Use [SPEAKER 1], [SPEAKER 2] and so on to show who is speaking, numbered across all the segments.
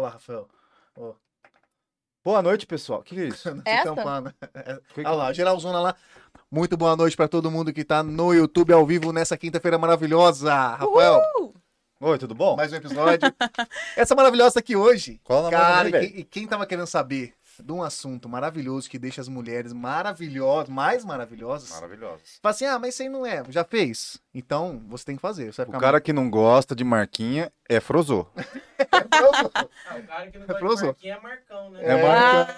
[SPEAKER 1] lá, Rafael. Ó,
[SPEAKER 2] Boa noite, pessoal. O que, que é isso?
[SPEAKER 1] não se
[SPEAKER 3] Essa?
[SPEAKER 1] tampar, né?
[SPEAKER 2] Que
[SPEAKER 4] é?
[SPEAKER 2] que-
[SPEAKER 1] Olha lá, geralzona lá.
[SPEAKER 2] Muito boa noite pra todo mundo que tá no YouTube ao vivo nessa quinta-feira maravilhosa. Rafael,
[SPEAKER 3] Uhul!
[SPEAKER 2] oi, tudo bom?
[SPEAKER 1] Mais um episódio.
[SPEAKER 2] Essa maravilhosa tá aqui hoje.
[SPEAKER 4] Qual o nome
[SPEAKER 2] Cara,
[SPEAKER 4] Cara,
[SPEAKER 2] e quem, e quem tava querendo saber de um assunto maravilhoso que deixa as mulheres maravilhosas, mais maravilhosas,
[SPEAKER 4] Maravilhosos.
[SPEAKER 2] fala assim, ah, mas isso aí não é, já fez. Então, você tem que fazer. Você vai
[SPEAKER 4] O
[SPEAKER 2] ficar
[SPEAKER 4] cara que não gosta de marquinha é frozô.
[SPEAKER 5] Ah, o cara que não
[SPEAKER 2] É
[SPEAKER 5] gosta de
[SPEAKER 2] Frozen?
[SPEAKER 5] marquinha é Marcão, né?
[SPEAKER 4] É Marcão.
[SPEAKER 3] Ah.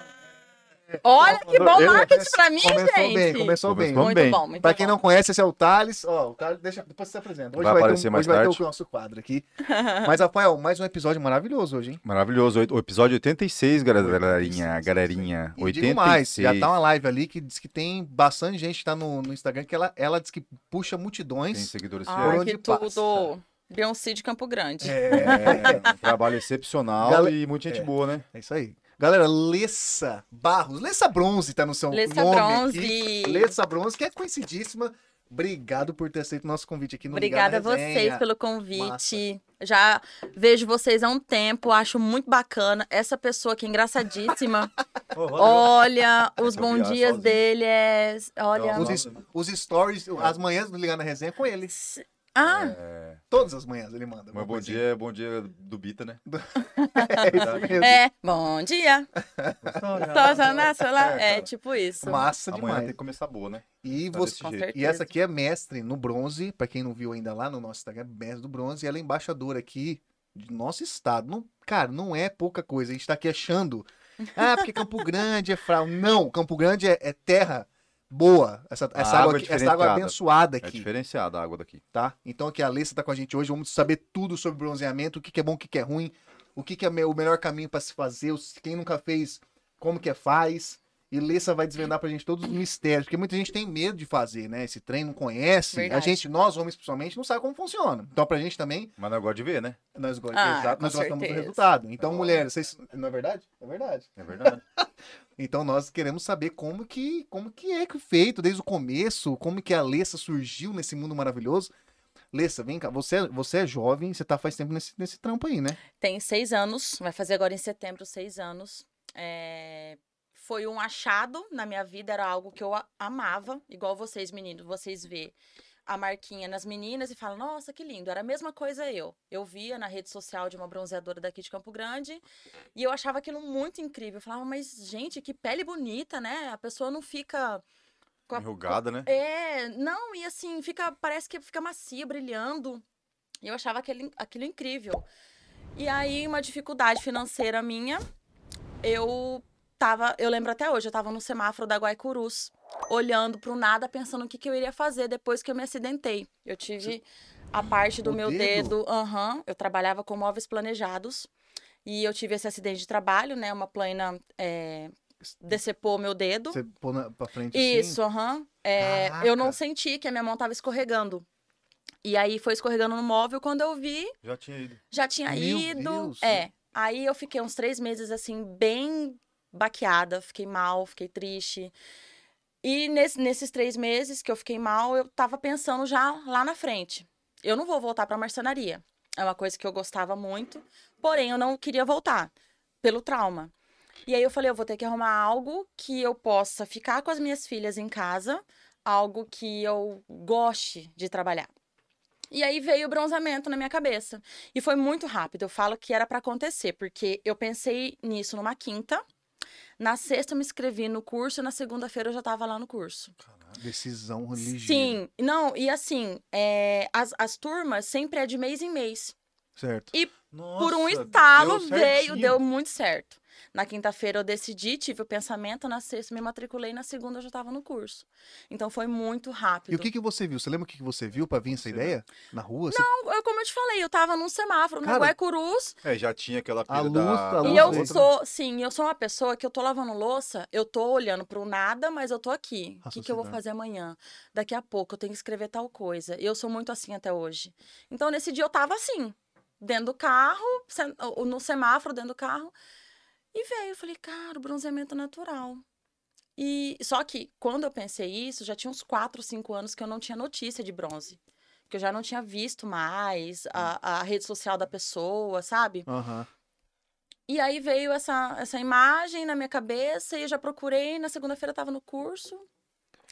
[SPEAKER 2] é,
[SPEAKER 3] Olha que bom
[SPEAKER 4] Eu-
[SPEAKER 3] marketing pra mim,
[SPEAKER 2] Começou
[SPEAKER 3] gente.
[SPEAKER 2] bem, começou bem.
[SPEAKER 4] Começou
[SPEAKER 3] Muito
[SPEAKER 4] bem.
[SPEAKER 3] bom, muito
[SPEAKER 2] Pra quem
[SPEAKER 3] bom.
[SPEAKER 2] não conhece, esse é o Thales. Ó, o Thales, deixa, depois você se apresenta. Hoje
[SPEAKER 4] Vai
[SPEAKER 2] vai, ter,
[SPEAKER 4] aparecer
[SPEAKER 2] um-
[SPEAKER 4] mais
[SPEAKER 2] hoje vai ter
[SPEAKER 4] tarde.
[SPEAKER 2] o nosso quadro aqui. Mas, Rafael, mais um episódio maravilhoso hoje, hein?
[SPEAKER 4] Maravilhoso. Oito- O episódio 86, galerinha.
[SPEAKER 1] 86,
[SPEAKER 4] Galerinha.
[SPEAKER 2] E digo
[SPEAKER 4] 86.
[SPEAKER 2] mais, já tá uma live ali que diz que tem bastante gente que tá no, no Instagram, que ela, ela diz que puxa
[SPEAKER 4] Tem
[SPEAKER 2] multidões.
[SPEAKER 4] seguidores
[SPEAKER 2] por
[SPEAKER 3] Ai,
[SPEAKER 4] fiéis.
[SPEAKER 2] onde
[SPEAKER 3] que tudo.
[SPEAKER 2] passa.
[SPEAKER 3] Beyoncé de Campo Grande.
[SPEAKER 2] É,
[SPEAKER 4] É, um trabalho excepcional
[SPEAKER 2] Gale-
[SPEAKER 4] e muita gente
[SPEAKER 2] É.
[SPEAKER 4] boa, né?
[SPEAKER 2] é isso aí. Galera, Lessa Barros, Lessa Bronze tá no seu
[SPEAKER 3] Lessa
[SPEAKER 2] nome
[SPEAKER 3] Bronze.
[SPEAKER 2] aqui. Lessa Bronze, que é conhecidíssima. Obrigado por ter aceito o nosso convite aqui no
[SPEAKER 3] Obrigada a
[SPEAKER 2] Ligado na
[SPEAKER 3] vocês
[SPEAKER 2] é Resenha.
[SPEAKER 3] pelo convite. Já vejo vocês há um tempo, acho muito bacana. Essa pessoa aqui é engraçadíssima. Olha, os
[SPEAKER 4] Essa eu
[SPEAKER 3] bons
[SPEAKER 4] viajo
[SPEAKER 3] dias
[SPEAKER 4] sozinho.
[SPEAKER 3] dele é. Olha.
[SPEAKER 4] Não,
[SPEAKER 2] Os, es- os stories, as manhãs do Ligado na Resenha é com ele.
[SPEAKER 3] Ah,
[SPEAKER 2] Todas as manhãs ele manda.
[SPEAKER 4] É, Mas
[SPEAKER 2] alguma
[SPEAKER 4] bom
[SPEAKER 2] coisinha.
[SPEAKER 4] dia, bom dia do Bita, né?
[SPEAKER 2] É isso mesmo.
[SPEAKER 3] é. Bom dia. Tosa Nassala. É tipo isso.
[SPEAKER 2] Massa
[SPEAKER 4] Amanhã
[SPEAKER 2] demais.
[SPEAKER 4] tem que começar boa, né?
[SPEAKER 2] E
[SPEAKER 4] Tá
[SPEAKER 2] você.
[SPEAKER 4] desse jeito.
[SPEAKER 2] E essa aqui é mestre no bronze, pra quem não viu ainda lá no nosso Instagram, mestre do bronze, e ela é embaixadora aqui do nosso estado. Não, cara, não é pouca coisa. A gente tá aqui achando. Ah, porque Campo Grande é fral. Não, Campo Grande é, é terra boa. Essa,
[SPEAKER 4] A
[SPEAKER 2] essa água,
[SPEAKER 4] água é
[SPEAKER 2] aqui- essa água é
[SPEAKER 4] diferenciada.
[SPEAKER 2] abençoada
[SPEAKER 4] É
[SPEAKER 2] aqui,
[SPEAKER 4] diferenciada a água daqui.
[SPEAKER 2] tá? Então aqui a Alessa tá com a gente hoje. Vamos saber tudo sobre bronzeamento, o que, que é bom, o que, que é ruim, o que, que é me- o melhor caminho pra se fazer, os- quem nunca fez, como que é faz. E Lessa vai desvendar pra gente todos os mistérios, porque muita gente tem medo de fazer, né? Esse trem não conhece.
[SPEAKER 3] Verdade.
[SPEAKER 2] A gente, nós homens principalmente, não sabe como funciona. Então pra gente também,
[SPEAKER 4] Mas não gosta de ver, né?
[SPEAKER 2] nós, go-
[SPEAKER 3] Ah,
[SPEAKER 2] exato,
[SPEAKER 3] com
[SPEAKER 2] nós gostamos do
[SPEAKER 3] certeza. Tá
[SPEAKER 2] resultado. Então,
[SPEAKER 4] Ó.
[SPEAKER 2] mulheres, vocês... Não é verdade? É verdade.
[SPEAKER 4] É verdade.
[SPEAKER 2] Então nós queremos saber como que, como que é que feito desde o começo, como que a Lessa surgiu nesse mundo maravilhoso. Lessa, vem cá, você, é- você é jovem, você tá faz tempo nesse, nesse trampo aí, né?
[SPEAKER 3] Tem seis anos, vai fazer agora em setembro seis anos. É, Foi um achado na minha vida, era algo que eu a- amava, igual vocês, meninos. Vocês vê a marquinha nas meninas e falam, nossa, que lindo. Era a mesma coisa eu. Eu via na rede social de uma bronzeadora daqui de Campo Grande e eu achava aquilo muito incrível. Eu falava, mas gente, que pele bonita, né? A pessoa não fica. com a-
[SPEAKER 4] Enrugada, né?
[SPEAKER 3] é, não, e assim, fica, parece que fica macia, brilhando. E eu achava aquele, aquilo incrível. E aí, uma dificuldade financeira minha, eu tava, eu lembro até hoje, eu tava no semáforo da Guaicurus, olhando pro nada, pensando o que, que eu iria fazer depois que eu me acidentei. Eu tive a parte do
[SPEAKER 2] O
[SPEAKER 3] meu
[SPEAKER 2] dedo?
[SPEAKER 3] dedo, aham, eu trabalhava com móveis planejados. E eu tive esse acidente de trabalho, né? Uma plana é, decepou meu dedo.
[SPEAKER 2] Você pôr na- pra frente assim,
[SPEAKER 3] Isso, aham. É,
[SPEAKER 2] Caraca.
[SPEAKER 3] eu não senti que a minha mão tava escorregando. E aí foi escorregando no móvel. Quando eu vi,
[SPEAKER 4] Já tinha ido.
[SPEAKER 3] já tinha
[SPEAKER 2] Meu
[SPEAKER 3] ido.
[SPEAKER 2] Deus.
[SPEAKER 3] É. Aí eu fiquei uns três meses assim, bem baqueada, fiquei mal, fiquei triste. E nesse- nesses três meses que eu fiquei mal, eu tava pensando já lá na frente. Eu não vou voltar pra marcenaria. É uma coisa que eu gostava muito, porém eu não queria voltar pelo trauma. E aí eu falei, eu vou ter que arrumar algo que eu possa ficar com as minhas filhas em casa, algo que eu goste de trabalhar. E aí veio o bronzeamento na minha cabeça. E foi muito rápido. Eu falo que era pra acontecer, porque eu pensei nisso numa quinta. Na sexta eu me inscrevi no curso, e na segunda-feira eu já tava lá no curso.
[SPEAKER 2] assim. Decisão religiosa.
[SPEAKER 3] Sim, não, e assim, é, as, as turmas sempre é de mês em mês.
[SPEAKER 2] Certo.
[SPEAKER 3] Por um estalo veio, deu muito certo. Na quinta-feira eu decidi, tive o pensamento, na sexta eu me matriculei, na segunda eu já tava no curso. Então foi muito rápido.
[SPEAKER 2] E o que que você viu? Você lembra o que que você viu pra vir essa
[SPEAKER 4] Você
[SPEAKER 2] ideia? Na rua? assim? Você-
[SPEAKER 3] Então, eu- como eu te falei, eu tava num semáforo, na
[SPEAKER 2] Cara,
[SPEAKER 3] Guaicurus,
[SPEAKER 4] É, já tinha aquela
[SPEAKER 2] A
[SPEAKER 4] pilha
[SPEAKER 2] luz-
[SPEAKER 4] da...
[SPEAKER 2] a
[SPEAKER 3] E
[SPEAKER 2] luz
[SPEAKER 3] eu
[SPEAKER 2] outra.
[SPEAKER 3] sou, sim, eu sou uma pessoa que eu tô lavando louça, eu tô olhando pro nada, mas eu tô aqui. O que, que eu vou
[SPEAKER 2] Raciocinando.
[SPEAKER 3] fazer amanhã? Daqui a pouco eu tenho que escrever tal coisa. E eu sou muito assim até hoje. Então, nesse dia eu tava assim, dentro do carro, sen- ou no semáforo, dentro do carro. E veio, eu falei, cara, o bronzeamento natural. E só que quando eu pensei isso, já tinha uns 4, 5 anos que eu não tinha notícia de bronze. Que eu já não tinha visto mais a, a rede social da pessoa, sabe?
[SPEAKER 2] Aham.
[SPEAKER 3] E aí veio essa, essa imagem na minha cabeça e eu já procurei. Na segunda-feira eu tava no curso.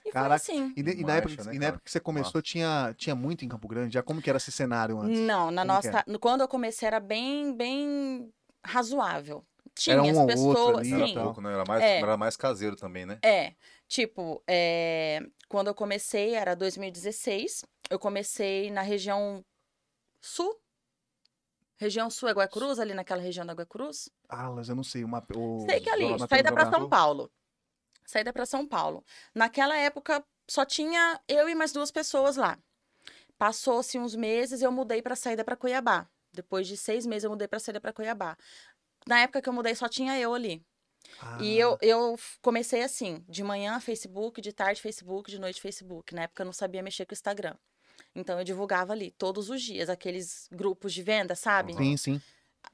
[SPEAKER 3] E
[SPEAKER 2] Caraca,
[SPEAKER 3] foi assim.
[SPEAKER 2] E, de- e na,
[SPEAKER 4] Marcha,
[SPEAKER 2] época,
[SPEAKER 4] né,
[SPEAKER 2] e na
[SPEAKER 4] cara?
[SPEAKER 2] época que você começou, tinha, tinha muito em Campo Grande? Já como que era esse cenário antes?
[SPEAKER 3] Não, na
[SPEAKER 2] Como que é?
[SPEAKER 3] nossa. no- Quando eu comecei era bem, bem razoável. Tinha
[SPEAKER 2] Era
[SPEAKER 3] as
[SPEAKER 2] um ou outro
[SPEAKER 3] pessoas.
[SPEAKER 2] ali e
[SPEAKER 4] Era
[SPEAKER 3] sim.
[SPEAKER 2] tal.
[SPEAKER 4] pouco, né? Era mais,
[SPEAKER 3] É.
[SPEAKER 4] era mais caseiro também, né?
[SPEAKER 3] É, tipo, é, quando eu comecei, era 2016, eu comecei na região sul, região sul é Guaicurus, ali naquela região da Guaicurus,
[SPEAKER 2] Alas, eu não sei. Uma, o,
[SPEAKER 3] sei que ali,
[SPEAKER 2] Jonathan
[SPEAKER 3] saída pra
[SPEAKER 2] Bravo.
[SPEAKER 3] São Paulo, saída pra São Paulo. Naquela época, só tinha eu e mais duas pessoas lá. Passou-se uns meses, eu mudei pra saída pra Cuiabá. Depois de seis meses, eu mudei pra saída pra Cuiabá. Na época que eu mudei, só tinha eu ali.
[SPEAKER 2] Ah,
[SPEAKER 3] E eu, eu f- comecei assim, de manhã Facebook, de tarde Facebook, de noite Facebook. Na época eu não sabia mexer com o Instagram. Então eu divulgava ali todos os dias, aqueles grupos de venda, sabe?
[SPEAKER 4] Uhum.
[SPEAKER 2] Ah, Sim, sim.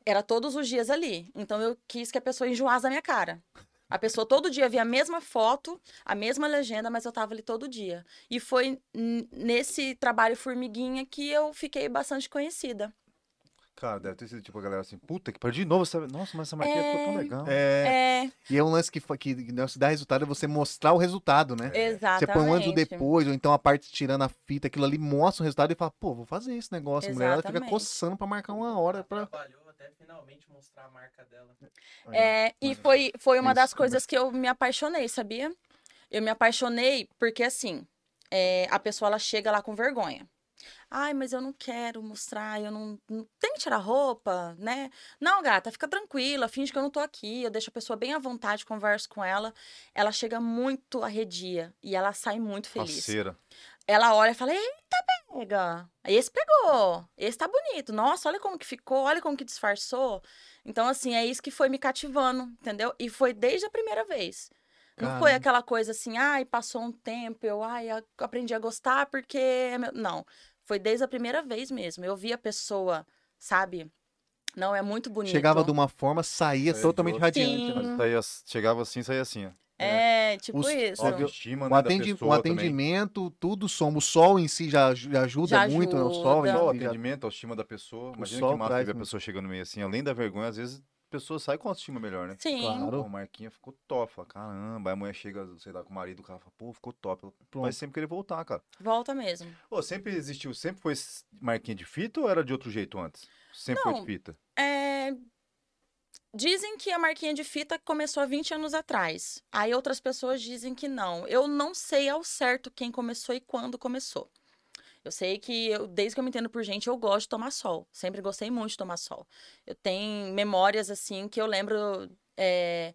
[SPEAKER 3] Era todos os dias ali. Então eu quis que a pessoa enjoasse da minha cara. A pessoa todo dia via a mesma foto, a mesma legenda, mas eu tava ali todo dia. E foi n- nesse trabalho formiguinha que eu fiquei bastante conhecida.
[SPEAKER 4] Cara, deve ter sido tipo a galera assim, puta que pariu de novo essa... Nossa, mas essa marquinha ficou tão legal.
[SPEAKER 2] É,
[SPEAKER 3] É,
[SPEAKER 2] E é um lance que, fa- que que dá resultado é você mostrar o resultado, né? Você
[SPEAKER 3] exatamente.
[SPEAKER 2] põe um ano depois, ou então a parte tirando a fita, aquilo ali mostra o resultado e fala, pô, vou fazer esse negócio. A mulherada fica
[SPEAKER 3] Exatamente.
[SPEAKER 2] coçando pra
[SPEAKER 3] Ah.
[SPEAKER 2] marcar é uma hora pra.
[SPEAKER 5] Trabalhou até finalmente mostrar a marca dela.
[SPEAKER 3] É, e foi, foi uma
[SPEAKER 2] Isso,
[SPEAKER 3] das
[SPEAKER 2] conversa.
[SPEAKER 3] coisas que eu me apaixonei, sabia? Eu me apaixonei porque, assim, é, a pessoa ela chega lá com vergonha. Ai, mas eu não quero mostrar, eu não, não tem que tirar roupa, né? Não, gata, fica tranquila, finge que eu não tô aqui, eu deixo a pessoa bem à vontade, converso com ela. Ela chega muito arredia e ela sai muito feliz.
[SPEAKER 4] Parceira.
[SPEAKER 3] Ela olha e fala: Eita, pega! Esse pegou, esse tá bonito. Nossa, olha como que ficou, olha como que disfarçou. Então, assim, é isso que foi me cativando, entendeu? E foi desde a primeira vez. Não foi
[SPEAKER 2] Caramba.
[SPEAKER 3] aquela coisa assim, ai, passou um tempo, eu ai, a- aprendi a gostar porque. é meu-". Não. Foi desde a primeira vez mesmo. Eu vi a pessoa, sabe? Não, é muito bonito.
[SPEAKER 2] Chegava de uma forma, saía
[SPEAKER 4] Saía
[SPEAKER 2] totalmente
[SPEAKER 4] É, de outra.
[SPEAKER 2] radiante. né?
[SPEAKER 3] Sim.
[SPEAKER 4] Mas saía- chegava assim, saía assim, ó.
[SPEAKER 3] É, tipo
[SPEAKER 2] Os-
[SPEAKER 3] isso.
[SPEAKER 4] Ó, a autoestima,
[SPEAKER 2] O,
[SPEAKER 4] né, da
[SPEAKER 2] atendi- o
[SPEAKER 4] pessoa também.
[SPEAKER 2] atendimento, tudo soma. O sol em si já, aj- já ajuda
[SPEAKER 3] Já
[SPEAKER 2] muito, né? O sol,
[SPEAKER 3] ajuda.
[SPEAKER 4] Só Tipo, o
[SPEAKER 2] em si já-
[SPEAKER 4] Um atendimento, a autoestima da pessoa. Imagina
[SPEAKER 2] sol
[SPEAKER 4] que massa
[SPEAKER 2] traz
[SPEAKER 4] ver a
[SPEAKER 2] muito.
[SPEAKER 4] pessoa chegando meio assim. Além da vergonha, às vezes a pessoa sai com a autoestima melhor, né?
[SPEAKER 3] Sim.
[SPEAKER 2] Claro.
[SPEAKER 4] Pô, a marquinha ficou top. Fala, caramba. Aí a mulher chega, sei lá, com o marido, o cara fala, pô, ficou top. Ela
[SPEAKER 2] Pronto.
[SPEAKER 4] Vai sempre querer voltar, cara.
[SPEAKER 3] Volta mesmo.
[SPEAKER 4] Pô, sempre existiu, sempre foi s- marquinha de fita ou era de outro jeito antes? Sempre foi
[SPEAKER 3] Não.
[SPEAKER 4] de fita.
[SPEAKER 3] É, Dizem que a marquinha de fita começou há 20 anos atrás. Aí outras pessoas dizem que não. Eu não sei ao certo quem começou e quando começou. Eu sei que eu, desde que eu me entendo por gente, eu gosto de tomar sol. Sempre gostei muito de tomar sol. Eu tenho memórias assim que eu lembro é,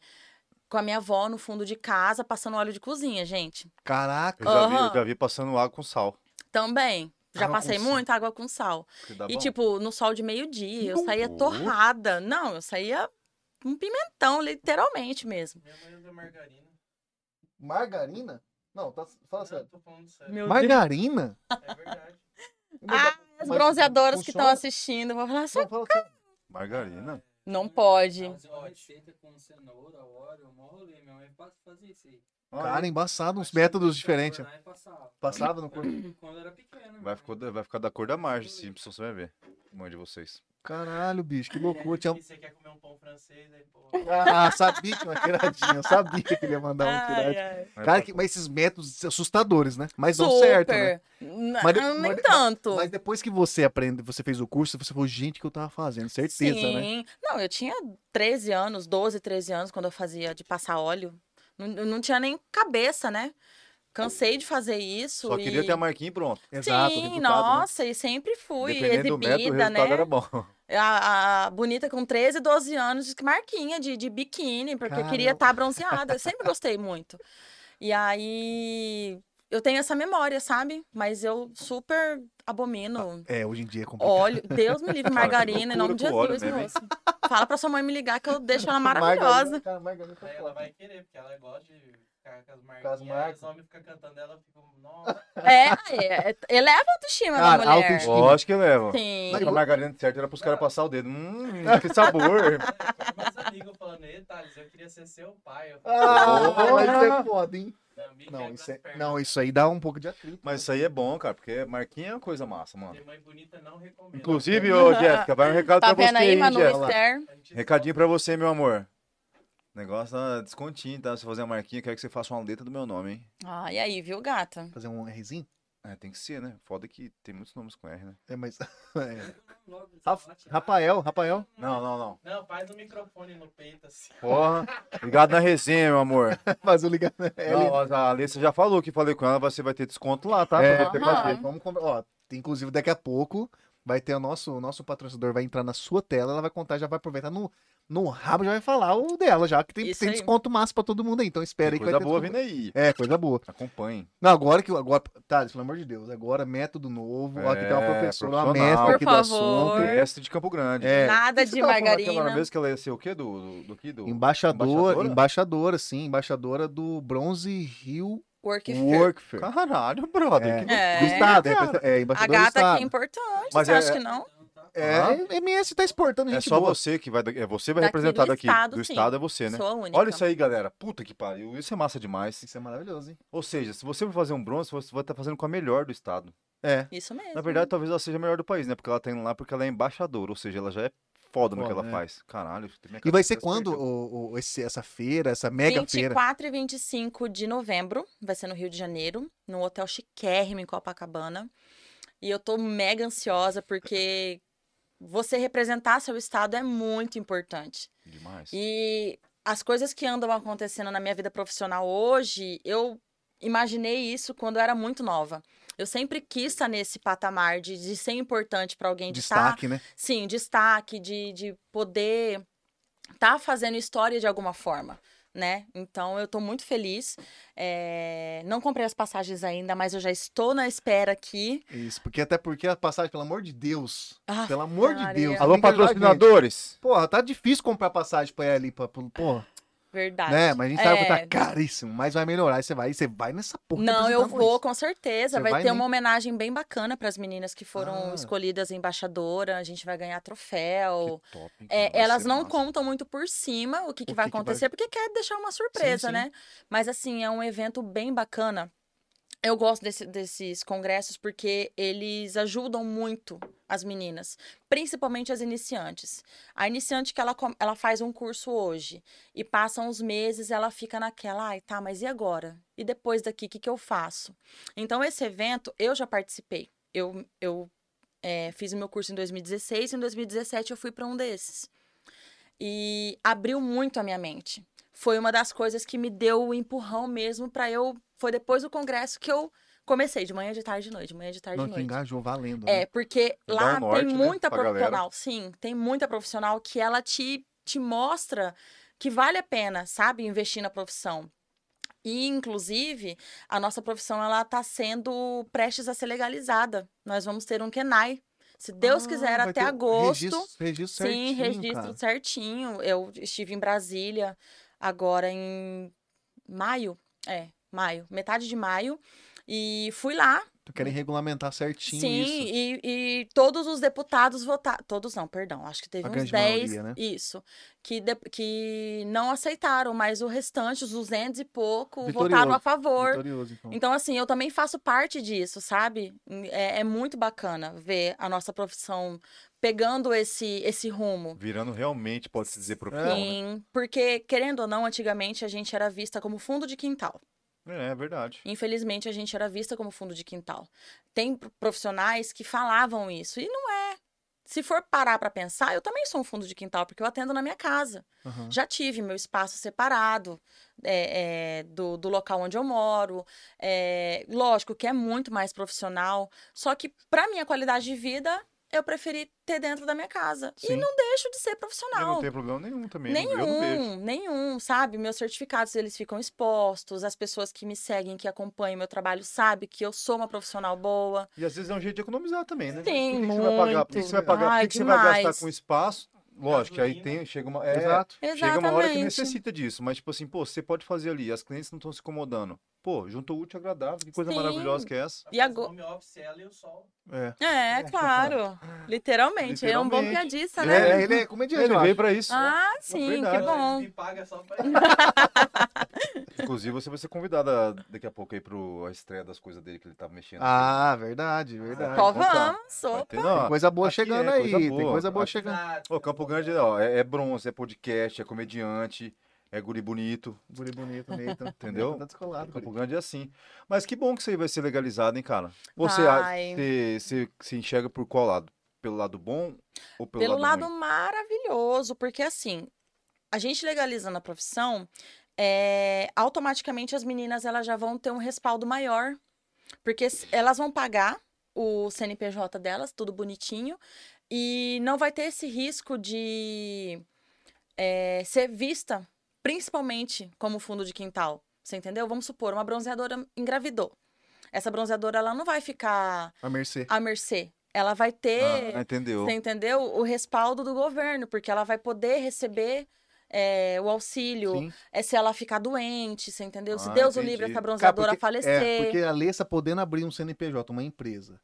[SPEAKER 3] com a minha avó no fundo de casa passando óleo de cozinha, gente.
[SPEAKER 2] Caraca.
[SPEAKER 4] Eu já, vi, eu
[SPEAKER 3] Aham.
[SPEAKER 4] já vi passando água com sal.
[SPEAKER 3] Também. Já
[SPEAKER 2] Água com
[SPEAKER 3] passei
[SPEAKER 2] sal.
[SPEAKER 3] muito água com sal.
[SPEAKER 4] que dá
[SPEAKER 2] tá
[SPEAKER 3] E,
[SPEAKER 4] bom.
[SPEAKER 3] tipo, no sol de meio-dia, eu saía
[SPEAKER 2] Uhum.
[SPEAKER 4] Nossa.
[SPEAKER 3] torrada. Não, eu saía um pimentão, literalmente mesmo.
[SPEAKER 5] Minha mãe usa margarina.
[SPEAKER 2] Margarina? Não, tá, fala
[SPEAKER 5] Não, eu tô falando sério.
[SPEAKER 3] Meu
[SPEAKER 2] Margarina?
[SPEAKER 5] É verdade.
[SPEAKER 3] Ah, as bronzeadoras que estão assistindo vão falar assim,
[SPEAKER 2] Não, fala sério.
[SPEAKER 4] Margarina.
[SPEAKER 3] não pode.
[SPEAKER 5] Fazer uma receita com cenoura, óleo, mole, minha mãe faz- fazia isso aí.
[SPEAKER 2] Cara,
[SPEAKER 4] Ai,
[SPEAKER 2] embaçado, uns métodos diferentes.
[SPEAKER 5] Lá e passava.
[SPEAKER 2] Passava no corpo.
[SPEAKER 5] Quando era né? pequena.
[SPEAKER 4] né? vai, ficou da- vai ficar da cor da margem, Simpson, você vai ver. Mãe de vocês.
[SPEAKER 2] Caralho, bicho, que loucura.
[SPEAKER 5] loucura,
[SPEAKER 2] Tinha...
[SPEAKER 5] Você quer comer um pão francês, aí, pô.
[SPEAKER 2] Ah, sabia que uma tiradinha. Eu sabia que ele ia mandar um uma
[SPEAKER 3] Ai,
[SPEAKER 2] tiradinha.
[SPEAKER 3] ai.
[SPEAKER 4] Aí
[SPEAKER 2] Cara,
[SPEAKER 4] passa-
[SPEAKER 2] que- mas esses métodos assustadores, né? Mas dão
[SPEAKER 3] Super.
[SPEAKER 2] certo, né?
[SPEAKER 3] Não,
[SPEAKER 2] Mas de-
[SPEAKER 3] nem
[SPEAKER 2] mas de-
[SPEAKER 3] tanto.
[SPEAKER 2] Mas depois que você aprende, você fez o curso, você falou, gente, o que eu tava fazendo, certeza, né?
[SPEAKER 3] Sim. Não, eu tinha 13 anos, 12, 13 anos quando eu fazia de passar óleo. Não, eu não tinha nem cabeça, né? Cansei de fazer isso.
[SPEAKER 4] Só queria
[SPEAKER 3] e-
[SPEAKER 4] ter a marquinha e pronto.
[SPEAKER 2] Exato, o
[SPEAKER 3] Sim,
[SPEAKER 2] resultado, né?
[SPEAKER 3] nossa, e sempre fui
[SPEAKER 4] Dependendo do método, o
[SPEAKER 3] exibida,
[SPEAKER 4] resultado
[SPEAKER 3] né?
[SPEAKER 4] era bom.
[SPEAKER 3] A, a bonita com 13, 12 anos, diz que marquinha de, de biquíni, porque
[SPEAKER 2] Caramba.
[SPEAKER 3] queria estar bronzeada. Eu sempre gostei muito. E aí eu tenho essa memória, sabe? Mas eu super abomino.
[SPEAKER 2] né? É, hoje em dia é complicado.
[SPEAKER 3] Óleo, Deus me
[SPEAKER 4] Cara, Ah,
[SPEAKER 3] livre,
[SPEAKER 4] que
[SPEAKER 3] margarina, em nome de
[SPEAKER 4] loucura com
[SPEAKER 3] Jesus,
[SPEAKER 4] óleo né? mesmo,
[SPEAKER 3] moço. Fala pra sua mãe me ligar que eu deixo ela
[SPEAKER 2] Margarina,
[SPEAKER 3] maravilhosa.
[SPEAKER 2] cara, margarina tá
[SPEAKER 5] Aí ela
[SPEAKER 2] foda.
[SPEAKER 5] vai querer, porque ela gosta de ficar
[SPEAKER 2] Com
[SPEAKER 5] com as
[SPEAKER 2] as
[SPEAKER 5] marcas. Aí
[SPEAKER 2] marcas.
[SPEAKER 5] os homens ficam cantando ela, fica, nossa,
[SPEAKER 3] É, é, é, eleva a autoestima da
[SPEAKER 2] Cara,
[SPEAKER 3] mulher.
[SPEAKER 2] autoestima.
[SPEAKER 4] Lógico que leva.
[SPEAKER 3] Sim.
[SPEAKER 4] Mas a margarina certa era pros caras passar o dedo. Hum, que sabor.
[SPEAKER 5] meus amigos falando, ei, Thales, eu queria ser seu pai. Eu falo,
[SPEAKER 2] Ah, mas é foda, hein?
[SPEAKER 5] "Não, mim
[SPEAKER 2] Não,
[SPEAKER 5] quebra
[SPEAKER 2] isso,
[SPEAKER 5] as
[SPEAKER 2] é-
[SPEAKER 5] pernas.
[SPEAKER 2] não, isso aí dá um pouco de atrito.
[SPEAKER 4] Mas isso aí é bom, cara, porque marquinha é uma coisa massa, mano.
[SPEAKER 5] Ter mãe bonita não recomendo.
[SPEAKER 4] Inclusive, ô Jéssica, vai um recado
[SPEAKER 3] Tá
[SPEAKER 4] pra você
[SPEAKER 3] vendo aí, Manu
[SPEAKER 4] Jéssica.
[SPEAKER 3] Esther?
[SPEAKER 5] A gente
[SPEAKER 4] Recadinho pra você, meu amor. O negócio tá descontinho, tá? Se você fazer uma marquinha, eu quero que você faça uma letra do meu nome, hein?
[SPEAKER 3] Ah, e aí, viu, gata?
[SPEAKER 2] Fazer um Rzinho?
[SPEAKER 4] É, tem que ser, né? Foda que tem muitos nomes com R, né?
[SPEAKER 2] É, mas. é.
[SPEAKER 5] logo
[SPEAKER 2] Raf-
[SPEAKER 5] bate lá.
[SPEAKER 2] Rafael, Rafael.
[SPEAKER 4] Não, não, não.
[SPEAKER 5] Não, faz o microfone no peito assim.
[SPEAKER 4] Porra. Obrigado na resenha, meu amor.
[SPEAKER 2] Mas o ligado. É,
[SPEAKER 4] Não, ó, a Alessa já falou que falei com ela, você vai ter desconto lá, tá? Pra
[SPEAKER 2] É.
[SPEAKER 4] você
[SPEAKER 3] Aham.
[SPEAKER 4] fazer.
[SPEAKER 2] Vamos comprar. Ó, inclusive, daqui a pouco vai ter o nosso, o nosso patrocinador, vai entrar na sua tela, ela vai contar, já vai aproveitar no, no rabo, já vai falar o dela, já que tem,
[SPEAKER 3] Isso
[SPEAKER 2] tem
[SPEAKER 3] aí.
[SPEAKER 2] desconto massa pra todo mundo aí. Então espera
[SPEAKER 4] Tem
[SPEAKER 2] aí que
[SPEAKER 4] coisa
[SPEAKER 2] vai ter
[SPEAKER 4] boa vindo
[SPEAKER 2] desconto.
[SPEAKER 4] aí.
[SPEAKER 2] É, coisa boa.
[SPEAKER 4] Acompanhe.
[SPEAKER 2] Não, agora que. Agora, Thales, pelo amor de Deus, agora método novo. ó, aqui tem uma
[SPEAKER 4] É,
[SPEAKER 2] professora, uma
[SPEAKER 4] profissional.
[SPEAKER 2] mestra aqui
[SPEAKER 3] Por
[SPEAKER 2] do
[SPEAKER 3] favor.
[SPEAKER 2] assunto.
[SPEAKER 4] Mestre de Campo Grande.
[SPEAKER 2] É,
[SPEAKER 4] Quem que
[SPEAKER 3] Nada de
[SPEAKER 4] você tava falando aquela hora
[SPEAKER 3] margarina.
[SPEAKER 4] mesmo que ela ia ser o quê? Do, do, do que? Do...
[SPEAKER 2] Embaixadora,
[SPEAKER 4] Embaixadora?
[SPEAKER 2] embaixadora, sim, embaixadora do Bronze Rio
[SPEAKER 3] Work fair.
[SPEAKER 2] Work Fair.
[SPEAKER 4] Caralho, brother. que-
[SPEAKER 2] Do
[SPEAKER 3] É.
[SPEAKER 2] Estado, é,
[SPEAKER 4] cara.
[SPEAKER 2] é
[SPEAKER 3] A
[SPEAKER 2] embaixadora do
[SPEAKER 3] gata
[SPEAKER 2] Estado.
[SPEAKER 3] aqui é importante,
[SPEAKER 4] Mas
[SPEAKER 3] você
[SPEAKER 4] é-
[SPEAKER 3] acha que não?
[SPEAKER 5] Então, tá?
[SPEAKER 2] É,
[SPEAKER 4] Ah.
[SPEAKER 2] MS tá exportando
[SPEAKER 4] É
[SPEAKER 2] gente
[SPEAKER 4] só
[SPEAKER 2] boa.
[SPEAKER 4] você que vai. É você vai
[SPEAKER 3] Daqui
[SPEAKER 4] representar
[SPEAKER 3] do
[SPEAKER 4] daqui.
[SPEAKER 3] estado,
[SPEAKER 4] do
[SPEAKER 3] sim.
[SPEAKER 4] estado é você, né?
[SPEAKER 3] Sou a única.
[SPEAKER 4] Olha isso aí, galera. Puta que pariu. Isso é massa demais.
[SPEAKER 2] Isso é maravilhoso, hein?
[SPEAKER 4] Ou seja, se você for fazer um bronze, você vai estar fazendo com a melhor do estado.
[SPEAKER 2] É.
[SPEAKER 3] Isso mesmo.
[SPEAKER 4] Na verdade, talvez ela seja a melhor do país, né? Porque ela tá indo lá porque ela é embaixadora. Ou seja, ela já é foda, no que
[SPEAKER 2] Foda,
[SPEAKER 4] ela
[SPEAKER 2] é.
[SPEAKER 4] faz. Caralho. minha
[SPEAKER 2] E vai
[SPEAKER 4] cabeça
[SPEAKER 2] ser
[SPEAKER 4] se
[SPEAKER 2] quando
[SPEAKER 4] perdeu.
[SPEAKER 2] o, o- esse- essa feira, essa é mega feira?
[SPEAKER 3] 24 e 25 de novembro, vai ser no Rio de Janeiro, no Hotel Chiquérrimo, em Copacabana. E eu tô mega ansiosa, porque você representar seu estado é muito importante.
[SPEAKER 4] Demais.
[SPEAKER 3] E as coisas que andam acontecendo na minha vida profissional hoje, eu imaginei isso quando eu era muito nova. Eu sempre quis estar nesse patamar de, de ser importante para alguém, de estar
[SPEAKER 2] Destaque, né?
[SPEAKER 3] sim, destaque, de, de poder estar fazendo história de alguma forma, né? Então eu tô muito feliz. É, Não comprei as passagens ainda, mas eu já estou na espera aqui.
[SPEAKER 2] Isso, porque até porque a passagem, pelo amor de Deus.
[SPEAKER 3] Ah,
[SPEAKER 2] Pelo amor de
[SPEAKER 3] Maria.
[SPEAKER 2] Deus.
[SPEAKER 4] Alô,
[SPEAKER 2] tem que ajudar a gente.
[SPEAKER 4] patrocinadores!
[SPEAKER 2] Porra, tá difícil comprar passagem pra ir ali, pra, pro- porra.
[SPEAKER 3] verdade.
[SPEAKER 2] Né? Mas a gente sabe que
[SPEAKER 3] É.
[SPEAKER 2] tá caríssimo, mas vai melhorar. E você vai, você vai nessa porra.
[SPEAKER 3] Não, eu
[SPEAKER 2] representando
[SPEAKER 3] vou
[SPEAKER 2] isso.
[SPEAKER 3] com certeza.
[SPEAKER 2] Você
[SPEAKER 3] vai
[SPEAKER 2] vai
[SPEAKER 3] ter
[SPEAKER 2] nem-
[SPEAKER 3] uma homenagem bem bacana para as meninas que foram
[SPEAKER 2] Ah.
[SPEAKER 3] escolhidas embaixadora. A gente vai ganhar troféu.
[SPEAKER 4] Que top, hein,
[SPEAKER 3] É,
[SPEAKER 4] cara, vai
[SPEAKER 3] elas
[SPEAKER 4] ser
[SPEAKER 3] não
[SPEAKER 4] massa.
[SPEAKER 3] contam muito por cima o que, que
[SPEAKER 2] O
[SPEAKER 3] vai
[SPEAKER 2] que que vai-
[SPEAKER 3] acontecer, porque quer deixar uma surpresa,
[SPEAKER 2] sim.
[SPEAKER 3] né? Mas assim, é um evento bem bacana. Eu gosto desse- desses congressos porque eles ajudam muito as meninas, principalmente as iniciantes. A iniciante que ela, com- ela faz um curso hoje e passam uns meses, ela fica naquela, ai, tá, mas e agora? E depois daqui, o que, que eu faço? Então, esse evento, eu já participei. Eu, eu eh, fiz o meu curso em 2016 e em 2017 eu fui para um desses. E abriu muito a minha mente. Foi uma das coisas que me deu o empurrão mesmo para eu. Foi depois do congresso que eu comecei, de manhã, de tarde, de noite, de manhã, de tarde,
[SPEAKER 2] Não,
[SPEAKER 3] de
[SPEAKER 2] que
[SPEAKER 3] noite.
[SPEAKER 2] engajou valendo.
[SPEAKER 3] É,
[SPEAKER 2] né?
[SPEAKER 3] porque
[SPEAKER 4] Dá
[SPEAKER 3] lá
[SPEAKER 4] um norte,
[SPEAKER 3] tem
[SPEAKER 4] né,
[SPEAKER 3] muita
[SPEAKER 4] pra galera.
[SPEAKER 3] profissional, sim, tem muita profissional que ela te, te mostra que vale a pena, sabe, investir na profissão. E, inclusive, a nossa profissão, ela tá sendo prestes a ser legalizada. Nós vamos ter um KENAI, se Deus
[SPEAKER 2] Ah,
[SPEAKER 3] quiser,
[SPEAKER 2] vai
[SPEAKER 3] até
[SPEAKER 2] ter
[SPEAKER 3] agosto.
[SPEAKER 2] Registro, registro
[SPEAKER 3] Sim,
[SPEAKER 2] certinho,
[SPEAKER 3] registro
[SPEAKER 2] cara.
[SPEAKER 3] certinho. Eu estive em Brasília agora em maio, é, maio, metade de maio, e fui lá
[SPEAKER 2] Tu querem regulamentar certinho
[SPEAKER 3] Sim,
[SPEAKER 2] isso.
[SPEAKER 3] E, e todos os deputados votaram. Todos não, perdão. Acho que teve
[SPEAKER 2] A
[SPEAKER 3] uns
[SPEAKER 2] grande
[SPEAKER 3] 10.
[SPEAKER 2] maioria, né?
[SPEAKER 3] Isso. Que, de- que não aceitaram, mas o restante, os 200 e pouco, votaram
[SPEAKER 2] Vitorioso,
[SPEAKER 3] a favor.
[SPEAKER 2] Vitorioso, então.
[SPEAKER 3] Então, assim, eu também faço parte disso, sabe? É, é muito bacana ver a nossa profissão pegando esse, esse rumo.
[SPEAKER 4] Virando realmente, pode-se dizer, profissional. né?
[SPEAKER 3] Sim, porque, querendo ou não, antigamente a gente era vista como fundo de quintal.
[SPEAKER 4] É, é verdade.
[SPEAKER 3] Infelizmente, a gente era vista como fundo de quintal. Tem pro- profissionais que falavam isso, e não é. Se for parar para pensar, eu também sou um fundo de quintal, porque eu atendo na minha casa.
[SPEAKER 4] Uhum.
[SPEAKER 2] Aham.
[SPEAKER 3] Já tive meu espaço separado é, é, do, do local onde eu moro. É, lógico que é muito mais profissional, só que para minha qualidade de vida, eu preferi ter dentro da minha casa. E
[SPEAKER 4] Sim.
[SPEAKER 3] não deixo de ser
[SPEAKER 4] E não
[SPEAKER 3] profissional.
[SPEAKER 4] tem problema nenhum também. né? Eu não vejo.
[SPEAKER 3] Nenhum, nenhum, sabe? Meus certificados, eles ficam expostos, as pessoas que me seguem, que acompanham meu trabalho, sabem que eu sou uma profissional boa.
[SPEAKER 4] E às vezes é um jeito de economizar também, né?
[SPEAKER 3] Tem
[SPEAKER 4] Por que que você vai pagar? Por que que você vai pagar?
[SPEAKER 3] Ai,
[SPEAKER 4] Por que que você vai
[SPEAKER 3] demais.
[SPEAKER 4] gastar com espaço? Lógico, aí
[SPEAKER 5] Gasolina.
[SPEAKER 4] tem, chega uma. é,
[SPEAKER 2] Exato.
[SPEAKER 4] Chega uma hora que
[SPEAKER 3] Exatamente.
[SPEAKER 4] necessita disso, mas tipo assim, pô, você pode fazer ali, as clientes não estão se incomodando. Pô, juntou útil e agradável, que coisa
[SPEAKER 3] Sim.
[SPEAKER 4] maravilhosa que é essa.
[SPEAKER 3] E agora-
[SPEAKER 5] Home office, ela e o sol.
[SPEAKER 2] É.
[SPEAKER 3] É, claro. Literalmente. Ele é um bom
[SPEAKER 4] né? Literalmente.
[SPEAKER 3] piadista,
[SPEAKER 4] Ele
[SPEAKER 3] né?
[SPEAKER 2] É, ele é comediante,
[SPEAKER 4] Ele
[SPEAKER 2] eu acho.
[SPEAKER 4] veio pra isso.
[SPEAKER 3] Ah, sim, que
[SPEAKER 4] verdade.
[SPEAKER 3] bom.
[SPEAKER 5] Me paga só pra
[SPEAKER 4] Inclusive, você vai ser convidada daqui a pouco aí pro a estreia das coisas dele que ele tava mexendo.
[SPEAKER 2] Ah, verdade, verdade.
[SPEAKER 3] Ó,
[SPEAKER 4] então tá.
[SPEAKER 3] vamos,
[SPEAKER 4] Vai
[SPEAKER 3] opa.
[SPEAKER 4] ter, não,
[SPEAKER 2] Tem coisa boa
[SPEAKER 4] aqui é
[SPEAKER 2] chegando aí,
[SPEAKER 4] coisa
[SPEAKER 2] tem
[SPEAKER 4] boa.
[SPEAKER 2] coisa boa
[SPEAKER 4] Aqui-
[SPEAKER 2] chegando.
[SPEAKER 4] Ô, Campo Grande ó, é, é bronze, é podcast, é comediante, é guri bonito.
[SPEAKER 2] Guri bonito, Nathan.
[SPEAKER 4] Entendeu?
[SPEAKER 2] Nathan Tá descolado,
[SPEAKER 4] Campo
[SPEAKER 2] guri.
[SPEAKER 4] Grande é assim. Mas que bom que isso aí vai ser legalizado, hein, cara? Você,
[SPEAKER 3] Vai.
[SPEAKER 4] a- você, você se enxerga por qual lado? Pelo lado bom ou pelo,
[SPEAKER 3] Pelo lado
[SPEAKER 4] ruim?
[SPEAKER 3] maravilhoso, porque assim, a gente legalizando a profissão, é, automaticamente as meninas elas já vão ter um respaldo maior, porque s- elas vão pagar o CNPJ delas, tudo bonitinho, e não vai ter esse risco de é, ser vista, principalmente como fundo de quintal. Você entendeu? Vamos supor, uma bronzeadora engravidou. Essa bronzeadora ela não vai ficar
[SPEAKER 2] A mercê.
[SPEAKER 3] à mercê. Ela vai ter
[SPEAKER 4] Ah, entendeu?
[SPEAKER 3] você entendeu? O respaldo do governo, porque ela vai poder receber é, o auxílio.
[SPEAKER 2] Sim.
[SPEAKER 3] É se ela ficar doente, você entendeu? Se
[SPEAKER 4] Ah,
[SPEAKER 3] Deus o
[SPEAKER 4] entendi.
[SPEAKER 3] livre, essa
[SPEAKER 4] Cara,
[SPEAKER 3] bronzeadora
[SPEAKER 2] porque-
[SPEAKER 3] falecer.
[SPEAKER 2] É, porque a Alessa podendo abrir um CNPJ, uma empresa.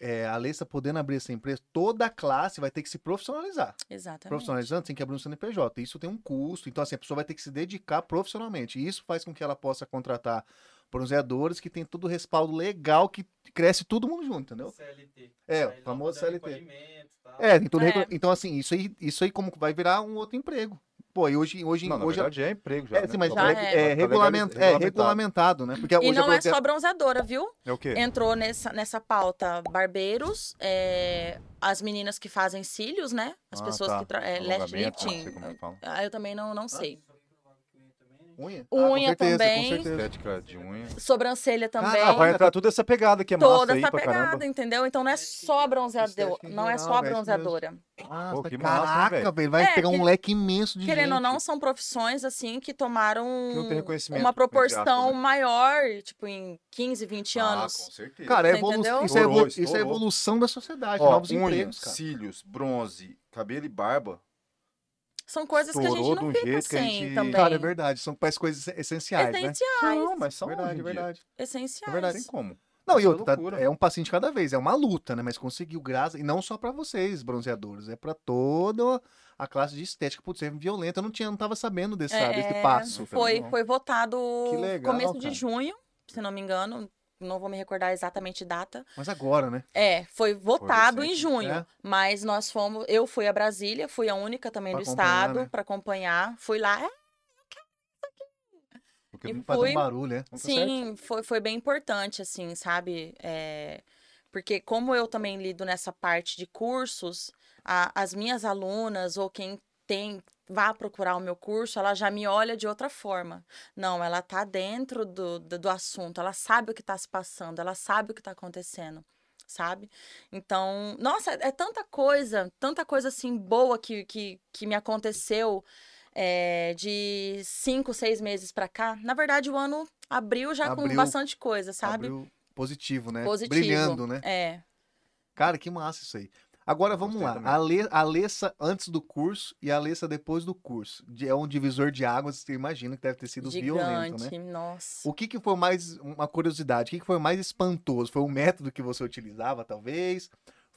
[SPEAKER 2] É, a Alessa podendo abrir essa empresa, toda a classe vai ter que se profissionalizar.
[SPEAKER 3] Exatamente.
[SPEAKER 2] Profissionalizando, tem que abrir um CNPJ. Isso tem um custo. Então, assim, a pessoa vai ter que se dedicar profissionalmente. E isso faz com que ela possa contratar bronzeadores que tem todo o respaldo legal, que cresce todo mundo junto, entendeu?
[SPEAKER 5] CLT.
[SPEAKER 2] É,
[SPEAKER 5] Aí
[SPEAKER 2] o
[SPEAKER 5] lá
[SPEAKER 2] famoso
[SPEAKER 5] poder
[SPEAKER 2] CLT.
[SPEAKER 5] recolhimento e tal.
[SPEAKER 2] É, tem todo
[SPEAKER 3] É.
[SPEAKER 2] recon- Então, assim, isso aí, isso aí como que vai virar um outro emprego. Pô, e hoje, hoje,
[SPEAKER 4] Não, na
[SPEAKER 2] hoje
[SPEAKER 4] verdade é emprego já.
[SPEAKER 2] é, sim, mas
[SPEAKER 3] Já
[SPEAKER 2] é,
[SPEAKER 4] tá
[SPEAKER 3] é.
[SPEAKER 2] é regulament- é
[SPEAKER 4] regulamentado.
[SPEAKER 2] regulamentado, né? Porque
[SPEAKER 3] E
[SPEAKER 2] hoje a
[SPEAKER 3] não é
[SPEAKER 2] prote-
[SPEAKER 3] só bronzeadora, viu?
[SPEAKER 4] É o quê?
[SPEAKER 3] Entrou nessa, nessa pauta barbeiros, é, as meninas que fazem cílios, né? As
[SPEAKER 4] Ah,
[SPEAKER 3] pessoas
[SPEAKER 4] tá.
[SPEAKER 3] que... Tra... É, lash
[SPEAKER 4] Alongamento, não sei
[SPEAKER 3] lifting.
[SPEAKER 4] como é que fala.
[SPEAKER 3] Ah, eu também não, não sei.
[SPEAKER 5] né?
[SPEAKER 2] Unha?
[SPEAKER 3] Unha
[SPEAKER 2] com certeza,
[SPEAKER 3] também.
[SPEAKER 2] Com certeza.
[SPEAKER 4] Estética de unha.
[SPEAKER 3] Sobrancelha também.
[SPEAKER 4] Ah, vai entrar toda essa pegada que é massa
[SPEAKER 3] tá Toda
[SPEAKER 4] aí
[SPEAKER 3] essa
[SPEAKER 4] pra
[SPEAKER 3] pegada,
[SPEAKER 4] caramba.
[SPEAKER 3] entendeu? Então não é só a bronzeadora,
[SPEAKER 2] Estética em
[SPEAKER 3] não é
[SPEAKER 2] geral,
[SPEAKER 3] só a
[SPEAKER 2] velho, isso mesmo.
[SPEAKER 3] bronzeadora.
[SPEAKER 2] Nossa,
[SPEAKER 4] Pô, Ah, que massa, hein,
[SPEAKER 2] caraca,
[SPEAKER 4] velho?
[SPEAKER 2] velho. Vai
[SPEAKER 3] É,
[SPEAKER 2] pegar um
[SPEAKER 3] que-
[SPEAKER 2] leque imenso de
[SPEAKER 3] Querendo ou
[SPEAKER 2] gente.
[SPEAKER 3] não, são profissões assim que tomaram
[SPEAKER 4] Que não tem reconhecimento.
[SPEAKER 3] uma proporção
[SPEAKER 4] entre aspas, né?
[SPEAKER 3] maior, tipo, em 15, 20
[SPEAKER 4] Ah,
[SPEAKER 3] anos.
[SPEAKER 4] com certeza.
[SPEAKER 2] Cara, é
[SPEAKER 3] Você
[SPEAKER 2] evolu...
[SPEAKER 3] entendeu?
[SPEAKER 2] isso, é evolu-
[SPEAKER 4] Estourou,
[SPEAKER 2] isso é
[SPEAKER 4] estourou.
[SPEAKER 2] evolução da sociedade,
[SPEAKER 4] Ó,
[SPEAKER 2] novos
[SPEAKER 4] unha,
[SPEAKER 2] empregos, cara.
[SPEAKER 4] cílios, bronze, cabelo e barba.
[SPEAKER 3] São coisas que a gente
[SPEAKER 4] Estourou de
[SPEAKER 3] não
[SPEAKER 4] um
[SPEAKER 3] fica
[SPEAKER 4] jeito que a
[SPEAKER 3] sem
[SPEAKER 4] gente-
[SPEAKER 3] também.
[SPEAKER 2] Cara, é verdade. São parece coisas essenciais, né?
[SPEAKER 3] Essenciais.
[SPEAKER 4] Não, mas são hoje
[SPEAKER 2] Verdade,
[SPEAKER 4] em
[SPEAKER 2] verdade.
[SPEAKER 3] Essenciais.
[SPEAKER 4] Dia. É Verdade, tem como.
[SPEAKER 2] Não, e
[SPEAKER 4] Isso é
[SPEAKER 2] outra, tá-
[SPEAKER 4] loucura.
[SPEAKER 2] é um passinho de cada vez, é uma luta, né? Mas conseguiu graça, e não só pra vocês, bronzeadores, é pra toda a classe de estética. Putz, é violenta, eu não, tinha, não tava sabendo desse,
[SPEAKER 3] É,
[SPEAKER 2] desse
[SPEAKER 3] é,
[SPEAKER 2] passo.
[SPEAKER 3] Foi,
[SPEAKER 4] Não.
[SPEAKER 3] foi votado
[SPEAKER 2] Que legal,
[SPEAKER 3] começo de
[SPEAKER 2] cara.
[SPEAKER 3] junho, se não me engano. Não vou me recordar exatamente a data.
[SPEAKER 2] Mas agora, né?
[SPEAKER 3] É, foi votado em
[SPEAKER 4] recente, é.
[SPEAKER 3] junho.
[SPEAKER 2] né?
[SPEAKER 3] Mas nós fomos. Eu fui a Brasília, fui a única também
[SPEAKER 2] Pra
[SPEAKER 3] do
[SPEAKER 2] acompanhar,
[SPEAKER 3] estado
[SPEAKER 2] né?
[SPEAKER 3] pra acompanhar. Fui lá, é,
[SPEAKER 4] Porque
[SPEAKER 3] E
[SPEAKER 4] não
[SPEAKER 2] Fazer
[SPEAKER 3] foi-
[SPEAKER 2] um barulho, né?
[SPEAKER 3] Sim, foi, foi bem importante, assim, sabe? É, porque como eu também lido nessa parte de cursos, a- as minhas alunas ou quem tem vá procurar o meu curso, ela já me olha de outra forma. Não, ela tá dentro do, do, do assunto, ela sabe o que está se passando, ela sabe o que está acontecendo, sabe? Então, nossa, é tanta coisa, tanta coisa assim boa que, que, que me aconteceu é, de cinco, seis meses pra cá. Na verdade, o ano abriu já com
[SPEAKER 2] Abriu-
[SPEAKER 3] bastante coisa, sabe?
[SPEAKER 2] Abriu positivo, né?
[SPEAKER 3] Positivo.
[SPEAKER 2] Brilhando, né?
[SPEAKER 3] É.
[SPEAKER 2] Cara, que massa isso aí. Agora
[SPEAKER 4] Eu
[SPEAKER 2] vamos
[SPEAKER 4] gostei
[SPEAKER 2] lá.
[SPEAKER 4] também.
[SPEAKER 2] A Ale- a Alessa antes do curso e a Alessa depois do curso. De- É um divisor de águas, você imagina que deve ter sido violento, né?
[SPEAKER 3] Gigante, nossa.
[SPEAKER 2] O que, que foi mais uma curiosidade? O que, que foi mais espantoso? Foi o método que você utilizava, talvez?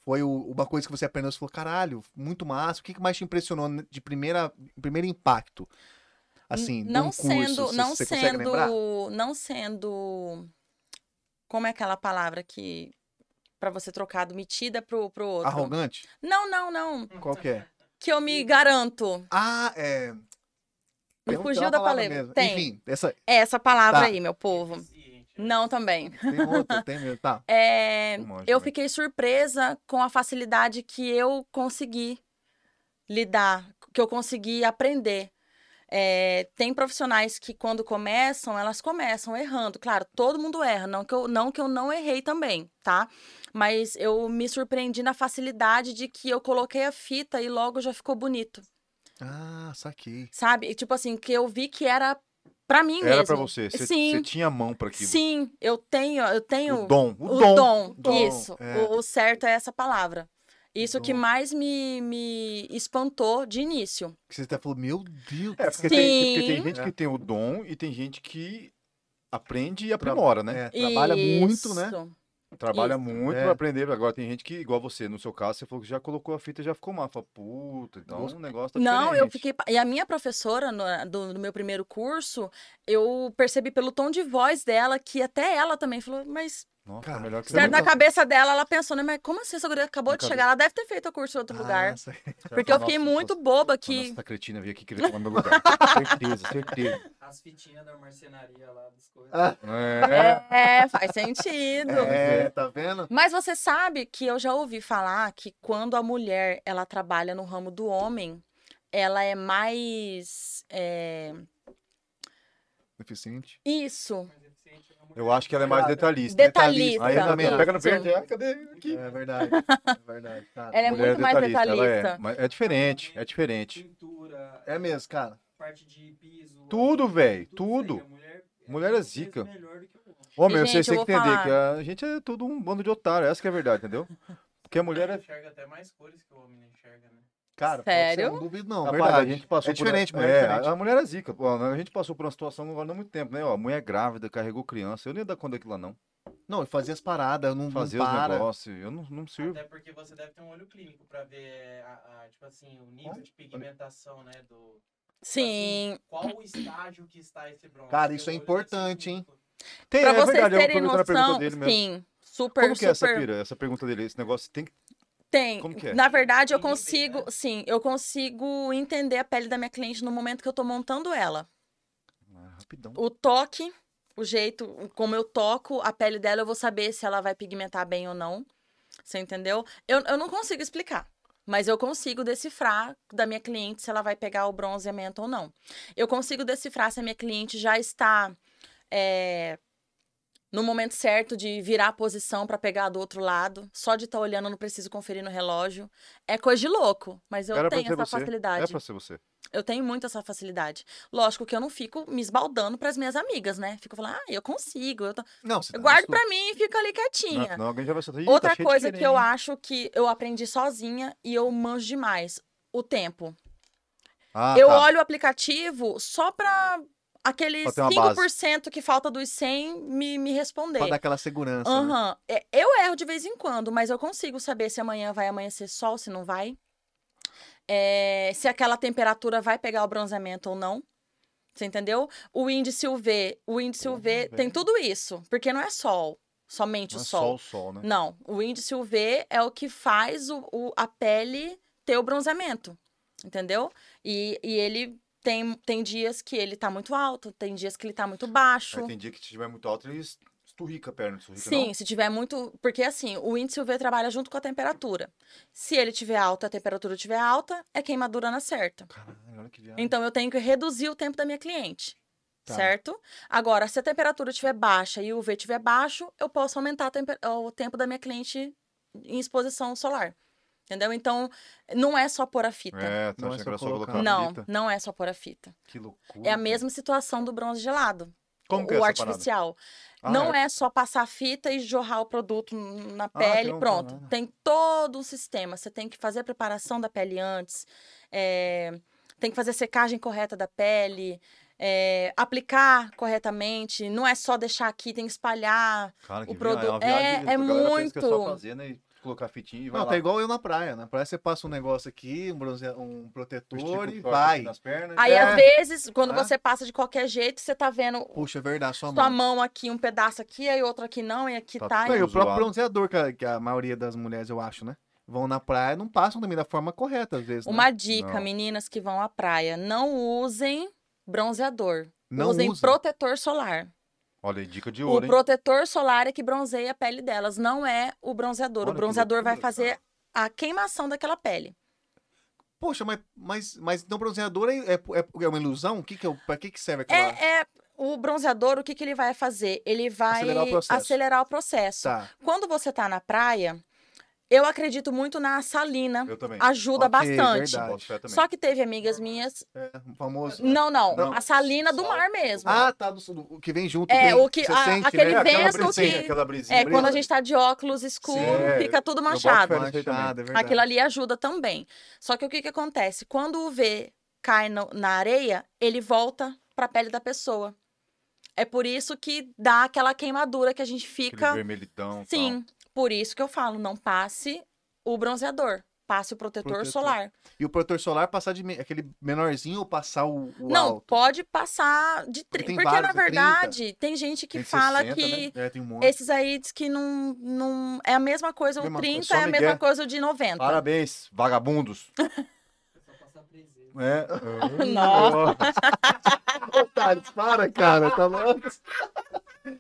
[SPEAKER 2] Foi o- uma coisa que você aprendeu e falou, caralho, muito massa. O que, que mais te impressionou de primeira, primeiro impacto? Assim,
[SPEAKER 3] N-
[SPEAKER 2] de
[SPEAKER 3] não
[SPEAKER 2] um curso,
[SPEAKER 3] sendo,
[SPEAKER 2] você,
[SPEAKER 3] não
[SPEAKER 2] você consegue lembrar?
[SPEAKER 3] sendo, não sendo como é aquela palavra que pra você trocar do metida pro, pro outro.
[SPEAKER 2] Arrogante?
[SPEAKER 3] Não, não, não.
[SPEAKER 2] Qual que é?
[SPEAKER 3] Que eu me garanto.
[SPEAKER 2] Ah, é...
[SPEAKER 3] Hum. Me
[SPEAKER 2] tem um-
[SPEAKER 3] fugiu
[SPEAKER 2] tem uma
[SPEAKER 3] da
[SPEAKER 2] palavra
[SPEAKER 3] palavra.
[SPEAKER 2] mesmo.
[SPEAKER 3] Tem.
[SPEAKER 2] Enfim, essa,
[SPEAKER 3] É essa palavra
[SPEAKER 2] Tá.
[SPEAKER 3] aí, meu povo.
[SPEAKER 5] é Eficiente, né?
[SPEAKER 3] Não também.
[SPEAKER 2] tem outra, tem mesmo, tá.
[SPEAKER 3] É,
[SPEAKER 4] Um monte
[SPEAKER 3] eu
[SPEAKER 4] também.
[SPEAKER 3] fiquei surpresa com a facilidade que eu consegui lidar, que eu consegui aprender. É, tem profissionais que quando começam, elas começam errando. Claro, todo mundo erra, não que, eu, não que eu não errei também, tá? Mas eu me surpreendi na facilidade de que eu coloquei a fita e logo já ficou bonito,
[SPEAKER 2] Ah, saquei.
[SPEAKER 3] sabe? E, tipo assim, que eu vi que era pra mim mesmo.
[SPEAKER 4] Era pra você. Você
[SPEAKER 3] Sim.
[SPEAKER 4] você tinha mão pra aquilo.
[SPEAKER 3] Sim, eu tenho, eu tenho
[SPEAKER 4] O dom.
[SPEAKER 3] o,
[SPEAKER 4] O
[SPEAKER 3] dom,
[SPEAKER 4] dom.
[SPEAKER 2] dom,
[SPEAKER 3] isso.
[SPEAKER 2] é.
[SPEAKER 3] O, o certo é essa palavra. Isso
[SPEAKER 2] O
[SPEAKER 3] que
[SPEAKER 2] dom.
[SPEAKER 3] mais me, me espantou de início.
[SPEAKER 2] Que você até falou, meu Deus.
[SPEAKER 4] É,
[SPEAKER 2] cara.
[SPEAKER 4] porque tem, porque tem
[SPEAKER 3] Sim.
[SPEAKER 4] gente que tem o dom e tem gente que aprende e
[SPEAKER 2] Tra-
[SPEAKER 4] aprimora, né?
[SPEAKER 2] É, trabalha muito, né?
[SPEAKER 3] Isso.
[SPEAKER 4] Trabalha
[SPEAKER 3] Isso.
[SPEAKER 4] muito
[SPEAKER 2] É.
[SPEAKER 4] pra aprender. Agora tem gente que, igual você, no seu caso, você falou que já colocou a fita e já ficou má. Fala, puta, então
[SPEAKER 2] Gosto.
[SPEAKER 4] o negócio tá
[SPEAKER 3] Não, eu
[SPEAKER 4] diferente.
[SPEAKER 3] fiquei. pa- E a minha professora no- do, do meu primeiro curso, eu percebi pelo tom de voz dela que até ela também falou, mas
[SPEAKER 4] Nossa,
[SPEAKER 2] Cara,
[SPEAKER 4] tá melhor que
[SPEAKER 2] você
[SPEAKER 3] certo,
[SPEAKER 4] eu.
[SPEAKER 3] na cabeça dela ela pensou, né? Mas como assim? Essa guria acabou
[SPEAKER 4] Na
[SPEAKER 3] de chegar, ela deve ter feito o curso em outro lugar.
[SPEAKER 2] Ah, saquei.
[SPEAKER 3] Porque eu fiquei muito boba que.
[SPEAKER 4] Nossa, essa cretina veio aqui querer tomar meu lugar. certeza, certeza.
[SPEAKER 5] As fitinhas da marcenaria lá das coisas.
[SPEAKER 2] Ah.
[SPEAKER 4] É.
[SPEAKER 3] É, faz sentido.
[SPEAKER 2] É, tá vendo?
[SPEAKER 3] Mas você sabe que eu já ouvi falar que quando a mulher ela trabalha no ramo do homem, ela é mais. é,
[SPEAKER 2] Deficiente.
[SPEAKER 3] Isso.
[SPEAKER 5] mais eficiente, né, mulher?
[SPEAKER 4] Eu acho que ela é mais
[SPEAKER 2] Cara,
[SPEAKER 4] detalhista. né?
[SPEAKER 3] Detalhista.
[SPEAKER 4] Aí ela mesmo,
[SPEAKER 3] isso.
[SPEAKER 4] pega no peito. Ah, cadê? Aqui.
[SPEAKER 2] É verdade. É verdade, cara.
[SPEAKER 3] Ela é muito mais
[SPEAKER 4] ela
[SPEAKER 3] detalhista.
[SPEAKER 4] é. Mas é diferente, é diferente.
[SPEAKER 5] Pintura,
[SPEAKER 2] É mesmo, cara.
[SPEAKER 5] parte de piso.
[SPEAKER 4] Tudo,
[SPEAKER 5] arquitetura,
[SPEAKER 4] véi,
[SPEAKER 5] isso aí.
[SPEAKER 4] tudo.
[SPEAKER 5] A mulher,
[SPEAKER 4] Mulher é
[SPEAKER 5] ela fez
[SPEAKER 4] zica.
[SPEAKER 5] melhor do que o homem.
[SPEAKER 4] Ô, meu,
[SPEAKER 3] Gente,
[SPEAKER 4] vocês
[SPEAKER 3] eu
[SPEAKER 4] têm que
[SPEAKER 3] vou
[SPEAKER 4] entender
[SPEAKER 3] falar.
[SPEAKER 4] que a gente é tudo um bando de otário. Essa que é a verdade, entendeu? Porque a mulher é.
[SPEAKER 5] Ela enxerga até mais cores que o homem não enxerga, né?
[SPEAKER 2] Cara, pode
[SPEAKER 3] Sério?
[SPEAKER 2] ser, eu não duvido não,
[SPEAKER 4] Rapaz,
[SPEAKER 2] verdade.
[SPEAKER 4] a gente passou
[SPEAKER 2] é diferente,
[SPEAKER 4] por...
[SPEAKER 2] mulher é
[SPEAKER 4] é,
[SPEAKER 2] diferente.
[SPEAKER 4] A mulher é zica. Pô, a gente passou por uma situação agora não muito tempo, né? Ó, a mulher grávida, carregou criança. Eu nem ia dar conta daquilo lá, não.
[SPEAKER 2] Não, eu fazia as paradas, eu não,
[SPEAKER 4] Fazer
[SPEAKER 2] não
[SPEAKER 4] os
[SPEAKER 2] para.
[SPEAKER 4] negócios. Eu não, não sirvo.
[SPEAKER 5] Até porque você deve ter um olho clínico pra ver, a, a, tipo assim, o nível de pigmentação, né, do...
[SPEAKER 3] Sim.
[SPEAKER 5] Qual o estágio que está esse bronze.
[SPEAKER 2] Cara,
[SPEAKER 5] Seu
[SPEAKER 2] isso é
[SPEAKER 5] olho deve
[SPEAKER 2] importante,
[SPEAKER 5] ser
[SPEAKER 2] hein?
[SPEAKER 5] clínico.
[SPEAKER 4] Tem,
[SPEAKER 3] Pra
[SPEAKER 4] é
[SPEAKER 3] vocês
[SPEAKER 4] verdade. Eu
[SPEAKER 3] terem
[SPEAKER 4] pergunto na pergunta
[SPEAKER 3] noção,
[SPEAKER 4] dele mesmo.
[SPEAKER 3] sim. Super,
[SPEAKER 4] Como que é essa
[SPEAKER 3] super.
[SPEAKER 4] pira? Essa pergunta dele, esse negócio tem que.
[SPEAKER 3] Tem.
[SPEAKER 4] Como que é?
[SPEAKER 3] Na verdade, eu
[SPEAKER 5] Níveis,
[SPEAKER 3] consigo,
[SPEAKER 5] né?
[SPEAKER 3] sim, eu consigo entender a pele da minha cliente no momento que eu tô montando ela.
[SPEAKER 4] Ah, rapidão.
[SPEAKER 3] O toque, o jeito como eu toco a pele dela, eu vou saber se ela vai pigmentar bem ou não. Você entendeu? Eu, eu não consigo explicar. Mas eu consigo decifrar da minha cliente se ela vai pegar o bronzeamento ou não. Eu consigo decifrar se a minha cliente já está é, no momento certo de virar a posição para pegar do outro lado. Só de estar olhando, eu não preciso conferir no relógio. É coisa de louco, mas eu
[SPEAKER 4] Era pra
[SPEAKER 3] tenho
[SPEAKER 4] ser
[SPEAKER 3] essa
[SPEAKER 4] você.
[SPEAKER 3] facilidade.
[SPEAKER 4] É pra ser você.
[SPEAKER 3] Eu tenho muito essa facilidade. Lógico que eu não fico me esbaldando pras minhas amigas, né? Fico falando, ah, eu consigo. Eu, tô-
[SPEAKER 2] Não, você
[SPEAKER 4] Ah,
[SPEAKER 3] eu
[SPEAKER 2] tá
[SPEAKER 3] guardo
[SPEAKER 2] no estudo.
[SPEAKER 3] pra mim e fico ali quietinha.
[SPEAKER 4] Não, alguém já vai saber. "Ih, tá
[SPEAKER 3] Outra
[SPEAKER 4] cheio de
[SPEAKER 3] coisa que eu
[SPEAKER 4] querer, hein?"
[SPEAKER 3] acho que eu aprendi sozinha e eu manjo demais, o tempo.
[SPEAKER 4] Ah,
[SPEAKER 3] eu
[SPEAKER 4] tá.
[SPEAKER 3] olho o aplicativo só pra aqueles
[SPEAKER 4] Pra ter uma
[SPEAKER 3] 5% que falta dos 100 me, me
[SPEAKER 2] Pra
[SPEAKER 3] responder.
[SPEAKER 2] dar aquela
[SPEAKER 4] Assim,
[SPEAKER 2] segurança. né?
[SPEAKER 3] Aham. É, Eu erro de vez em quando, mas eu consigo saber se amanhã vai amanhecer sol, se não vai. É, se aquela temperatura vai pegar o bronzeamento ou não. Você entendeu? O índice UV, o índice
[SPEAKER 4] Porra,
[SPEAKER 3] UV tem
[SPEAKER 4] velho.
[SPEAKER 3] tudo isso, porque não é sol, somente
[SPEAKER 4] Não
[SPEAKER 3] o
[SPEAKER 4] é
[SPEAKER 3] sol.
[SPEAKER 4] só o sol, né?
[SPEAKER 3] Não, o índice UV é o que faz o, o- a pele ter o bronzeamento, entendeu? E, e ele tem, tem dias que ele tá muito alto, tem dias que ele tá muito baixo.
[SPEAKER 4] Aí tem dia que se tiver muito alto, ele esturrica a perna. Esturrica,
[SPEAKER 3] Sim, se tiver muito. Porque assim, o índice UV trabalha junto com a temperatura. Se ele tiver alta, a temperatura tiver alta, é queimadura na certa.
[SPEAKER 4] Não? Caralho, olha que viagem.
[SPEAKER 3] Então eu tenho que reduzir o tempo da minha cliente.
[SPEAKER 2] Tá.
[SPEAKER 3] Certo? Agora, se a temperatura estiver baixa e o UV estiver baixo, eu posso aumentar a temper- o tempo da minha cliente em exposição solar. Entendeu? Então, não é só pôr a fita.
[SPEAKER 4] É, tu
[SPEAKER 2] Não é
[SPEAKER 4] acha que
[SPEAKER 2] só
[SPEAKER 4] era só colocar
[SPEAKER 2] colocar.
[SPEAKER 4] a
[SPEAKER 3] não,
[SPEAKER 4] fita?
[SPEAKER 3] não é só pôr a fita.
[SPEAKER 4] Que loucura.
[SPEAKER 3] É a mesma situação do bronze gelado,
[SPEAKER 4] Como que é
[SPEAKER 3] o
[SPEAKER 4] essa parada?
[SPEAKER 3] artificial.
[SPEAKER 4] Ah,
[SPEAKER 3] não é. só passar a fita e jorrar o produto n- na
[SPEAKER 4] Ah, tem
[SPEAKER 3] pele,
[SPEAKER 4] um
[SPEAKER 3] pronto.
[SPEAKER 4] programa.
[SPEAKER 3] Tem todo um sistema. Você tem que fazer a preparação da pele antes, é, tem que fazer a secagem correta da pele, é, aplicar corretamente. Não é só deixar aqui, tem que espalhar.
[SPEAKER 4] Cara, que
[SPEAKER 3] O
[SPEAKER 4] viagem,
[SPEAKER 3] produto-
[SPEAKER 4] uma viagem,
[SPEAKER 3] é- é
[SPEAKER 4] a galera pensa que é só
[SPEAKER 3] muito.
[SPEAKER 4] fazer, né, e colocar fitinha e vai
[SPEAKER 2] Não,
[SPEAKER 4] lá.
[SPEAKER 2] tá igual eu na praia. Na praia você passa um negócio aqui, um, bronze... um
[SPEAKER 4] Estica o
[SPEAKER 2] protetor e
[SPEAKER 4] corpo
[SPEAKER 2] vai.
[SPEAKER 4] nas pernas.
[SPEAKER 3] Aí,
[SPEAKER 4] É.
[SPEAKER 3] às vezes, quando
[SPEAKER 4] É.
[SPEAKER 3] você passa de qualquer jeito, você tá vendo
[SPEAKER 2] Puxa, é verdade, sua
[SPEAKER 3] sua
[SPEAKER 2] mão.
[SPEAKER 3] mão aqui, um pedaço aqui, aí outro aqui não, e aqui
[SPEAKER 4] Tá
[SPEAKER 3] tá.
[SPEAKER 4] tudo
[SPEAKER 2] Não, e o
[SPEAKER 4] Zoado.
[SPEAKER 2] próprio bronzeador, que a, que a maioria das mulheres, eu acho, né? Vão na praia e não passam também da forma correta, às vezes. né?
[SPEAKER 3] Uma dica,
[SPEAKER 4] Não.
[SPEAKER 3] meninas que vão à praia, não usem bronzeador.
[SPEAKER 2] Não
[SPEAKER 3] usem
[SPEAKER 2] usa.
[SPEAKER 3] protetor solar.
[SPEAKER 4] Olha aí, dica de
[SPEAKER 3] O
[SPEAKER 4] ouro, hein?
[SPEAKER 3] protetor solar é que bronzeia a pele delas, não é o bronzeador.
[SPEAKER 4] Olha
[SPEAKER 3] o
[SPEAKER 4] que
[SPEAKER 3] bronzeador vai
[SPEAKER 4] loucura,
[SPEAKER 3] fazer a queimação daquela pele.
[SPEAKER 2] Poxa, mas, mas, mas então bronzeador é, é, é- é uma ilusão? O que que é, o- pra que, que serve aquela...
[SPEAKER 3] É, é- o bronzeador, o que, que ele vai fazer? Ele vai
[SPEAKER 2] Acelerar o processo.
[SPEAKER 3] acelerar o processo.
[SPEAKER 2] Tá.
[SPEAKER 3] Quando você tá na praia, eu acredito muito na salina.
[SPEAKER 4] Eu também.
[SPEAKER 3] Ajuda
[SPEAKER 2] Ok,
[SPEAKER 3] bastante.
[SPEAKER 2] verdade.
[SPEAKER 4] Boto fé também.
[SPEAKER 3] Só que teve amigas minhas.
[SPEAKER 2] É, um famoso.
[SPEAKER 3] Não, não.
[SPEAKER 2] Não.
[SPEAKER 3] A salina do
[SPEAKER 4] Sal.
[SPEAKER 3] mar mesmo.
[SPEAKER 2] Ah, tá. do sul- o que vem junto.
[SPEAKER 3] né? É,
[SPEAKER 2] vem,
[SPEAKER 3] o que-
[SPEAKER 2] você
[SPEAKER 3] a-
[SPEAKER 2] sente,
[SPEAKER 4] É,
[SPEAKER 3] aquele
[SPEAKER 2] né?
[SPEAKER 4] aquela
[SPEAKER 3] vento
[SPEAKER 4] brisinha,
[SPEAKER 3] que-
[SPEAKER 4] Aquela brisinha.
[SPEAKER 3] é, quando a
[SPEAKER 2] brilha.
[SPEAKER 3] gente tá de óculos escuro,
[SPEAKER 4] Sim.
[SPEAKER 3] fica tudo
[SPEAKER 4] boto
[SPEAKER 3] manchado.
[SPEAKER 4] fé nisso aí também.
[SPEAKER 2] Machado, é verdade.
[SPEAKER 3] Aquilo ali ajuda também. Só que o que, que acontece? Quando o UV cai no- na areia, ele volta para a pele da pessoa. É por isso que dá aquela queimadura que a gente
[SPEAKER 4] Aquele
[SPEAKER 3] fica.
[SPEAKER 4] vermelhidão. e
[SPEAKER 3] Sim, por isso que eu falo, não passe o bronzeador, passe o protetor,
[SPEAKER 2] Protetor.
[SPEAKER 3] solar.
[SPEAKER 2] E o protetor solar passar de me- aquele menorzinho ou passar o, o
[SPEAKER 3] não,
[SPEAKER 2] alto?
[SPEAKER 3] pode passar de
[SPEAKER 2] Porque
[SPEAKER 3] tri...
[SPEAKER 2] tem
[SPEAKER 3] porque
[SPEAKER 2] vários,
[SPEAKER 3] na
[SPEAKER 2] né? 30.
[SPEAKER 3] verdade tem gente que
[SPEAKER 4] Tem
[SPEAKER 3] fala
[SPEAKER 4] 60,
[SPEAKER 3] que
[SPEAKER 2] É, tem um monte.
[SPEAKER 3] esses aí diz que não, não é a mesma coisa
[SPEAKER 2] Mesma
[SPEAKER 3] o
[SPEAKER 2] coisa,
[SPEAKER 3] 30
[SPEAKER 4] só
[SPEAKER 3] é a mesma
[SPEAKER 4] Miguel.
[SPEAKER 3] coisa o de
[SPEAKER 4] tal.
[SPEAKER 3] 90.
[SPEAKER 4] Parabéns, vagabundos.
[SPEAKER 5] Só passar presente.
[SPEAKER 4] É.
[SPEAKER 3] Nossa.
[SPEAKER 2] Otário, para, cara. Tá louco.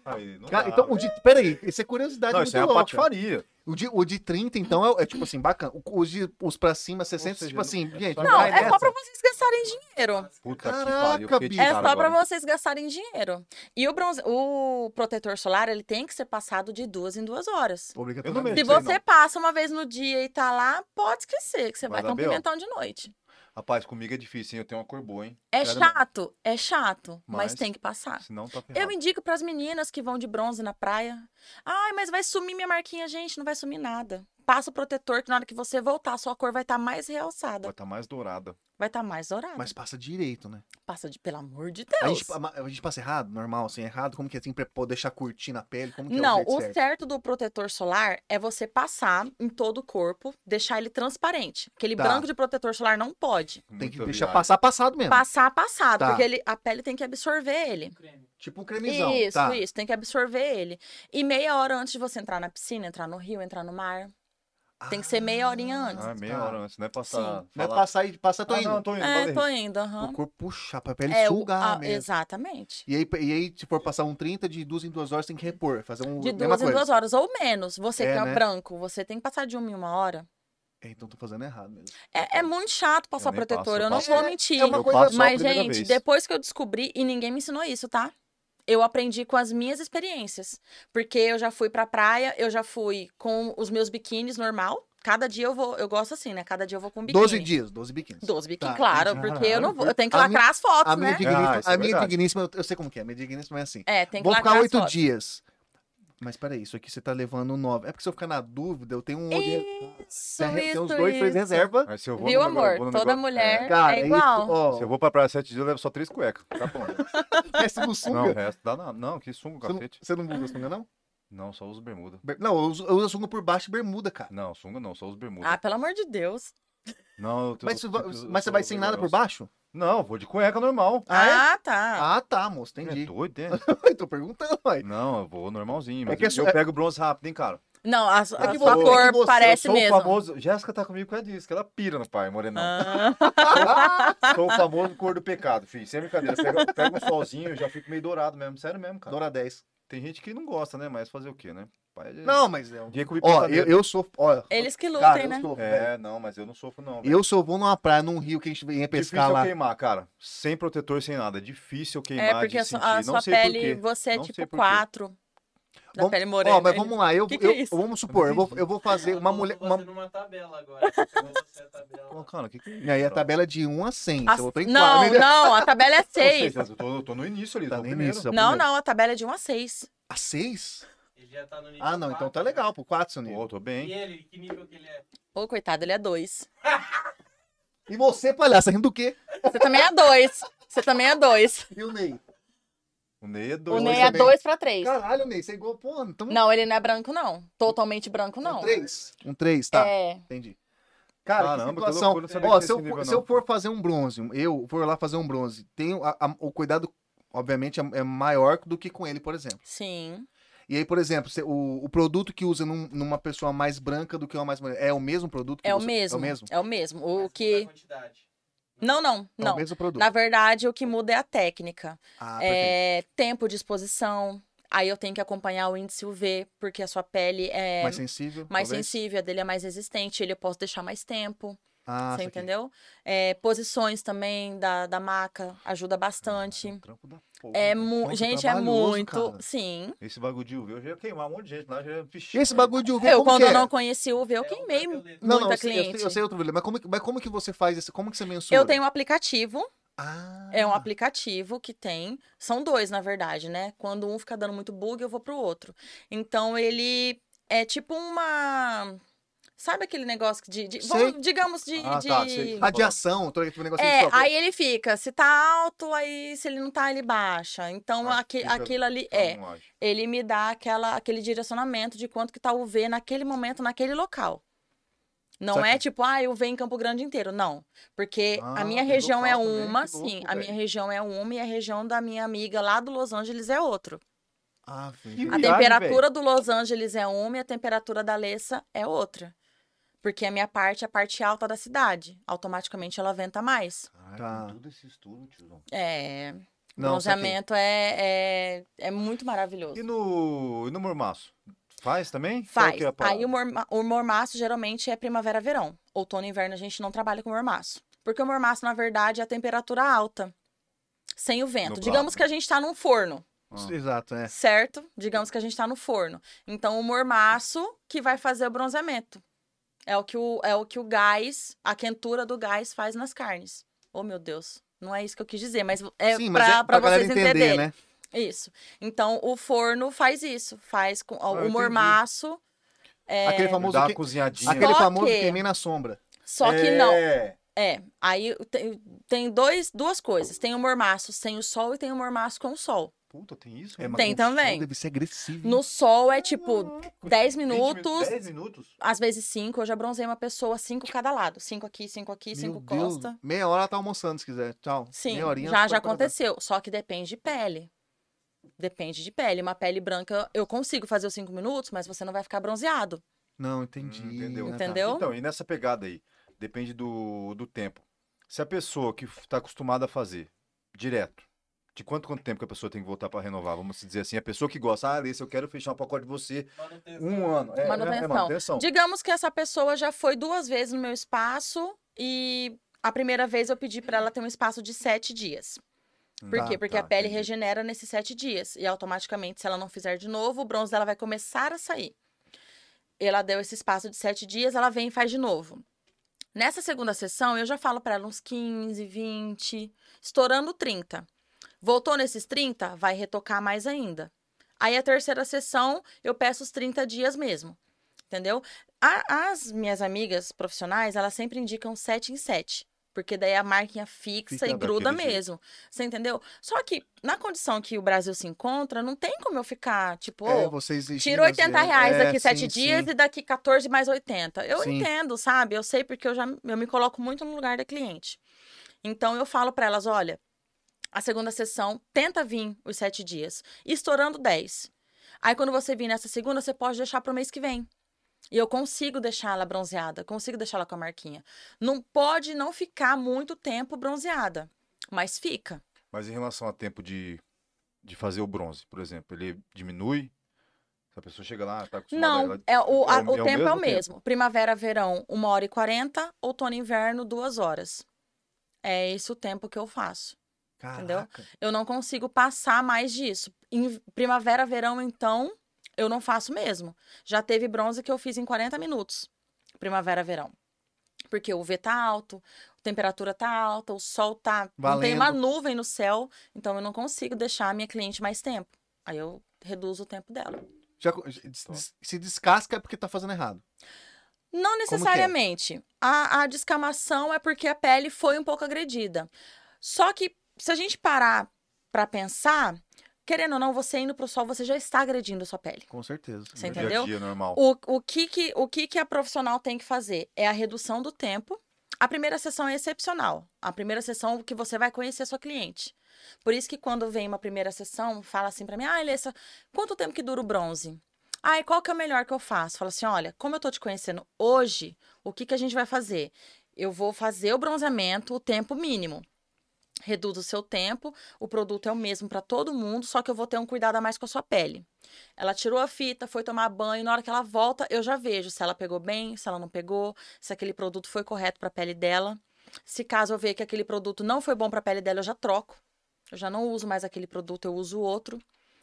[SPEAKER 4] Aí, não
[SPEAKER 2] Cara,
[SPEAKER 4] dá,
[SPEAKER 2] então, o
[SPEAKER 4] velho.
[SPEAKER 2] de. Peraí, isso é curiosidade
[SPEAKER 4] Não,
[SPEAKER 2] muito
[SPEAKER 4] isso é uma
[SPEAKER 2] louca.
[SPEAKER 4] patifaria.
[SPEAKER 2] O de, o de 30, então, é, é tipo assim, bacana. O- Os, de, os pra cima, 60,
[SPEAKER 4] seja,
[SPEAKER 2] tipo assim, gente,
[SPEAKER 4] só-
[SPEAKER 2] não
[SPEAKER 3] Não,
[SPEAKER 2] vai
[SPEAKER 3] é só
[SPEAKER 2] nessa.
[SPEAKER 3] pra vocês gastarem dinheiro.
[SPEAKER 4] Puta
[SPEAKER 2] Caraca,
[SPEAKER 4] que pariu. fiquei
[SPEAKER 2] bicho.
[SPEAKER 3] É
[SPEAKER 4] irritado
[SPEAKER 3] só pra
[SPEAKER 4] agora.
[SPEAKER 3] vocês gastarem dinheiro. E o bronze... o protetor solar, ele tem que ser passado de duas em duas horas.
[SPEAKER 4] Eu
[SPEAKER 2] Obrigatoriamente.
[SPEAKER 3] Se
[SPEAKER 4] sei,
[SPEAKER 3] você passa uma vez no dia e tá lá, pode esquecer que você
[SPEAKER 4] Vai
[SPEAKER 3] vai
[SPEAKER 4] dar
[SPEAKER 3] ter um
[SPEAKER 4] B.O.
[SPEAKER 3] pimentão de noite.
[SPEAKER 4] Rapaz, comigo é difícil, hein? Eu tenho uma cor boa, hein?
[SPEAKER 3] É
[SPEAKER 4] Sério mesmo.
[SPEAKER 3] chato, é chato, mas,
[SPEAKER 4] Mas-
[SPEAKER 3] tem que passar.
[SPEAKER 4] Senão tá
[SPEAKER 3] Eu
[SPEAKER 4] ferrado.
[SPEAKER 3] indico pras meninas que vão de bronze na praia. Ai, mas vai sumir minha marquinha, gente, não vai sumir nada. Passa o protetor que na hora que você voltar, a sua cor vai estar mais realçada,
[SPEAKER 4] Vai estar mais dourada.
[SPEAKER 3] vai estar mais dourada.
[SPEAKER 2] Mas passa direito, né?
[SPEAKER 3] Passa de pelo amor de
[SPEAKER 2] A
[SPEAKER 3] Deus.
[SPEAKER 2] gente, pa- a gente passa errado, normal, assim, errado? Como que é assim, pra pô, deixar curtir na pele? Como que
[SPEAKER 3] Não,
[SPEAKER 2] é
[SPEAKER 3] o
[SPEAKER 2] jeito certo?
[SPEAKER 3] certo do protetor solar é você passar em todo o corpo, deixar ele transparente. Aquele
[SPEAKER 2] Tá.
[SPEAKER 3] branco de protetor solar não pode.
[SPEAKER 2] Tem que
[SPEAKER 4] Muito
[SPEAKER 2] deixar
[SPEAKER 4] viagem.
[SPEAKER 2] passar passado mesmo.
[SPEAKER 3] Passar, passado,
[SPEAKER 2] Tá.
[SPEAKER 3] porque ele- a pele tem que absorver ele.
[SPEAKER 5] Creme.
[SPEAKER 2] Tipo um cremizão,
[SPEAKER 3] isso,
[SPEAKER 2] tá?
[SPEAKER 3] isso, tem que absorver ele. E meia hora antes de você entrar na piscina, entrar no rio, entrar no mar. Tem que ser meia horinha antes.
[SPEAKER 4] Ah, meia
[SPEAKER 2] tá.
[SPEAKER 4] hora antes. Não é passar.
[SPEAKER 2] Não é
[SPEAKER 4] falar,
[SPEAKER 2] passar e passar, tô
[SPEAKER 4] "Ah,
[SPEAKER 2] indo.
[SPEAKER 4] não, tô indo.
[SPEAKER 3] é,
[SPEAKER 4] valeu".
[SPEAKER 3] tô indo, aham.
[SPEAKER 2] O corpo puxar, pra pele
[SPEAKER 3] É, o-
[SPEAKER 2] sugar
[SPEAKER 3] ah,
[SPEAKER 2] mesmo.
[SPEAKER 3] Exatamente.
[SPEAKER 2] E aí, e aí, se for passar um 30, de duas em duas horas tem que repor, fazer um
[SPEAKER 3] De
[SPEAKER 2] mesma
[SPEAKER 3] duas em
[SPEAKER 2] coisa.
[SPEAKER 3] duas horas, ou menos. Você
[SPEAKER 2] É,
[SPEAKER 3] que é
[SPEAKER 2] né?
[SPEAKER 3] branco, você tem que passar de uma em uma hora.
[SPEAKER 2] É, então tô fazendo errado mesmo.
[SPEAKER 3] É, é muito chato passar
[SPEAKER 4] Eu nem
[SPEAKER 3] protetor,
[SPEAKER 4] passo, eu
[SPEAKER 3] eu não
[SPEAKER 4] passo.
[SPEAKER 3] vou
[SPEAKER 2] É,
[SPEAKER 3] mentir.
[SPEAKER 2] é uma
[SPEAKER 4] Eu
[SPEAKER 2] coisa-
[SPEAKER 4] passo só a
[SPEAKER 3] Mas,
[SPEAKER 4] primeira
[SPEAKER 3] gente,
[SPEAKER 4] vez.
[SPEAKER 3] depois que eu descobri, e ninguém me ensinou isso, tá? Eu aprendi com as minhas experiências. Porque eu já fui pra praia, eu já fui com os meus biquínis normal. Cada dia eu vou, eu gosto assim, né? Cada dia eu vou com um biquíni.
[SPEAKER 2] 12 dias, 12 biquínis.
[SPEAKER 3] 12 biquíni,
[SPEAKER 2] Tá,
[SPEAKER 3] claro,
[SPEAKER 2] entendi.
[SPEAKER 3] porque eu não vou, eu tenho que
[SPEAKER 2] A minha-
[SPEAKER 3] lacrar as fotos,
[SPEAKER 2] A minha,
[SPEAKER 3] né?
[SPEAKER 2] digníssima,
[SPEAKER 4] Ah, isso é
[SPEAKER 2] a minha
[SPEAKER 4] verdade.
[SPEAKER 2] digníssima, eu- eu sei como que é, a minha digníssima é assim.
[SPEAKER 3] É, tem que
[SPEAKER 2] Vou
[SPEAKER 3] lacrar
[SPEAKER 2] ficar
[SPEAKER 3] as
[SPEAKER 2] oito
[SPEAKER 3] fotos.
[SPEAKER 2] dias. Mas peraí, isso aqui você tá levando nove. É porque se eu ficar na dúvida, eu tenho um.
[SPEAKER 3] Isso,
[SPEAKER 2] né? tem
[SPEAKER 3] isso,
[SPEAKER 2] uns dois, três
[SPEAKER 3] isso.
[SPEAKER 2] reserva.
[SPEAKER 4] Aí se eu vou
[SPEAKER 3] Viu,
[SPEAKER 4] no negócio-
[SPEAKER 3] amor?
[SPEAKER 4] vou no
[SPEAKER 3] Toda
[SPEAKER 4] negócio-
[SPEAKER 3] mulher é,
[SPEAKER 2] Cara, é isso,
[SPEAKER 3] igual.
[SPEAKER 4] É.
[SPEAKER 2] ó.
[SPEAKER 4] Se eu vou pra praia sete dias, eu levo só três cuecas. Tá bom. né?
[SPEAKER 2] Resto do sunga.
[SPEAKER 4] Não, o resto dá nada. Não, que sunga,
[SPEAKER 2] você, não,
[SPEAKER 4] cacete.
[SPEAKER 2] você não usa sunga, não?
[SPEAKER 4] Não, só uso bermuda.
[SPEAKER 2] Ber- Não, eu uso, eu uso sunga por baixo e bermuda, cara.
[SPEAKER 4] Não, sunga não, só uso bermuda.
[SPEAKER 3] Ah, pelo amor de Deus.
[SPEAKER 4] Não, eu tô-
[SPEAKER 2] Mas, você vai-
[SPEAKER 4] eu tô-
[SPEAKER 2] mas você
[SPEAKER 4] eu
[SPEAKER 2] vai
[SPEAKER 4] sou
[SPEAKER 2] sem nada por
[SPEAKER 4] vergonhoso.
[SPEAKER 2] baixo?
[SPEAKER 4] Não, vou de cueca normal.
[SPEAKER 2] Ah, é?
[SPEAKER 3] Ah, tá.
[SPEAKER 2] Ah, tá, moço,
[SPEAKER 4] É
[SPEAKER 2] entendi.
[SPEAKER 4] doido, né?
[SPEAKER 2] Tô perguntando, ué.
[SPEAKER 4] Não, eu vou normalzinho. Mas
[SPEAKER 2] que é
[SPEAKER 4] eu,
[SPEAKER 2] su-
[SPEAKER 4] eu pego bronze rápido, hein, cara?
[SPEAKER 3] Não, a, a
[SPEAKER 2] que você-
[SPEAKER 3] sua
[SPEAKER 2] é que
[SPEAKER 3] cor
[SPEAKER 2] você- eu
[SPEAKER 3] parece
[SPEAKER 4] eu sou
[SPEAKER 3] mesmo.
[SPEAKER 4] o famoso. Jéssica tá comigo por causa disso, que ela pira no pai, morenão.
[SPEAKER 3] Ah.
[SPEAKER 2] Ah.
[SPEAKER 4] Sou o famoso cor do pecado, filho. Sem brincadeira. Pega, pega um solzinho, eu já fico meio dourado mesmo. Sério mesmo, cara.
[SPEAKER 2] Dora 10.
[SPEAKER 4] Tem gente que não gosta, né? Mas fazer o quê, né? Pai de-
[SPEAKER 2] Não, mas é um.
[SPEAKER 4] Dia que eu
[SPEAKER 2] Ó, eu, eu sou. Ó,
[SPEAKER 3] Eles que lutem,
[SPEAKER 2] cara,
[SPEAKER 3] né?
[SPEAKER 2] eu sou. velho.
[SPEAKER 4] É, não, mas eu não sofro, não. velho. É
[SPEAKER 2] Eu sou bom numa praia, num rio que a gente ia
[SPEAKER 4] Difícil
[SPEAKER 2] pescar
[SPEAKER 4] eu
[SPEAKER 2] lá.
[SPEAKER 4] queimar, cara. Sem protetor, sem nada. Difícil eu
[SPEAKER 3] É,
[SPEAKER 4] queimar
[SPEAKER 3] porque
[SPEAKER 4] de
[SPEAKER 3] a,
[SPEAKER 4] sentir.
[SPEAKER 3] sua- a
[SPEAKER 4] não
[SPEAKER 3] sua
[SPEAKER 4] sei
[SPEAKER 3] pele,
[SPEAKER 4] por quê.
[SPEAKER 3] você é
[SPEAKER 4] Não sei
[SPEAKER 3] tipo
[SPEAKER 4] por quê.
[SPEAKER 3] 4. Da
[SPEAKER 2] Vamos-
[SPEAKER 3] pele morena.
[SPEAKER 2] Ó, mas
[SPEAKER 3] Ele-
[SPEAKER 2] vamos lá, eu,
[SPEAKER 3] Que que
[SPEAKER 2] eu-
[SPEAKER 3] é isso?
[SPEAKER 2] vamos supor, eu vou, eu vou fazer
[SPEAKER 4] Ah,
[SPEAKER 2] uma mulher.
[SPEAKER 5] Uma...
[SPEAKER 2] Uma...
[SPEAKER 5] fazendo uma tabela agora. Eu vou fazer a
[SPEAKER 4] Ô,
[SPEAKER 5] tabela.
[SPEAKER 4] Cara, o que que é isso,
[SPEAKER 2] E aí a
[SPEAKER 4] cara?
[SPEAKER 2] tabela é de 1 a 100.
[SPEAKER 3] A-
[SPEAKER 2] Você botou em quatro,
[SPEAKER 3] Não,
[SPEAKER 2] né?
[SPEAKER 3] não, a tabela é
[SPEAKER 4] Eu sei,
[SPEAKER 3] 6.
[SPEAKER 4] mas eu tô, eu tô no início ali.
[SPEAKER 2] Tá
[SPEAKER 4] tô
[SPEAKER 2] nem
[SPEAKER 4] primeiro.
[SPEAKER 2] nisso.
[SPEAKER 3] Não, não, a tabela é de 1 a 6.
[SPEAKER 2] A 6?
[SPEAKER 5] Ele já tá no nível
[SPEAKER 2] Ah, não, então tá
[SPEAKER 5] quatro,
[SPEAKER 2] legal, pô, 4, seu
[SPEAKER 4] Pô,
[SPEAKER 2] nível.
[SPEAKER 4] eu tô
[SPEAKER 5] né? E
[SPEAKER 4] bem.
[SPEAKER 5] ele, que nível que ele é?
[SPEAKER 3] Ô, coitado, ele é 2.
[SPEAKER 2] E você, palhaça, rindo do quê?
[SPEAKER 3] Você também é 2. Você também é 2.
[SPEAKER 2] E o Ney?
[SPEAKER 4] O Ney é dois.
[SPEAKER 2] Dois
[SPEAKER 3] O Ney é
[SPEAKER 2] também.
[SPEAKER 3] 2 pra 3.
[SPEAKER 2] Caralho, Ney, você é igual, pô, então.
[SPEAKER 3] Não, ele não é branco, não. Totalmente branco, não.
[SPEAKER 2] Um 3? Um 3, tá,
[SPEAKER 3] É.
[SPEAKER 2] entendi. Cara,
[SPEAKER 4] Caramba, que
[SPEAKER 2] que situação.
[SPEAKER 4] loucura, não sabia
[SPEAKER 2] Ó,
[SPEAKER 4] que
[SPEAKER 2] se, eu
[SPEAKER 4] tinha esse
[SPEAKER 2] for,
[SPEAKER 4] nível,
[SPEAKER 2] se eu
[SPEAKER 4] não.
[SPEAKER 2] for fazer um bronze, eu for lá fazer um bronze, tenho a- a- o cuidado, obviamente, é- é maior do que com ele, por exemplo.
[SPEAKER 3] Sim.
[SPEAKER 2] E aí, por exemplo, você- o, o produto que usa num- numa pessoa mais branca do que uma mais mulher, é o mesmo produto que
[SPEAKER 3] É o
[SPEAKER 2] você-
[SPEAKER 3] mesmo.
[SPEAKER 2] É o mesmo?
[SPEAKER 3] É o mesmo. O
[SPEAKER 5] Mas não
[SPEAKER 3] que.
[SPEAKER 5] dá quantidade.
[SPEAKER 3] Não, não,
[SPEAKER 2] É o
[SPEAKER 3] não.
[SPEAKER 2] mesmo produto.
[SPEAKER 3] Na verdade, o que muda é a técnica.
[SPEAKER 2] Ah, perfeito.
[SPEAKER 3] é, tempo de exposição. Aí eu tenho que acompanhar o índice UV, porque a sua pele é
[SPEAKER 2] mais
[SPEAKER 3] mais,
[SPEAKER 2] sensível. talvez?
[SPEAKER 3] sensível, a dele é mais resistente, ele eu posso deixar mais tempo,
[SPEAKER 2] Ah, saquei.
[SPEAKER 3] você entendeu? É, posições também da, da maca ajuda bastante.
[SPEAKER 2] Ah,
[SPEAKER 4] Um trampo da porra.
[SPEAKER 3] É
[SPEAKER 4] mano.
[SPEAKER 3] mu-
[SPEAKER 2] Nossa,
[SPEAKER 3] gente, é
[SPEAKER 2] trabalhoso,
[SPEAKER 3] muito.
[SPEAKER 2] cara.
[SPEAKER 3] Sim.
[SPEAKER 4] Esse bagulho de UV, eu já ia queimar um monte de gente lá. Já... Vixe,
[SPEAKER 2] E esse bagulho de UV,
[SPEAKER 3] Eu,
[SPEAKER 2] como
[SPEAKER 3] quando
[SPEAKER 2] que
[SPEAKER 3] eu
[SPEAKER 2] é?
[SPEAKER 3] não conheci o UV, eu
[SPEAKER 5] É
[SPEAKER 3] queimei um
[SPEAKER 5] ultravioleta.
[SPEAKER 2] Não, não,
[SPEAKER 3] muita
[SPEAKER 2] eu sei, eu sei-
[SPEAKER 3] cliente.
[SPEAKER 2] eu sei outro problema, mas como, que- mas como que você faz isso? Como que você mensura?
[SPEAKER 3] Eu tenho um aplicativo,
[SPEAKER 2] Ah,
[SPEAKER 3] é um aplicativo que tem. São dois, na verdade, né? Quando um fica dando muito bug, eu vou pro outro. Então ele é tipo uma. Sabe aquele negócio de. de-
[SPEAKER 2] Sei.
[SPEAKER 3] vamos- digamos, de.
[SPEAKER 4] Ah,
[SPEAKER 3] de-
[SPEAKER 4] tá, sei. assim,
[SPEAKER 2] Radiação, todo aquele negócio
[SPEAKER 3] É,
[SPEAKER 2] um de sopro.
[SPEAKER 3] aí ele fica, se tá alto, aí se ele não tá, ele baixa. Então,
[SPEAKER 4] Ah,
[SPEAKER 3] aqui,
[SPEAKER 4] deixa eu-
[SPEAKER 3] aquilo ali
[SPEAKER 4] Ah,
[SPEAKER 3] é.
[SPEAKER 4] não acho.
[SPEAKER 3] Ele me dá aquela, aquele direcionamento de quanto que tá o V naquele momento, naquele local. Não
[SPEAKER 2] Saca.
[SPEAKER 3] é tipo, ah, eu venho em Campo Grande inteiro. Não. Porque
[SPEAKER 2] Ah,
[SPEAKER 3] a minha
[SPEAKER 4] tem
[SPEAKER 3] região é
[SPEAKER 4] local também, que
[SPEAKER 3] uma,
[SPEAKER 4] louco,
[SPEAKER 3] sim. A minha
[SPEAKER 4] velho.
[SPEAKER 3] região é uma e a região da minha amiga lá do Los Angeles é outro.
[SPEAKER 2] Ah,
[SPEAKER 4] Que
[SPEAKER 2] velho.
[SPEAKER 3] A
[SPEAKER 4] viagem,
[SPEAKER 3] temperatura do Los Angeles é uma e a temperatura da Alessa é outra. Porque a minha parte é a parte alta da cidade. Automaticamente ela venta mais.
[SPEAKER 4] Caralho,
[SPEAKER 2] Tá.
[SPEAKER 4] tem tudo esse estudo, tiozão.
[SPEAKER 3] É.
[SPEAKER 2] Não,
[SPEAKER 3] bronzeamento é, é, é muito maravilhoso.
[SPEAKER 4] E no, e no mormaço? Faz também? Qual
[SPEAKER 3] Faz.
[SPEAKER 4] que é a parada?
[SPEAKER 3] Aí o, morma, o mormaço geralmente é primavera-verão. Outono e inverno a gente não trabalha com mormaço. Porque o mormaço, na verdade, é a temperatura alta. Sem o vento.
[SPEAKER 4] Nublado,
[SPEAKER 3] Digamos que a gente tá num forno,
[SPEAKER 4] Ah.
[SPEAKER 2] Exato, é.
[SPEAKER 3] certo? Digamos que a gente tá no forno. Então, o mormaço que vai fazer o bronzeamento. É o que o, é o, que o gás, a quentura do gás faz nas carnes. Oh, meu Deus. Não é isso que eu quis dizer, mas é
[SPEAKER 2] Sim, mas
[SPEAKER 3] pra,
[SPEAKER 2] é
[SPEAKER 3] pra
[SPEAKER 2] pra galera
[SPEAKER 3] vocês
[SPEAKER 2] entender,
[SPEAKER 3] entenderem.
[SPEAKER 2] né?
[SPEAKER 3] Isso. Então o forno faz isso, faz com
[SPEAKER 4] eu
[SPEAKER 3] o
[SPEAKER 4] entendi.
[SPEAKER 3] mormaço. é,
[SPEAKER 2] Ah, Aquele
[SPEAKER 4] Dá
[SPEAKER 2] famoso.
[SPEAKER 4] uma
[SPEAKER 2] que-
[SPEAKER 4] cozinhadinha.
[SPEAKER 2] Aquele
[SPEAKER 3] Só
[SPEAKER 2] famoso
[SPEAKER 3] que-
[SPEAKER 2] que queimei na sombra.
[SPEAKER 3] Só que não.
[SPEAKER 4] É.
[SPEAKER 3] É. Aí tem, tem dois, duas coisas. Tem o mormaço sem o sol e tem o mormaço com o sol.
[SPEAKER 4] Puta, tem isso? né?
[SPEAKER 2] É, mas
[SPEAKER 3] Tem
[SPEAKER 2] com som
[SPEAKER 3] também.
[SPEAKER 2] Deve ser agressivo.
[SPEAKER 3] No sol é
[SPEAKER 2] Uhum.
[SPEAKER 3] tipo 10 minutos,
[SPEAKER 4] 10 minutos?
[SPEAKER 3] às vezes 5. Eu já bronzei uma pessoa, 5 cada lado. 5 aqui, 5 aqui,
[SPEAKER 2] Meu
[SPEAKER 3] 5
[SPEAKER 2] Deus.
[SPEAKER 3] costa.
[SPEAKER 2] Meia hora ela tá almoçando, se quiser. Tchau.
[SPEAKER 3] Sim,
[SPEAKER 2] Meia horinha,
[SPEAKER 3] já,
[SPEAKER 2] ela
[SPEAKER 3] já
[SPEAKER 2] vai pra-
[SPEAKER 3] aconteceu. Só que depende de pele. Depende de pele. Uma pele branca, eu consigo fazer os 5 minutos, mas você não vai ficar bronzeado.
[SPEAKER 2] Não, entendi.
[SPEAKER 4] Hum, entendeu.
[SPEAKER 2] Ah, tá.
[SPEAKER 3] Entendeu?
[SPEAKER 4] Então, e nessa pegada aí, depende do, do tempo. Se a pessoa que está acostumada a fazer direto, de quanto quanto tempo que a pessoa tem que voltar para renovar? Vamos dizer assim, a pessoa que gosta, ah, Alessa, eu quero fechar um pacote de você
[SPEAKER 5] Manutenção.
[SPEAKER 4] um ano. É, é,
[SPEAKER 3] Manutenção.
[SPEAKER 4] É, manutenção.
[SPEAKER 3] Digamos que essa pessoa já foi duas vezes no meu espaço e a primeira vez eu pedi para ela ter um espaço de sete dias. Por
[SPEAKER 2] Tá,
[SPEAKER 3] quê? Porque
[SPEAKER 4] tá,
[SPEAKER 3] a pele
[SPEAKER 4] entendi.
[SPEAKER 3] regenera nesses sete dias. E automaticamente, se ela não fizer de novo, o bronze dela vai começar a sair. Ela deu esse espaço de sete dias, ela vem e faz de novo. Nessa segunda sessão, eu já falo para ela uns 15, 20, estourando 30. Voltou nesses 30, vai retocar mais ainda. Aí a terceira sessão, eu peço os 30 dias mesmo. Entendeu? A- as minhas amigas profissionais, elas sempre indicam 7 em 7. Porque daí a marquinha fixa
[SPEAKER 4] Fica
[SPEAKER 3] e gruda
[SPEAKER 4] daquele jeito.
[SPEAKER 3] mesmo. Você entendeu? Só que na condição que o Brasil se encontra, não tem como eu ficar, tipo, ô,
[SPEAKER 2] É, vocês exigindo
[SPEAKER 3] Tira 80
[SPEAKER 2] às vezes.
[SPEAKER 3] reais
[SPEAKER 2] É,
[SPEAKER 3] daqui sete
[SPEAKER 2] sim,
[SPEAKER 3] dias
[SPEAKER 2] sim.
[SPEAKER 3] e daqui 14 mais 80. Eu
[SPEAKER 2] Sim.
[SPEAKER 3] entendo, sabe? Eu sei porque eu já eu me coloco muito no lugar da cliente. Então eu falo pra elas, olha, a segunda sessão tenta vir os sete dias, estourando 10. Aí quando você vir nessa segunda, você pode deixar pro mês que vem. E eu consigo deixá-la bronzeada, consigo deixá-la com a marquinha. Não pode não ficar muito tempo bronzeada, mas fica.
[SPEAKER 4] Mas em relação a tempo de, de fazer o bronze, por exemplo, ele diminui? Se a pessoa chega lá, tá acostumada
[SPEAKER 3] Não,
[SPEAKER 4] ela-
[SPEAKER 3] é o, a- o tempo é o
[SPEAKER 4] tempo.
[SPEAKER 3] mesmo. Primavera, verão, 1 hora e 40, outono e inverno, 2 horas. É esse o tempo que eu faço. Entendeu?
[SPEAKER 2] Caraca.
[SPEAKER 3] Eu não consigo passar mais disso. Em primavera, verão, então, eu não faço mesmo. Já teve bronze que eu fiz em 40 minutos. Primavera, verão. Porque o V tá alto, a temperatura tá alta, o sol tá. Não tem
[SPEAKER 2] Valendo.
[SPEAKER 3] uma nuvem no céu, então eu não consigo deixar a minha cliente mais tempo. Aí eu reduzo o tempo dela.
[SPEAKER 2] Já co- des- se descasca é porque tá fazendo errado.
[SPEAKER 3] Não
[SPEAKER 2] que é?
[SPEAKER 3] necessariamente. A, a descamação é porque a pele foi um pouco agredida. Só que se a gente parar pra pensar, querendo ou não, você indo pro sol, você já está agredindo a sua pele.
[SPEAKER 2] Com certeza.
[SPEAKER 3] Você
[SPEAKER 4] No
[SPEAKER 3] entendeu?
[SPEAKER 4] Dia a dia, normal.
[SPEAKER 3] O, o, que, que, o que, que a profissional tem que fazer? É a redução do tempo. A primeira sessão é excepcional. A primeira sessão que você vai conhecer a sua cliente. Por isso que quando vem uma primeira sessão, fala assim pra mim, ah, Alessa, quanto tempo que dura o bronze? Ah, e qual que é o melhor que eu faço? Fala assim, olha, como eu tô te conhecendo hoje, o que, que a gente vai fazer? Eu vou fazer o bronzeamento o tempo mínimo. Reduz o seu tempo, o produto é o mesmo pra todo mundo, só que eu vou ter um cuidado a mais com a sua pele. Ela tirou a fita, foi tomar banho. Na hora que ela volta, eu já vejo se ela pegou bem, se ela não pegou, se aquele produto foi correto para a pele dela. Se caso eu ver que aquele produto não foi bom para a pele dela, eu já troco. Eu já não uso mais aquele produto, eu uso outro.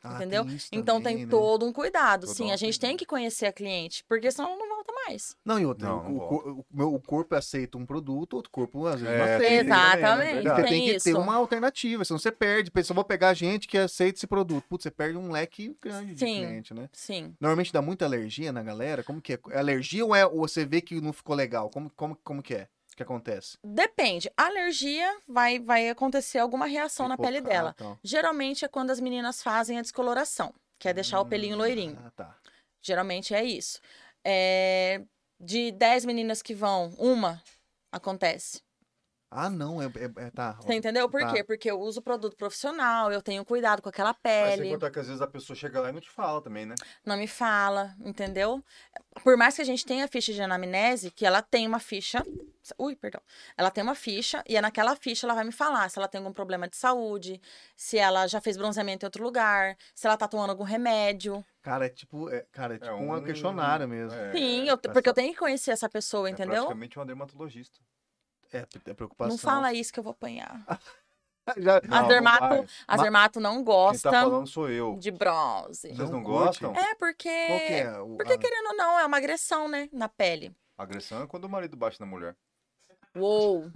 [SPEAKER 2] Ah,
[SPEAKER 3] Entendeu?
[SPEAKER 2] tem isso
[SPEAKER 3] então
[SPEAKER 2] também,
[SPEAKER 3] tem
[SPEAKER 2] né?
[SPEAKER 3] todo um cuidado.
[SPEAKER 4] Todo
[SPEAKER 3] Sim,
[SPEAKER 4] um
[SPEAKER 3] a gente tem
[SPEAKER 4] cuidado.
[SPEAKER 3] que conhecer a cliente, porque senão ela não volta mais.
[SPEAKER 2] Não, e outra,
[SPEAKER 4] Não,
[SPEAKER 2] o-
[SPEAKER 4] não
[SPEAKER 2] o,
[SPEAKER 4] volta.
[SPEAKER 2] o meu- o corpo aceita um produto, outro corpo às vezes não
[SPEAKER 4] É,
[SPEAKER 2] aceita.
[SPEAKER 4] tem-
[SPEAKER 3] Exatamente,
[SPEAKER 4] tem-
[SPEAKER 2] Você tem, que
[SPEAKER 3] isso.
[SPEAKER 2] ter uma alternativa, senão você perde. Pensa, eu vou pegar gente que aceita esse produto. Putz, você perde um leque grande
[SPEAKER 3] Sim.
[SPEAKER 2] de cliente, né?
[SPEAKER 3] Sim.
[SPEAKER 2] Normalmente dá muita alergia na galera. Como que é? É alergia ou é ou você vê que não ficou legal? Como, como, como que é? O que acontece?
[SPEAKER 3] Depende. Alergia vai, vai acontecer alguma
[SPEAKER 2] Tipo,
[SPEAKER 3] reação na pele
[SPEAKER 2] Pipocar,
[SPEAKER 3] dela.
[SPEAKER 2] tal.
[SPEAKER 3] Geralmente é quando as meninas fazem a descoloração, que é deixar o pelinho loirinho.
[SPEAKER 2] Ah, tá.
[SPEAKER 3] Geralmente é isso. É, De 10 meninas que vão, uma acontece.
[SPEAKER 2] Ah, não, é, é- é- tá.
[SPEAKER 3] Você entendeu por
[SPEAKER 2] Tá.
[SPEAKER 3] quê? Porque eu uso produto profissional, eu tenho cuidado com aquela
[SPEAKER 4] Mas sem
[SPEAKER 3] pele,
[SPEAKER 4] contar que às vezes a pessoa chega lá e não te fala também, né?
[SPEAKER 3] não me fala, entendeu? Por mais que a gente tenha a ficha de anamnese, que ela tem uma ficha. Ui, perdão. Ela tem uma ficha e é naquela ficha ela vai me falar se ela tem algum problema de saúde, se ela já fez bronzeamento em outro lugar, se ela tá tomando algum remédio.
[SPEAKER 2] Cara, é tipo, é, cara, é tipo um,
[SPEAKER 4] um-
[SPEAKER 2] questionário mesmo. É,
[SPEAKER 4] É,
[SPEAKER 3] Sim, eu-
[SPEAKER 2] tá
[SPEAKER 3] porque eu
[SPEAKER 2] certo.
[SPEAKER 3] tenho que conhecer essa pessoa,
[SPEAKER 4] É
[SPEAKER 3] entendeu?
[SPEAKER 4] praticamente uma dermatologista.
[SPEAKER 2] é preocupação. Ah,
[SPEAKER 3] Não fala isso que eu vou apanhar.
[SPEAKER 2] Já-
[SPEAKER 3] A
[SPEAKER 4] Não,
[SPEAKER 3] dermato-
[SPEAKER 4] vai.
[SPEAKER 3] As
[SPEAKER 2] Ma-
[SPEAKER 3] dermato não
[SPEAKER 4] Quem tá
[SPEAKER 3] gostam
[SPEAKER 4] falando sou eu.
[SPEAKER 3] de bronze.
[SPEAKER 4] Vocês não
[SPEAKER 2] Não curte?
[SPEAKER 4] gostam?
[SPEAKER 3] É porque.
[SPEAKER 2] Qual que é? o-
[SPEAKER 3] Porque
[SPEAKER 2] a-
[SPEAKER 3] querendo ou não, é uma agressão, né? Na pele.
[SPEAKER 4] Agressão é quando o marido bate na mulher.
[SPEAKER 3] Uou!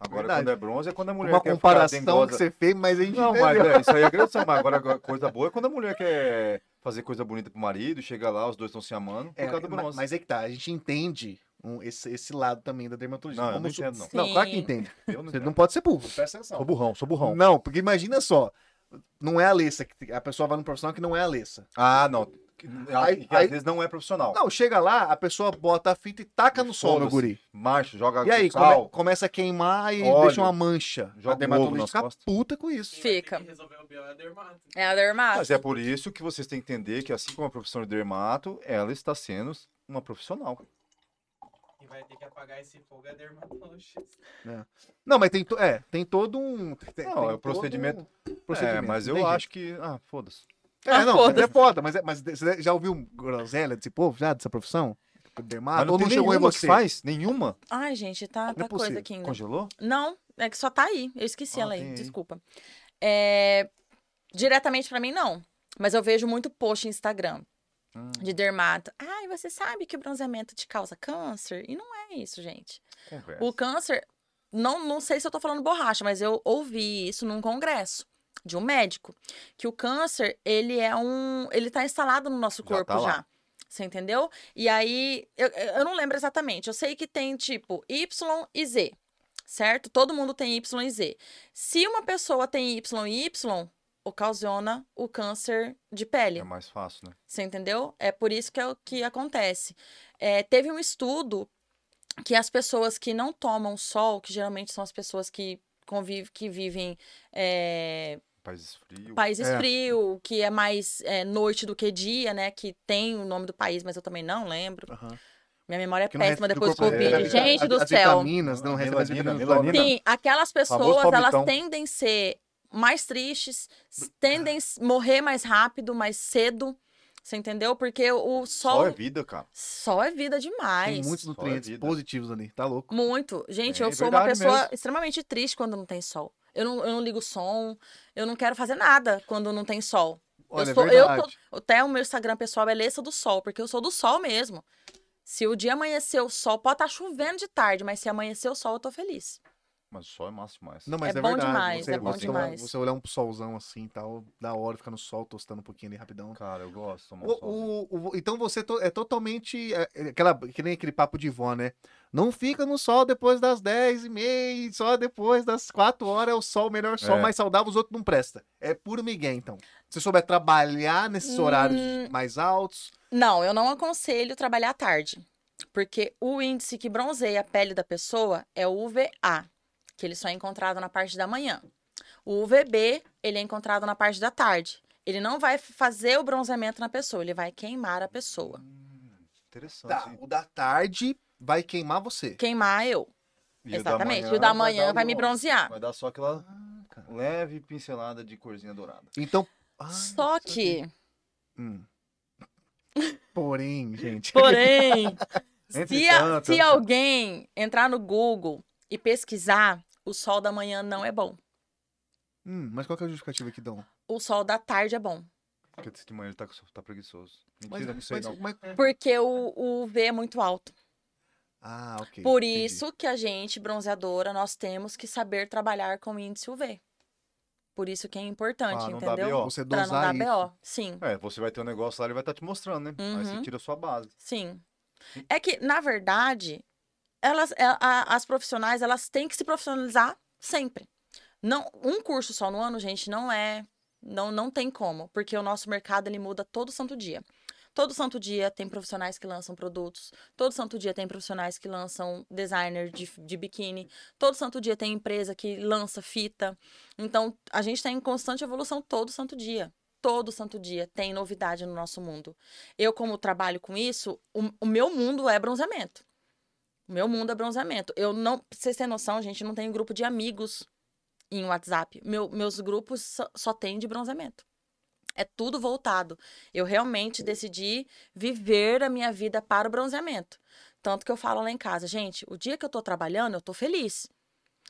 [SPEAKER 4] Agora,
[SPEAKER 2] Verdade.
[SPEAKER 4] quando é bronze, é quando a mulher
[SPEAKER 2] Uma
[SPEAKER 4] quer ficar
[SPEAKER 2] comparação
[SPEAKER 4] dengosa.
[SPEAKER 2] que você fez, mas a gente
[SPEAKER 4] Não, mas é, isso aí é agressão. Mas agora, a coisa boa é quando a mulher quer fazer coisa bonita pro marido, chega lá, os dois estão se amando, por
[SPEAKER 2] É,
[SPEAKER 4] causa do
[SPEAKER 2] ma-
[SPEAKER 4] bronze.
[SPEAKER 2] mas é que tá, a gente entende um- esse, esse lado também da dermatologia.
[SPEAKER 4] Não, eu
[SPEAKER 2] Como
[SPEAKER 4] não
[SPEAKER 2] su-
[SPEAKER 4] entendo, não.
[SPEAKER 2] Não, claro que
[SPEAKER 3] Sim.
[SPEAKER 2] entende.
[SPEAKER 4] Eu não
[SPEAKER 2] Você
[SPEAKER 4] entendo.
[SPEAKER 2] não pode ser burro.
[SPEAKER 1] Presta atenção.
[SPEAKER 2] Sou burrão, sou burrão.
[SPEAKER 1] burrão.
[SPEAKER 2] Não, porque imagina só. Não é a Alessa, que- a pessoa vai no profissional que não é a Alessa.
[SPEAKER 4] Ah, não. Que-
[SPEAKER 2] Aí-
[SPEAKER 4] que às
[SPEAKER 2] aí-
[SPEAKER 4] vezes não é profissional.
[SPEAKER 2] Não, chega lá, a pessoa bota a fita e taca no sol, meu
[SPEAKER 4] Foda-se.
[SPEAKER 2] guri.
[SPEAKER 4] Marcha, joga
[SPEAKER 2] E aí, é come-
[SPEAKER 4] sal.
[SPEAKER 2] começa a queimar e
[SPEAKER 4] Óleo.
[SPEAKER 2] deixa uma mancha.
[SPEAKER 4] Joga um
[SPEAKER 2] a dermatologista
[SPEAKER 4] ovo nas
[SPEAKER 2] fica
[SPEAKER 4] costas.
[SPEAKER 2] puta com isso.
[SPEAKER 5] Quem vai ter
[SPEAKER 3] Fica.
[SPEAKER 5] que resolver o B.O. é a dermato.
[SPEAKER 3] É a dermato.
[SPEAKER 4] Mas é por isso que vocês têm que entender que, assim como a profissão de dermato, ela está sendo uma profissional.
[SPEAKER 5] E vai ter que apagar esse fogo é a dermatologista.
[SPEAKER 2] Não, mas tem, to- é, tem todo um. tem-
[SPEAKER 4] Não,
[SPEAKER 2] tem
[SPEAKER 4] é o procedimento.
[SPEAKER 2] todo um
[SPEAKER 4] É,
[SPEAKER 2] procedimento,
[SPEAKER 4] mas
[SPEAKER 2] não
[SPEAKER 4] eu
[SPEAKER 2] tem
[SPEAKER 4] acho que. Ah, foda-se.
[SPEAKER 2] jeito. É,
[SPEAKER 3] Ah,
[SPEAKER 2] não, mas
[SPEAKER 3] foda-se.
[SPEAKER 2] é foda, mas, é- mas você já ouviu groselha desse povo, já, dessa profissão?
[SPEAKER 4] Mas
[SPEAKER 2] Dermato?
[SPEAKER 4] não
[SPEAKER 2] Ou
[SPEAKER 4] tem
[SPEAKER 2] não chegou em
[SPEAKER 4] nenhuma que
[SPEAKER 2] você?
[SPEAKER 4] faz? Nenhuma?
[SPEAKER 3] Ai, gente, tá,
[SPEAKER 2] Não é
[SPEAKER 3] tá coisa
[SPEAKER 2] possível.
[SPEAKER 3] aqui ainda.
[SPEAKER 4] Congelou?
[SPEAKER 3] Não, é que só tá aí. Eu esqueci
[SPEAKER 4] Ah,
[SPEAKER 3] ela
[SPEAKER 4] tem
[SPEAKER 3] aí,
[SPEAKER 4] aí.
[SPEAKER 3] desculpa. É, Diretamente pra mim, não. Mas eu vejo muito post em Instagram
[SPEAKER 4] Hum.
[SPEAKER 3] de dermato. Ai, você sabe que o bronzeamento te causa câncer? E não é isso, gente.
[SPEAKER 4] Conversa.
[SPEAKER 3] O câncer, não, não sei se eu tô falando borracha, mas eu ouvi isso num congresso de um médico. Que o câncer, ele é um. Ele tá instalado no nosso
[SPEAKER 4] Já
[SPEAKER 3] corpo
[SPEAKER 4] tá
[SPEAKER 3] já.
[SPEAKER 4] lá.
[SPEAKER 3] Você entendeu? E aí, eu, eu não lembro exatamente. Eu sei que tem tipo Y e Z, certo? Todo mundo tem Y e Z. Se uma pessoa tem Y e Y, ocasiona o câncer de pele.
[SPEAKER 4] É mais fácil, né?
[SPEAKER 3] Você entendeu? É por isso que é o que acontece. É, teve um estudo que as pessoas que não tomam sol, que geralmente são as pessoas que convivem, que vivem é,
[SPEAKER 4] Países frios.
[SPEAKER 3] países
[SPEAKER 2] É.
[SPEAKER 3] frios, que é mais é, noite do que dia, né? Que tem o nome do país, mas eu também não lembro.
[SPEAKER 2] Aham.
[SPEAKER 3] Minha memória é
[SPEAKER 2] Que não
[SPEAKER 3] péssima
[SPEAKER 2] recebe-
[SPEAKER 3] depois
[SPEAKER 2] o
[SPEAKER 3] do
[SPEAKER 2] corpo-
[SPEAKER 3] Covid.
[SPEAKER 2] é,
[SPEAKER 3] Gente
[SPEAKER 2] as-
[SPEAKER 3] do
[SPEAKER 2] as
[SPEAKER 3] céu.
[SPEAKER 2] vitaminas, não recebe as
[SPEAKER 4] Melanina,
[SPEAKER 2] vitaminas.
[SPEAKER 4] melanina.
[SPEAKER 2] Não.
[SPEAKER 3] Sim, aquelas
[SPEAKER 4] Famoso
[SPEAKER 3] pessoas, elas
[SPEAKER 4] palmitão.
[SPEAKER 3] tendem a ser mais tristes, tendem a morrer mais rápido, mais cedo. Você entendeu? Porque o
[SPEAKER 4] Sol
[SPEAKER 3] sol
[SPEAKER 4] é vida, cara.
[SPEAKER 3] Sol é vida demais.
[SPEAKER 2] Tem muitos
[SPEAKER 4] Só é
[SPEAKER 2] nutrientes
[SPEAKER 4] vida.
[SPEAKER 2] positivos ali, tá louco.
[SPEAKER 3] Muito. Gente,
[SPEAKER 4] É,
[SPEAKER 3] eu sou uma
[SPEAKER 4] verdade
[SPEAKER 3] pessoa
[SPEAKER 4] mesmo.
[SPEAKER 3] extremamente triste quando não tem sol. Eu não, eu não ligo som, eu não quero fazer nada quando não tem sol.
[SPEAKER 2] Olha, é
[SPEAKER 3] eu sou, eu
[SPEAKER 2] verdade.
[SPEAKER 3] tô- até o meu Instagram pessoal é Lessa do Sol, porque eu sou do sol mesmo. Se o dia amanhecer o sol, pode estar chovendo de tarde, mas se amanhecer o sol, eu tô feliz.
[SPEAKER 4] Mas o sol é massa demais.
[SPEAKER 2] Não, mas
[SPEAKER 3] É
[SPEAKER 2] é,
[SPEAKER 3] bom
[SPEAKER 2] verdade.
[SPEAKER 3] demais,
[SPEAKER 2] você,
[SPEAKER 4] é bom
[SPEAKER 2] você
[SPEAKER 3] demais.
[SPEAKER 2] Olhar, você olhar um solzão assim e tal, da hora, ficar no sol, tostando um pouquinho ali rapidão.
[SPEAKER 4] Cara, eu gosto de tomar um
[SPEAKER 2] O-
[SPEAKER 4] sol.
[SPEAKER 2] o- o- então você to- é totalmente. é, é aquela, que nem aquele papo de vó, né? Não fica no sol depois das 10 e meia, só depois das 4 horas é o sol, o melhor sol,
[SPEAKER 4] É.
[SPEAKER 2] mais saudável, os outros não presta. É puro migué, então. Se você souber trabalhar nesses
[SPEAKER 3] Hum.
[SPEAKER 2] horários mais altos,
[SPEAKER 3] Não, eu não aconselho trabalhar à tarde. Porque o índice que bronzeia a pele da pessoa é o UVA, que ele só é encontrado na parte da manhã. O UVB, ele é encontrado na parte da tarde. Ele não vai f- fazer o bronzeamento na pessoa, ele vai queimar a pessoa.
[SPEAKER 4] Hum,
[SPEAKER 3] Então,
[SPEAKER 4] interessante.
[SPEAKER 2] tá,
[SPEAKER 3] assim
[SPEAKER 4] hein?
[SPEAKER 2] o da tarde vai queimar você.
[SPEAKER 3] Queimar eu,
[SPEAKER 4] E o da
[SPEAKER 3] exatamente. E o da manhã vai,
[SPEAKER 4] dar um
[SPEAKER 3] me
[SPEAKER 4] o-
[SPEAKER 3] bronzear.
[SPEAKER 4] Vai dar só aquela
[SPEAKER 3] Hum,
[SPEAKER 2] Ah, cara.
[SPEAKER 4] leve pincelada de corzinha dourada.
[SPEAKER 2] Então. ah,
[SPEAKER 3] Só que,
[SPEAKER 2] Hum. Porém, gente.
[SPEAKER 3] porém, se, a-
[SPEAKER 4] Entretanto,
[SPEAKER 3] se alguém entrar no Google e pesquisar, o sol da manhã não é bom.
[SPEAKER 2] Hum, mas qual que é a justificativa que dão?
[SPEAKER 3] O sol da tarde é bom.
[SPEAKER 4] Porque de manhã ele tá, com- tá preguiçoso.
[SPEAKER 2] Mas,
[SPEAKER 4] Mentira, não
[SPEAKER 2] mas,
[SPEAKER 4] sei não.
[SPEAKER 2] mas-
[SPEAKER 3] Porque o, o V é muito alto.
[SPEAKER 2] Ah, ok.
[SPEAKER 3] Por
[SPEAKER 2] entendi.
[SPEAKER 3] isso que a gente, bronzeadora, nós temos que saber trabalhar com o índice UV. Por isso que é importante,
[SPEAKER 4] Ah, não dá
[SPEAKER 3] entendeu?
[SPEAKER 4] B.O.
[SPEAKER 2] Você
[SPEAKER 3] Pra não dar
[SPEAKER 2] dosar isso.
[SPEAKER 3] BO. Sim,
[SPEAKER 4] É, você vai ter um negócio lá, ele vai estar te mostrando, né? Aí você
[SPEAKER 3] Uhum.
[SPEAKER 4] tira a sua base.
[SPEAKER 3] sim. É que, na verdade, elas, é- a- as profissionais, elas têm que se profissionalizar sempre. Não, um curso só no ano, gente, não é... Não, não tem como, porque o nosso mercado, ele muda todo santo dia. Todo santo dia tem profissionais que lançam produtos, todo santo dia tem profissionais que lançam designer de, de biquíni, todo santo dia tem empresa que lança fita. Então, a gente está em constante evolução todo santo dia. Todo santo dia tem novidade no nosso mundo. Eu, como trabalho com isso, o, o meu mundo é bronzeamento. O meu mundo é bronzeamento. Eu não. Pra vocês terem noção, gente, eu não tenho grupo de amigos em WhatsApp. Meu- meus grupos só, só tem de bronzeamento. É tudo voltado. Eu realmente decidi viver a minha vida para o bronzeamento. Tanto que eu falo lá em casa, gente, o dia que eu tô trabalhando, eu tô feliz.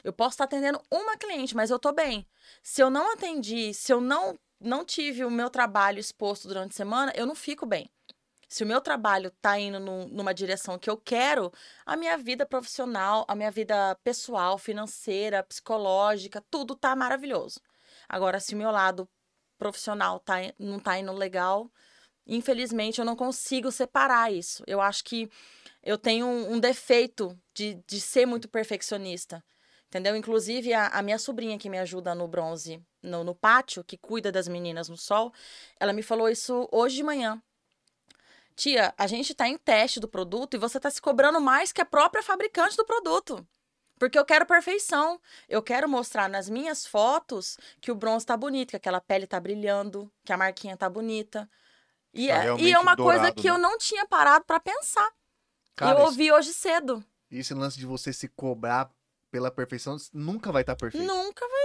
[SPEAKER 3] Eu posso estar atendendo uma cliente, mas eu tô bem. Se eu não atendi, se eu não não tive o meu trabalho exposto durante a semana, eu não fico bem. Se o meu trabalho tá indo num- numa direção que eu quero, a minha vida profissional, a minha vida pessoal, financeira, psicológica, tudo tá maravilhoso. Agora, se o meu lado profissional tá, i- não tá indo legal, infelizmente eu não consigo separar isso. Eu acho que eu tenho um, um defeito de, de ser muito perfeccionista. Entendeu? Inclusive, a, a minha sobrinha que me ajuda no bronze, no, no pátio, que cuida das meninas no sol, ela me falou isso hoje de manhã. Tia, a gente tá em teste do produto e você tá se cobrando mais que a própria fabricante do produto. Porque eu quero perfeição. Eu quero mostrar nas minhas fotos que o bronze tá bonito, que aquela pele tá brilhando, que a marquinha tá bonita. E,
[SPEAKER 4] Tá
[SPEAKER 3] é- e
[SPEAKER 4] realmente
[SPEAKER 3] é uma coisa
[SPEAKER 4] dourado,
[SPEAKER 3] que
[SPEAKER 4] né?
[SPEAKER 3] eu não tinha parado pra pensar.
[SPEAKER 2] Cara,
[SPEAKER 3] eu
[SPEAKER 2] isso-
[SPEAKER 3] ouvi hoje cedo.
[SPEAKER 2] esse lance de você se cobrar pela perfeição nunca vai estar perfeito.
[SPEAKER 3] Nunca vai.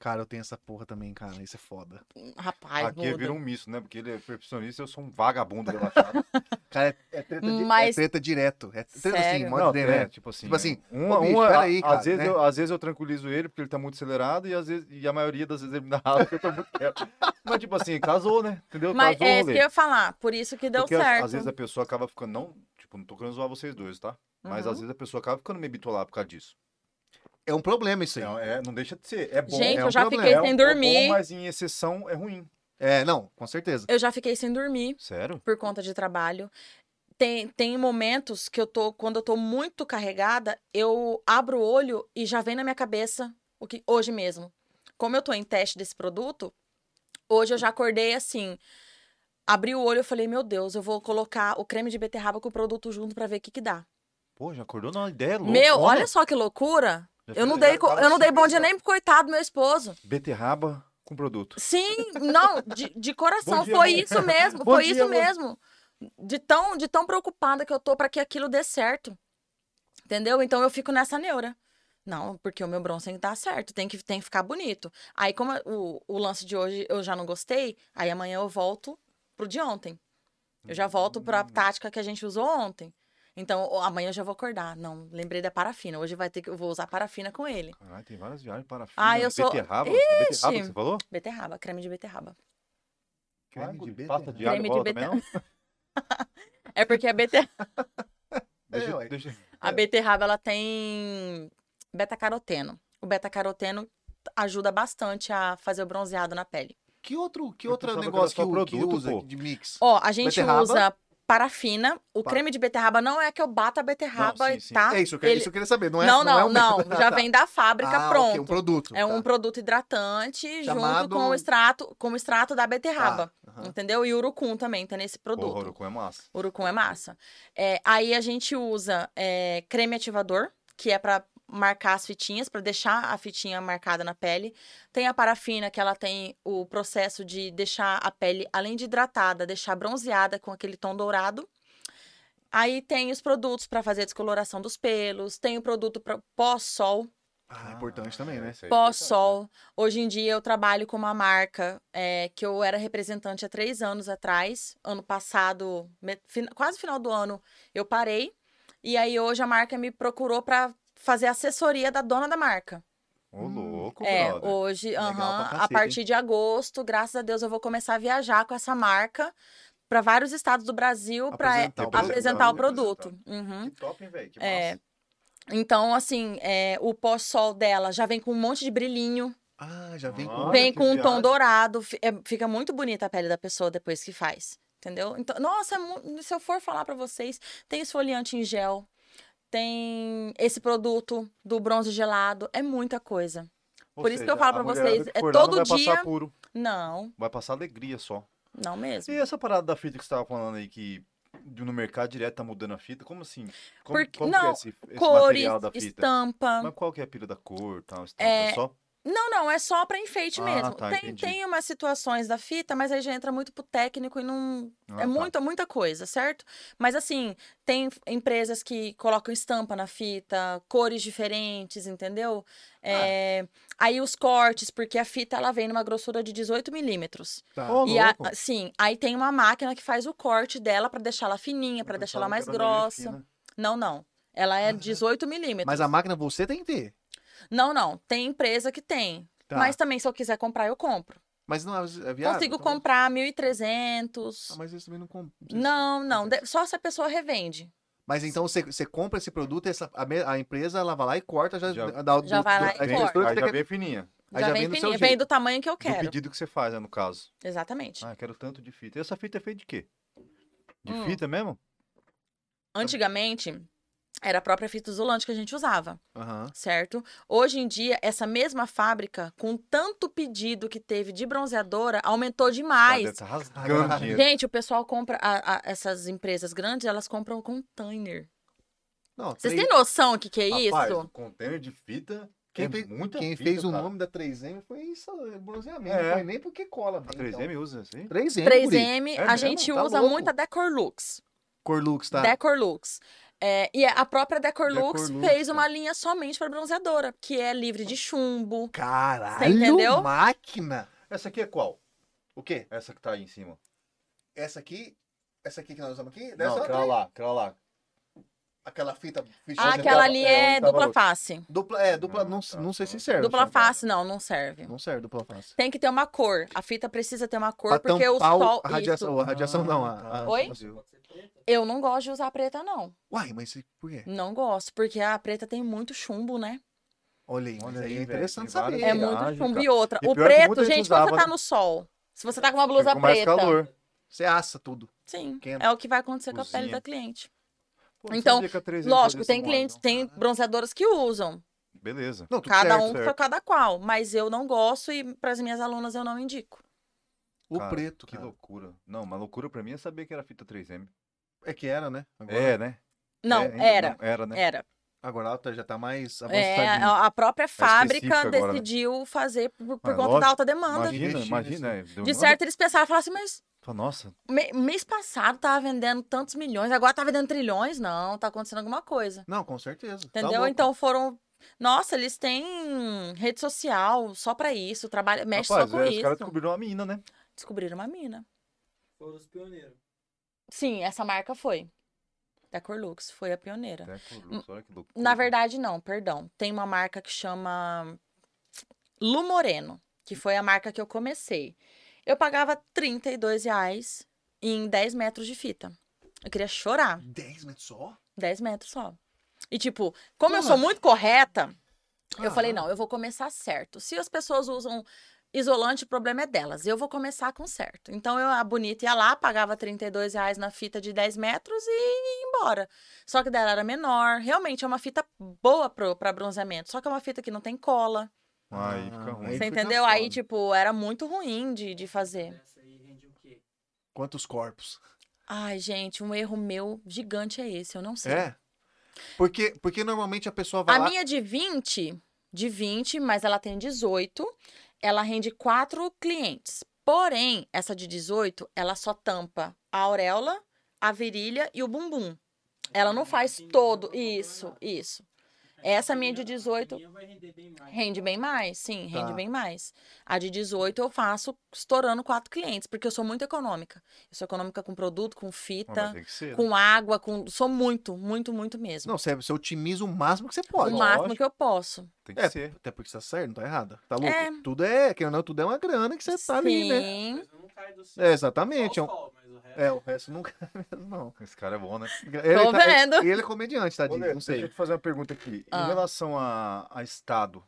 [SPEAKER 2] Cara, eu tenho essa porra também, cara. Isso é foda.
[SPEAKER 3] Rapaz,
[SPEAKER 4] Aqui
[SPEAKER 3] muda.
[SPEAKER 4] vira um misto, né? Porque ele é perfeccionista e eu sou um vagabundo relaxado.
[SPEAKER 2] Cara, é, é treta, di- é
[SPEAKER 3] Mas-
[SPEAKER 2] treta direto. É treta
[SPEAKER 3] Sério?
[SPEAKER 2] assim, modo de
[SPEAKER 4] é,
[SPEAKER 2] direto.
[SPEAKER 4] tipo assim.
[SPEAKER 2] Tipo assim,
[SPEAKER 4] uma,
[SPEAKER 2] ô, bicho,
[SPEAKER 4] uma,
[SPEAKER 2] peraí,
[SPEAKER 4] a-
[SPEAKER 2] cara,
[SPEAKER 4] ah, às, vezes
[SPEAKER 2] né?
[SPEAKER 4] eu, às vezes eu tranquilizo ele porque ele tá muito acelerado e, às vezes, e a maioria das vezes ele me dá raiva porque eu tô muito quieto. Mas, tipo assim, casou, né? Entendeu?
[SPEAKER 3] Mas
[SPEAKER 4] casou o
[SPEAKER 3] é isso
[SPEAKER 4] rolê.
[SPEAKER 3] que eu ia falar. Por isso que deu
[SPEAKER 4] Porque às-
[SPEAKER 3] certo.
[SPEAKER 4] às vezes a pessoa acaba ficando. Não, tipo, não tô querendo zoar vocês dois, tá? Mas
[SPEAKER 3] Uhum.
[SPEAKER 4] às vezes a pessoa acaba ficando meio bitolada por causa disso.
[SPEAKER 2] É um problema isso aí.
[SPEAKER 4] Não, é, não deixa de ser. É bom.
[SPEAKER 3] Gente,
[SPEAKER 4] é
[SPEAKER 2] é
[SPEAKER 3] eu
[SPEAKER 2] um
[SPEAKER 3] já
[SPEAKER 2] problema.
[SPEAKER 3] fiquei
[SPEAKER 4] é um-
[SPEAKER 3] sem
[SPEAKER 4] É bom,
[SPEAKER 3] dormir.
[SPEAKER 4] mas em exceção é ruim.
[SPEAKER 2] É, não, com certeza.
[SPEAKER 3] Eu já fiquei sem dormir
[SPEAKER 4] Sério?
[SPEAKER 3] por conta de trabalho. Tem, tem momentos que eu tô, quando eu tô muito carregada, eu abro o olho e já vem na minha cabeça o que hoje mesmo. Como eu tô em teste desse produto, hoje eu já acordei assim. Abri o olho e falei, meu Deus, eu vou colocar o creme de beterraba com o produto junto pra ver o que que dá.
[SPEAKER 4] Pô, já acordou na ideia, louco.
[SPEAKER 3] Meu,
[SPEAKER 4] Olha,
[SPEAKER 3] olha só que loucura.
[SPEAKER 4] já
[SPEAKER 3] Eu
[SPEAKER 4] fez-
[SPEAKER 3] não
[SPEAKER 4] já
[SPEAKER 3] dei, co-
[SPEAKER 4] tava
[SPEAKER 3] eu não dei
[SPEAKER 4] assim,
[SPEAKER 3] bom dia
[SPEAKER 4] ó.
[SPEAKER 3] nem pro coitado do meu esposo.
[SPEAKER 4] Beterraba com produto.
[SPEAKER 3] Sim, não, de, de coração.
[SPEAKER 4] Bom dia,
[SPEAKER 3] foi
[SPEAKER 4] amor.
[SPEAKER 3] isso mesmo,
[SPEAKER 4] Bom
[SPEAKER 3] foi
[SPEAKER 4] dia,
[SPEAKER 3] isso
[SPEAKER 4] amor.
[SPEAKER 3] mesmo. De tão, de tão preocupada que eu tô pra que aquilo dê certo. Entendeu? Então eu fico nessa neura. Não, porque o meu bronze tem que dar certo, tem que, tem que ficar bonito. Aí, como o, o lance de hoje eu já não gostei, aí amanhã eu volto pro de ontem. Eu já volto pra
[SPEAKER 4] Hum.
[SPEAKER 3] tática que a gente usou ontem. Então, o- amanhã eu já vou acordar. Não, lembrei da parafina. Hoje vai ter que, eu vou usar parafina com ele.
[SPEAKER 4] Caralho, tem várias viagens para
[SPEAKER 3] Ah, eu sou-
[SPEAKER 4] Beterraba? É beterraba que
[SPEAKER 3] Ixi.
[SPEAKER 4] você falou?
[SPEAKER 3] Beterraba, creme de beterraba.
[SPEAKER 2] Creme de
[SPEAKER 4] Pasta de
[SPEAKER 2] beterraba.
[SPEAKER 4] alho
[SPEAKER 3] Creme de
[SPEAKER 4] rola também, não?
[SPEAKER 3] É porque a beterraba.
[SPEAKER 4] Deixa,
[SPEAKER 2] É, ué.
[SPEAKER 4] deixa...
[SPEAKER 3] A beterraba ela tem beta-caroteno. O beta-caroteno ajuda bastante a fazer o bronzeado na pele.
[SPEAKER 2] Que outro, que
[SPEAKER 4] Eu
[SPEAKER 2] outro
[SPEAKER 4] pensava que
[SPEAKER 2] negócio que,
[SPEAKER 4] era só
[SPEAKER 2] o- que
[SPEAKER 4] produto,
[SPEAKER 2] usa
[SPEAKER 4] pô.
[SPEAKER 2] de mix?
[SPEAKER 3] Ó, a gente
[SPEAKER 2] Beterraba?
[SPEAKER 3] usa parafina. O
[SPEAKER 2] Pa-
[SPEAKER 3] creme de beterraba não é que eu bato a beterraba,
[SPEAKER 4] Não, sim, sim.
[SPEAKER 3] tá?
[SPEAKER 2] É isso, eu quero-
[SPEAKER 3] Ele-
[SPEAKER 2] isso eu queria saber. Não é
[SPEAKER 3] Não,
[SPEAKER 2] é
[SPEAKER 3] não,
[SPEAKER 2] o
[SPEAKER 3] não.
[SPEAKER 2] mesmo.
[SPEAKER 3] Já
[SPEAKER 2] Tá.
[SPEAKER 3] vem da fábrica
[SPEAKER 2] Ah,
[SPEAKER 3] pronto.
[SPEAKER 2] ok, um produto.
[SPEAKER 3] É um
[SPEAKER 2] tá.
[SPEAKER 3] produto hidratante junto
[SPEAKER 2] Chamado-
[SPEAKER 3] com o extrato, com o extrato da beterraba,
[SPEAKER 2] Tá, aham.
[SPEAKER 3] entendeu? E o urucum também tá nesse produto.
[SPEAKER 4] Porra, Urucum é massa.
[SPEAKER 3] Urucum é massa. É, aí a gente usa é, creme ativador, que é pra marcar as fitinhas, pra deixar a fitinha marcada na pele. Tem a parafina, que ela tem o processo de deixar a pele, além de hidratada, deixar bronzeada com aquele tom dourado. Aí tem os produtos pra fazer a descoloração dos pelos, tem o produto pra- pós-sol,
[SPEAKER 2] Ah, é importante também, né?
[SPEAKER 4] isso aí é importante,
[SPEAKER 3] Pós-sol. Hoje em dia eu trabalho com uma marca é, que eu era representante há três anos atrás. Ano passado, me- fin- quase final do ano, eu parei. E aí hoje a marca me procurou para fazer assessoria da dona da marca.
[SPEAKER 4] Ô, louco,
[SPEAKER 3] É,
[SPEAKER 4] brother.
[SPEAKER 3] hoje,
[SPEAKER 2] Legal
[SPEAKER 3] aham,
[SPEAKER 2] pra cacete,
[SPEAKER 3] a partir de agosto, graças a Deus, eu vou começar a viajar com essa marca para vários estados do Brasil para
[SPEAKER 4] Apresentar o produto. né?
[SPEAKER 3] apresentar o
[SPEAKER 4] Apresentar.
[SPEAKER 3] produto. Uhum.
[SPEAKER 4] Que top, hein, velho? Que
[SPEAKER 3] É.
[SPEAKER 4] massa.
[SPEAKER 3] Então, assim, é, o pós-sol dela já vem com um monte de brilhinho,
[SPEAKER 2] Ah, já vem
[SPEAKER 4] Olha
[SPEAKER 2] com.
[SPEAKER 3] vem
[SPEAKER 4] que
[SPEAKER 3] com um
[SPEAKER 4] viagem.
[SPEAKER 3] tom dourado, fi- é, fica muito bonita a pele da pessoa depois que faz, entendeu? Então, nossa, é mu- se eu for falar pra vocês, tem esfoliante em gel, tem esse produto do bronze gelado, é muita coisa.
[SPEAKER 4] Ou
[SPEAKER 3] por isso que eu
[SPEAKER 4] seja,
[SPEAKER 3] falo
[SPEAKER 4] a
[SPEAKER 3] pra
[SPEAKER 4] mulherada
[SPEAKER 3] vocês,
[SPEAKER 4] que
[SPEAKER 3] é
[SPEAKER 4] for lá não
[SPEAKER 3] todo
[SPEAKER 4] vai Passar
[SPEAKER 3] dia-
[SPEAKER 4] puro,
[SPEAKER 3] Não,
[SPEAKER 4] vai passar alegria só.
[SPEAKER 3] não mesmo.
[SPEAKER 4] E essa parada da fita que você tava falando aí, que de- no mercado direto tá mudando a fita, como assim? Como,
[SPEAKER 3] Porque-
[SPEAKER 4] como que é
[SPEAKER 3] não,
[SPEAKER 4] esse, esse
[SPEAKER 3] Cores,
[SPEAKER 4] material da fita?
[SPEAKER 3] estampa.
[SPEAKER 4] Mas qual que é a pilha da cor e tal? estampa?
[SPEAKER 3] É,
[SPEAKER 4] É só
[SPEAKER 3] Não, não, é só pra enfeite
[SPEAKER 4] Ah,
[SPEAKER 3] mesmo.
[SPEAKER 4] tá,
[SPEAKER 3] tem,
[SPEAKER 4] entendi.
[SPEAKER 3] tem umas situações da fita, mas aí já entra muito pro técnico e não,
[SPEAKER 4] Ah,
[SPEAKER 3] é
[SPEAKER 4] tá.
[SPEAKER 3] muita, muita coisa, certo? Mas assim, tem f- empresas que colocam estampa na fita, cores diferentes, entendeu?
[SPEAKER 4] Ah.
[SPEAKER 3] É, Aí os cortes, porque a fita ela vem numa grossura de 18 milímetros.
[SPEAKER 2] Tá.
[SPEAKER 4] Ô,
[SPEAKER 3] E a-
[SPEAKER 4] louco.
[SPEAKER 3] sim, aí tem uma máquina que faz o corte dela pra deixar ela fininha, pra
[SPEAKER 4] Eu
[SPEAKER 3] deixar ela
[SPEAKER 4] pensava
[SPEAKER 3] mais
[SPEAKER 4] que era meio
[SPEAKER 3] grossa.
[SPEAKER 4] fina.
[SPEAKER 3] Não, não. Ela é 18 milímetros.
[SPEAKER 2] Mas a máquina você tem que ter.
[SPEAKER 3] Não, não. Tem empresa que tem.
[SPEAKER 2] Tá.
[SPEAKER 3] Mas também, se eu quiser comprar, eu compro.
[SPEAKER 2] Mas não é é viável.
[SPEAKER 3] Consigo
[SPEAKER 2] então-
[SPEAKER 3] comprar
[SPEAKER 4] Tá,
[SPEAKER 2] Ah,
[SPEAKER 3] 1.300.
[SPEAKER 2] mas isso também não compra.
[SPEAKER 4] é
[SPEAKER 3] Não, não.
[SPEAKER 2] Entendi.
[SPEAKER 3] de- Só se a pessoa revende.
[SPEAKER 2] Mas então você, você compra esse produto, essa, a, me- a empresa ela vai lá e corta, já,
[SPEAKER 4] Já-
[SPEAKER 2] dá o-
[SPEAKER 3] Já vai lá e
[SPEAKER 2] a
[SPEAKER 4] Vem-
[SPEAKER 2] impressora
[SPEAKER 4] aí
[SPEAKER 2] que
[SPEAKER 4] já
[SPEAKER 2] você quer-
[SPEAKER 4] vem fininha.
[SPEAKER 2] Aí
[SPEAKER 3] já,
[SPEAKER 2] já
[SPEAKER 3] vem
[SPEAKER 2] vem do seu
[SPEAKER 3] fininho. Vem
[SPEAKER 2] jeito.
[SPEAKER 3] do tamanho que eu
[SPEAKER 4] Do
[SPEAKER 3] quero.
[SPEAKER 4] pedido que você faz, né, no caso.
[SPEAKER 3] Exatamente.
[SPEAKER 4] Ah, eu quero tanto de fita. E essa fita é feita de quê? De
[SPEAKER 3] Hum.
[SPEAKER 4] fita mesmo?
[SPEAKER 3] Antigamente, era a própria fita isolante que a gente usava,
[SPEAKER 2] Aham.
[SPEAKER 3] certo? Hoje em dia, essa mesma fábrica, com tanto pedido que teve de bronzeadora, aumentou
[SPEAKER 4] Ah,
[SPEAKER 3] demais.
[SPEAKER 4] deve tá rasgando
[SPEAKER 2] Ah,
[SPEAKER 4] dinheiro.
[SPEAKER 3] Gente, o pessoal compra. a- a- essas empresas grandes, elas compram container.
[SPEAKER 2] Não,
[SPEAKER 3] Vocês
[SPEAKER 2] três-
[SPEAKER 3] têm noção do que, que é isso?
[SPEAKER 4] Rapaz, um container de fita
[SPEAKER 2] Quem
[SPEAKER 4] é
[SPEAKER 2] fez-
[SPEAKER 4] muita
[SPEAKER 2] Quem
[SPEAKER 4] fita,
[SPEAKER 2] fez o
[SPEAKER 4] cara.
[SPEAKER 2] nome da 3M foi isso, bronzeamento.
[SPEAKER 4] É.
[SPEAKER 2] Não foi nem porque cola bem.
[SPEAKER 4] A 3M usa assim?
[SPEAKER 2] então. 3M. 3M.
[SPEAKER 3] 3M,
[SPEAKER 4] É
[SPEAKER 3] a
[SPEAKER 4] mesmo?
[SPEAKER 3] gente
[SPEAKER 2] Tá
[SPEAKER 3] usa
[SPEAKER 2] louco.
[SPEAKER 3] muito a Decorlux.
[SPEAKER 2] Corlux, tá?
[SPEAKER 3] Decorlux. É, e a própria Decorlux,
[SPEAKER 4] Decorlux,
[SPEAKER 3] fez
[SPEAKER 4] tá.
[SPEAKER 3] uma linha somente para bronzeadora, que é livre de chumbo.
[SPEAKER 2] Caralho,
[SPEAKER 3] entendeu?
[SPEAKER 2] máquina.
[SPEAKER 4] Essa aqui é qual?
[SPEAKER 2] O quê?
[SPEAKER 4] Essa que tá aí em cima.
[SPEAKER 2] Essa aqui? Essa aqui que nós usamos aqui? Dessa
[SPEAKER 3] é
[SPEAKER 4] Não, aquela lá, aquela lá.
[SPEAKER 2] Aquela fita fechada.
[SPEAKER 3] Ah,
[SPEAKER 4] você
[SPEAKER 3] aquela
[SPEAKER 4] tá-
[SPEAKER 3] ali
[SPEAKER 4] é, onde
[SPEAKER 3] é,
[SPEAKER 4] tá
[SPEAKER 3] dupla
[SPEAKER 4] valor.
[SPEAKER 3] face.
[SPEAKER 2] Dupla, é, dupla,
[SPEAKER 4] Ah,
[SPEAKER 2] não,
[SPEAKER 4] tá,
[SPEAKER 2] não sei
[SPEAKER 4] tá.
[SPEAKER 2] se serve.
[SPEAKER 3] Dupla
[SPEAKER 4] São Paulo.
[SPEAKER 3] face, não, não serve.
[SPEAKER 2] Não serve dupla face.
[SPEAKER 3] Tem que ter uma cor. A fita precisa ter uma
[SPEAKER 2] Pra
[SPEAKER 3] cor, porque o
[SPEAKER 2] tampar o-
[SPEAKER 3] sol.
[SPEAKER 2] a radiação,
[SPEAKER 3] isso.
[SPEAKER 2] a radiação não. A,
[SPEAKER 4] tá.
[SPEAKER 2] a-
[SPEAKER 3] Oi?
[SPEAKER 5] Pode ser preta?
[SPEAKER 3] Eu não gosto de usar preta, não.
[SPEAKER 2] Uai, mas isso- por quê?
[SPEAKER 3] Não gosto, porque a preta tem muito chumbo, né?
[SPEAKER 2] Olha aí, mas
[SPEAKER 4] Olha aí,
[SPEAKER 2] aí é
[SPEAKER 4] velho,
[SPEAKER 2] interessante
[SPEAKER 4] tem várias
[SPEAKER 2] saber.
[SPEAKER 3] É
[SPEAKER 4] Verdade,
[SPEAKER 3] muito chumbo.
[SPEAKER 4] cara.
[SPEAKER 3] E outra,
[SPEAKER 4] E
[SPEAKER 3] o
[SPEAKER 4] pior que
[SPEAKER 3] preto,
[SPEAKER 4] muita gente
[SPEAKER 3] gente, quando
[SPEAKER 4] usava,
[SPEAKER 3] você tá
[SPEAKER 4] né?
[SPEAKER 3] no sol. Se você tá com uma blusa
[SPEAKER 4] Fica com mais
[SPEAKER 3] preta,
[SPEAKER 4] calor.
[SPEAKER 2] Você assa tudo.
[SPEAKER 3] sim,
[SPEAKER 2] Quente.
[SPEAKER 3] é o que vai acontecer com a pele
[SPEAKER 4] Cozinha.
[SPEAKER 3] da cliente.
[SPEAKER 4] Pô, não
[SPEAKER 3] Então,
[SPEAKER 4] sabia que a 3M
[SPEAKER 3] Lógico,
[SPEAKER 4] fazia
[SPEAKER 3] tem
[SPEAKER 4] esse
[SPEAKER 3] clientes,
[SPEAKER 4] molde,
[SPEAKER 3] tem bronzeadoras que usam.
[SPEAKER 4] não. Beleza.
[SPEAKER 2] Não, tudo
[SPEAKER 3] cada
[SPEAKER 2] certo.
[SPEAKER 3] um para cada qual. Mas eu não gosto e para as minhas alunas eu não indico.
[SPEAKER 2] O
[SPEAKER 4] Cara,
[SPEAKER 2] preto,
[SPEAKER 4] Que
[SPEAKER 2] cara.
[SPEAKER 4] loucura. Não, mas loucura pra mim é saber que era fita 3M.
[SPEAKER 2] É que era, né? Agora,
[SPEAKER 4] É, né?
[SPEAKER 3] Não,
[SPEAKER 4] É, ainda
[SPEAKER 3] era.
[SPEAKER 4] não, era, né?
[SPEAKER 3] Era.
[SPEAKER 2] agora ela tá- já tá mais
[SPEAKER 3] É,
[SPEAKER 2] avançadinha.
[SPEAKER 3] a a própria fábrica
[SPEAKER 4] específico agora, né?
[SPEAKER 3] decidiu fazer por, por
[SPEAKER 4] Mas
[SPEAKER 3] conta
[SPEAKER 4] lógico,
[SPEAKER 3] da alta demanda.
[SPEAKER 4] Imagina,
[SPEAKER 2] Investir
[SPEAKER 4] imagina. é, deu-
[SPEAKER 3] De certo, eles pensaram, falaram assim, mas
[SPEAKER 4] Fala, Nossa,
[SPEAKER 3] me- mês passado tava vendendo tantos milhões, agora tá vendendo trilhões? Não, tá acontecendo alguma coisa.
[SPEAKER 2] Não, com certeza. Tá
[SPEAKER 3] Entendeu?
[SPEAKER 2] louco.
[SPEAKER 3] então foram... Nossa, eles têm rede social só pra isso, trabalha, mexe
[SPEAKER 4] rapaz,
[SPEAKER 3] só com
[SPEAKER 4] é, os
[SPEAKER 3] isso.
[SPEAKER 4] caras descobriram uma menina, né?
[SPEAKER 3] Descobriram uma mina.
[SPEAKER 5] Foram os pioneiros.
[SPEAKER 3] Sim, essa marca foi. Da Corlux, foi a pioneira.
[SPEAKER 4] Até com luz, É, olha que loucura.
[SPEAKER 3] Tá. Hum, Na verdade, não, perdão. Tem uma marca que chama Lu Moreno, que foi a marca que eu comecei. Eu pagava R$ 32 reais em 10 metros de fita. Eu queria chorar.
[SPEAKER 2] 10 metros só?
[SPEAKER 3] 10 metros só. E, tipo, como eu
[SPEAKER 2] Porra.
[SPEAKER 3] sou muito correta, eu
[SPEAKER 2] Caralho.
[SPEAKER 3] falei, não, eu vou começar certo. Se as pessoas usam isolante, o problema é delas. Eu vou começar com certo. Então, eu, a bonita ia lá, pagava 32 reais na fita de 10 metros e ia embora. Só que dela era menor. Realmente, é uma fita boa pro, pra bronzeamento. Só que é uma fita que não tem cola.
[SPEAKER 4] Aí fica
[SPEAKER 2] Ah,
[SPEAKER 4] ruim.
[SPEAKER 2] aí
[SPEAKER 3] você
[SPEAKER 2] fica
[SPEAKER 3] entendeu?
[SPEAKER 2] foda.
[SPEAKER 3] Aí, tipo, era muito ruim de, de fazer.
[SPEAKER 5] Essa aí rende o quê?
[SPEAKER 2] Quantos corpos?
[SPEAKER 3] Ai, gente, um erro meu gigante é esse. Eu não sei.
[SPEAKER 2] É. Porque, porque normalmente a pessoa vai
[SPEAKER 3] A
[SPEAKER 2] lá...
[SPEAKER 3] minha de 20, de 20, mas ela tem 18, ela rende quatro clientes. Porém, essa de 18, ela só tampa a auréola,
[SPEAKER 2] É
[SPEAKER 3] a virilha e o bumbum. Ela não faz todo isso, isso. Essa minha de 18
[SPEAKER 5] A minha vai render bem mais.
[SPEAKER 3] Rende bem mais, sim, rende
[SPEAKER 2] Tá.
[SPEAKER 3] bem mais. A de 18 eu faço estourando quatro clientes, porque eu sou muito econômica. Eu sou econômica com produto, com
[SPEAKER 4] Mas
[SPEAKER 3] fita,
[SPEAKER 4] tem que ser. né?
[SPEAKER 3] com água, com. Sou muito, muito, muito mesmo.
[SPEAKER 2] Não, você, você otimiza o máximo que você pode.
[SPEAKER 3] o máximo
[SPEAKER 4] lógico.
[SPEAKER 3] que eu posso.
[SPEAKER 4] Tem que
[SPEAKER 2] É,
[SPEAKER 4] ser.
[SPEAKER 2] até porque você tá certo, não tá errado. Tá louco?
[SPEAKER 3] É.
[SPEAKER 2] Tudo é, querendo ou não, tudo é uma grana que você tá ali, né?
[SPEAKER 3] Sim.
[SPEAKER 5] Mas eu não caio do céu.
[SPEAKER 2] É, exatamente. É,
[SPEAKER 5] Só o
[SPEAKER 2] um-
[SPEAKER 5] sol, mas o resto-
[SPEAKER 2] é, o resto nunca é mesmo, não.
[SPEAKER 4] Esse cara é bom, né?
[SPEAKER 2] Ele tá-
[SPEAKER 3] vendo.
[SPEAKER 2] E ele é comediante, tadinho.
[SPEAKER 4] Olha,
[SPEAKER 2] não
[SPEAKER 4] Deixa eu
[SPEAKER 2] sei.
[SPEAKER 4] te fazer uma pergunta aqui.
[SPEAKER 3] Ah.
[SPEAKER 4] Em relação a, a estado, o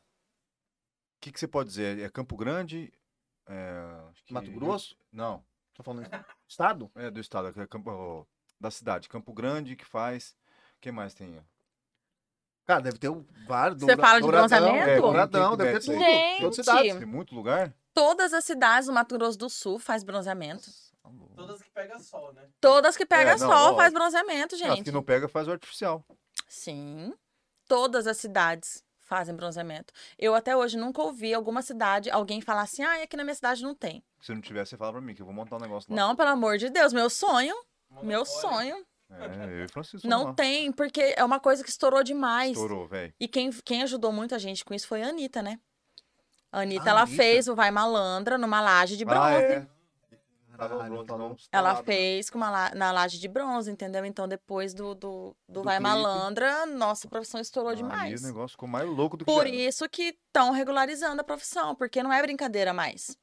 [SPEAKER 4] que, que você pode dizer? É Campo Grande? é, acho que
[SPEAKER 2] Mato
[SPEAKER 4] Rio-
[SPEAKER 2] Grosso?
[SPEAKER 4] Não,
[SPEAKER 2] Tá falando isso? Estado?
[SPEAKER 4] é do estado, é Campo- ó, da cidade. Campo Grande, que faz... quem mais tem?
[SPEAKER 2] Cara, deve ter um vários.
[SPEAKER 3] Você fala de bronzeamento?
[SPEAKER 2] É,
[SPEAKER 3] É,
[SPEAKER 2] Douradão,
[SPEAKER 4] quem que
[SPEAKER 2] deve ter
[SPEAKER 4] veste
[SPEAKER 2] tudo.
[SPEAKER 3] aí?
[SPEAKER 2] Todas as
[SPEAKER 3] Gente!
[SPEAKER 2] cidades.
[SPEAKER 4] Tem muito lugar?
[SPEAKER 3] Todas as cidades do Mato Grosso do Sul faz bronzeamento.
[SPEAKER 5] Todas que pegam sol, né?
[SPEAKER 3] Todas que pegam
[SPEAKER 4] É, não,
[SPEAKER 3] sol
[SPEAKER 4] ó,
[SPEAKER 3] faz bronzeamento,
[SPEAKER 4] As
[SPEAKER 3] gente.
[SPEAKER 4] que não pega faz o artificial.
[SPEAKER 3] Sim. Todas as cidades fazem bronzeamento. Eu até hoje nunca ouvi alguma cidade, alguém falar assim, ah, aqui na minha cidade não tem.
[SPEAKER 4] Se não tiver, você fala pra mim que eu vou montar um negócio lá.
[SPEAKER 3] Não, pelo amor de Deus, meu sonho, meu
[SPEAKER 5] Monopólio.
[SPEAKER 3] sonho.
[SPEAKER 4] É, eu e Francisco.
[SPEAKER 3] Não
[SPEAKER 4] vamos lá.
[SPEAKER 3] tem, porque é uma coisa que estourou demais.
[SPEAKER 4] Estourou, velho.
[SPEAKER 3] E quem, quem ajudou muito a gente com isso foi a Anitta, né? A Anitta,
[SPEAKER 2] A
[SPEAKER 3] ela
[SPEAKER 2] Anitta?
[SPEAKER 3] fez o Vai Malandra numa laje de bronze.
[SPEAKER 4] Ah, é. Tava
[SPEAKER 2] Caralho,
[SPEAKER 4] pronto, então.
[SPEAKER 2] falou.
[SPEAKER 4] não.
[SPEAKER 3] Ela
[SPEAKER 4] Estourado.
[SPEAKER 3] fez com uma la- na laje de bronze, entendeu? Então, depois do, do, do,
[SPEAKER 4] Do
[SPEAKER 3] Vai
[SPEAKER 4] clipe.
[SPEAKER 3] Malandra, nossa a profissão estourou
[SPEAKER 4] Aí né?
[SPEAKER 3] demais.
[SPEAKER 4] o negócio ficou mais louco do que
[SPEAKER 3] Por
[SPEAKER 4] já era.
[SPEAKER 3] isso que estão regularizando a profissão, porque não é brincadeira mais.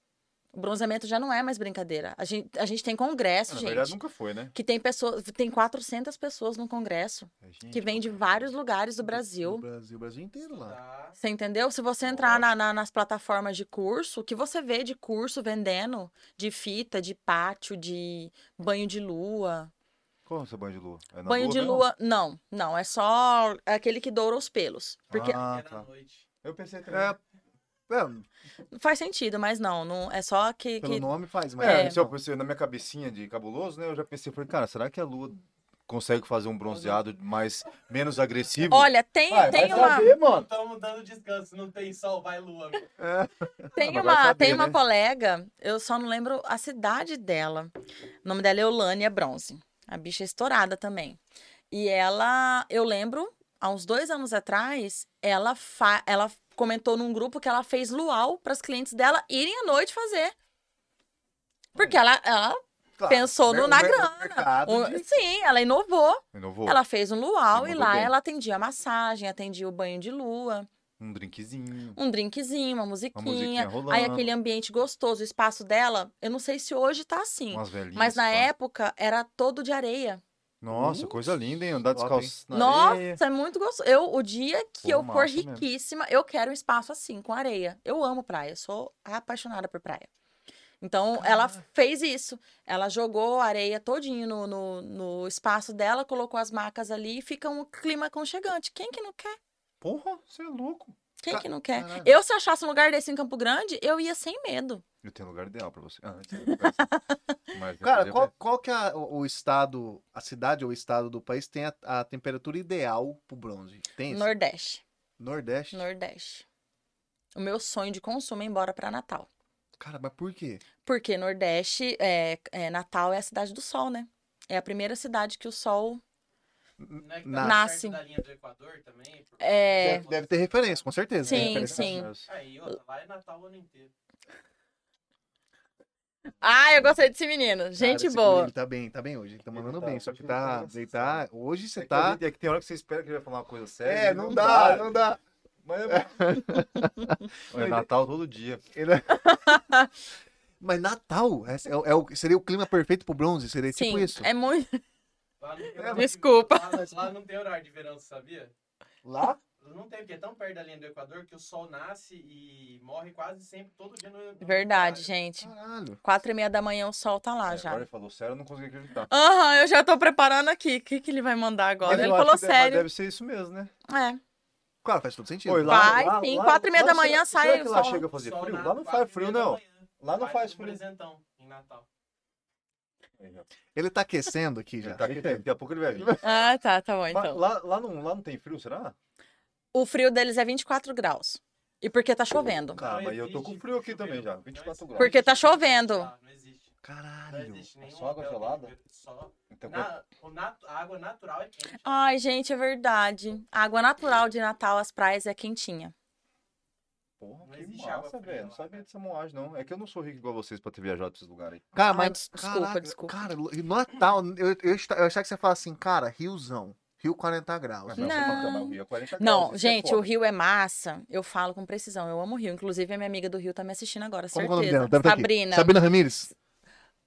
[SPEAKER 3] O bronzeamento já não é mais brincadeira. A gente, a gente tem congresso,
[SPEAKER 4] Ah, Na
[SPEAKER 3] gente,
[SPEAKER 4] verdade, nunca foi, né? É,
[SPEAKER 3] que tem pessoas, tem 400 pessoas num congresso, que vem de vários lugares do
[SPEAKER 2] O
[SPEAKER 3] Brasil.
[SPEAKER 2] Brasil, o Brasil inteiro lá.
[SPEAKER 5] Estudar.
[SPEAKER 3] Você entendeu? Se você entrar na- na- nas plataformas de curso, o que você vê de curso vendendo de fita, de pátio, de banho de lua.
[SPEAKER 4] Qual é o seu banho de lua? É na
[SPEAKER 3] banho de
[SPEAKER 4] mesmo?
[SPEAKER 3] lua, não, não, é só aquele que doura os pelos. Porque
[SPEAKER 4] Ah,
[SPEAKER 5] Era à
[SPEAKER 4] tá.
[SPEAKER 5] é noite.
[SPEAKER 4] Eu pensei também.
[SPEAKER 2] É, é,
[SPEAKER 3] faz sentido, mas não, não é só que,
[SPEAKER 2] pelo
[SPEAKER 3] que
[SPEAKER 2] nome faz, mas.
[SPEAKER 4] É,
[SPEAKER 3] É.
[SPEAKER 4] se eu pensei na minha cabecinha de cabuloso, né? Eu já pensei, falei, cara, será que a lua consegue fazer um bronzeado mais menos agressivo?
[SPEAKER 3] Olha, tem,
[SPEAKER 4] Vai,
[SPEAKER 3] tem
[SPEAKER 4] Ah, vai
[SPEAKER 3] uma,
[SPEAKER 4] saber, mano.
[SPEAKER 5] Estamos dando descanso, não tem sol, vai lua. amigo.
[SPEAKER 3] tem
[SPEAKER 4] Ah, mas vai
[SPEAKER 3] uma,
[SPEAKER 4] saber,
[SPEAKER 3] tem uma
[SPEAKER 4] né?
[SPEAKER 3] colega, eu só não lembro a cidade dela. O nome dela é Eulânia Bronze. A bicha é estourada também. E ela, eu lembro, há uns dois anos atrás, ela, fa ela comentou num grupo que ela fez luau para as clientes dela irem à noite fazer. Porque ela, ela
[SPEAKER 2] Claro,
[SPEAKER 3] pensou
[SPEAKER 2] mer-
[SPEAKER 3] no- na
[SPEAKER 2] mer-
[SPEAKER 3] grana.
[SPEAKER 2] mercado
[SPEAKER 3] Um-
[SPEAKER 2] de-
[SPEAKER 3] Sim, ela inovou.
[SPEAKER 4] Inovou.
[SPEAKER 3] Ela fez um luau e
[SPEAKER 4] Inovou
[SPEAKER 3] lá
[SPEAKER 4] bem.
[SPEAKER 3] ela atendia a massagem, atendia o banho de lua,
[SPEAKER 4] Um drinkzinho,
[SPEAKER 3] um drinkzinho, uma
[SPEAKER 4] uma
[SPEAKER 3] musiquinha.
[SPEAKER 4] musiquinha rolando,
[SPEAKER 3] Aí aquele ambiente gostoso, o espaço dela, eu não sei se hoje tá assim.
[SPEAKER 4] umas velhinhas.
[SPEAKER 3] mas na
[SPEAKER 4] pá.
[SPEAKER 3] época era todo de areia.
[SPEAKER 4] Nossa, coisa linda, hein? Andar
[SPEAKER 2] Top, hein?
[SPEAKER 4] descalço na
[SPEAKER 3] Nossa,
[SPEAKER 4] areia.
[SPEAKER 3] é muito gostoso. Eu, o dia que
[SPEAKER 4] Pô,
[SPEAKER 3] eu for
[SPEAKER 4] massa mesmo.
[SPEAKER 3] riquíssima, eu quero um espaço assim, com areia. Eu amo praia, sou apaixonada por praia. Então, ela fez isso. Ela jogou a areia todinho no, no, no espaço dela, colocou as macas ali e fica um clima aconchegante. Quem que não quer?
[SPEAKER 4] Porra, você é louco.
[SPEAKER 3] Quem
[SPEAKER 2] Ca-
[SPEAKER 3] que não quer?
[SPEAKER 2] Caralho.
[SPEAKER 3] Eu, se achasse um lugar desse em Campo Grande, eu ia sem medo.
[SPEAKER 4] Eu tenho lugar ideal pra você. Ah, eu tenho lugar assim. Mas eu
[SPEAKER 2] Cara,
[SPEAKER 4] podia
[SPEAKER 2] qual,
[SPEAKER 4] ver.
[SPEAKER 2] qual que é a- o o estado, a cidade ou o estado do país tem a, a temperatura ideal pro bronze? Tem isso?
[SPEAKER 3] Nordeste.
[SPEAKER 2] Nordeste?
[SPEAKER 3] Nordeste. O meu sonho de consumo é ir embora pra Natal.
[SPEAKER 2] Cara, mas por quê?
[SPEAKER 3] Porque Nordeste, é, é, Natal é a cidade do sol, né? É a primeira cidade que o sol.
[SPEAKER 5] Não é que tá
[SPEAKER 2] Nasce.
[SPEAKER 5] mais perto da linha do Equador também? Por-
[SPEAKER 3] É.
[SPEAKER 2] Deve, deve ter referência, com certeza. tem
[SPEAKER 3] Sim,
[SPEAKER 2] referência.
[SPEAKER 3] sim.
[SPEAKER 5] Aí, outra, lá é Natal o ano inteiro.
[SPEAKER 3] Ah, eu gostei desse menino.
[SPEAKER 2] Cara,
[SPEAKER 3] Gente
[SPEAKER 2] esse
[SPEAKER 3] boa.
[SPEAKER 2] Ele tá bem, tá bem hoje. Ele tá
[SPEAKER 4] Ele
[SPEAKER 2] mandando
[SPEAKER 4] tá,
[SPEAKER 2] bem, só
[SPEAKER 4] hoje
[SPEAKER 2] que
[SPEAKER 4] ele
[SPEAKER 2] tá.
[SPEAKER 4] tá
[SPEAKER 2] Ele tá hoje
[SPEAKER 4] É
[SPEAKER 2] você
[SPEAKER 4] que
[SPEAKER 2] tá.
[SPEAKER 4] ali- É que tem hora que você espera que ele vai falar uma coisa séria.
[SPEAKER 2] É,
[SPEAKER 4] e
[SPEAKER 2] não dá, não dá.
[SPEAKER 4] Mas é... é Natal todo dia.
[SPEAKER 2] Ele- Mas Natal é, é- é o- seria o clima perfeito pro bronze? Seria
[SPEAKER 3] Sim,
[SPEAKER 2] tipo isso?
[SPEAKER 3] é muito.
[SPEAKER 5] Lá não tem
[SPEAKER 2] É,
[SPEAKER 5] horário de-
[SPEAKER 3] desculpa.
[SPEAKER 5] Lá, lá não tem horário de verão, você sabia?
[SPEAKER 2] Lá?
[SPEAKER 5] Não tem, porque é tão perto da linha do Equador que o sol nasce e morre quase sempre, todo dia no. no
[SPEAKER 3] Verdade,
[SPEAKER 5] horário.
[SPEAKER 3] gente.
[SPEAKER 2] Caralho.
[SPEAKER 3] Quatro e meia da manhã o sol tá lá
[SPEAKER 4] É,
[SPEAKER 3] já.
[SPEAKER 4] Agora ele falou sério, eu não consegui acreditar.
[SPEAKER 3] Aham, eu já tô preparando aqui. O que, que ele vai mandar agora?
[SPEAKER 4] Mas eu
[SPEAKER 3] ele
[SPEAKER 4] acho
[SPEAKER 3] falou
[SPEAKER 4] que deve- mas
[SPEAKER 3] sério.
[SPEAKER 4] Deve ser isso mesmo, né?
[SPEAKER 3] É.
[SPEAKER 2] Claro, faz todo sentido.
[SPEAKER 4] Oi, lá-
[SPEAKER 3] Vai, sim, quatro e meia da
[SPEAKER 4] será- será
[SPEAKER 3] manhã sai
[SPEAKER 4] que
[SPEAKER 3] o
[SPEAKER 4] lá
[SPEAKER 3] sol.
[SPEAKER 4] chega a fazer
[SPEAKER 5] Sol
[SPEAKER 4] frio?
[SPEAKER 5] nasce
[SPEAKER 4] Lá não
[SPEAKER 5] quatro
[SPEAKER 4] faz
[SPEAKER 5] e
[SPEAKER 4] frio,
[SPEAKER 5] meia da
[SPEAKER 4] não.
[SPEAKER 5] manhã.
[SPEAKER 4] Lá não
[SPEAKER 5] Vai
[SPEAKER 4] faz
[SPEAKER 5] com
[SPEAKER 4] frio.
[SPEAKER 5] presentão em Natal.
[SPEAKER 3] é.
[SPEAKER 2] Ele tá aquecendo aqui já.
[SPEAKER 4] Ele tá aqui, daqui a pouco ele vai vir.
[SPEAKER 3] Ah, tá, tá bom
[SPEAKER 4] Mas
[SPEAKER 3] então.
[SPEAKER 4] Lá, lá, não, lá não tem frio, será?
[SPEAKER 3] O frio deles é 24 graus. E porque tá chovendo.
[SPEAKER 4] Cara,
[SPEAKER 5] Não
[SPEAKER 4] mas eu tô
[SPEAKER 5] existe
[SPEAKER 4] com frio aqui
[SPEAKER 5] chuveiro.
[SPEAKER 4] também já,
[SPEAKER 5] Não
[SPEAKER 4] 24
[SPEAKER 5] existe.
[SPEAKER 4] graus.
[SPEAKER 3] Porque tá chovendo.
[SPEAKER 5] Ah, não existe. Não
[SPEAKER 2] Caralho.
[SPEAKER 5] existe nenhum
[SPEAKER 4] só água
[SPEAKER 5] hotel que
[SPEAKER 4] gelada?
[SPEAKER 5] vende Só.
[SPEAKER 4] Então,
[SPEAKER 5] Na, o nat- a água natural é quente.
[SPEAKER 3] Ai, gente, é verdade. A água natural de Natal, as praias é quentinha.
[SPEAKER 5] Não
[SPEAKER 4] porra, que
[SPEAKER 5] existe água
[SPEAKER 4] massa,
[SPEAKER 5] fria
[SPEAKER 4] velho.
[SPEAKER 5] lá,
[SPEAKER 4] Não sabia
[SPEAKER 5] cara.
[SPEAKER 4] dessa moagem, não. É que eu não sou rico igual vocês pra ter viajado pra esses lugares aí.
[SPEAKER 2] Cara,
[SPEAKER 3] Ah,
[SPEAKER 2] mas.
[SPEAKER 3] desculpa,
[SPEAKER 2] caraca,
[SPEAKER 3] desculpa.
[SPEAKER 2] Cara, e Natal, eu, eu, esta- eu achava que você fala assim, cara, riozão. Rio 40 graus.
[SPEAKER 4] Mas você tá na Bahia, 40 graus,
[SPEAKER 3] Não,
[SPEAKER 4] isso é
[SPEAKER 3] gente,
[SPEAKER 4] foda.
[SPEAKER 3] o Rio é massa. Eu falo com precisão. Eu amo o Rio. Inclusive, a minha amiga do Rio tá me assistindo agora,
[SPEAKER 2] Como que é o nome
[SPEAKER 3] certeza.
[SPEAKER 2] dela? Deve tá aqui.
[SPEAKER 3] Sabrina.
[SPEAKER 2] Sabrina Ramírez,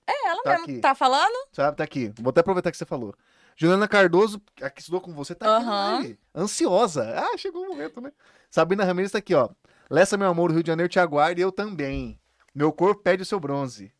[SPEAKER 3] É, ela
[SPEAKER 2] Tá
[SPEAKER 3] mesmo.
[SPEAKER 2] aqui.
[SPEAKER 3] Tá falando?
[SPEAKER 2] sabe? Tá aqui. Vou até aproveitar que você falou. Juliana Cardoso, a que estudou com você, tá aqui. na
[SPEAKER 3] Aham.
[SPEAKER 2] live. Ansiosa. Ah, chegou o momento, né? Sabrina Ramírez tá aqui, ó. Lessa, meu amor, o Rio de Janeiro te aguarda e eu também. Meu corpo pede o seu bronze.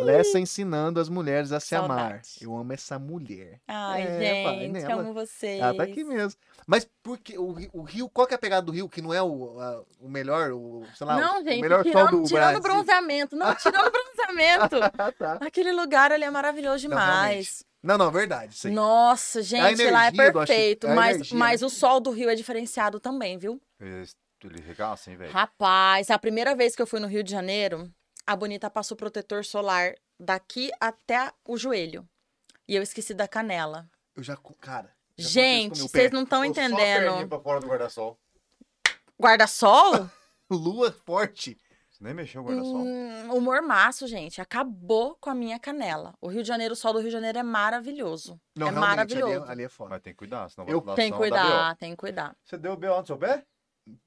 [SPEAKER 2] Lessa ensinando as mulheres a se
[SPEAKER 3] Saudade.
[SPEAKER 2] amar. Eu amo essa mulher.
[SPEAKER 3] Ai,
[SPEAKER 2] É, vai
[SPEAKER 3] gente,
[SPEAKER 2] nela.
[SPEAKER 3] amo vocês.
[SPEAKER 2] Ela tá aqui mesmo. Mas por que o, Ri- o Rio, qual que é a pegada do Rio? Que não é o, a- o melhor, o, sei lá,
[SPEAKER 3] Não,
[SPEAKER 2] o
[SPEAKER 3] gente,
[SPEAKER 2] melhor
[SPEAKER 3] tirando,
[SPEAKER 2] sol do Brasil.
[SPEAKER 3] tirando bronzeamento. Não, tirando bronzeamento.
[SPEAKER 2] Ah, tá.
[SPEAKER 3] Aquele lugar ali é maravilhoso
[SPEAKER 2] Não,
[SPEAKER 3] demais.
[SPEAKER 2] Não, não, verdade. Sim.
[SPEAKER 3] Nossa, gente, lá é
[SPEAKER 2] energia do Axi-
[SPEAKER 3] perfeito.
[SPEAKER 2] é a
[SPEAKER 3] mas
[SPEAKER 2] energia,
[SPEAKER 3] mas o sol do Rio é diferenciado também, viu?
[SPEAKER 4] Eles- Eles regaçam, hein, velho.
[SPEAKER 3] Rapaz, a primeira vez que eu fui no Rio de Janeiro, a Bonita passou protetor solar daqui até o joelho. E eu esqueci da canela.
[SPEAKER 2] Eu já, co- cara. já aconteceu
[SPEAKER 3] Gente,
[SPEAKER 2] com meu
[SPEAKER 3] vocês
[SPEAKER 2] pé.
[SPEAKER 3] não estão
[SPEAKER 4] Eu só perninha
[SPEAKER 3] entendendo.
[SPEAKER 4] pra fora do guarda-sol.
[SPEAKER 3] Guarda-sol?
[SPEAKER 2] Lua forte.
[SPEAKER 4] Você nem mexeu o guarda-sol.
[SPEAKER 3] Hum, o mormaço, gente, acabou com a minha canela. O Rio de Janeiro, o sol do Rio de Janeiro é maravilhoso.
[SPEAKER 2] Não,
[SPEAKER 3] É
[SPEAKER 2] realmente, ali
[SPEAKER 3] maravilhoso.
[SPEAKER 2] é, ali é foda.
[SPEAKER 4] Mas tem que cuidar, senão
[SPEAKER 2] Eu
[SPEAKER 4] vai
[SPEAKER 3] tem que cuidar, tem que cuidar.
[SPEAKER 4] Você deu o B.O. no seu pé?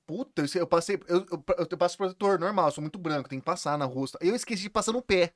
[SPEAKER 2] Puta, eu passei. Eu, eu, eu passo protetor normal, eu sou muito branco, tem que passar na rosto. Eu esqueci de passar no pé.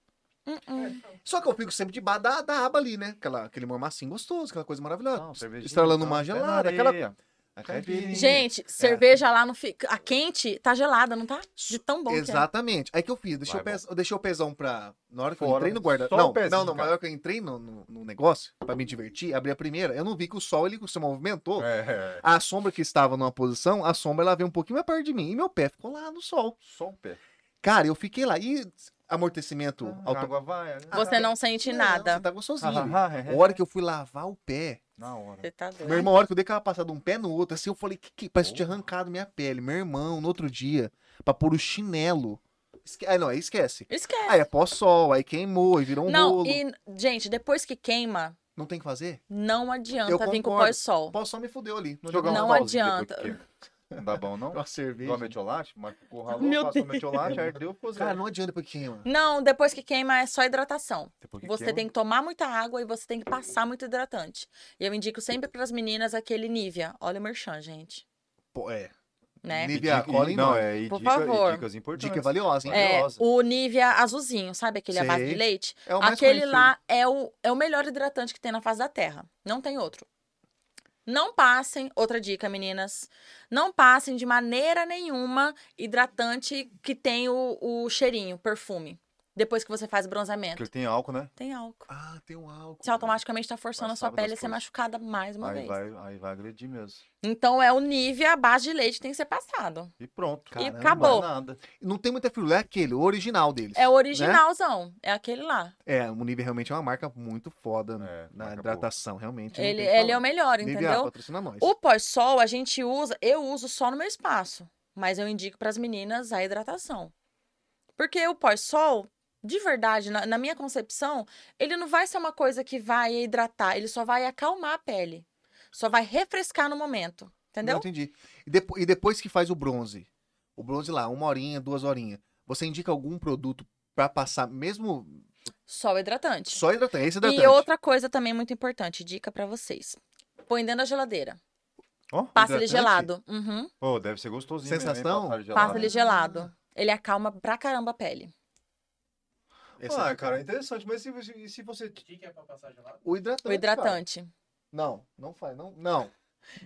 [SPEAKER 3] Hum,
[SPEAKER 4] É,
[SPEAKER 3] hum.
[SPEAKER 4] então.
[SPEAKER 2] Só que eu fico sempre debaixo da, da aba ali, né? Aquela, aquele mormacinho gostoso, aquela coisa maravilhosa.
[SPEAKER 4] Não, É cervejinha.
[SPEAKER 2] Estralando
[SPEAKER 4] tá,
[SPEAKER 2] uma
[SPEAKER 4] pé na
[SPEAKER 2] gelada, aquela-
[SPEAKER 4] areia, a caipirinha.
[SPEAKER 3] Gente, cerveja lá não fica. A quente tá gelada, não tá? De tão bom
[SPEAKER 2] Exatamente. Aí que eu fiz, deixei,
[SPEAKER 4] Vai,
[SPEAKER 2] o pez- eu deixei o pezão pra. Na hora que eu
[SPEAKER 4] Fora,
[SPEAKER 2] entrei no
[SPEAKER 4] né?
[SPEAKER 2] guarda.
[SPEAKER 4] Só o
[SPEAKER 2] Não,
[SPEAKER 4] pezinho,
[SPEAKER 2] não, não, mas
[SPEAKER 4] cara.
[SPEAKER 2] na hora que eu entrei no, no, no negócio, pra me divertir, abri a primeira, eu não vi que o sol ele se movimentou.
[SPEAKER 4] É,
[SPEAKER 2] A sombra que estava numa posição, a sombra ela veio um pouquinho mais perto de mim e meu pé ficou lá no sol.
[SPEAKER 4] só o pé.
[SPEAKER 2] Cara, eu fiquei lá. E amortecimento
[SPEAKER 4] Ah,
[SPEAKER 2] auto-
[SPEAKER 4] água vai. né?
[SPEAKER 3] que é. Você não sente nada.
[SPEAKER 2] Você tá gostosinho. ali.
[SPEAKER 4] Ah, ah, é,
[SPEAKER 2] A
[SPEAKER 4] é.
[SPEAKER 2] hora que eu fui lavar o pé,
[SPEAKER 4] Na hora.
[SPEAKER 3] Você tá
[SPEAKER 2] meu
[SPEAKER 3] doido.
[SPEAKER 2] irmão, a hora que eu dei aquela passada de um pé no outro, assim, eu falei, que, que? parece que tinha
[SPEAKER 4] Porra.
[SPEAKER 2] arrancado minha pele. Meu irmão, no outro dia, pra pôr o chinelo. Esque... Ah, não, aí esquece.
[SPEAKER 3] Esquece.
[SPEAKER 2] Aí é pó-sol, aí queimou, aí virou um
[SPEAKER 3] não,
[SPEAKER 2] rolo.
[SPEAKER 3] e, gente, depois que queima,
[SPEAKER 2] Não tem o que fazer?
[SPEAKER 3] não
[SPEAKER 2] Eu
[SPEAKER 3] adianta vir com
[SPEAKER 2] concordo.
[SPEAKER 3] pós-sol.
[SPEAKER 2] Pó-sol me fudeu ali. Não,
[SPEAKER 4] Jogar
[SPEAKER 2] adianta.
[SPEAKER 3] Não
[SPEAKER 4] um balde depois
[SPEAKER 3] adianta.
[SPEAKER 4] que queima. Não dá bom, não?
[SPEAKER 2] Uma cerveja.
[SPEAKER 4] Igual metiolate, mas curralou,
[SPEAKER 3] Meu
[SPEAKER 4] passou metiolate, ardeu, ficou
[SPEAKER 2] Cara,
[SPEAKER 4] zero.
[SPEAKER 2] não adianta depois que queima.
[SPEAKER 3] Não, depois que queima é só hidratação.
[SPEAKER 4] Depois que é um
[SPEAKER 3] Você
[SPEAKER 4] queima,
[SPEAKER 3] tem que tomar muita água e você tem que passar muito hidratante. E eu indico sempre pras meninas aquele Nivea. Olha o merchan, gente.
[SPEAKER 2] Pô, é.
[SPEAKER 3] Né?
[SPEAKER 4] E
[SPEAKER 2] Nivea,
[SPEAKER 4] dica- e-
[SPEAKER 2] cola em
[SPEAKER 4] Não,
[SPEAKER 2] nós.
[SPEAKER 4] é, e,
[SPEAKER 3] Por
[SPEAKER 4] dica,
[SPEAKER 3] favor.
[SPEAKER 4] e dicas importantes.
[SPEAKER 2] Dica valiosa, hein?
[SPEAKER 3] É,
[SPEAKER 4] Maravilhosa.
[SPEAKER 3] o Nivea azulzinho, sabe aquele à base de
[SPEAKER 2] Sei.
[SPEAKER 3] leite?
[SPEAKER 2] É o mais
[SPEAKER 3] Aquele
[SPEAKER 2] conhecido.
[SPEAKER 3] lá é o, é o melhor hidratante que tem na face da Terra. Não tem outro. Não passem, outra dica, meninas. Não passem de maneira nenhuma hidratante que tem o, o cheirinho, perfume. Depois que você faz bronzeamento.
[SPEAKER 4] Porque tem álcool, né?
[SPEAKER 3] Tem álcool.
[SPEAKER 2] Ah, tem um álcool.
[SPEAKER 3] Você automaticamente tá forçando a sua
[SPEAKER 4] Passava das
[SPEAKER 3] pele a ser
[SPEAKER 4] coisas.
[SPEAKER 3] machucada mais uma
[SPEAKER 4] Aí
[SPEAKER 3] vez.
[SPEAKER 4] vai, aí vai agredir mesmo.
[SPEAKER 3] Então é o nível, a base de leite que tem que ser passado.
[SPEAKER 4] E pronto.
[SPEAKER 2] Caramba,
[SPEAKER 4] Não
[SPEAKER 3] acabou.
[SPEAKER 4] vai nada.
[SPEAKER 2] Não tem muita firula, é aquele, o original deles.
[SPEAKER 3] É o originalzão. É aquele lá.
[SPEAKER 2] É, o Nivea realmente é uma marca muito foda né?
[SPEAKER 4] É,
[SPEAKER 2] na
[SPEAKER 4] marca
[SPEAKER 2] hidratação, realmente. não
[SPEAKER 3] Ele,
[SPEAKER 2] tem o que
[SPEAKER 3] ele é o
[SPEAKER 2] falar.
[SPEAKER 3] melhor,
[SPEAKER 2] Nivea,
[SPEAKER 3] entendeu?
[SPEAKER 2] patrocina nós.
[SPEAKER 3] O pós-sol a gente usa, eu uso só no meu espaço, mas eu indico para as meninas a hidratação. Porque o pós-sol, de verdade, na, na minha concepção, ele não vai ser uma coisa que vai hidratar, ele só vai acalmar a pele. Só vai refrescar no momento,
[SPEAKER 2] Não,
[SPEAKER 3] entendeu?
[SPEAKER 2] entendi. E, depo- e depois que faz o bronze, o bronze lá, uma horinha, duas horinhas, você indica algum produto pra passar, mesmo
[SPEAKER 3] Só o hidratante.
[SPEAKER 2] só hidratante, esse é hidratante.
[SPEAKER 3] E outra coisa também muito importante, dica para vocês. Põe dentro da geladeira.
[SPEAKER 4] Ó,
[SPEAKER 3] Passa ele
[SPEAKER 2] Hidratante?
[SPEAKER 3] gelado. Uhum,
[SPEAKER 4] Pô, deve ser gostosinho. mesmo, hein,
[SPEAKER 2] Sensação?
[SPEAKER 4] passar gelado.
[SPEAKER 3] Passa ele gelado. Ele acalma pra caramba a
[SPEAKER 2] Então,
[SPEAKER 3] pele.
[SPEAKER 2] é Essa-
[SPEAKER 4] Ah, cara, é interessante. Mas se, se, se você...
[SPEAKER 5] O que que é pra passar gelado?
[SPEAKER 2] O hidratante.
[SPEAKER 3] O hidratante.
[SPEAKER 2] cara. Não, não faz, não, não.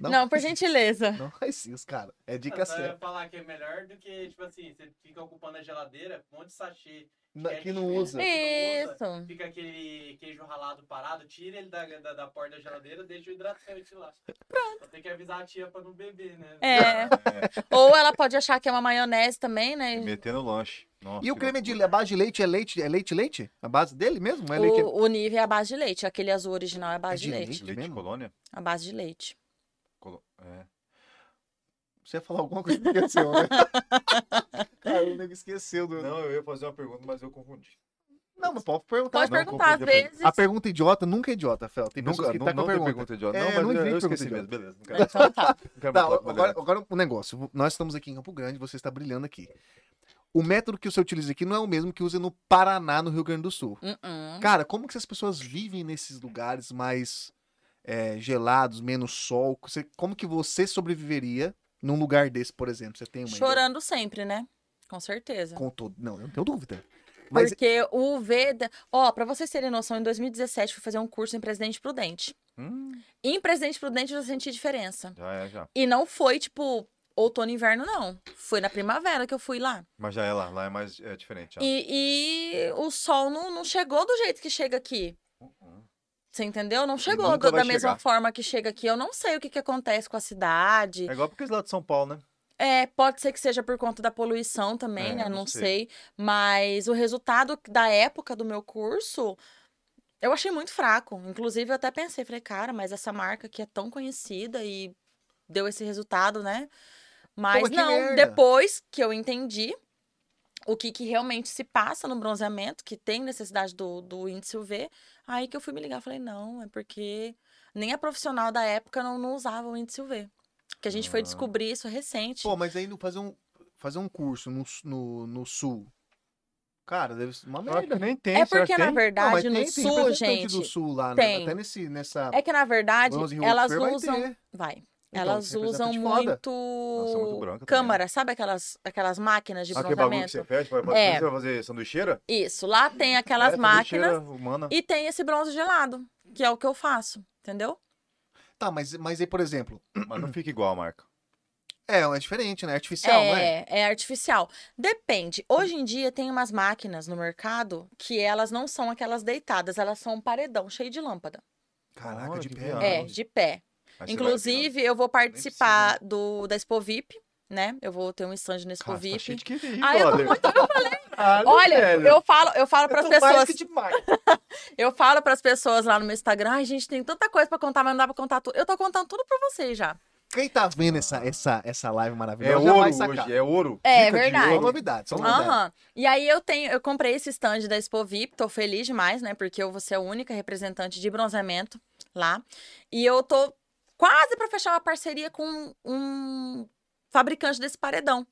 [SPEAKER 3] Não, por gentileza.
[SPEAKER 2] Não faz isso, cara. É
[SPEAKER 5] Ah,
[SPEAKER 2] dica
[SPEAKER 5] tá, Eu ia
[SPEAKER 2] certa.
[SPEAKER 5] falar que é melhor do que, tipo assim, você fica ocupando a geladeira, um monte de sachê.
[SPEAKER 2] Na- Que não
[SPEAKER 5] ketchup,
[SPEAKER 2] usa.
[SPEAKER 5] que não usa,
[SPEAKER 3] Isso.
[SPEAKER 5] Fica aquele queijo ralado parado, tira ele da, da, da porta da geladeira, deixa o hidratante lá. Pronto. Tem que avisar a tia pra não beber, né?
[SPEAKER 3] É. Ou ela pode achar que é uma maionese também, né?
[SPEAKER 4] Meter no lanche. Nossa,
[SPEAKER 2] E o
[SPEAKER 4] que
[SPEAKER 2] creme de
[SPEAKER 4] loucura.
[SPEAKER 2] a base de leite é leite, é leite, leite? A base dele mesmo? É leite.
[SPEAKER 3] O, o nível é a base de leite. Aquele azul original é a base
[SPEAKER 2] É
[SPEAKER 3] de
[SPEAKER 2] de
[SPEAKER 3] leite.
[SPEAKER 2] leite?
[SPEAKER 4] Leite
[SPEAKER 2] mesmo?
[SPEAKER 4] colônia?
[SPEAKER 3] A base de leite.
[SPEAKER 4] Colo- É.
[SPEAKER 2] Você ia falar alguma coisa que esqueceu, né? Cara, o nego esqueceu do.
[SPEAKER 4] Não, eu ia fazer uma pergunta, mas eu confundi.
[SPEAKER 2] Não, mas pode perguntar.
[SPEAKER 3] Pode
[SPEAKER 4] não,
[SPEAKER 3] perguntar, às
[SPEAKER 4] confunde a
[SPEAKER 3] vezes.
[SPEAKER 2] A pergunta idiota nunca é idiota, Fel. Tem pessoas
[SPEAKER 4] Nunca,
[SPEAKER 2] que
[SPEAKER 4] não,
[SPEAKER 2] tá com
[SPEAKER 4] não
[SPEAKER 2] a
[SPEAKER 4] tem
[SPEAKER 2] pergunta.
[SPEAKER 4] pergunta idiota.
[SPEAKER 2] É,
[SPEAKER 4] não,
[SPEAKER 2] não
[SPEAKER 4] mas eu-
[SPEAKER 2] invente
[SPEAKER 4] eu esqueci
[SPEAKER 2] pergunta
[SPEAKER 4] mesmo. Beleza. Não quero,
[SPEAKER 3] Então tá.
[SPEAKER 4] não
[SPEAKER 2] Tá,
[SPEAKER 4] quero mais falar com
[SPEAKER 2] agora,
[SPEAKER 4] Bandeirantes.
[SPEAKER 2] agora um negócio. Nós estamos aqui em Campo Grande, você está brilhando aqui. O método que você utiliza aqui não é o mesmo que usa no Paraná, no Rio Grande do Sul.
[SPEAKER 3] Uh-uh.
[SPEAKER 2] Cara, como que essas pessoas vivem nesses lugares mais é, gelados, menos sol? Você- como que você sobreviveria num lugar desse, por exemplo? Você tem uma ideia?
[SPEAKER 3] Chorando sempre, né? Com certeza.
[SPEAKER 2] Com todo... Não, eu não tenho dúvida. Mas
[SPEAKER 3] Porque o UV. da- Ó, pra vocês terem noção, em 2017 fui fazer um curso em Presidente Prudente.
[SPEAKER 4] Hum,
[SPEAKER 3] E em Presidente Prudente eu já senti diferença.
[SPEAKER 4] já é, já.
[SPEAKER 3] E não foi, tipo, outono e inverno, não. Foi na primavera que eu fui lá.
[SPEAKER 4] Mas já é lá. Lá é mais é diferente. Já.
[SPEAKER 3] E, e o sol não, não chegou do jeito que chega aqui.
[SPEAKER 4] Hum,
[SPEAKER 3] Você entendeu? Não chegou
[SPEAKER 4] nunca
[SPEAKER 3] do- da
[SPEAKER 4] vai
[SPEAKER 3] mesma
[SPEAKER 4] chegar.
[SPEAKER 3] forma que chega aqui. Eu não sei o que, que acontece com a cidade.
[SPEAKER 4] É igual porque eles lá de São Paulo, né?
[SPEAKER 3] É, pode ser que seja por conta da poluição também,
[SPEAKER 4] É,
[SPEAKER 3] né?
[SPEAKER 4] não
[SPEAKER 3] Não
[SPEAKER 4] sei.
[SPEAKER 3] sei. Mas o resultado da época do meu curso, eu achei muito fraco. Inclusive, eu até pensei, falei, cara, mas essa marca aqui é tão conhecida e deu esse resultado, né? Mas
[SPEAKER 2] Pô, que
[SPEAKER 3] não,
[SPEAKER 2] merda.
[SPEAKER 3] depois que eu entendi o que, que realmente se passa no bronzeamento, que tem necessidade do, do índice UV, aí que eu fui me ligar, falei, não, é porque nem a profissional da época não, não usava o índice UV. Que a gente foi
[SPEAKER 4] Ah.
[SPEAKER 3] descobrir isso recente.
[SPEAKER 2] Pô, mas aí no- fazer um, fazer um curso no, no, no sul. Cara, deve ser uma
[SPEAKER 4] Eu acho
[SPEAKER 2] merda.
[SPEAKER 4] que nem tem.
[SPEAKER 3] É
[SPEAKER 4] será que
[SPEAKER 3] porque,
[SPEAKER 4] tem?
[SPEAKER 3] na
[SPEAKER 2] Não, mas
[SPEAKER 3] verdade, no
[SPEAKER 2] tem- tem
[SPEAKER 3] sul,
[SPEAKER 2] representante
[SPEAKER 3] gente.
[SPEAKER 2] do sul lá, né?
[SPEAKER 3] tem.
[SPEAKER 2] Até nesse, nessa...
[SPEAKER 3] É que, na verdade,
[SPEAKER 2] Bronze Rio
[SPEAKER 3] elas
[SPEAKER 2] Fair vai
[SPEAKER 3] usam.
[SPEAKER 2] ter.
[SPEAKER 3] Vai.
[SPEAKER 2] Então,
[SPEAKER 3] elas
[SPEAKER 2] esse
[SPEAKER 3] usam
[SPEAKER 2] representante foda. é
[SPEAKER 3] muito.
[SPEAKER 4] Nossa, muito
[SPEAKER 2] né?
[SPEAKER 4] branca também,
[SPEAKER 3] câmara, sabe aquelas, aquelas máquinas de
[SPEAKER 4] Aquele bagulho Ah, que
[SPEAKER 3] bronzeamento?
[SPEAKER 4] você fecha pra,
[SPEAKER 3] É.
[SPEAKER 4] pra fazer sanduicheira?
[SPEAKER 3] Isso, lá tem
[SPEAKER 2] tá
[SPEAKER 3] aquelas
[SPEAKER 4] É, sanduicheira
[SPEAKER 3] máquinas
[SPEAKER 4] humana.
[SPEAKER 3] e tem esse bronze gelado, que é o que eu faço, entendeu?
[SPEAKER 2] Tá, mas, mas aí, por exemplo...
[SPEAKER 4] Mas não fica igual a marca.
[SPEAKER 2] É, é diferente, né? Artificial, não é?
[SPEAKER 3] é, é artificial. Depende. Hoje em dia tem umas máquinas no mercado que elas não são aquelas deitadas, elas são um paredão cheio de lâmpada.
[SPEAKER 2] Caraca,
[SPEAKER 4] Olha,
[SPEAKER 2] de
[SPEAKER 4] que
[SPEAKER 2] pé.
[SPEAKER 4] viagem.
[SPEAKER 3] é,
[SPEAKER 2] né?
[SPEAKER 3] de pé.
[SPEAKER 4] Aí você vai
[SPEAKER 3] Inclusive, eu vou
[SPEAKER 4] precisa, né?
[SPEAKER 3] participar do, da Expo VIP, né? Eu vou ter um stand na Expo
[SPEAKER 4] Cara, você tá
[SPEAKER 3] VIP.
[SPEAKER 4] cheio de QI,
[SPEAKER 3] Ah, eu tô
[SPEAKER 4] brother.
[SPEAKER 3] muito.
[SPEAKER 4] Caralho,
[SPEAKER 3] Olha,
[SPEAKER 4] velho.
[SPEAKER 3] eu falo, eu falo para
[SPEAKER 4] tô mais
[SPEAKER 3] pessoas,
[SPEAKER 4] que demais.
[SPEAKER 3] eu falo para pessoas lá no meu Instagram, ai, gente, tem tanta coisa pra contar, mas não dá pra contar tudo. Eu tô contando tudo pra vocês já.
[SPEAKER 2] Quem tá vendo essa, essa, essa live maravilhosa
[SPEAKER 4] É
[SPEAKER 2] já vai
[SPEAKER 4] ouro
[SPEAKER 2] sacar.
[SPEAKER 4] hoje, é ouro. Dica
[SPEAKER 3] É,
[SPEAKER 4] de
[SPEAKER 3] verdade.
[SPEAKER 2] São
[SPEAKER 4] ouro.
[SPEAKER 2] novidades, são novidades.
[SPEAKER 3] Aham. E aí eu tenho, eu comprei esse stand da Expo VIP, tô feliz demais, né? Porque eu vou ser a única representante de bronzeamento lá. E eu tô quase pra fechar uma parceria com um fabricante desse paredão.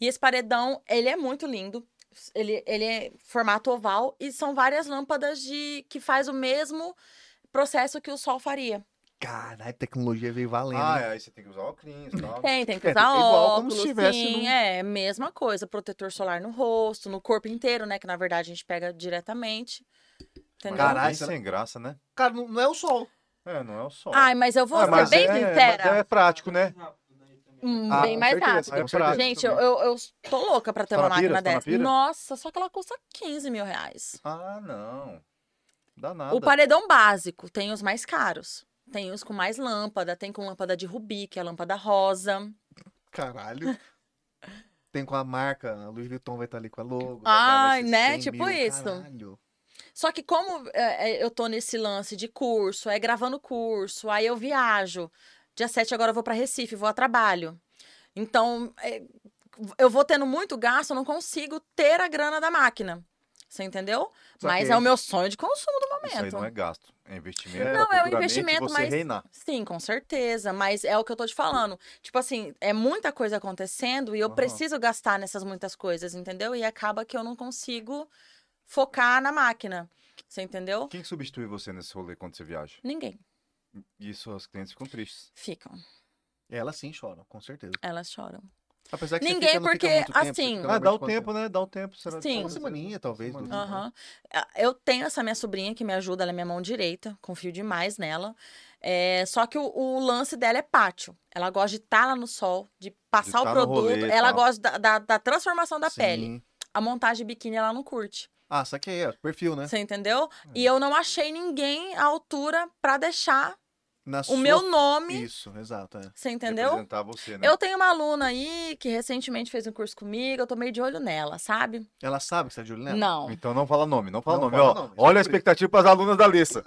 [SPEAKER 3] E esse paredão, ele é muito lindo. Ele, ele é formato oval e são várias lâmpadas de que faz o mesmo processo que o sol faria.
[SPEAKER 2] Caralho, tecnologia veio valendo.
[SPEAKER 4] Ah,
[SPEAKER 2] hein?
[SPEAKER 4] é, aí você tem que usar óculos e tal.
[SPEAKER 3] Tem, tem que
[SPEAKER 2] É,
[SPEAKER 3] usar
[SPEAKER 2] é igual
[SPEAKER 3] óculos,
[SPEAKER 2] como se tivesse
[SPEAKER 3] sim,
[SPEAKER 2] num-
[SPEAKER 3] é, mesma coisa, protetor solar no rosto, no corpo inteiro, né, que na verdade a gente pega diretamente, entendeu?
[SPEAKER 2] Caralho,
[SPEAKER 4] Caralho,
[SPEAKER 2] será-
[SPEAKER 4] sem graça, né?
[SPEAKER 2] Cara, não, não é o sol.
[SPEAKER 4] É, não é o sol.
[SPEAKER 3] Ai, mas eu vou
[SPEAKER 4] Ah,
[SPEAKER 3] ser bem
[SPEAKER 4] é, mas
[SPEAKER 3] sincera,
[SPEAKER 4] é prático, né?
[SPEAKER 3] Hum,
[SPEAKER 2] Ah,
[SPEAKER 3] bem
[SPEAKER 2] com
[SPEAKER 3] mais
[SPEAKER 2] certeza,
[SPEAKER 3] rápido.
[SPEAKER 2] com certeza.
[SPEAKER 3] Gente, eu, eu, eu tô louca pra ter
[SPEAKER 4] é Tá
[SPEAKER 3] uma
[SPEAKER 4] na pira?
[SPEAKER 3] máquina
[SPEAKER 4] Tá na
[SPEAKER 3] dessa.
[SPEAKER 4] pira?
[SPEAKER 3] Nossa, só que ela custa 15 mil reais.
[SPEAKER 4] Ah, não. Dá nada.
[SPEAKER 3] O paredão básico tem os mais caros. Tem os com mais lâmpada, tem com lâmpada de rubi, que é a lâmpada rosa.
[SPEAKER 2] Caralho. Tem com a marca, a Louis Vuitton vai estar ali com a logo.
[SPEAKER 3] Ai,
[SPEAKER 2] vai ser
[SPEAKER 3] né?
[SPEAKER 2] 100
[SPEAKER 3] Tipo
[SPEAKER 2] mil,
[SPEAKER 3] isso.
[SPEAKER 2] Caralho.
[SPEAKER 3] Só que como é, é, eu tô nesse lance de curso, é gravando curso, aí eu viajo. Dia 7 agora eu vou pra Recife, vou a trabalho. Então, é, eu vou tendo muito gasto, eu não consigo ter a grana da máquina. Você entendeu?
[SPEAKER 2] Só
[SPEAKER 3] Mas
[SPEAKER 2] que-
[SPEAKER 3] é o meu sonho de consumo do
[SPEAKER 4] Isso aí
[SPEAKER 3] momento.
[SPEAKER 4] não é gasto. É investimento.
[SPEAKER 2] Não,
[SPEAKER 4] pra
[SPEAKER 3] é um
[SPEAKER 4] futuramente
[SPEAKER 3] investimento,
[SPEAKER 4] você
[SPEAKER 3] mas-
[SPEAKER 4] reinar.
[SPEAKER 3] Sim, com certeza, mas é o que eu tô te falando. Tipo assim, é muita coisa acontecendo e eu
[SPEAKER 4] Aham.
[SPEAKER 3] preciso gastar nessas muitas coisas, entendeu? E acaba que eu não consigo focar na máquina. Você entendeu?
[SPEAKER 4] Quem que substitui você nesse rolê quando você viaja?
[SPEAKER 3] Ninguém.
[SPEAKER 4] Isso, os clientes ficam tristes.
[SPEAKER 3] Ficam.
[SPEAKER 2] Elas sim choram, com certeza.
[SPEAKER 3] Elas choram.
[SPEAKER 2] Apesar que você
[SPEAKER 3] Ninguém,
[SPEAKER 2] fica- não fica
[SPEAKER 3] porque,
[SPEAKER 2] muito tempo, você
[SPEAKER 3] assim-
[SPEAKER 2] fica
[SPEAKER 4] Ah,
[SPEAKER 2] lá
[SPEAKER 4] dá o
[SPEAKER 2] quanto
[SPEAKER 4] tempo, né? Dá o tempo. Será
[SPEAKER 3] Sim.
[SPEAKER 2] Uma semaninha, talvez,
[SPEAKER 4] Uma
[SPEAKER 2] duas.
[SPEAKER 4] semaninha.
[SPEAKER 3] Aham. Ah, Eu tenho essa minha sobrinha que me ajuda, ela é minha mão direita, confio demais nela. É, só que o, o lance dela é pátio. Ela gosta de estar lá no sol, de
[SPEAKER 4] tá
[SPEAKER 3] passar o
[SPEAKER 4] no
[SPEAKER 3] produto.
[SPEAKER 4] rolê e
[SPEAKER 3] ela
[SPEAKER 4] tal.
[SPEAKER 3] gosta da, da- da transformação da
[SPEAKER 2] Sim.
[SPEAKER 3] pele. A montagem de biquíni ela não curte.
[SPEAKER 2] Ah, saquei, ó, perfil,
[SPEAKER 4] É.
[SPEAKER 2] né?
[SPEAKER 3] Você entendeu? E eu não achei ninguém à altura pra deixar
[SPEAKER 2] Na
[SPEAKER 3] o meu nome.
[SPEAKER 2] Isso, exato, é.
[SPEAKER 3] Você entendeu?
[SPEAKER 4] Representar você, né?
[SPEAKER 3] Eu tenho uma aluna aí que recentemente fez um curso comigo, eu tô meio de olho nela, sabe?
[SPEAKER 2] Ela sabe que você é de olho nela?
[SPEAKER 3] Não.
[SPEAKER 4] Então não fala nome, não fala
[SPEAKER 2] Não
[SPEAKER 4] nome.
[SPEAKER 2] fala
[SPEAKER 4] ó,
[SPEAKER 2] nome, isso é
[SPEAKER 4] olha a
[SPEAKER 2] por isso.
[SPEAKER 4] expectativa para as alunas da Alessa.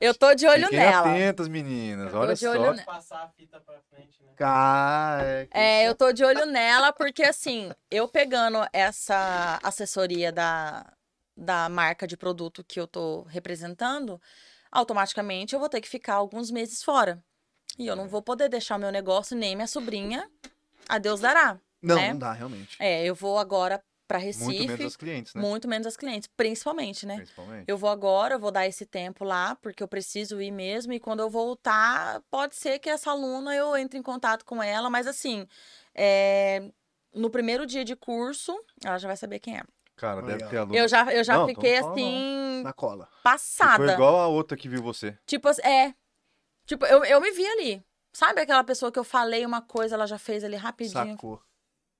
[SPEAKER 3] Eu tô de olho
[SPEAKER 4] Fiquem
[SPEAKER 3] nela.
[SPEAKER 4] atentas, meninas.
[SPEAKER 3] tô
[SPEAKER 4] Olha
[SPEAKER 3] de olho
[SPEAKER 4] só.
[SPEAKER 3] ne-
[SPEAKER 5] Passar a fita pra frente, né?
[SPEAKER 2] Cara, que
[SPEAKER 3] É, eu tô de olho nela, porque assim, eu pegando essa assessoria da, da marca de produto que eu tô representando, automaticamente eu vou ter que ficar alguns meses fora. E eu
[SPEAKER 4] É.
[SPEAKER 3] não vou poder deixar o meu negócio nem minha sobrinha. A Deus dará.
[SPEAKER 2] Não,
[SPEAKER 3] né?
[SPEAKER 2] não dá, realmente.
[SPEAKER 3] É, eu vou agora para Recife,
[SPEAKER 4] Muito menos as clientes, né?
[SPEAKER 3] muito menos as clientes, principalmente, né?
[SPEAKER 4] Principalmente.
[SPEAKER 3] Eu vou agora, eu vou dar esse tempo lá, porque eu preciso ir mesmo. E quando eu voltar, pode ser que essa aluna eu entre em contato com ela, mas assim, é, no primeiro dia de curso, ela já vai saber quem é.
[SPEAKER 4] Cara,
[SPEAKER 2] Aí,
[SPEAKER 4] deve
[SPEAKER 2] ó.
[SPEAKER 4] ter aluno.
[SPEAKER 3] Eu já, eu já
[SPEAKER 4] Não, então
[SPEAKER 3] fiquei
[SPEAKER 4] fala não.
[SPEAKER 3] assim,
[SPEAKER 2] Na cola.
[SPEAKER 4] Foi
[SPEAKER 3] passada.
[SPEAKER 4] igual a outra que viu você.
[SPEAKER 3] Tipo, assim, é. Tipo, eu, eu me vi ali. Sabe aquela pessoa que eu falei uma coisa, ela já fez ali rapidinho.
[SPEAKER 2] Sacou.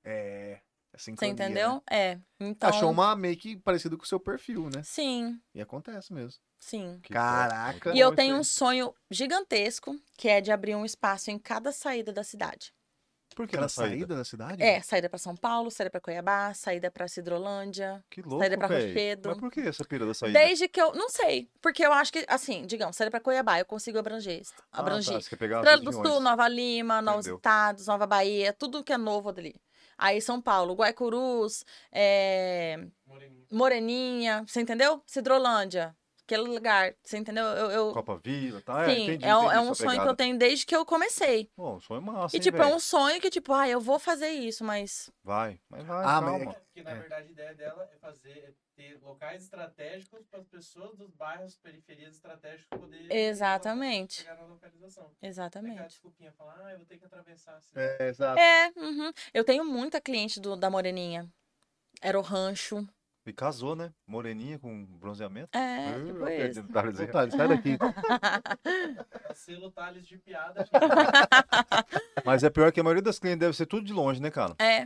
[SPEAKER 2] É. é
[SPEAKER 3] Você
[SPEAKER 2] sincronia,
[SPEAKER 3] entendeu?
[SPEAKER 2] né?
[SPEAKER 3] É. Então.
[SPEAKER 2] Achou uma make parecida com o seu perfil, né?
[SPEAKER 3] Sim,
[SPEAKER 2] E acontece mesmo.
[SPEAKER 3] sim.
[SPEAKER 4] Que
[SPEAKER 2] Caraca.
[SPEAKER 4] foda.
[SPEAKER 3] E eu
[SPEAKER 4] Muito bom
[SPEAKER 3] tenho um
[SPEAKER 4] isso
[SPEAKER 3] sonho gigantesco, que é de abrir um espaço em cada saída da cidade.
[SPEAKER 4] aí. Por que
[SPEAKER 2] Aquela
[SPEAKER 4] na saída?
[SPEAKER 2] saída da cidade?
[SPEAKER 3] É, saída pra São Paulo, saída pra Cuiabá, saída pra Cidrolândia.
[SPEAKER 4] Que louco,
[SPEAKER 3] Saída é pra
[SPEAKER 4] véi.
[SPEAKER 3] Rochedo.
[SPEAKER 4] Mas por que essa pira da saída?
[SPEAKER 3] Desde que eu. Não sei. Porque eu acho que, assim, digamos, saída pra Cuiabá, eu consigo abranger.
[SPEAKER 4] Ah,
[SPEAKER 3] abranger.
[SPEAKER 4] tá, você quer pegar as
[SPEAKER 3] Estrela do
[SPEAKER 4] regiões.
[SPEAKER 3] Sul, Nova Lima, Novos
[SPEAKER 4] Entendeu.
[SPEAKER 3] Estados, Nova Bahia, tudo que é novo dali. Aí São Paulo, Guaicurus, é,
[SPEAKER 5] Moreninho.
[SPEAKER 3] Moreninha, você entendeu? Cidrolândia, aquele lugar, você entendeu? Eu, eu-
[SPEAKER 4] Copa Vila, tá?
[SPEAKER 3] Sim,
[SPEAKER 4] é, entendi,
[SPEAKER 3] é, um-
[SPEAKER 4] entendi
[SPEAKER 3] é
[SPEAKER 4] sua
[SPEAKER 3] um sonho que
[SPEAKER 4] pegada.
[SPEAKER 3] eu tenho desde que eu comecei.
[SPEAKER 4] Pô, um sonho massa,
[SPEAKER 3] e
[SPEAKER 4] hein,
[SPEAKER 3] tipo, é
[SPEAKER 4] véi?
[SPEAKER 3] um sonho que tipo, ah, eu vou fazer isso, mas
[SPEAKER 4] Vai, mas vai,
[SPEAKER 2] Ah, mas é
[SPEAKER 4] calma.
[SPEAKER 5] Porque, na
[SPEAKER 2] É.
[SPEAKER 5] verdade, a ideia dela é fazer é ter locais estratégicos para as pessoas dos bairros, periferias estratégicas poderem
[SPEAKER 3] Exatamente.
[SPEAKER 5] chegar na localização. Não é aquela
[SPEAKER 3] exatamente.
[SPEAKER 5] desculpinha, falar, ah, eu vou ter que atravessar a cidade.
[SPEAKER 2] É, exato.
[SPEAKER 3] É, uhum. eu tenho muita cliente do- da Moreninha. Era o rancho.
[SPEAKER 4] E casou, né? Moreninha com bronzeamento.
[SPEAKER 3] É,
[SPEAKER 4] Hum,
[SPEAKER 3] tipo
[SPEAKER 4] eu perdi
[SPEAKER 3] isso.
[SPEAKER 4] o detalhezinho.
[SPEAKER 2] Ô, Thales, sai daqui.
[SPEAKER 5] É selo Thales de piada.
[SPEAKER 4] Mas é pior que a maioria das clientes deve ser tudo de longe, né, cara?
[SPEAKER 3] É.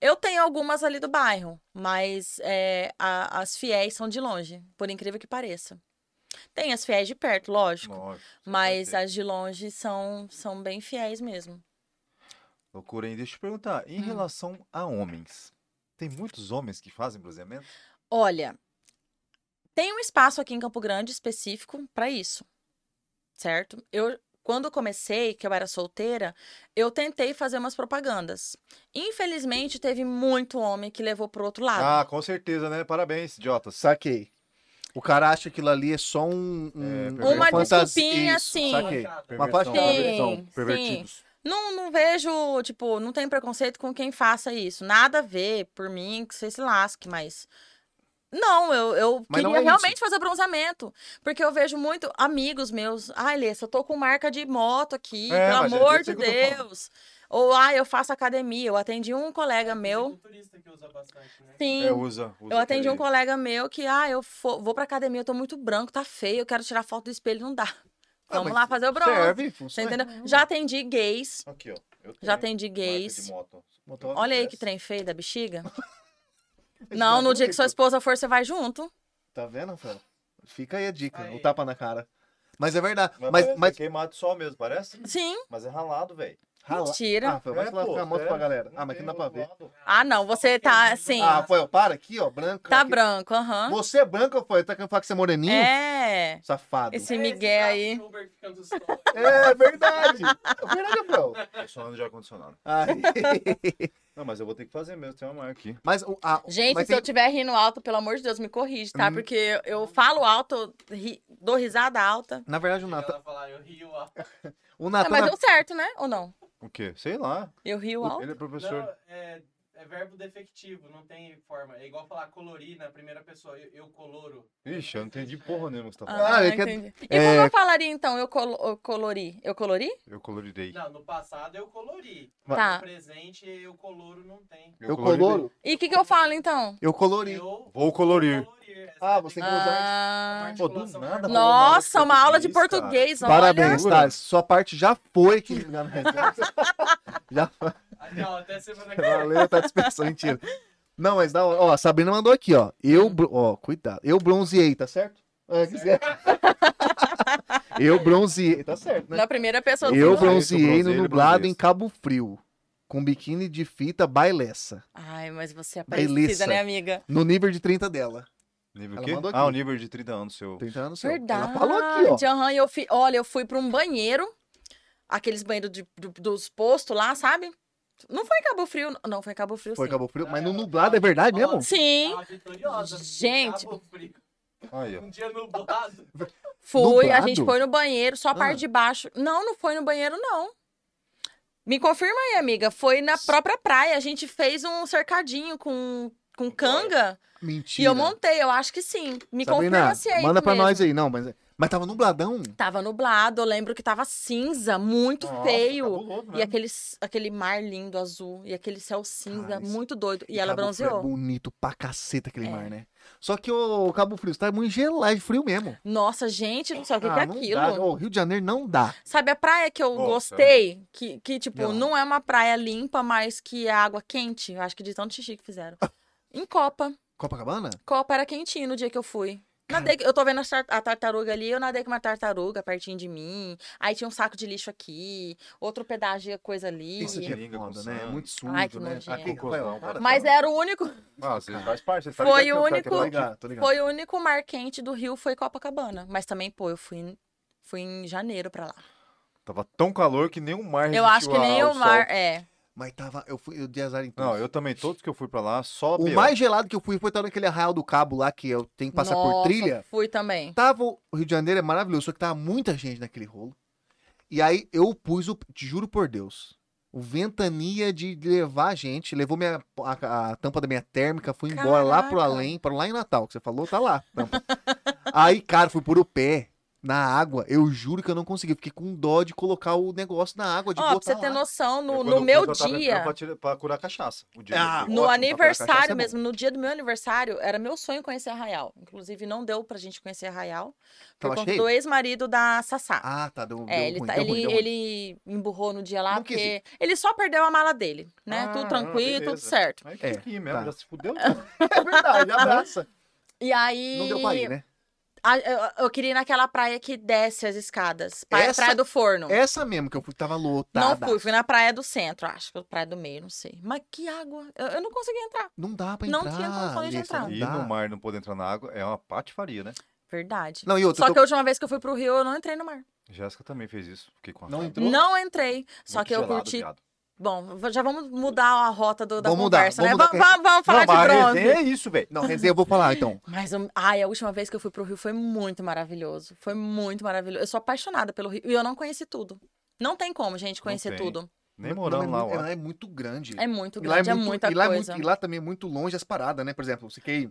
[SPEAKER 3] Eu tenho algumas ali do bairro, mas é, a- as fiéis são de longe, por incrível que pareça. Tem as fiéis de perto, lógico,
[SPEAKER 4] Lógico.
[SPEAKER 3] mas
[SPEAKER 4] certeza.
[SPEAKER 3] as de longe são, são bem fiéis mesmo.
[SPEAKER 4] Loucura, hein? Deixa eu te perguntar, em
[SPEAKER 3] Hum.
[SPEAKER 4] relação a homens, tem muitos homens que fazem bronzeamento?
[SPEAKER 3] Olha, tem um espaço aqui em Campo Grande específico para isso, certo? Eu, quando eu comecei, que eu era solteira, eu tentei fazer umas propagandas. Infelizmente, teve muito homem que levou pro outro lado.
[SPEAKER 4] Ah, com certeza, né? Parabéns, idiotas.
[SPEAKER 2] Saquei. O cara acha que aquilo ali é só um. um-
[SPEAKER 4] É,
[SPEAKER 3] Uma
[SPEAKER 2] fantasia-
[SPEAKER 3] desculpinha,
[SPEAKER 2] Isso,
[SPEAKER 3] sim.
[SPEAKER 2] Saquei. Uma
[SPEAKER 4] Perversão,
[SPEAKER 2] paixão.
[SPEAKER 4] perversão,
[SPEAKER 3] Sim,
[SPEAKER 4] pervertidos.
[SPEAKER 3] Não, não vejo, tipo, não tem preconceito com quem faça isso. Nada a ver, por mim, que você se lasque, mas. Não, eu, eu
[SPEAKER 2] Mas não
[SPEAKER 3] queria
[SPEAKER 2] é
[SPEAKER 3] realmente fazer bronzeamento. Porque eu vejo muito amigos meus. Ai, Lessa, eu tô com marca de moto aqui,
[SPEAKER 4] É,
[SPEAKER 3] pelo
[SPEAKER 4] mas é
[SPEAKER 3] amor
[SPEAKER 4] disso
[SPEAKER 3] de
[SPEAKER 4] que eu tô falando.
[SPEAKER 3] Deus. Ou, ai, eu faço academia. Eu atendi um colega meu.
[SPEAKER 5] turista que usa bastante, né?
[SPEAKER 3] Sim.
[SPEAKER 4] É, usa, usa
[SPEAKER 3] Eu atendi um
[SPEAKER 4] aquele-
[SPEAKER 3] colega meu que, ah, eu fo- vou pra academia, eu tô muito branco, tá feio, eu quero tirar foto do espelho, não dá.
[SPEAKER 2] Ah,
[SPEAKER 3] Vamos
[SPEAKER 2] mas
[SPEAKER 3] lá fazer o bronze.
[SPEAKER 2] Serve,
[SPEAKER 3] Você
[SPEAKER 2] funciona.
[SPEAKER 3] entendeu? Já atendi gays.
[SPEAKER 4] Aqui, ó. Eu
[SPEAKER 2] É.
[SPEAKER 3] Já
[SPEAKER 4] tenho
[SPEAKER 3] atendi
[SPEAKER 4] marca
[SPEAKER 3] gays.
[SPEAKER 4] de moto.
[SPEAKER 2] Motor-
[SPEAKER 3] Olha aí que trem feio da bexiga. Não, no dia que sua esposa for, você vai junto.
[SPEAKER 2] é Tá vendo, Rafael? Fica aí a dica,
[SPEAKER 5] Aí.
[SPEAKER 2] o tapa na cara. Mas é verdade.
[SPEAKER 4] Mas,
[SPEAKER 2] Mas,
[SPEAKER 4] parece
[SPEAKER 2] mas
[SPEAKER 4] queimado só mesmo, parece?
[SPEAKER 3] Sim,
[SPEAKER 4] Mas é ralado, velho.
[SPEAKER 2] rala. Ah,
[SPEAKER 3] mentira.
[SPEAKER 2] Rafael, vai
[SPEAKER 4] É,
[SPEAKER 2] se lascar
[SPEAKER 4] pô,
[SPEAKER 2] a moto
[SPEAKER 4] sério.
[SPEAKER 2] pra galera.
[SPEAKER 4] Não
[SPEAKER 2] Ah, mas que
[SPEAKER 4] tem
[SPEAKER 2] não dá pra
[SPEAKER 4] outro
[SPEAKER 2] ver.
[SPEAKER 4] lado.
[SPEAKER 3] Ah, não, você tá assim.
[SPEAKER 2] Ah, Rafael, para aqui, ó, branco.
[SPEAKER 3] Tá
[SPEAKER 2] aqui.
[SPEAKER 3] branco, aham.
[SPEAKER 2] Você é branco, Rafael, tá querendo falar que você é moreninho?
[SPEAKER 3] É.
[SPEAKER 2] Safado.
[SPEAKER 3] Esse Miguel aí.
[SPEAKER 5] Uber que fica no sol.
[SPEAKER 2] É verdade. É verdade, Rafael.
[SPEAKER 4] Eu só ando de ar-condicionado.
[SPEAKER 2] Ai.
[SPEAKER 4] Não, mas eu vou ter que fazer mesmo, tem uma marca aqui.
[SPEAKER 2] Mas o. a-
[SPEAKER 3] Gente,
[SPEAKER 2] mas
[SPEAKER 3] se eu tiver rindo alto, pelo amor de Deus, me corrige, tá?
[SPEAKER 2] Hum.
[SPEAKER 3] Porque eu- eu falo alto, ri- dou risada alta.
[SPEAKER 2] Na verdade, o Natan.
[SPEAKER 5] Ela fala, eu rio, ó.
[SPEAKER 4] É,
[SPEAKER 2] O
[SPEAKER 3] Ah,
[SPEAKER 2] Natan.
[SPEAKER 3] mas deu certo, né? Ou não?
[SPEAKER 4] O quê? Sei lá.
[SPEAKER 3] Eu rio alto?
[SPEAKER 4] Ele é professor.
[SPEAKER 5] Não, é, é verbo defectivo, não tem forma. É igual falar colorir na primeira pessoa. Eu, eu coloro.
[SPEAKER 4] Ixi, eu não entendi porra nenhuma que você tá falando.
[SPEAKER 3] Ah,
[SPEAKER 2] Ah, é que-
[SPEAKER 3] entendi. E como eu falaria, então? Eu, colo- eu colori? Eu colori?
[SPEAKER 4] Eu colorirei.
[SPEAKER 5] Não, no passado eu colori.
[SPEAKER 2] Vai.
[SPEAKER 3] Tá.
[SPEAKER 5] No presente eu coloro não tem.
[SPEAKER 2] Eu
[SPEAKER 4] colorirei.
[SPEAKER 2] coloro?
[SPEAKER 3] E o que, que eu falo, então?
[SPEAKER 2] Eu colori.
[SPEAKER 5] Eu
[SPEAKER 4] Vou colorir.
[SPEAKER 5] colorir.
[SPEAKER 2] Ah, você que usar.
[SPEAKER 3] Ah,
[SPEAKER 4] Pô, do nada. rolou uma aula de
[SPEAKER 2] né?
[SPEAKER 3] nossa, uma aula de
[SPEAKER 4] português, cara.
[SPEAKER 3] português, olha.
[SPEAKER 2] Parabéns,
[SPEAKER 4] Olha.
[SPEAKER 2] Thales. Sua parte já foi que Já foi.
[SPEAKER 5] Não, até semana que vem.
[SPEAKER 2] Valeu, tá dispensando, mentira. Não, mas da hora. Ó, a Sabrina mandou aqui, ó. Eu, bro- ó, cuidado. Eu bronzeei, tá certo? Ah, que certo. Eu bronzeei, tá certo, né?
[SPEAKER 3] Na primeira pessoa do
[SPEAKER 2] Eu
[SPEAKER 3] singular.
[SPEAKER 2] bronzeei
[SPEAKER 4] bronzeei,
[SPEAKER 2] no
[SPEAKER 4] ele
[SPEAKER 2] nublado
[SPEAKER 4] bronzeia.
[SPEAKER 2] em Cabo Frio, com biquíni de fita bailessa,
[SPEAKER 3] Ai, mas você é
[SPEAKER 2] Beleza.
[SPEAKER 3] parecida, né, amiga?
[SPEAKER 2] no nível de 30 dela.
[SPEAKER 4] Nível
[SPEAKER 2] Ela
[SPEAKER 4] quê?
[SPEAKER 2] mandou aqui.
[SPEAKER 4] Ah, o nível de 30 anos seu.
[SPEAKER 2] 30 anos seu.
[SPEAKER 3] Verdade.
[SPEAKER 2] Ela falou aqui, ó.
[SPEAKER 3] Aham, eu fui, olha, eu fui pra um banheiro, aqueles banheiros de- do- dos postos lá, sabe? Não foi em Cabo Frio, não. não, foi em Cabo Frio,
[SPEAKER 2] Foi
[SPEAKER 3] sim.
[SPEAKER 2] Cabo Ah, Frio, mas
[SPEAKER 3] "Ah,
[SPEAKER 2] no nublado é verdade mesmo?
[SPEAKER 3] Sim,
[SPEAKER 5] Tava vitoriosa.
[SPEAKER 3] Gente.
[SPEAKER 5] Cabo Frio.
[SPEAKER 4] Aí, ó.
[SPEAKER 5] Um dia nublado.
[SPEAKER 3] foi. A
[SPEAKER 2] Nublado?
[SPEAKER 3] gente foi no banheiro, só a
[SPEAKER 2] Ah.
[SPEAKER 3] parte de baixo. Não, não foi no banheiro, não. Me confirma aí, amiga. Foi na própria praia. A gente fez um cercadinho com, com canga.
[SPEAKER 2] Mentira.
[SPEAKER 3] E eu montei, eu acho que sim. Me confirma
[SPEAKER 2] Sabrina,
[SPEAKER 3] se é isso
[SPEAKER 2] manda pra
[SPEAKER 3] mesmo.
[SPEAKER 2] nós aí. Não, mas, é, mas tava nubladão.
[SPEAKER 3] Tava nublado, eu lembro que tava cinza, muito
[SPEAKER 4] Nossa, tá
[SPEAKER 3] feio.
[SPEAKER 4] cabuloso
[SPEAKER 3] E
[SPEAKER 4] mesmo.
[SPEAKER 3] aquele, aquele mar lindo, azul, e aquele céu cinza,
[SPEAKER 2] Cara, isso-
[SPEAKER 3] muito doido. E ela
[SPEAKER 2] Cabo Frio
[SPEAKER 3] bronzeou.
[SPEAKER 2] É bonito pra caceta aquele
[SPEAKER 3] É.
[SPEAKER 2] mar, né? Só que o Cabo Frio tá muito gelado, é frio mesmo.
[SPEAKER 3] Nossa, gente, não sei o que, que é
[SPEAKER 2] Ah, não dá.
[SPEAKER 3] aquilo.
[SPEAKER 2] Ô, é Rio de Janeiro não dá.
[SPEAKER 3] Sabe a praia que eu
[SPEAKER 4] Nossa,
[SPEAKER 3] gostei? Que, que, tipo,
[SPEAKER 2] Não.
[SPEAKER 3] não é uma praia limpa, mas que é água quente. Eu acho que de tanto xixi que fizeram. em Copa.
[SPEAKER 2] Copacabana?
[SPEAKER 3] Copa era quentinho no dia que eu fui. Nadei, eu tô vendo a tar- a tartaruga ali, eu nadei com uma tartaruga pertinho de mim. Aí tinha um saco de lixo aqui, outro pedaço de coisa ali.
[SPEAKER 2] Isso aqui é
[SPEAKER 4] Seringa com
[SPEAKER 2] foda, né? É
[SPEAKER 4] sangue.
[SPEAKER 2] muito sujo,
[SPEAKER 3] Ai, que
[SPEAKER 2] né?
[SPEAKER 3] nojento.
[SPEAKER 2] Aqui, vai, para,
[SPEAKER 3] Mas
[SPEAKER 2] cara.
[SPEAKER 3] era o único,
[SPEAKER 4] Ah, você faz parte, você tá
[SPEAKER 3] é Foi
[SPEAKER 4] ligado
[SPEAKER 3] o
[SPEAKER 4] que
[SPEAKER 2] Tô
[SPEAKER 4] cara que
[SPEAKER 3] único-
[SPEAKER 4] vai
[SPEAKER 2] ligado, tô ligado.
[SPEAKER 3] foi o único mar quente do Rio foi Copacabana, mas também pô, eu fui em, fui em janeiro pra lá.
[SPEAKER 4] Tava tão calor que nem o mar
[SPEAKER 3] Eu acho que
[SPEAKER 4] resistiu
[SPEAKER 3] nem
[SPEAKER 4] ao
[SPEAKER 3] o mar,
[SPEAKER 4] sol.
[SPEAKER 3] é.
[SPEAKER 2] Mas tava. Eu fui eu dei azar em tudo.
[SPEAKER 4] Não, eu também, todos que eu fui pra lá, só
[SPEAKER 2] O
[SPEAKER 4] B.O.
[SPEAKER 2] mais gelado que eu fui foi estar naquele arraial do cabo lá que eu tenho que passar por
[SPEAKER 3] Nossa,
[SPEAKER 2] trilha.
[SPEAKER 3] Fui também.
[SPEAKER 2] Tava. O Rio de Janeiro é maravilhoso, só que tava muita gente naquele rolo. E aí eu pus o. Te juro por Deus. O ventania de levar a gente. Levou minha, a, a tampa da minha térmica, fui embora lá pro
[SPEAKER 3] Caraca.
[SPEAKER 2] além, para lá em Natal, que você falou, tá lá. a tampa. aí, cara, fui por o pé. Na água, eu juro que eu não consegui. Fiquei com dó de colocar o negócio na água, de
[SPEAKER 3] Ó, pra
[SPEAKER 2] botar
[SPEAKER 3] você ter
[SPEAKER 2] lá.
[SPEAKER 3] noção,
[SPEAKER 4] Eu,
[SPEAKER 3] no,
[SPEAKER 4] É quando
[SPEAKER 3] no
[SPEAKER 4] eu fui,
[SPEAKER 3] meu
[SPEAKER 4] eu tava entrando
[SPEAKER 3] dia,
[SPEAKER 4] Pra, tirar- pra curar cachaça. O dia
[SPEAKER 2] Ah,
[SPEAKER 4] que eu fui.
[SPEAKER 3] no
[SPEAKER 2] ótimo, pra cachaça é
[SPEAKER 3] aniversário
[SPEAKER 2] bom.
[SPEAKER 3] mesmo, no dia do meu aniversário, era meu sonho conhecer Arraial. Inclusive, não deu pra gente conhecer Arraial por
[SPEAKER 2] Tava
[SPEAKER 3] conta
[SPEAKER 2] Tá cheio?
[SPEAKER 3] do ex-marido da Sassá.
[SPEAKER 2] Ah, tá. Deu, deu
[SPEAKER 3] É, ele,
[SPEAKER 2] ruim,
[SPEAKER 3] tá-
[SPEAKER 2] deu ruim,
[SPEAKER 3] ele,
[SPEAKER 2] deu ruim.
[SPEAKER 3] ele emburrou no dia lá,
[SPEAKER 2] Não quis
[SPEAKER 3] porque ele só perdeu a mala dele, né?
[SPEAKER 4] Ah,
[SPEAKER 3] tudo tranquilo,
[SPEAKER 4] beleza.
[SPEAKER 3] tudo certo.
[SPEAKER 4] Aí que
[SPEAKER 2] É,
[SPEAKER 4] aqui mesmo,
[SPEAKER 2] tá.
[SPEAKER 4] já se fudeu. né?
[SPEAKER 2] É verdade, abraça.
[SPEAKER 3] E aí.
[SPEAKER 2] Não deu pra ir, né?
[SPEAKER 3] a- eu, eu queria ir naquela praia que desce as escadas. Praia,
[SPEAKER 2] Essa- é
[SPEAKER 3] praia do forno.
[SPEAKER 2] Essa mesmo que eu fui, tava
[SPEAKER 3] Não
[SPEAKER 2] lotada.
[SPEAKER 3] fui, fui na praia do centro, acho. que Praia do meio, não sei. Mas que água. Eu, eu não consegui entrar.
[SPEAKER 2] Não dá pra
[SPEAKER 3] Não
[SPEAKER 2] entrar.
[SPEAKER 3] tinha condições de
[SPEAKER 2] Alessa,
[SPEAKER 3] entrar.
[SPEAKER 2] Não,
[SPEAKER 4] E
[SPEAKER 2] dá.
[SPEAKER 4] no mar não poder entrar na água é uma patifaria, né?
[SPEAKER 3] Verdade.
[SPEAKER 2] não, e outra,
[SPEAKER 3] Só
[SPEAKER 2] teu-
[SPEAKER 3] que a última vez que eu fui pro Rio, eu não entrei no mar.
[SPEAKER 4] Jéssica também fez isso. Fiquei com a
[SPEAKER 2] Não
[SPEAKER 4] raiva.
[SPEAKER 2] entrou?
[SPEAKER 3] Não entrei. Só
[SPEAKER 4] Muito
[SPEAKER 3] que eu
[SPEAKER 4] gelado,
[SPEAKER 3] curti.
[SPEAKER 4] viado.
[SPEAKER 3] Bom, v- já vamos mudar a rota do- da
[SPEAKER 2] Vamos mudar,
[SPEAKER 3] conversa,
[SPEAKER 2] vamos
[SPEAKER 3] né?
[SPEAKER 2] mudar.
[SPEAKER 3] Vamos, vamos, vamos
[SPEAKER 4] Não, mas
[SPEAKER 3] falar de
[SPEAKER 4] a
[SPEAKER 3] bronze.
[SPEAKER 4] resenha é isso, velho.
[SPEAKER 2] Não, resenha eu vou falar, então.
[SPEAKER 3] Mas, eu- ai, a última vez que eu fui pro Rio foi muito maravilhoso. Foi muito maravilhoso. Eu sou apaixonada pelo Rio. E eu não conheci tudo. Não tem como, gente, conhecer
[SPEAKER 4] tem.
[SPEAKER 3] tudo.
[SPEAKER 2] Não,
[SPEAKER 4] Nem
[SPEAKER 2] é
[SPEAKER 4] morando lá,
[SPEAKER 2] muito-
[SPEAKER 4] ó.
[SPEAKER 2] ela é muito grande.
[SPEAKER 3] É muito
[SPEAKER 2] E lá
[SPEAKER 3] grande, é, muita
[SPEAKER 2] e lá
[SPEAKER 3] coisa.
[SPEAKER 2] muito- e lá também é muito longe as paradas, né? Por exemplo, você quer ir-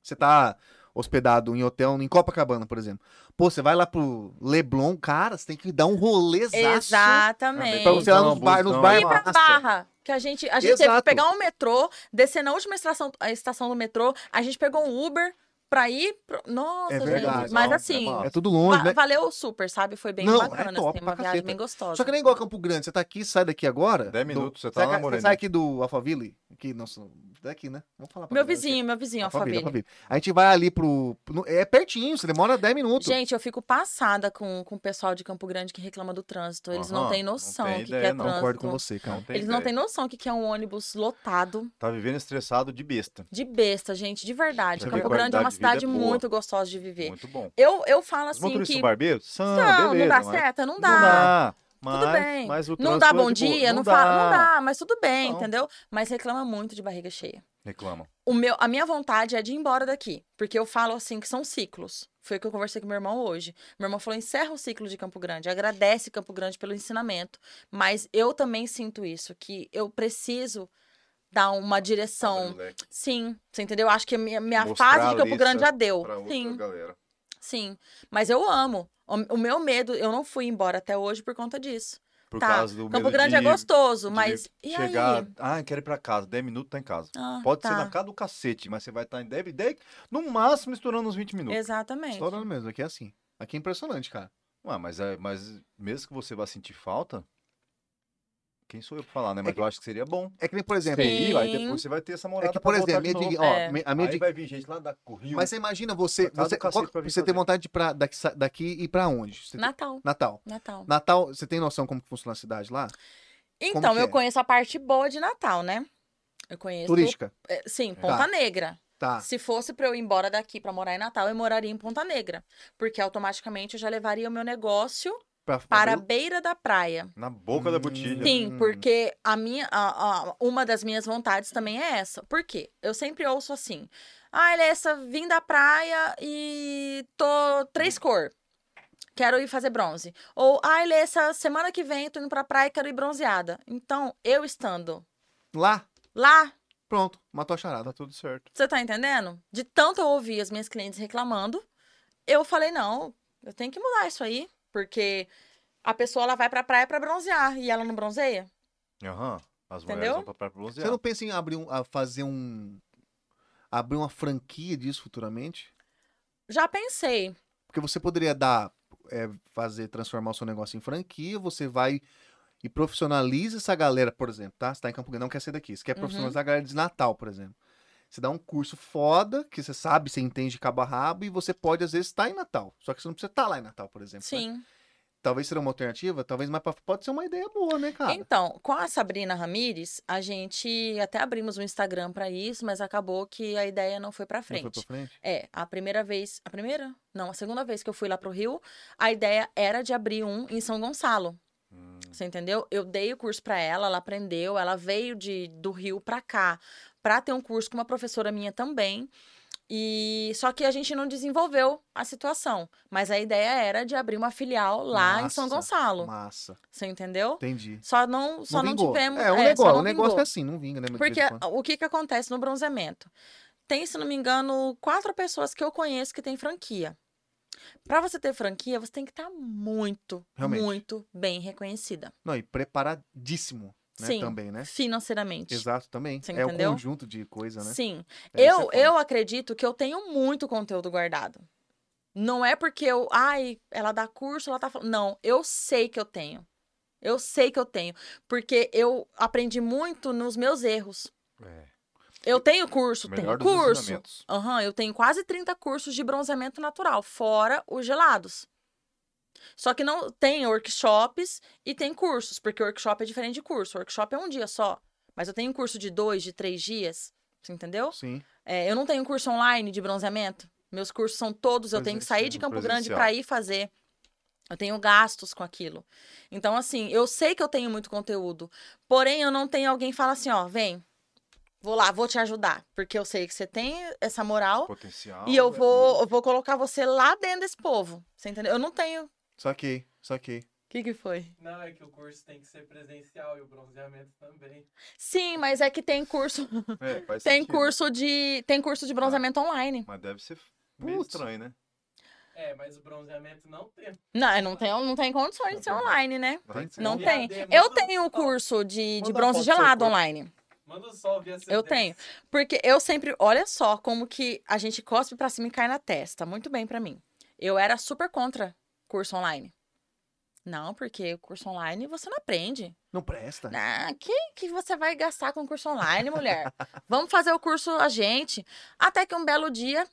[SPEAKER 2] Você tá hospedado em hotel em Copacabana, por exemplo. Pô, você vai lá pro Leblon, cara, você tem que dar um rolezaço.
[SPEAKER 3] Exatamente.
[SPEAKER 2] Pra você ir lá
[SPEAKER 4] Não,
[SPEAKER 2] nos bar, nos
[SPEAKER 4] busão.
[SPEAKER 2] bar
[SPEAKER 3] E pra
[SPEAKER 2] massa.
[SPEAKER 3] Barra, que a gente, a gente teve que
[SPEAKER 2] Exato.
[SPEAKER 3] pegar um metrô, descer na última estação, a estação do metrô, a gente pegou um Uber pra ir. pro- Nossa,
[SPEAKER 2] É
[SPEAKER 3] gente.
[SPEAKER 2] verdade.
[SPEAKER 3] Mas
[SPEAKER 4] Não, é
[SPEAKER 3] assim,
[SPEAKER 4] massa.
[SPEAKER 2] É tudo
[SPEAKER 3] va-
[SPEAKER 2] longe, né?
[SPEAKER 3] valeu super, sabe? Foi bem
[SPEAKER 2] Não, é
[SPEAKER 3] bacana,
[SPEAKER 2] top
[SPEAKER 3] assim, uma
[SPEAKER 2] pra
[SPEAKER 3] viagem
[SPEAKER 2] caceta.
[SPEAKER 3] bem gostosa.
[SPEAKER 2] Só que nem igual Campo Grande, você tá aqui, sai daqui agora.
[SPEAKER 4] Dez
[SPEAKER 2] do-
[SPEAKER 4] minutos, você tá
[SPEAKER 2] sai,
[SPEAKER 4] lá,
[SPEAKER 2] ca-
[SPEAKER 4] Moreno.
[SPEAKER 2] sai aqui do Alphaville, aqui, nossa, daqui, né? Vamos falar pra
[SPEAKER 3] Meu
[SPEAKER 2] galera aqui.
[SPEAKER 3] vizinho, meu vizinho,
[SPEAKER 2] Alphaville,
[SPEAKER 3] Alphaville.
[SPEAKER 2] Alphaville. A gente vai ali pro. no- É pertinho, você demora 10 minutos.
[SPEAKER 3] Gente, eu fico passada com, com o pessoal de Campo Grande que reclama do trânsito. Eles não
[SPEAKER 4] Aham,
[SPEAKER 3] têm
[SPEAKER 4] não
[SPEAKER 3] noção
[SPEAKER 4] tem
[SPEAKER 3] o que, que
[SPEAKER 4] ideia,
[SPEAKER 3] é
[SPEAKER 4] não.
[SPEAKER 3] trânsito.
[SPEAKER 2] Concordo com você, cara.
[SPEAKER 4] Não tem
[SPEAKER 3] Eles não têm
[SPEAKER 4] ideia.
[SPEAKER 3] noção o que, que é um ônibus lotado
[SPEAKER 4] Tá vivendo estressado de besta.
[SPEAKER 3] de besta, gente, de verdade.
[SPEAKER 4] Você vê,
[SPEAKER 3] Campo
[SPEAKER 4] a
[SPEAKER 3] Grande é uma
[SPEAKER 4] qualidade de vida é
[SPEAKER 3] cidade
[SPEAKER 4] boa.
[SPEAKER 3] muito gostosa de viver.
[SPEAKER 4] Muito bom.
[SPEAKER 3] Eu, eu falo
[SPEAKER 4] Os
[SPEAKER 3] assim
[SPEAKER 4] motoristas
[SPEAKER 3] que.
[SPEAKER 4] barbeiros? São,
[SPEAKER 3] Não,
[SPEAKER 4] beleza,
[SPEAKER 3] não dá
[SPEAKER 4] mas-
[SPEAKER 3] certa, não
[SPEAKER 4] Não
[SPEAKER 3] dá.
[SPEAKER 4] dá. Mas,
[SPEAKER 3] Tudo bem.
[SPEAKER 4] Mas o
[SPEAKER 3] Não dá
[SPEAKER 4] trânsito é
[SPEAKER 3] bom
[SPEAKER 4] de boa.
[SPEAKER 3] dia, não
[SPEAKER 4] dá.
[SPEAKER 3] fala, não dá, mas tudo bem,
[SPEAKER 4] Não.
[SPEAKER 3] entendeu? Mas reclama muito de barriga cheia.
[SPEAKER 4] Reclamam.
[SPEAKER 3] O meu, a minha vontade é de ir embora daqui, porque eu falo assim que são ciclos. Foi o que eu conversei com meu irmão hoje. Meu irmão falou: encerra o ciclo de Campo Grande, agradece Campo Grande pelo ensinamento. Mas eu também sinto isso, que eu preciso dar uma direção. Sim, você entendeu? Acho que a minha, minha
[SPEAKER 4] Mostrar
[SPEAKER 3] fase
[SPEAKER 4] a
[SPEAKER 3] de Campo
[SPEAKER 4] lista
[SPEAKER 3] Grande já deu.
[SPEAKER 4] Pra outra
[SPEAKER 3] Sim.
[SPEAKER 4] galera.
[SPEAKER 3] Sim, mas eu amo. O, o meu medo, eu não fui embora até hoje por conta disso.
[SPEAKER 4] Por
[SPEAKER 3] tá.
[SPEAKER 4] causa do
[SPEAKER 3] Campo
[SPEAKER 4] medo
[SPEAKER 3] Grande
[SPEAKER 4] de
[SPEAKER 3] é gostoso,
[SPEAKER 4] de
[SPEAKER 3] mas e
[SPEAKER 4] chegar.
[SPEAKER 3] aí?
[SPEAKER 4] Ah, quero ir pra casa. 10 minutos tá em casa.
[SPEAKER 3] Ah,
[SPEAKER 4] Pode ser
[SPEAKER 3] tá.
[SPEAKER 4] na casa do cacete, mas você vai estar em 10, 10 no máximo estourando uns 20 minutos.
[SPEAKER 3] Exatamente.
[SPEAKER 2] Estourando mesmo, aqui é assim. Aqui é impressionante, cara.
[SPEAKER 4] Ué, mas, é- mas mesmo que você vá sentir falta, quem sou eu pra falar, né?
[SPEAKER 2] É
[SPEAKER 4] Mas
[SPEAKER 2] que-
[SPEAKER 4] eu acho que seria bom.
[SPEAKER 2] É que nem, por exemplo.
[SPEAKER 3] Sim.
[SPEAKER 4] E aí depois você vai ter essa
[SPEAKER 2] É
[SPEAKER 4] morada
[SPEAKER 2] que,
[SPEAKER 4] pra
[SPEAKER 2] por
[SPEAKER 4] voltar
[SPEAKER 2] exemplo,
[SPEAKER 4] de novo.
[SPEAKER 2] mendiga- ó,
[SPEAKER 3] É.
[SPEAKER 2] me- a
[SPEAKER 4] Aí
[SPEAKER 2] mendiga-
[SPEAKER 4] vai vir gente lá da Corrida.
[SPEAKER 2] Mas você imagina você.
[SPEAKER 4] Pra casa
[SPEAKER 2] Você,
[SPEAKER 4] do cacete
[SPEAKER 2] qual-
[SPEAKER 4] pra vir
[SPEAKER 2] você
[SPEAKER 4] fazer.
[SPEAKER 2] tem vontade de ir pra, daqui, sa- daqui e ir pra onde? Você tem-
[SPEAKER 3] Natal,
[SPEAKER 2] Natal.
[SPEAKER 3] Natal.
[SPEAKER 2] Natal, você tem noção como que funciona a cidade lá?
[SPEAKER 3] Então,
[SPEAKER 2] que
[SPEAKER 3] eu
[SPEAKER 2] é?
[SPEAKER 3] conheço a parte boa de Natal, né? Eu conheço.
[SPEAKER 2] Turística.
[SPEAKER 3] é, Sim, Ponta Negra.
[SPEAKER 2] Tá.
[SPEAKER 3] Se fosse pra eu ir embora
[SPEAKER 4] Tá,
[SPEAKER 3] daqui pra morar em Natal, eu moraria em Ponta Negra. Porque automaticamente eu já levaria o meu negócio
[SPEAKER 2] Pra,
[SPEAKER 3] para a
[SPEAKER 2] abrir
[SPEAKER 3] beira da praia.
[SPEAKER 4] Na boca da
[SPEAKER 2] Hum.
[SPEAKER 4] botilha.
[SPEAKER 3] Sim,
[SPEAKER 2] Hum.
[SPEAKER 3] porque a minha, a- a- uma das minhas vontades também é essa. Por quê? Eu sempre ouço assim: ah, essa vim da praia e tô três cor. Quero ir fazer bronze. Ou, ah, essa semana que vem tô indo pra praia e quero ir bronzeada. Então, eu estando
[SPEAKER 2] o- lá,
[SPEAKER 3] lá,
[SPEAKER 2] pronto, matou a charada.
[SPEAKER 4] Tá tudo certo.
[SPEAKER 3] você tá entendendo? De tanto eu ouvir as minhas clientes reclamando, eu falei, não, eu tenho que mudar isso aí. Porque a pessoa, ela vai pra praia pra bronzear e ela não bronzeia.
[SPEAKER 4] Aham. As mulheres
[SPEAKER 3] Entendeu?
[SPEAKER 4] vão pra praia pra
[SPEAKER 2] Você
[SPEAKER 4] bronzear.
[SPEAKER 2] não pensa em abrir um, a fazer um. abrir uma franquia disso futuramente?
[SPEAKER 3] Já pensei.
[SPEAKER 2] Porque você poderia dar. é, fazer, transformar o seu negócio em franquia, você vai e profissionaliza essa galera, por exemplo, tá? Você tá em Campo Grande, não quer ser daqui. Você quer
[SPEAKER 3] Uhum.
[SPEAKER 2] profissionalizar a galera de Natal, por exemplo. Você dá um curso foda, que você sabe, você entende de cabo a rabo, e você pode, às vezes, estar em Natal. Só que você não precisa estar lá em Natal, por exemplo. né?
[SPEAKER 3] Sim.
[SPEAKER 2] Talvez seria uma alternativa, talvez, mas pra- pode ser uma ideia boa, né, cara?
[SPEAKER 3] Então, com a Sabrina Ramires, a gente até abrimos um Instagram pra isso, mas acabou que a ideia não foi pra
[SPEAKER 2] Não
[SPEAKER 3] frente.
[SPEAKER 2] foi pra frente?
[SPEAKER 3] É, a primeira vez, a primeira? Não, a segunda vez que eu fui lá pro Rio, a ideia era de abrir um em São Gonçalo.
[SPEAKER 4] Hum.
[SPEAKER 3] Você entendeu? Eu dei o curso pra ela, ela aprendeu, ela veio de do Rio pra cá pra ter um curso com uma professora minha também. E só que a gente não desenvolveu a situação, mas a ideia era de abrir uma filial lá em São
[SPEAKER 2] Massa,
[SPEAKER 3] Gonçalo.
[SPEAKER 2] Massa.
[SPEAKER 3] Você entendeu?
[SPEAKER 2] Entendi.
[SPEAKER 3] Só não, só não,
[SPEAKER 2] vingou.
[SPEAKER 3] tivemos.
[SPEAKER 2] É, o
[SPEAKER 3] só
[SPEAKER 2] negócio,
[SPEAKER 3] não
[SPEAKER 2] o negócio
[SPEAKER 3] vingou.
[SPEAKER 2] é assim, não vinga, né? mas de
[SPEAKER 3] Porque
[SPEAKER 2] vez em quando.
[SPEAKER 3] o que, que acontece no bronzeamento? Tem, se não me engano, quatro pessoas que eu conheço que têm franquia. Pra você ter franquia, você tem que estar muito,
[SPEAKER 2] Realmente.
[SPEAKER 3] muito bem reconhecida.
[SPEAKER 2] Não, e preparadíssimo, né?
[SPEAKER 3] Sim.
[SPEAKER 2] Também, né?
[SPEAKER 3] Financeiramente.
[SPEAKER 2] Exato, também.
[SPEAKER 3] Você
[SPEAKER 2] é o
[SPEAKER 3] entendeu?
[SPEAKER 2] conjunto de coisa, né?
[SPEAKER 3] Sim.
[SPEAKER 2] É, isso é
[SPEAKER 3] eu,
[SPEAKER 2] foda.
[SPEAKER 3] eu acredito que eu tenho muito conteúdo guardado. Não é porque eu. Ai, ela dá curso, ela tá falando. Não, eu sei que eu tenho. Eu sei que eu tenho. Porque eu aprendi muito nos meus erros.
[SPEAKER 4] É.
[SPEAKER 3] Eu tenho curso,
[SPEAKER 4] Melhor
[SPEAKER 3] tenho
[SPEAKER 4] dos
[SPEAKER 3] curso.
[SPEAKER 4] ensinamentos.
[SPEAKER 3] Aham, eu tenho quase 30 cursos de bronzeamento natural, fora os gelados. Só que não tem workshops e tem cursos, porque workshop é diferente de curso. Workshop é um dia só. Mas eu tenho um curso de dois, de três dias. Você entendeu?
[SPEAKER 2] Sim.
[SPEAKER 3] É, eu não tenho curso online de bronzeamento. Meus cursos são todos, eu tenho que sair de
[SPEAKER 4] é, Presencial.
[SPEAKER 3] Campo Grande para ir fazer. Eu tenho gastos com aquilo. Então, assim, eu sei que eu tenho muito conteúdo. Porém, eu não tenho alguém que fala assim, ó, vem, vou lá, vou te ajudar. Porque eu sei que você tem essa moral
[SPEAKER 4] Potencial.
[SPEAKER 3] e eu
[SPEAKER 4] né?
[SPEAKER 3] vou, eu vou colocar você lá dentro desse povo. Você entendeu? Eu não tenho. O
[SPEAKER 2] Saquei, saquei.
[SPEAKER 3] que, que foi?
[SPEAKER 5] Não, é que o curso tem que ser presencial e o bronzeamento também.
[SPEAKER 3] Sim, mas é que tem curso.
[SPEAKER 4] É, faz
[SPEAKER 3] Tem
[SPEAKER 4] sentido. Tá.
[SPEAKER 3] curso de. Tem curso de bronzeamento online.
[SPEAKER 4] Mas deve ser meio
[SPEAKER 2] Putz.
[SPEAKER 4] estranho, né?
[SPEAKER 5] É, mas o bronzeamento não tem.
[SPEAKER 3] Não, não tem, não tem condições
[SPEAKER 4] Tá
[SPEAKER 3] de ser online, né?
[SPEAKER 4] Vai ser.
[SPEAKER 3] Não
[SPEAKER 5] Sim.
[SPEAKER 3] tem.
[SPEAKER 5] EAD, manda
[SPEAKER 3] Eu
[SPEAKER 5] um
[SPEAKER 3] tenho o
[SPEAKER 5] salve.
[SPEAKER 3] curso de, de
[SPEAKER 4] Manda foto
[SPEAKER 3] bronze
[SPEAKER 4] do seu corpo.
[SPEAKER 3] gelado online.
[SPEAKER 5] Manda um salve assim.
[SPEAKER 3] Eu tenho. Porque eu sempre. Olha só como que a gente cospe pra cima e cai na testa. Muito bem pra mim. Eu era super contra curso online. Não, porque curso online você não aprende.
[SPEAKER 2] Não presta.
[SPEAKER 3] Ah, que que você vai gastar com curso online, mulher? Vamos fazer o curso a gente. Até que um belo dia,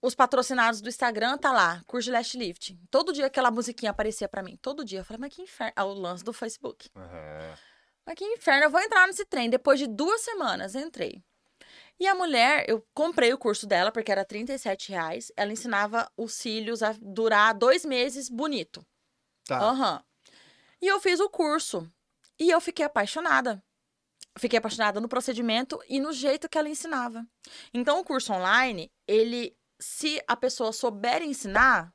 [SPEAKER 3] os patrocinados do Instagram tá lá, curso de lash lift. Todo dia aquela musiquinha aparecia pra mim. Todo dia. Eu falei, mas que inferno. Ah, o lance do Facebook.
[SPEAKER 4] É.
[SPEAKER 3] Mas que inferno, eu vou entrar nesse trem. Depois de duas semanas, entrei. E a mulher, eu comprei o curso dela, porque era R$ 37 reais. Ela ensinava os cílios a durar dois meses bonito.
[SPEAKER 2] Tá.
[SPEAKER 3] Aham. E eu fiz o curso. E eu fiquei apaixonada. Fiquei apaixonada no procedimento e no jeito que ela ensinava. Então, o curso online, ele, se a pessoa souber ensinar,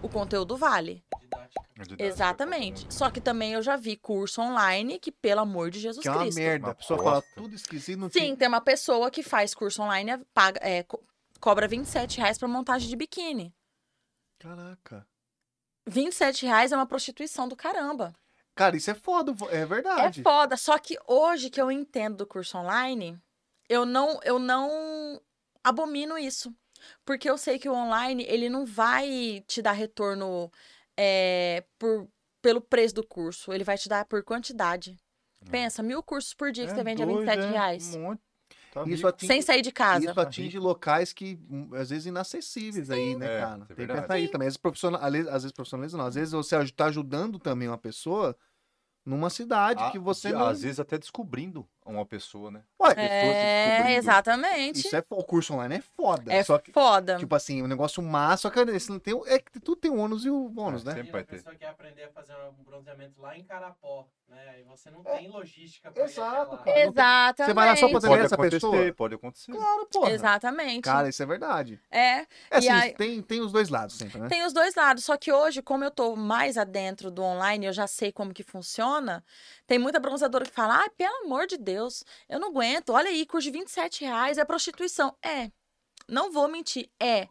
[SPEAKER 3] o conteúdo vale.
[SPEAKER 2] Tá.
[SPEAKER 5] Didática.
[SPEAKER 4] Didática, é
[SPEAKER 3] Exatamente. Só que também eu já vi curso online que, pelo amor de Jesus
[SPEAKER 2] que é uma
[SPEAKER 3] Cristo.
[SPEAKER 2] merda.
[SPEAKER 4] Uma
[SPEAKER 2] A pessoa
[SPEAKER 4] bosta.
[SPEAKER 2] fala tudo esquisito, não
[SPEAKER 3] Sim,
[SPEAKER 2] tem.
[SPEAKER 3] tem uma pessoa que faz curso online, é, paga, é, co- cobra 27 reais pra montagem de biquíni.
[SPEAKER 2] Caraca.
[SPEAKER 3] 27 reais é uma prostituição do caramba.
[SPEAKER 2] Cara, isso é foda, é verdade.
[SPEAKER 3] É foda. Só que hoje que eu entendo do curso online, eu não, eu não abomino isso. Porque eu sei que o online, ele não vai te dar retorno é, por, pelo preço do curso. Ele vai te dar por quantidade.
[SPEAKER 4] Hum.
[SPEAKER 3] Pensa, mil cursos por dia que
[SPEAKER 4] É
[SPEAKER 3] você vende
[SPEAKER 4] doido,
[SPEAKER 3] a 27
[SPEAKER 4] é.
[SPEAKER 3] reais.
[SPEAKER 4] Um monte. Tá
[SPEAKER 2] Isso
[SPEAKER 4] rico.
[SPEAKER 2] atinge,
[SPEAKER 3] Sem sair de casa.
[SPEAKER 2] isso atinge locais que, hum, às vezes, inacessíveis aí, né,
[SPEAKER 4] É,
[SPEAKER 2] cara?
[SPEAKER 4] isso é
[SPEAKER 2] tem que
[SPEAKER 4] verdade.
[SPEAKER 2] pensar isso também. Às vezes, profissional, às vezes- às vezes profissionalismo não. Às vezes você aj- tá ajudando também uma pessoa numa cidade
[SPEAKER 4] Ah,
[SPEAKER 2] que você
[SPEAKER 4] de-
[SPEAKER 2] não.
[SPEAKER 4] Às vezes até descobrindo uma pessoa, né?
[SPEAKER 2] Ué,
[SPEAKER 3] É,
[SPEAKER 4] descobrindo.
[SPEAKER 3] exatamente.
[SPEAKER 2] isso é, o curso online é foda.
[SPEAKER 3] É
[SPEAKER 2] só que,
[SPEAKER 3] foda.
[SPEAKER 2] tipo assim, o negócio massa, só que esse não tem, o- é que tudo tem o ônus e o bônus,
[SPEAKER 4] É,
[SPEAKER 2] né?
[SPEAKER 4] sempre
[SPEAKER 5] Imagina,
[SPEAKER 4] vai
[SPEAKER 5] a
[SPEAKER 4] ter.
[SPEAKER 5] pessoa quer aprender a fazer um bronzeamento lá em Carapó, né? E você não tem logística pra
[SPEAKER 2] É, Exato,
[SPEAKER 5] ir até lá.
[SPEAKER 2] cara.
[SPEAKER 3] Exatamente.
[SPEAKER 2] Você vai lá só pra
[SPEAKER 4] Pode
[SPEAKER 2] treinar essa
[SPEAKER 4] acontecer,
[SPEAKER 2] pessoa?
[SPEAKER 4] pode acontecer.
[SPEAKER 2] Claro, porra.
[SPEAKER 3] Exatamente.
[SPEAKER 2] Cara, isso é verdade.
[SPEAKER 3] É.
[SPEAKER 2] É assim,
[SPEAKER 3] E aí-
[SPEAKER 2] tem, tem os dois lados sempre, né?
[SPEAKER 3] Tem os dois lados, só que hoje, como eu tô mais adentro do online, eu já sei como que funciona, tem muita bronzeadora que fala, ah, pelo amor de Deus, eu não aguento, olha aí, custa 27 reais, é prostituição. É, não vou mentir, é.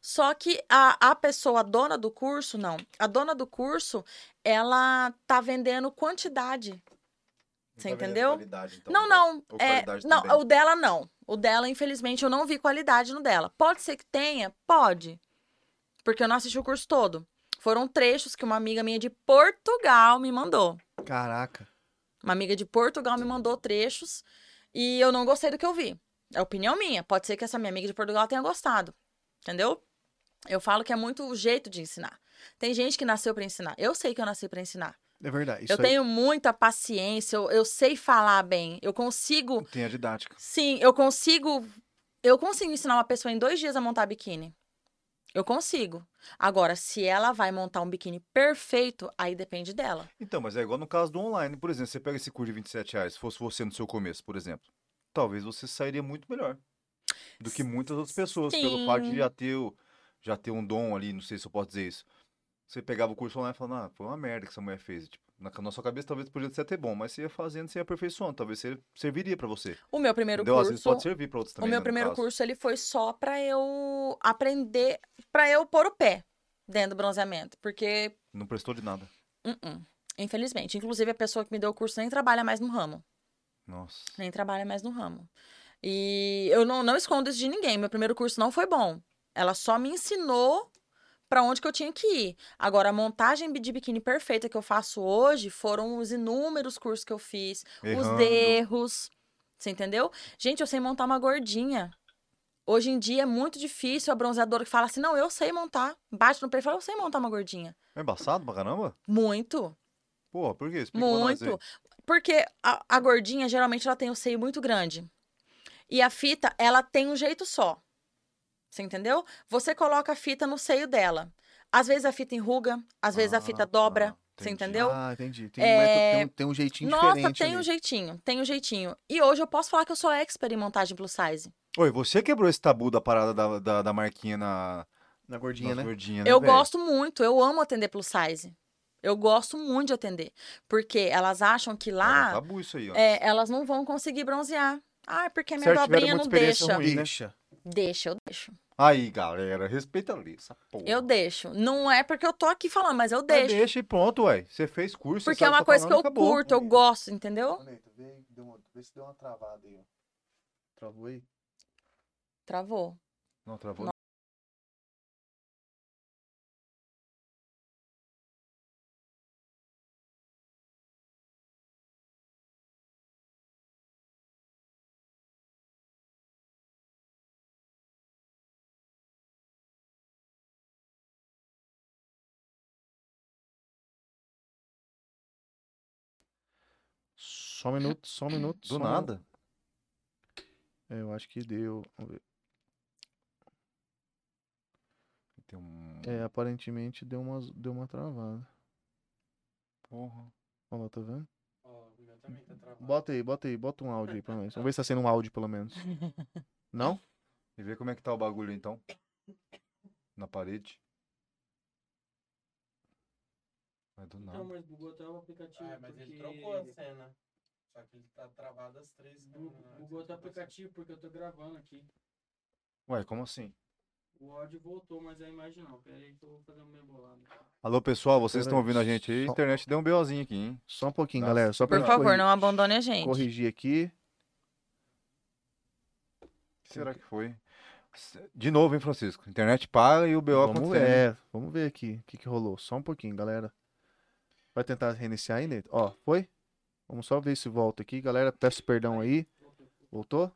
[SPEAKER 3] Só que a, a pessoa, a dona do curso, não. A dona do curso, ela tá vendendo quantidade. Você
[SPEAKER 4] Não tá vendo
[SPEAKER 3] entendeu?
[SPEAKER 4] qualidade, então,
[SPEAKER 3] não,
[SPEAKER 4] né?
[SPEAKER 3] não.
[SPEAKER 4] Ou
[SPEAKER 3] é,
[SPEAKER 4] qualidade
[SPEAKER 3] não,
[SPEAKER 4] também.
[SPEAKER 3] o dela não. O dela, infelizmente, eu não vi qualidade no dela. Pode ser que tenha? Pode. Porque eu não assisti o curso todo. Foram trechos que uma amiga minha de Portugal me mandou.
[SPEAKER 2] Caraca.
[SPEAKER 3] Uma amiga de Portugal me mandou trechos e eu não gostei do que eu vi. É opinião minha. Pode ser que essa minha amiga de Portugal tenha gostado. Entendeu? Eu falo que é muito o jeito de ensinar. Tem gente que nasceu pra ensinar. Eu sei que eu nasci pra ensinar.
[SPEAKER 2] É verdade. Isso
[SPEAKER 3] eu
[SPEAKER 2] aí-
[SPEAKER 3] tenho muita paciência, eu- eu sei falar bem, eu consigo
[SPEAKER 4] Tem a didática.
[SPEAKER 3] Sim, eu consigo. Eu consigo ensinar uma pessoa em dois dias a montar biquíni. Eu consigo. Agora, se ela vai montar um biquíni perfeito, aí depende dela.
[SPEAKER 4] Então, mas é igual no caso do online, por exemplo, você pega esse curso de 27 reais, se fosse você no seu começo, por exemplo, talvez você sairia muito melhor do que muitas outras pessoas, pelo fato de
[SPEAKER 3] Sim.
[SPEAKER 4] já ter, o- já ter um dom ali, não sei se eu posso dizer isso. Você pegava o curso online e falava, ah, foi uma merda que essa mulher fez. Tipo, na na sua cabeça talvez podia ser até bom, mas você ia fazendo, você ia aperfeiçoando, talvez você serviria pra você.
[SPEAKER 3] O meu primeiro
[SPEAKER 4] Entendeu? Às vezes
[SPEAKER 3] curso.
[SPEAKER 4] pode servir pra outros
[SPEAKER 3] o
[SPEAKER 4] também. né,
[SPEAKER 3] meu
[SPEAKER 4] no
[SPEAKER 3] primeiro
[SPEAKER 4] caso.
[SPEAKER 3] curso ele foi só pra eu aprender, pra eu pôr o pé dentro do bronzeamento, porque
[SPEAKER 4] Não prestou de nada.
[SPEAKER 3] uh-uh, infelizmente, inclusive a pessoa que me deu o curso nem trabalha mais no ramo.
[SPEAKER 4] Nossa.
[SPEAKER 3] nem trabalha mais no ramo. E eu não, não escondo isso de ninguém. Meu primeiro curso não foi bom. Ela só me ensinou pra onde que eu tinha que ir. Agora, a montagem de biquíni perfeita que eu faço hoje foram os inúmeros cursos que eu fiz, os
[SPEAKER 4] Errando.
[SPEAKER 3] erros. Você entendeu? Gente, eu sei montar uma gordinha. Hoje em dia é muito difícil a bronzeadora que fala assim: não, eu sei montar. Bate no pé e fala: eu sei montar uma gordinha.
[SPEAKER 4] É embaçado pra caramba?
[SPEAKER 3] Muito.
[SPEAKER 4] Porra, por quê? Explica pra nós aí.
[SPEAKER 3] Muito. Porque a, a gordinha, geralmente, ela tem o seio muito grande. E a fita, ela tem um jeito só. Você entendeu? Você coloca a fita no seio dela. Às vezes a fita enruga, às vezes a
[SPEAKER 4] Ah,
[SPEAKER 3] fita dobra.
[SPEAKER 4] tá.
[SPEAKER 3] você
[SPEAKER 4] Entendi.
[SPEAKER 3] entendeu?
[SPEAKER 2] Ah, entendi. Tem, um
[SPEAKER 3] É,
[SPEAKER 2] método- tem um, tem um jeitinho
[SPEAKER 3] Nossa,
[SPEAKER 2] diferente.
[SPEAKER 3] tem um
[SPEAKER 2] ali.
[SPEAKER 3] jeitinho, tem um jeitinho. E hoje eu posso falar que eu sou expert em montagem plus size.
[SPEAKER 4] Oi, você quebrou esse tabu da parada da, da, da marquinha na
[SPEAKER 2] Na gordinha, né?
[SPEAKER 4] nas gordinhas, né,
[SPEAKER 3] Eu
[SPEAKER 4] velho?
[SPEAKER 3] gosto muito, eu amo atender plus size. Eu gosto muito de atender. Porque elas acham que
[SPEAKER 4] Era um
[SPEAKER 3] lá
[SPEAKER 4] tabu isso aí, ó.
[SPEAKER 3] é, elas não vão conseguir bronzear. Ah, é porque a minha
[SPEAKER 4] Certo, tiveram
[SPEAKER 3] dobrinha
[SPEAKER 4] muita
[SPEAKER 3] não
[SPEAKER 4] experiência
[SPEAKER 3] deixa.
[SPEAKER 4] ruim. né?
[SPEAKER 2] Deixa.
[SPEAKER 3] Deixa, eu deixo.
[SPEAKER 4] Aí, galera, respeita ali, essa porra.
[SPEAKER 3] Eu deixo. Não é porque eu tô aqui falando, mas eu
[SPEAKER 4] Ah,
[SPEAKER 3] deixo.
[SPEAKER 4] Deixa e pronto, ué. Você fez curso,
[SPEAKER 3] porque
[SPEAKER 4] você
[SPEAKER 3] é
[SPEAKER 4] sabe o
[SPEAKER 3] uma
[SPEAKER 4] tá
[SPEAKER 3] coisa que
[SPEAKER 4] falando,
[SPEAKER 3] eu
[SPEAKER 4] acabou.
[SPEAKER 3] curto, eu gosto, entendeu?
[SPEAKER 2] Neto, vê, deu uma- vê se deu uma travada aí, ó. Travou aí?
[SPEAKER 3] Travou.
[SPEAKER 4] Não, travou.
[SPEAKER 2] Só um minuto, só um minuto. só
[SPEAKER 4] Do
[SPEAKER 2] um
[SPEAKER 4] nada.
[SPEAKER 2] minuto. É, Eu acho que deu. Vamos ver.
[SPEAKER 4] Tem um...
[SPEAKER 2] É, aparentemente deu uma, deu uma travada.
[SPEAKER 4] Porra.
[SPEAKER 2] Olha lá, tá vendo?
[SPEAKER 5] Ó, o meu também tá travado.
[SPEAKER 2] Bota aí, bota aí, bota um áudio aí pelo menos. Vamos ver se tá sendo um áudio pelo menos. Não?
[SPEAKER 4] E vê como é que tá o bagulho, então. Na parede. Mas do
[SPEAKER 6] Não,
[SPEAKER 4] nada.
[SPEAKER 6] mas bugou até o aplicativo.
[SPEAKER 5] Ah, mas
[SPEAKER 6] porque...
[SPEAKER 5] ele trocou a cena. Só que ele tá travado as três. tipo
[SPEAKER 6] Bu- Bugou até o tá
[SPEAKER 5] assim.
[SPEAKER 6] aplicativo porque eu tô gravando aqui.
[SPEAKER 4] Ué, como assim?
[SPEAKER 6] O áudio voltou, mas é a imagem não. Pera aí que eu vou fazer um meio bolado.
[SPEAKER 4] Alô, pessoal, vocês
[SPEAKER 2] Pera
[SPEAKER 4] estão
[SPEAKER 2] aí,
[SPEAKER 4] ouvindo a gente aí? A
[SPEAKER 2] só-
[SPEAKER 4] internet deu um BOzinho aqui, hein?
[SPEAKER 2] Só um pouquinho,
[SPEAKER 4] Nossa.
[SPEAKER 2] galera. Só pra
[SPEAKER 3] Por
[SPEAKER 2] gente
[SPEAKER 3] favor,
[SPEAKER 2] corri-
[SPEAKER 3] não abandone a gente.
[SPEAKER 2] corrigir aqui.
[SPEAKER 4] O que será que foi? De novo, hein, Francisco? Internet para e o né? BO
[SPEAKER 2] Vamos
[SPEAKER 4] acontecendo. hein?
[SPEAKER 2] ver, é, vamos ver aqui o que, que rolou. Só um pouquinho, galera. Vai tentar reiniciar aí, Neto? Ó, foi? Vamos só ver se volta aqui, galera. Peço perdão aí. Voltou?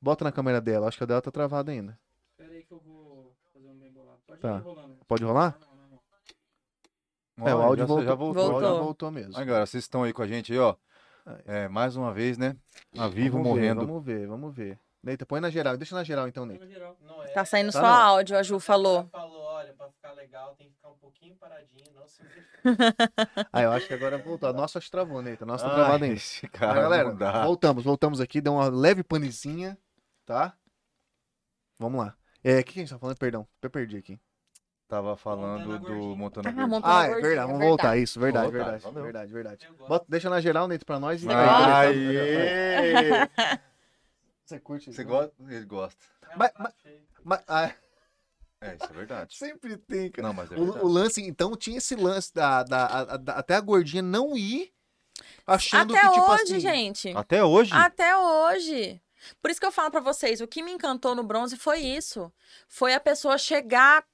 [SPEAKER 2] Bota na câmera dela. Acho que a dela tá travada ainda.
[SPEAKER 6] Pera aí que eu vou fazer um meio bolado. Pode
[SPEAKER 2] Tá.
[SPEAKER 6] ir rolando.
[SPEAKER 2] Pode
[SPEAKER 4] Ah.
[SPEAKER 2] rolar?
[SPEAKER 6] Não, não, não.
[SPEAKER 2] É, o
[SPEAKER 4] Olha,
[SPEAKER 2] áudio
[SPEAKER 4] já,
[SPEAKER 2] voltou.
[SPEAKER 4] já voltou.
[SPEAKER 2] É, O áudio
[SPEAKER 3] Voltou.
[SPEAKER 2] voltou mesmo.
[SPEAKER 4] Aí, galera, vocês estão aí com a gente aí, ó. É, mais uma vez, né? A Vivo
[SPEAKER 2] vamos Ver,
[SPEAKER 4] morrendo.
[SPEAKER 2] vamos ver, vamos ver. Neita, põe na geral. Deixa na geral então, Neita.
[SPEAKER 6] No geral.
[SPEAKER 5] Noé,
[SPEAKER 3] Tá saindo
[SPEAKER 2] Tá
[SPEAKER 3] só
[SPEAKER 2] não.
[SPEAKER 3] áudio, a Ju falou.
[SPEAKER 5] é, falou, olha, pra ficar legal tem que ficar um pouquinho paradinho, não se mexer.
[SPEAKER 2] Ah, eu acho que agora voltou. A nossa acho que travou, Neita. A nossa tá
[SPEAKER 4] Ai,
[SPEAKER 2] travada ainda.
[SPEAKER 4] esse
[SPEAKER 2] Tá,
[SPEAKER 4] cara,
[SPEAKER 2] galera,
[SPEAKER 4] não dá.
[SPEAKER 2] voltamos, voltamos aqui, deu uma leve panezinha, tá? Vamos lá. É, o que que a gente tá falando? Perdão, eu perdi aqui.
[SPEAKER 4] Tava falando
[SPEAKER 5] Montana
[SPEAKER 4] do
[SPEAKER 5] Gordinho.
[SPEAKER 4] Montana
[SPEAKER 3] Ah,
[SPEAKER 4] Verde.
[SPEAKER 3] Montana- Tô na
[SPEAKER 2] Ah, é
[SPEAKER 3] gordinha,
[SPEAKER 2] verdade, vamos
[SPEAKER 3] verdade.
[SPEAKER 2] voltar, isso, verdade,
[SPEAKER 4] Vamos voltar,
[SPEAKER 2] verdade,
[SPEAKER 4] valeu.
[SPEAKER 2] verdade, verdade.
[SPEAKER 5] Eu gosto.
[SPEAKER 2] Bota, deixa na geral, Neito, pra nós. e-
[SPEAKER 4] Aê!
[SPEAKER 2] Você curte isso?
[SPEAKER 4] Você
[SPEAKER 2] né?
[SPEAKER 4] gosta? Ele gosta.
[SPEAKER 5] É um
[SPEAKER 2] Mas-
[SPEAKER 5] prato cheio.
[SPEAKER 2] Mas, ah,
[SPEAKER 4] É, isso é verdade.
[SPEAKER 2] sempre tem, cara.
[SPEAKER 4] Não, mas é
[SPEAKER 2] O,
[SPEAKER 4] verdade.
[SPEAKER 2] o lance, então, tinha esse lance da, da- a- da- até a gordinha não ir achando
[SPEAKER 3] Até
[SPEAKER 2] que, tipo
[SPEAKER 3] hoje,
[SPEAKER 2] assim...
[SPEAKER 3] gente.
[SPEAKER 4] Até tá hoje?
[SPEAKER 3] Até hoje. Por isso que eu falo pra vocês, o que me encantou no bronze foi isso. Foi a pessoa chegar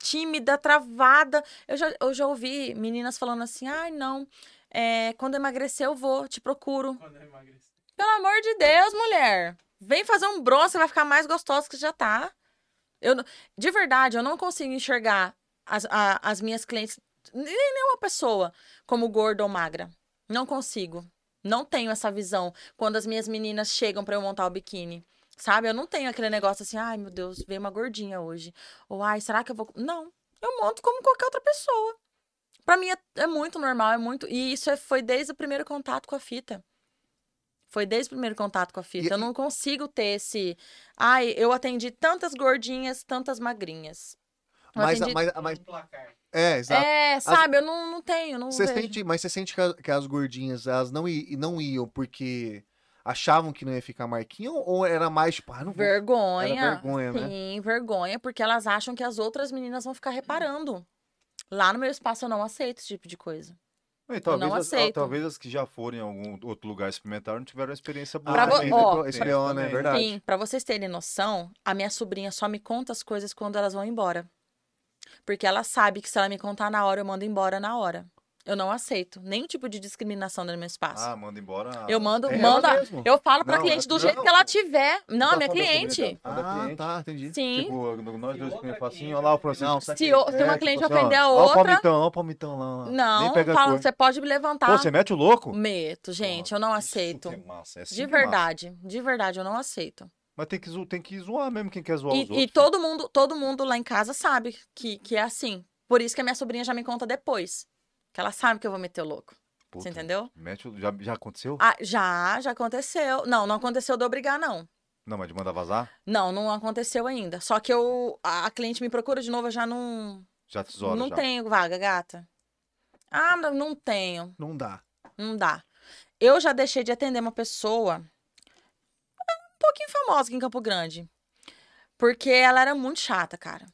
[SPEAKER 3] tímida, travada. Eu já, eu já ouvi meninas falando assim: ai, não, é, quando emagrecer eu vou, te procuro.
[SPEAKER 5] Quando eu emagreci.
[SPEAKER 3] Pelo amor de Deus, mulher. Vem fazer um bronze, você vai ficar mais gostosa que já tá. Eu, não- de verdade, eu não consigo enxergar as, a- as minhas clientes, nem nenhuma pessoa, como gorda ou magra. Não consigo. Não tenho essa visão quando as minhas meninas chegam pra eu montar o biquíni. Sabe? Eu não tenho aquele negócio assim, ai meu Deus, veio uma gordinha hoje. Ou ai, será que eu vou. Não. Eu monto como qualquer outra pessoa. Pra mim é, é muito normal, é muito. E isso é- foi desde o primeiro contato com a fita. Foi desde o primeiro contato com a fita.
[SPEAKER 2] E-
[SPEAKER 3] Eu não consigo ter esse. Ai, eu atendi tantas gordinhas, tantas magrinhas. Eu
[SPEAKER 2] Mas,
[SPEAKER 3] atendi-
[SPEAKER 2] mas,
[SPEAKER 5] Todo
[SPEAKER 2] Ah, mas,
[SPEAKER 5] um placar.
[SPEAKER 2] é, exato.
[SPEAKER 3] É, sabe? Eu não, não tenho, não
[SPEAKER 2] Você
[SPEAKER 3] vejo.
[SPEAKER 4] tipo,
[SPEAKER 2] sente, mas você sente que, a- que as gordinhas elas não, i- não iam porque achavam que não ia ficar marquinho ou era mais tipo, ah, não vou.
[SPEAKER 3] Vergonha.
[SPEAKER 2] Era vergonha, né?
[SPEAKER 3] Sim, vergonha, porque elas acham que as outras meninas vão ficar reparando. Lá no meu espaço eu não aceito esse tipo de coisa.
[SPEAKER 4] E talvez,
[SPEAKER 3] não
[SPEAKER 4] as, ah,
[SPEAKER 3] aceito.
[SPEAKER 4] talvez as que já foram em algum outro lugar experimentar não tiveram uma experiência boa.
[SPEAKER 3] Pra vo-
[SPEAKER 4] também,
[SPEAKER 2] tem
[SPEAKER 4] né?
[SPEAKER 3] ó,
[SPEAKER 2] esse
[SPEAKER 4] Tem
[SPEAKER 2] BO,
[SPEAKER 4] isso
[SPEAKER 2] né?
[SPEAKER 4] também.
[SPEAKER 2] Verdade.
[SPEAKER 3] Sim, pra vocês terem noção, a minha sobrinha só me conta as coisas quando elas vão embora. Porque ela sabe que se ela me contar na hora, eu mando embora na hora. Eu não aceito nenhum tipo de discriminação no meu espaço.
[SPEAKER 4] Ah, manda embora.
[SPEAKER 3] eu mando,
[SPEAKER 2] é
[SPEAKER 3] manda.
[SPEAKER 2] ela mesmo?
[SPEAKER 3] Eu falo pra
[SPEAKER 4] Não,
[SPEAKER 3] cliente do
[SPEAKER 4] não,
[SPEAKER 3] jeito que ela tiver. Não,
[SPEAKER 4] Tá
[SPEAKER 3] é
[SPEAKER 4] falando da
[SPEAKER 3] minha cliente.
[SPEAKER 4] comunidade, tá da
[SPEAKER 2] Ah,
[SPEAKER 4] cliente.
[SPEAKER 2] tá, entendi.
[SPEAKER 3] Sim.
[SPEAKER 4] Tipo, nós
[SPEAKER 5] E
[SPEAKER 4] dois que
[SPEAKER 5] outra
[SPEAKER 4] falam assim,
[SPEAKER 5] cliente,
[SPEAKER 4] olha lá o
[SPEAKER 5] né?
[SPEAKER 4] Francisco.
[SPEAKER 5] Se
[SPEAKER 3] o- se uma
[SPEAKER 4] tipo
[SPEAKER 3] cliente
[SPEAKER 4] assim, ó,
[SPEAKER 3] ofender a
[SPEAKER 4] Ó o
[SPEAKER 3] outra-
[SPEAKER 4] palmitão, ó o palmitão lá. lá. Nem
[SPEAKER 3] Não,
[SPEAKER 4] pega a
[SPEAKER 3] fala,
[SPEAKER 4] cor.
[SPEAKER 3] você pode me levantar.
[SPEAKER 4] Pô, você é mete o louco?
[SPEAKER 3] Meto, gente, eu não
[SPEAKER 4] Isso
[SPEAKER 3] aceito.
[SPEAKER 4] que é massa, é assim que
[SPEAKER 3] De
[SPEAKER 4] é massa.
[SPEAKER 3] verdade, de verdade, eu não aceito.
[SPEAKER 4] Mas tem que, zo- tem que zoar mesmo quem quer zoar os
[SPEAKER 3] E, e
[SPEAKER 4] outros.
[SPEAKER 3] todo mundo, todo mundo lá em casa sabe que, que é assim. Por isso que a minha sobrinha já me conta depois. Que ela sabe que eu vou meter o louco.
[SPEAKER 4] Puta,
[SPEAKER 3] Você entendeu?
[SPEAKER 4] Mete o... já, já aconteceu?
[SPEAKER 3] Ah, já, já aconteceu. Não, não aconteceu de eu brigar, não.
[SPEAKER 4] Não, mas de mandar vazar?
[SPEAKER 3] Não, não aconteceu ainda. Só que eu. A, a cliente me procura de novo, eu já não.
[SPEAKER 4] Já tesoura,
[SPEAKER 3] não
[SPEAKER 4] já.
[SPEAKER 3] tenho vaga, gata. Ah, não- não tenho.
[SPEAKER 2] Não dá.
[SPEAKER 3] Não dá. Eu já deixei de atender uma pessoa um pouquinho famosa aqui em Campo Grande. Porque ela era muito chata, cara.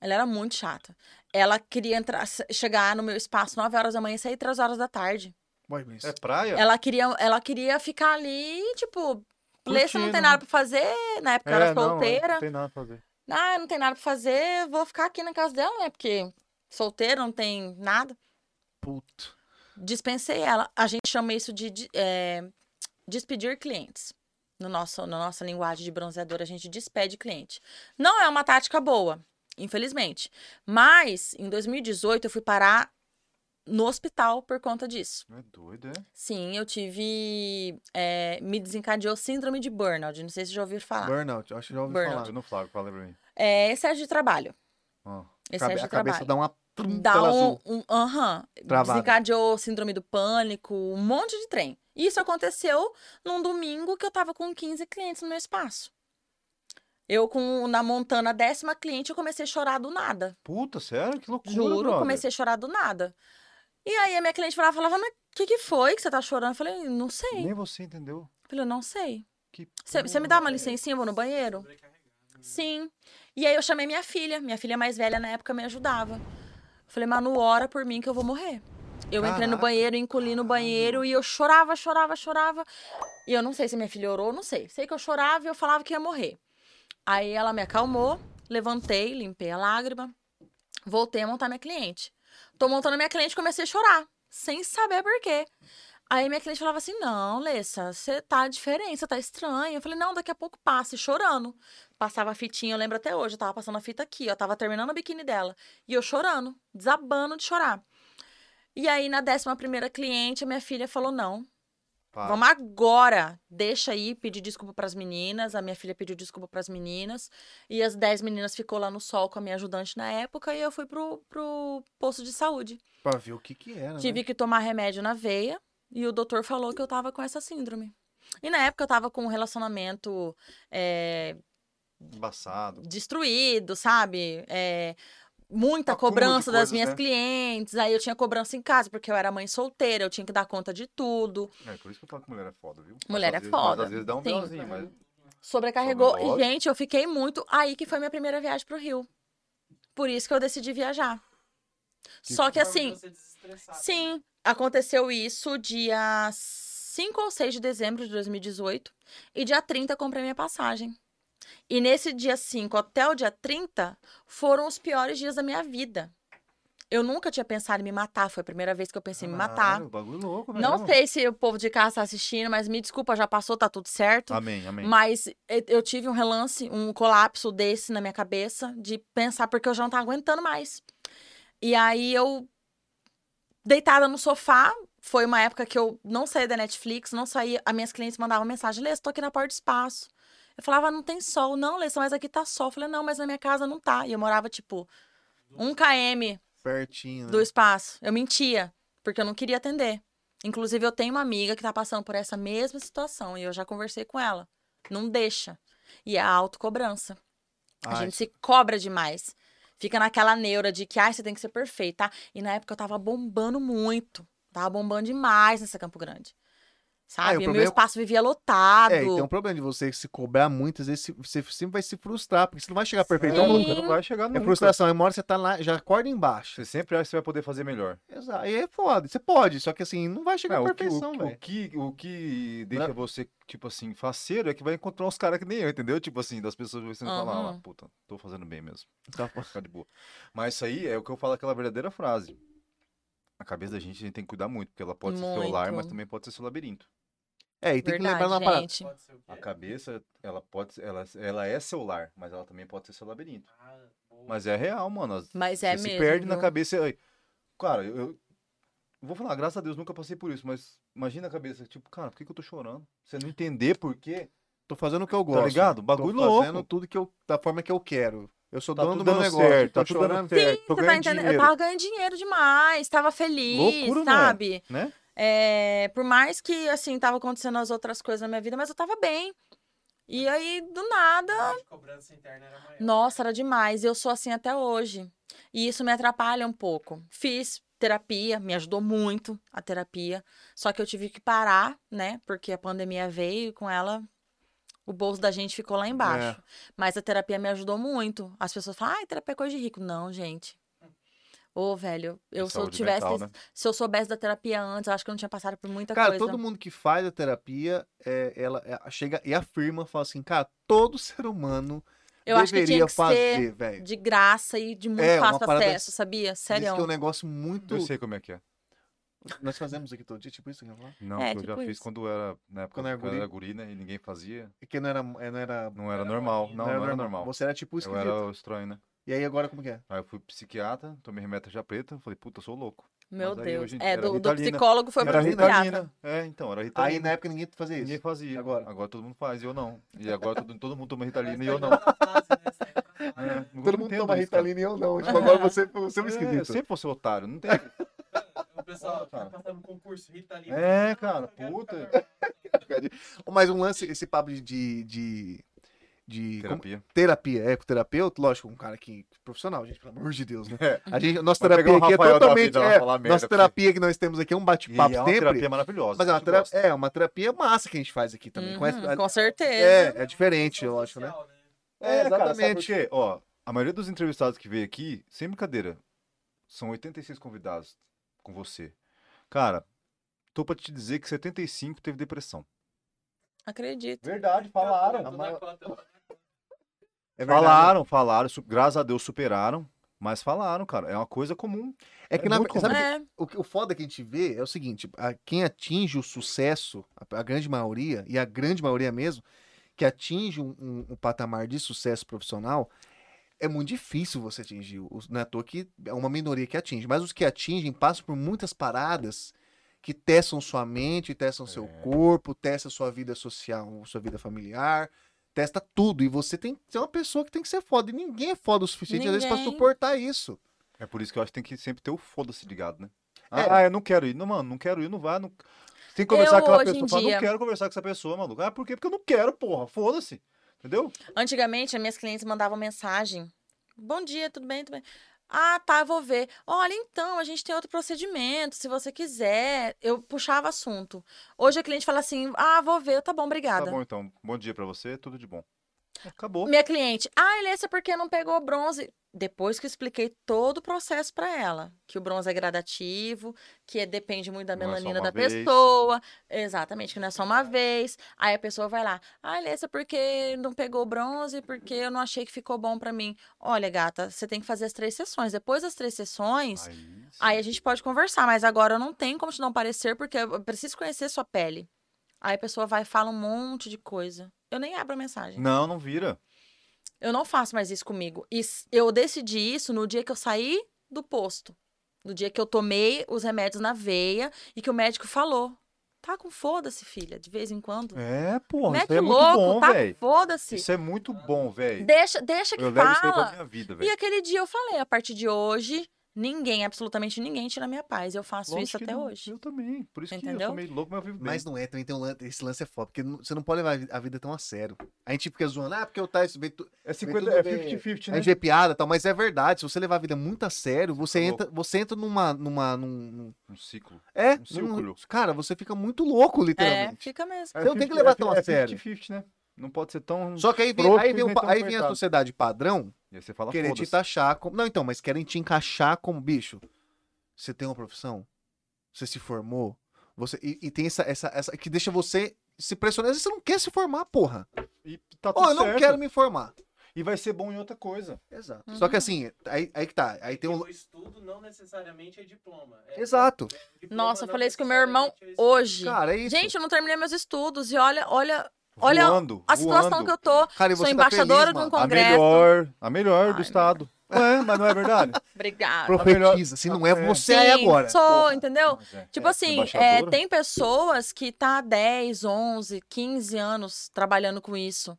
[SPEAKER 3] Ela era muito chata. Ela queria entrar, chegar no meu espaço 9 horas da manhã e sair 3 horas da tarde.
[SPEAKER 2] Ué, mas-
[SPEAKER 4] É praia?
[SPEAKER 3] Ela queria, ela queria ficar ali, tipo, Lessa
[SPEAKER 4] Curtindo.
[SPEAKER 3] não tem
[SPEAKER 4] né?
[SPEAKER 3] nada pra fazer. Na época eu
[SPEAKER 4] É,
[SPEAKER 3] era
[SPEAKER 4] não,
[SPEAKER 3] solteira.
[SPEAKER 4] Não tem nada a fazer.
[SPEAKER 3] Ah, não tem nada pra fazer, vou ficar aqui na casa dela, né? Porque solteira não tem nada
[SPEAKER 2] Puto.
[SPEAKER 3] dispensei ela. A gente chama isso de, de- é, despedir clientes. No nosso, na nossa linguagem de bronzeador, a gente despede cliente. Não é uma tática boa, infelizmente. Mas, em 2018, eu fui parar no hospital por conta disso.
[SPEAKER 4] É doido, é?
[SPEAKER 3] Sim, eu tive. é, me desencadeou síndrome de burnout. Não sei se já ouviram falar.
[SPEAKER 2] Burnout, eu acho que já ouvi
[SPEAKER 3] Burnout.
[SPEAKER 2] falar.
[SPEAKER 4] Eu não falo, fala pra mim.
[SPEAKER 3] É excesso de trabalho.
[SPEAKER 4] Ó,
[SPEAKER 3] Excesso
[SPEAKER 2] Cabe-
[SPEAKER 3] de
[SPEAKER 2] a cabeça
[SPEAKER 3] trabalho.
[SPEAKER 2] dá uma. trum
[SPEAKER 3] Dá
[SPEAKER 2] pela
[SPEAKER 3] um.
[SPEAKER 2] azul.
[SPEAKER 3] um aham.
[SPEAKER 2] Travada.
[SPEAKER 3] Desencadeou síndrome do pânico, um monte de trem. Isso aconteceu num domingo que eu tava com 15 clientes no meu espaço. Eu, com na Montana, décima cliente, eu comecei a chorar do nada.
[SPEAKER 4] Puta, sério? Que loucura,
[SPEAKER 3] Juro,
[SPEAKER 4] brother.
[SPEAKER 3] comecei a chorar do nada. E aí a minha cliente falava, falava mas o que, que foi que você tá chorando? Eu falei, não sei.
[SPEAKER 4] Nem você entendeu.
[SPEAKER 3] Eu falei, eu não sei.
[SPEAKER 4] Que
[SPEAKER 3] Você você me dá uma licencinha, eu vou no banheiro?
[SPEAKER 5] Sobrecarregado, né?
[SPEAKER 3] Sim. E aí eu chamei minha filha. Minha filha mais velha na época me ajudava. Falei, Manu, ora por mim que eu vou morrer. Eu entrei no
[SPEAKER 2] Caraca.
[SPEAKER 3] banheiro, encolhi no banheiro e eu chorava, chorava, chorava. E eu não sei se minha filha orou, não sei. Sei que eu chorava e eu falava que ia morrer. Aí ela me acalmou, levantei, limpei a lágrima, voltei a montar minha cliente. Tô montando minha cliente e comecei a chorar, sem saber por quê. Aí minha cliente falava assim: não, Lessa, você tá diferente, você tá estranha. Eu falei, não, daqui a pouco passa, e chorando. Passava a fitinha, eu lembro até hoje, eu tava passando a fita aqui, eu tava terminando o biquíni dela. E eu chorando, desabando de chorar. E aí, na décima primeira cliente, a minha filha falou: não,
[SPEAKER 4] Para.
[SPEAKER 3] Vamos agora. Deixa aí, pedir desculpa pras meninas. A minha filha pediu desculpa pras meninas. E as 10 meninas ficou lá no sol com a minha ajudante na época. E eu fui pro, pro posto de saúde.
[SPEAKER 2] Pra ver o que que era, né?
[SPEAKER 3] Tive que tomar remédio na veia. E o doutor falou que eu tava com essa síndrome. E na época eu tava com um relacionamento é,
[SPEAKER 4] Embaçado.
[SPEAKER 3] destruído, sabe? É, muita
[SPEAKER 4] Acúmulo de
[SPEAKER 3] cobrança das
[SPEAKER 4] coisas,
[SPEAKER 3] minhas
[SPEAKER 4] né?
[SPEAKER 3] clientes. Aí eu tinha cobrança em casa, porque eu era mãe solteira, eu tinha que dar conta de tudo.
[SPEAKER 4] É, por isso que eu falo que mulher é foda, viu?
[SPEAKER 3] Mulher
[SPEAKER 4] Mas
[SPEAKER 3] é
[SPEAKER 4] às vezes-
[SPEAKER 3] foda.
[SPEAKER 4] Mas às vezes dá um
[SPEAKER 3] Sim.
[SPEAKER 4] belzinho, mas
[SPEAKER 3] Sobrecarregou.
[SPEAKER 4] Sobre-
[SPEAKER 3] E, gente, eu fiquei muito. Aí que foi minha primeira viagem pro Rio. Por isso que eu decidi viajar.
[SPEAKER 2] Que
[SPEAKER 3] Só que
[SPEAKER 6] Forma de
[SPEAKER 3] assim,
[SPEAKER 6] você desestressar, né?
[SPEAKER 3] sim, aconteceu isso dia 5 ou 6 de dezembro de 2018. E dia 30 eu comprei minha passagem. E nesse dia 5 até o dia 30 foram os piores dias da minha vida. Eu nunca tinha pensado em me matar. Foi a primeira vez que eu pensei em me matar.
[SPEAKER 4] Caralho, é, bagulho louco,
[SPEAKER 3] Tá.
[SPEAKER 4] né?
[SPEAKER 3] Não
[SPEAKER 4] mesmo.
[SPEAKER 3] sei se o povo de casa tá assistindo, mas me desculpa, já passou, tá tudo certo.
[SPEAKER 4] Amém, amém.
[SPEAKER 3] Mas e- eu tive um relance, um colapso desse na minha cabeça, de pensar, porque eu já não tava aguentando mais. E aí eu, deitada no sofá, foi uma época que eu não saía da Netflix, não saía. As minhas clientes mandavam mensagem: Lê, estou aqui na porta do espaço. Eu falava: não tem sol. Não, Lê, mas aqui tá sol. Eu falei: não, mas na minha casa não tá. E eu morava, tipo, um km
[SPEAKER 2] Pertinho, né?
[SPEAKER 3] do espaço. Eu mentia, porque eu não queria atender. Inclusive, eu tenho uma amiga que tá passando por essa mesma situação e eu já conversei com ela. Não deixa. E é a autocobrança. A
[SPEAKER 2] Ai,
[SPEAKER 3] gente se cobra demais. Fica naquela neura de que, ai, você tem que ser perfeita. tá? E na época eu tava bombando muito. Tava bombando demais nessa Campo Grande.
[SPEAKER 2] Ah, e o
[SPEAKER 3] Sabe? meu
[SPEAKER 2] problema-
[SPEAKER 3] espaço vivia lotado.
[SPEAKER 2] É, e tem um problema de você se cobrar muito, às vezes se- você sempre vai se frustrar, porque você não vai chegar perfeito
[SPEAKER 3] Sim.
[SPEAKER 2] nunca.
[SPEAKER 4] Nunca, Então, não vai chegar
[SPEAKER 2] É
[SPEAKER 4] nunca.
[SPEAKER 2] frustração, é uma hora você tá lá, já acorda embaixo.
[SPEAKER 4] Você sempre acha que você vai poder fazer melhor.
[SPEAKER 2] Exato. E é foda, você pode, só que assim, não vai chegar
[SPEAKER 4] É,
[SPEAKER 2] à
[SPEAKER 4] o, que,
[SPEAKER 2] perfeição,
[SPEAKER 4] o,
[SPEAKER 2] velho.
[SPEAKER 4] o que o que deixa você, tipo assim, faceiro é que vai encontrar uns caras que nem eu, entendeu? Tipo assim, das pessoas que você não falar,
[SPEAKER 3] Aham.
[SPEAKER 4] ah, puta, tô fazendo bem mesmo.
[SPEAKER 2] Tá bom.
[SPEAKER 4] Ficar de boa. Mas isso aí é o que eu falo, aquela verdadeira frase. A cabeça da gente, a gente tem que cuidar muito, porque ela pode ser seu lar,
[SPEAKER 3] Muito.
[SPEAKER 4] mas também pode ser seu labirinto.
[SPEAKER 2] É, e tem que lembrar
[SPEAKER 3] Verdade,
[SPEAKER 2] uma parada.
[SPEAKER 3] gente.
[SPEAKER 5] Pode ser o quê?
[SPEAKER 4] A cabeça, ela pode ser- ela, ela é seu lar, mas ela também pode ser seu labirinto.
[SPEAKER 5] Ah, boa.
[SPEAKER 4] Mas é real, mano. as-
[SPEAKER 3] Mas é
[SPEAKER 4] você
[SPEAKER 3] mesmo.
[SPEAKER 4] se perde na
[SPEAKER 3] viu?
[SPEAKER 4] cabeça. aí, Cara, eu, eu vou falar, graças a Deus nunca passei por isso, mas imagina a cabeça, tipo, cara, por que, que eu tô chorando? Você não entender por quê?
[SPEAKER 2] Tô fazendo o que eu gosto.
[SPEAKER 4] Tá ligado? Bagulho
[SPEAKER 2] Tô fazendo
[SPEAKER 4] louco.
[SPEAKER 2] tudo que eu, da forma que eu quero. Eu sou
[SPEAKER 4] Tá
[SPEAKER 2] dono
[SPEAKER 4] tudo
[SPEAKER 2] do meu
[SPEAKER 4] dando
[SPEAKER 2] negócio.
[SPEAKER 4] certo,
[SPEAKER 2] tô
[SPEAKER 4] tá tudo dando
[SPEAKER 2] chorando.
[SPEAKER 4] certo, tô
[SPEAKER 3] Você tá
[SPEAKER 4] ganhando
[SPEAKER 3] entendendo? Eu
[SPEAKER 4] dinheiro.
[SPEAKER 3] tava ganhando dinheiro demais, tava feliz,
[SPEAKER 4] Loucura, não é?
[SPEAKER 3] sabe?
[SPEAKER 4] Né?
[SPEAKER 3] É, por mais que, assim, tava acontecendo as outras coisas na minha vida, mas eu tava bem. E aí, do nada,
[SPEAKER 5] A cobrança interna era
[SPEAKER 2] É.
[SPEAKER 5] maior.
[SPEAKER 3] nossa, era demais. Eu sou assim até hoje. E isso me atrapalha um pouco. Fiz terapia, me ajudou muito a terapia. Só que eu tive que parar, né? Porque a pandemia veio e com ela o bolso da gente ficou lá embaixo.
[SPEAKER 2] É.
[SPEAKER 3] Mas a terapia me ajudou muito. As pessoas falam, ah, terapia é coisa de rico. Não, gente. Ô, velho,
[SPEAKER 2] É
[SPEAKER 3] eu se eu
[SPEAKER 4] Saúde
[SPEAKER 3] tivesse.
[SPEAKER 4] mental, né?
[SPEAKER 3] Se eu soubesse da terapia antes, eu acho que eu não tinha passado por muita
[SPEAKER 2] Cara,
[SPEAKER 3] coisa.
[SPEAKER 2] todo mundo que faz a terapia, é, ela é, chega e afirma, fala assim, cara, todo ser humano
[SPEAKER 3] Eu acho que
[SPEAKER 2] deveria
[SPEAKER 3] tinha que
[SPEAKER 2] fazer,
[SPEAKER 3] ser
[SPEAKER 2] velho.
[SPEAKER 3] de graça e de muito
[SPEAKER 2] É, uma
[SPEAKER 3] fácil
[SPEAKER 2] parada
[SPEAKER 3] acesso, sabia?
[SPEAKER 2] Isso que é um
[SPEAKER 3] Sério.
[SPEAKER 2] negócio muito.
[SPEAKER 4] Eu sei como é que é.
[SPEAKER 2] Nós fazemos aqui todo dia, tipo isso que eu ia falar.
[SPEAKER 4] Não,
[SPEAKER 3] É,
[SPEAKER 4] que eu já
[SPEAKER 3] tipo
[SPEAKER 4] fiz
[SPEAKER 3] isso.
[SPEAKER 4] quando era, na época,
[SPEAKER 2] Quando era
[SPEAKER 4] quando
[SPEAKER 2] guri.
[SPEAKER 4] era guri, né? E ninguém fazia.
[SPEAKER 2] É Que não era. é, Não era,
[SPEAKER 4] Não era
[SPEAKER 5] Era
[SPEAKER 4] normal.
[SPEAKER 5] normal.
[SPEAKER 4] Não, não era normal.
[SPEAKER 2] Você era tipo
[SPEAKER 4] Eu
[SPEAKER 2] esquisito.
[SPEAKER 4] era estranho, né?
[SPEAKER 2] E aí agora como que é?
[SPEAKER 4] Aí eu fui psiquiatra, tomei remédio já preta, falei, puta, eu sou louco.
[SPEAKER 3] Meu
[SPEAKER 4] Mas aí
[SPEAKER 3] Deus.
[SPEAKER 4] hoje
[SPEAKER 3] É,
[SPEAKER 4] era
[SPEAKER 3] do, do
[SPEAKER 4] Ritalina.
[SPEAKER 3] psicólogo foi
[SPEAKER 4] era
[SPEAKER 3] pro psiquiatra.
[SPEAKER 4] ritalina. É, então, era ritalina.
[SPEAKER 2] Aí na época ninguém fazia
[SPEAKER 4] Ninguém
[SPEAKER 2] isso.
[SPEAKER 4] fazia.
[SPEAKER 2] Agora?
[SPEAKER 4] Agora. todo mundo faz, e eu não. E agora todo, todo mundo toma Ritalina e
[SPEAKER 5] Mas
[SPEAKER 4] eu
[SPEAKER 5] tá
[SPEAKER 4] não.
[SPEAKER 5] em outra fase, né? Você tá em outra fase,
[SPEAKER 4] É,
[SPEAKER 5] né?
[SPEAKER 4] não
[SPEAKER 2] Todo mundo
[SPEAKER 4] entendo
[SPEAKER 2] toma
[SPEAKER 4] isso, cara.
[SPEAKER 2] Ritalina e eu não. Tipo, agora você, você é um
[SPEAKER 4] É, eu
[SPEAKER 2] esquisito.
[SPEAKER 4] sempre vou ser otário, não tem.
[SPEAKER 5] O pessoal tá
[SPEAKER 4] Cara.
[SPEAKER 5] passando concurso, Rita ali.
[SPEAKER 4] É, cara,
[SPEAKER 5] Eu quero
[SPEAKER 4] puta.
[SPEAKER 5] ficar normal.
[SPEAKER 2] Mas um lance, esse papo de. de, de... de- como-
[SPEAKER 4] Terapia.
[SPEAKER 2] terapia, ecoterapeuta, lógico, um cara que profissional, gente, pelo amor de Deus, né?
[SPEAKER 4] É.
[SPEAKER 2] A gente, nossa
[SPEAKER 4] Vai pegar
[SPEAKER 2] terapia
[SPEAKER 4] o
[SPEAKER 2] aqui é
[SPEAKER 4] Rafael da
[SPEAKER 2] totalmente,
[SPEAKER 4] vida, vai
[SPEAKER 2] é,
[SPEAKER 4] falar merda
[SPEAKER 2] nossa
[SPEAKER 4] pra
[SPEAKER 2] terapia que nós temos aqui é um
[SPEAKER 4] E
[SPEAKER 2] bate-papo
[SPEAKER 4] é uma
[SPEAKER 2] sempre,
[SPEAKER 4] terapia maravilhosa.
[SPEAKER 2] mas é uma,
[SPEAKER 4] a gente
[SPEAKER 2] terapia,
[SPEAKER 4] gosta.
[SPEAKER 2] é uma terapia massa que a gente faz aqui também,
[SPEAKER 3] Uhum,
[SPEAKER 2] conhece-
[SPEAKER 3] com certeza.
[SPEAKER 2] é, é diferente, lógico, né?
[SPEAKER 5] Social,
[SPEAKER 4] É,
[SPEAKER 2] É, exatamente.
[SPEAKER 4] exatamente. Cara, sabe por quê? Ó, a maioria dos entrevistados que veio aqui, sem brincadeira, são 86 convidados com você. Cara, tô pra te dizer que 75 teve depressão.
[SPEAKER 3] Acredito.
[SPEAKER 4] Verdade,
[SPEAKER 5] Eu tô na
[SPEAKER 2] Falaram.
[SPEAKER 5] cota, eu tô
[SPEAKER 2] É verdade.
[SPEAKER 4] Falaram, falaram, su- graças a Deus superaram, mas falaram, cara. É uma coisa comum.
[SPEAKER 2] É que
[SPEAKER 4] É
[SPEAKER 2] na,
[SPEAKER 4] muito
[SPEAKER 2] sabe,
[SPEAKER 3] É,
[SPEAKER 2] o, que- o foda que a gente vê é o seguinte: a- quem atinge o sucesso, a, a grande maioria, e a grande maioria mesmo, que atinge um, um- um patamar de sucesso profissional, é muito difícil você atingir. Os, não é à toa que é uma minoria que atinge, mas os que atingem passam por muitas paradas que testam sua mente, testam seu corpo, testam sua vida social, sua vida familiar, testa tudo. E você tem que ser uma pessoa que tem que ser foda. E ninguém é foda o suficiente, às vezes, pra
[SPEAKER 3] Ninguém.
[SPEAKER 2] suportar isso.
[SPEAKER 4] É por isso que eu acho que tem que sempre ter o foda-se ligado, né?
[SPEAKER 2] É.
[SPEAKER 4] Ah, eu não quero ir. Não, mano, não quero ir, não vai. Não... Você tem que conversar com aquela
[SPEAKER 3] hoje em
[SPEAKER 4] pessoa. Fala, não
[SPEAKER 3] dia-
[SPEAKER 4] quero conversar com essa pessoa, maluco. Ah, por quê? Porque eu não quero, porra. Foda-se. Entendeu?
[SPEAKER 3] Antigamente, as minhas clientes mandavam mensagem. Bom dia, tudo bem? Tudo bem? Ah, tá, vou ver. Olha, então, a gente tem outro procedimento, se você quiser. Eu puxava assunto. Hoje a cliente fala assim: ah, vou ver, tá bom, obrigada.
[SPEAKER 4] Tá bom, então. Bom dia pra você. Tudo de bom. Acabou.
[SPEAKER 3] Minha cliente, ah, Alessia, por que não pegou bronze? Depois que eu expliquei todo o processo pra ela, que o bronze é gradativo, que é- depende muito da
[SPEAKER 4] Não é só
[SPEAKER 3] melanina
[SPEAKER 4] uma
[SPEAKER 3] da
[SPEAKER 4] vez.
[SPEAKER 3] pessoa, exatamente, que não é só uma vez. Aí a pessoa vai lá, ah, Alessia, por que não pegou bronze? Porque eu não achei que ficou bom pra mim. Olha, gata, você tem que fazer as três sessões. Depois das três sessões,
[SPEAKER 4] Aí, sim.
[SPEAKER 3] Aí a gente pode conversar, mas agora eu não tenho como te dar um parecer, porque eu preciso conhecer sua pele. Aí a pessoa vai e fala um monte de coisa. Eu nem abro a mensagem.
[SPEAKER 4] Não, não vira.
[SPEAKER 3] Eu não faço mais isso comigo. E s- eu decidi isso no dia que eu saí do posto. No dia que eu tomei os remédios na veia e que o médico falou. Tá com foda-se, filha, de vez em quando.
[SPEAKER 4] É, porra. Isso
[SPEAKER 3] Mete
[SPEAKER 4] aí é muito
[SPEAKER 3] louco,
[SPEAKER 4] bom,
[SPEAKER 3] tá
[SPEAKER 4] velho.
[SPEAKER 3] com foda-se.
[SPEAKER 4] Isso é muito bom, velho.
[SPEAKER 3] Deixa, deixa que
[SPEAKER 4] Eu levo isso aí pra
[SPEAKER 3] fala.
[SPEAKER 4] minha vida,
[SPEAKER 3] E
[SPEAKER 4] velho.
[SPEAKER 3] aquele dia eu falei, a partir de hoje, ninguém, absolutamente ninguém tira a minha paz. Eu faço
[SPEAKER 4] Lógico
[SPEAKER 3] isso
[SPEAKER 4] que
[SPEAKER 3] até
[SPEAKER 4] não,
[SPEAKER 3] hoje.
[SPEAKER 4] Eu também. Por isso que eu sou
[SPEAKER 3] Entendeu?
[SPEAKER 4] meio louco, mas eu vivo bem.
[SPEAKER 2] Mas não é, também tem um lan- esse lance é foda, porque não- você não pode levar a vi- a vida tão a sério. A gente fica zoando, ah, porque eu tá. isso vem tu-
[SPEAKER 4] É né?
[SPEAKER 2] tudo bem.
[SPEAKER 4] 50-50,
[SPEAKER 2] A gente vê piada e tal, mas é verdade. Se você levar a vida muito a sério, você
[SPEAKER 4] Tá
[SPEAKER 2] entra, você entra numa. numa num, num-
[SPEAKER 4] Um ciclo.
[SPEAKER 2] é,
[SPEAKER 4] Um círculo.
[SPEAKER 2] cara, você fica muito louco,
[SPEAKER 3] É,
[SPEAKER 2] literalmente.
[SPEAKER 3] fica mesmo.
[SPEAKER 2] Você não Então tem que
[SPEAKER 4] é
[SPEAKER 2] levar tão a sério.
[SPEAKER 4] 50-50, né? Não pode ser tão...
[SPEAKER 2] Só que aí vem,
[SPEAKER 4] Pronto,
[SPEAKER 2] aí vem, o pa-
[SPEAKER 4] então,
[SPEAKER 2] aí vem a
[SPEAKER 4] coitado.
[SPEAKER 2] sociedade padrão
[SPEAKER 4] E aí você fala,
[SPEAKER 2] querer te
[SPEAKER 4] Ah, foda-se.
[SPEAKER 2] encaixar como. Não, então, mas querem te encaixar como bicho. Você tem uma profissão? Você se formou? Você, e, e tem essa, essa, essa. que deixa você se pressionar. Às vezes você não quer se formar, porra.
[SPEAKER 4] E tá tudo
[SPEAKER 2] Ou eu não
[SPEAKER 4] certo.
[SPEAKER 2] quero me formar.
[SPEAKER 4] E vai ser bom em outra coisa.
[SPEAKER 2] Exato.
[SPEAKER 3] Uhum.
[SPEAKER 2] Só que assim, aí, aí que tá. Aí tem um.
[SPEAKER 5] O Tipo, estudo não necessariamente é diploma. É-
[SPEAKER 2] Exato.
[SPEAKER 5] é- diploma
[SPEAKER 3] Nossa, eu
[SPEAKER 5] não
[SPEAKER 3] falei isso com meu irmão
[SPEAKER 5] necessariamente é
[SPEAKER 3] hoje.
[SPEAKER 2] Cara, é isso.
[SPEAKER 3] Gente, eu não terminei meus estudos e olha, olha Olha
[SPEAKER 4] voando,
[SPEAKER 3] a situação
[SPEAKER 4] voando.
[SPEAKER 3] que eu tô.
[SPEAKER 2] cara, e
[SPEAKER 3] Sou
[SPEAKER 2] você
[SPEAKER 3] embaixadora
[SPEAKER 2] tá feliz,
[SPEAKER 3] de um
[SPEAKER 2] mano.
[SPEAKER 4] A
[SPEAKER 3] Congresso.
[SPEAKER 4] melhor, a melhor do
[SPEAKER 3] Ai,
[SPEAKER 4] estado. Ué, mas não é verdade?
[SPEAKER 3] Obrigada.
[SPEAKER 4] Pro-
[SPEAKER 2] Profetiza. Se não é
[SPEAKER 4] Sim,
[SPEAKER 2] você, é agora.
[SPEAKER 3] Sou,
[SPEAKER 2] Porra.
[SPEAKER 3] entendeu?
[SPEAKER 4] Mas é.
[SPEAKER 3] Tipo
[SPEAKER 4] É,
[SPEAKER 3] assim, é,
[SPEAKER 4] embaixadora.
[SPEAKER 3] tem pessoas que tá há 10, 11, 15 anos trabalhando com isso.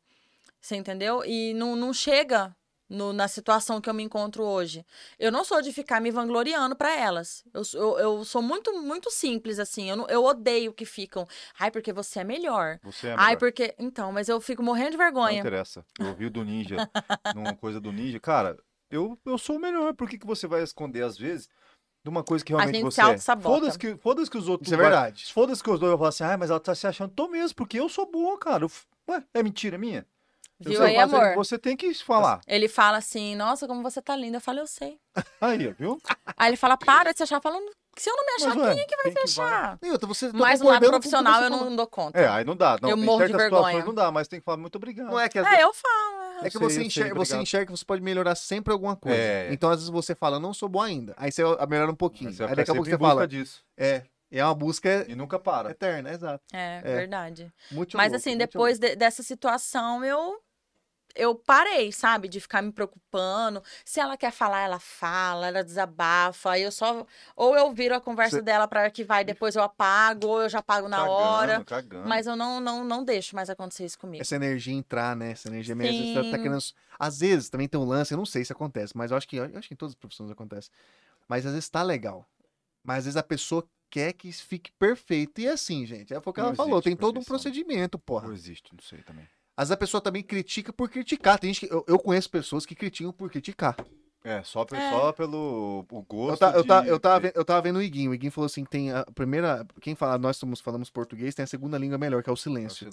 [SPEAKER 3] Você entendeu? E não, não chega no- na situação que eu me encontro hoje. Eu não sou de ficar me vangloriando pra elas. Eu, sou- eu, eu sou muito, muito simples, assim. Eu, não- eu odeio que ficam. Ai, porque você é melhor.
[SPEAKER 4] Você é a
[SPEAKER 3] Ai,
[SPEAKER 4] melhor.
[SPEAKER 3] porque. Então, mas eu fico morrendo de
[SPEAKER 4] Não
[SPEAKER 3] vergonha.
[SPEAKER 4] interessa. Eu ouvi o do Ninja, numa coisa do Ninja. Cara, eu, eu sou o melhor. Por que, que você vai esconder, às vezes, de uma coisa que
[SPEAKER 3] A
[SPEAKER 4] realmente
[SPEAKER 3] gente se
[SPEAKER 4] você é?
[SPEAKER 3] auto-sabota.
[SPEAKER 4] Foda-se que, foda que os outros...
[SPEAKER 2] Isso é
[SPEAKER 4] vai-
[SPEAKER 2] verdade.
[SPEAKER 4] Foda-se que os dois vão falar assim, ah, mas ela tá se achando. Tô mesmo, porque eu sou boa, cara. Eu f- Ué, é mentira minha? Eu
[SPEAKER 3] Viu
[SPEAKER 4] sei,
[SPEAKER 3] aí,
[SPEAKER 4] mas
[SPEAKER 3] amor?
[SPEAKER 4] Você tem que falar.
[SPEAKER 3] Ele fala assim, nossa, como você tá linda. Eu falo, eu sei.
[SPEAKER 4] Aí, ó, viu?
[SPEAKER 3] Aí ele fala, para de se achar. Falando, se eu não me achar,
[SPEAKER 4] Mas, ué,
[SPEAKER 3] quem é que vai
[SPEAKER 4] quem
[SPEAKER 3] se
[SPEAKER 4] que vai?
[SPEAKER 3] achar?
[SPEAKER 2] E outra, você tá
[SPEAKER 3] Mas no um
[SPEAKER 2] concordando com o
[SPEAKER 3] lado
[SPEAKER 2] que
[SPEAKER 3] profissional
[SPEAKER 2] você
[SPEAKER 3] eu
[SPEAKER 2] falou.
[SPEAKER 3] não dou conta.
[SPEAKER 4] É, aí não dá. Não,
[SPEAKER 3] Eu
[SPEAKER 4] tem
[SPEAKER 3] morro de
[SPEAKER 4] certas
[SPEAKER 3] vergonha.
[SPEAKER 4] situações não dá, mas tem que falar muito obrigado.
[SPEAKER 2] Não é que às
[SPEAKER 3] É, eu falo.
[SPEAKER 2] É que
[SPEAKER 4] Eu sei, eu
[SPEAKER 2] você
[SPEAKER 4] sei,
[SPEAKER 2] enxerga, você
[SPEAKER 4] obrigado.
[SPEAKER 2] enxerga que você pode melhorar sempre alguma coisa.
[SPEAKER 4] É.
[SPEAKER 2] Então, às vezes, você fala, não sou bom ainda. Aí você melhora um pouquinho.
[SPEAKER 4] Você vai
[SPEAKER 2] Aí
[SPEAKER 4] ficar
[SPEAKER 2] daqui a pouco
[SPEAKER 4] sempre
[SPEAKER 2] você
[SPEAKER 4] em busca
[SPEAKER 2] fala.
[SPEAKER 4] disso.
[SPEAKER 2] É. E é uma busca
[SPEAKER 4] E nunca para.
[SPEAKER 2] eterna, exato.
[SPEAKER 3] É, verdade.
[SPEAKER 2] Muito
[SPEAKER 3] Mas
[SPEAKER 2] louco,
[SPEAKER 3] assim,
[SPEAKER 2] muito
[SPEAKER 3] depois de- dessa situação, eu eu parei, sabe, de ficar me preocupando. Se ela quer falar, ela fala, ela desabafa. Aí eu só ou eu viro a conversa
[SPEAKER 4] Você- Tá
[SPEAKER 3] dela para arquivar e depois eu apago, ou eu já apago na hora.
[SPEAKER 4] Cagando, cagando.
[SPEAKER 3] Mas eu não, não, não deixo mais acontecer isso
[SPEAKER 4] É
[SPEAKER 3] comigo.
[SPEAKER 2] essa energia entrar, né? Essa energia meio, às vezes, tá, tá
[SPEAKER 3] Sim.
[SPEAKER 2] querendo. Às vezes também tem um lance, eu não sei se acontece, mas eu acho que eu acho que em todas as profissões acontece. Mas às vezes tá legal. Mas às vezes a pessoa quer que fique perfeito. E é assim, gente, é o que
[SPEAKER 4] Não
[SPEAKER 2] ela falou,
[SPEAKER 4] existe
[SPEAKER 2] tem todo um
[SPEAKER 4] perfeição.
[SPEAKER 2] procedimento, porra.
[SPEAKER 4] Não existe, não sei também.
[SPEAKER 2] Às vezes a pessoa também critica por criticar. Tem gente que, eu, eu conheço pessoas que criticam por criticar.
[SPEAKER 4] É, só, pe-
[SPEAKER 3] É.
[SPEAKER 4] só pelo o gosto
[SPEAKER 2] Eu, tá, eu, tá,
[SPEAKER 4] de-
[SPEAKER 2] eu, tava,
[SPEAKER 4] de-
[SPEAKER 2] ve- eu tava vendo o Iguinho. O Iguinho falou assim: que tem a primeira. Quem fala, nós somos, falamos português, tem a segunda língua melhor, que é o silêncio.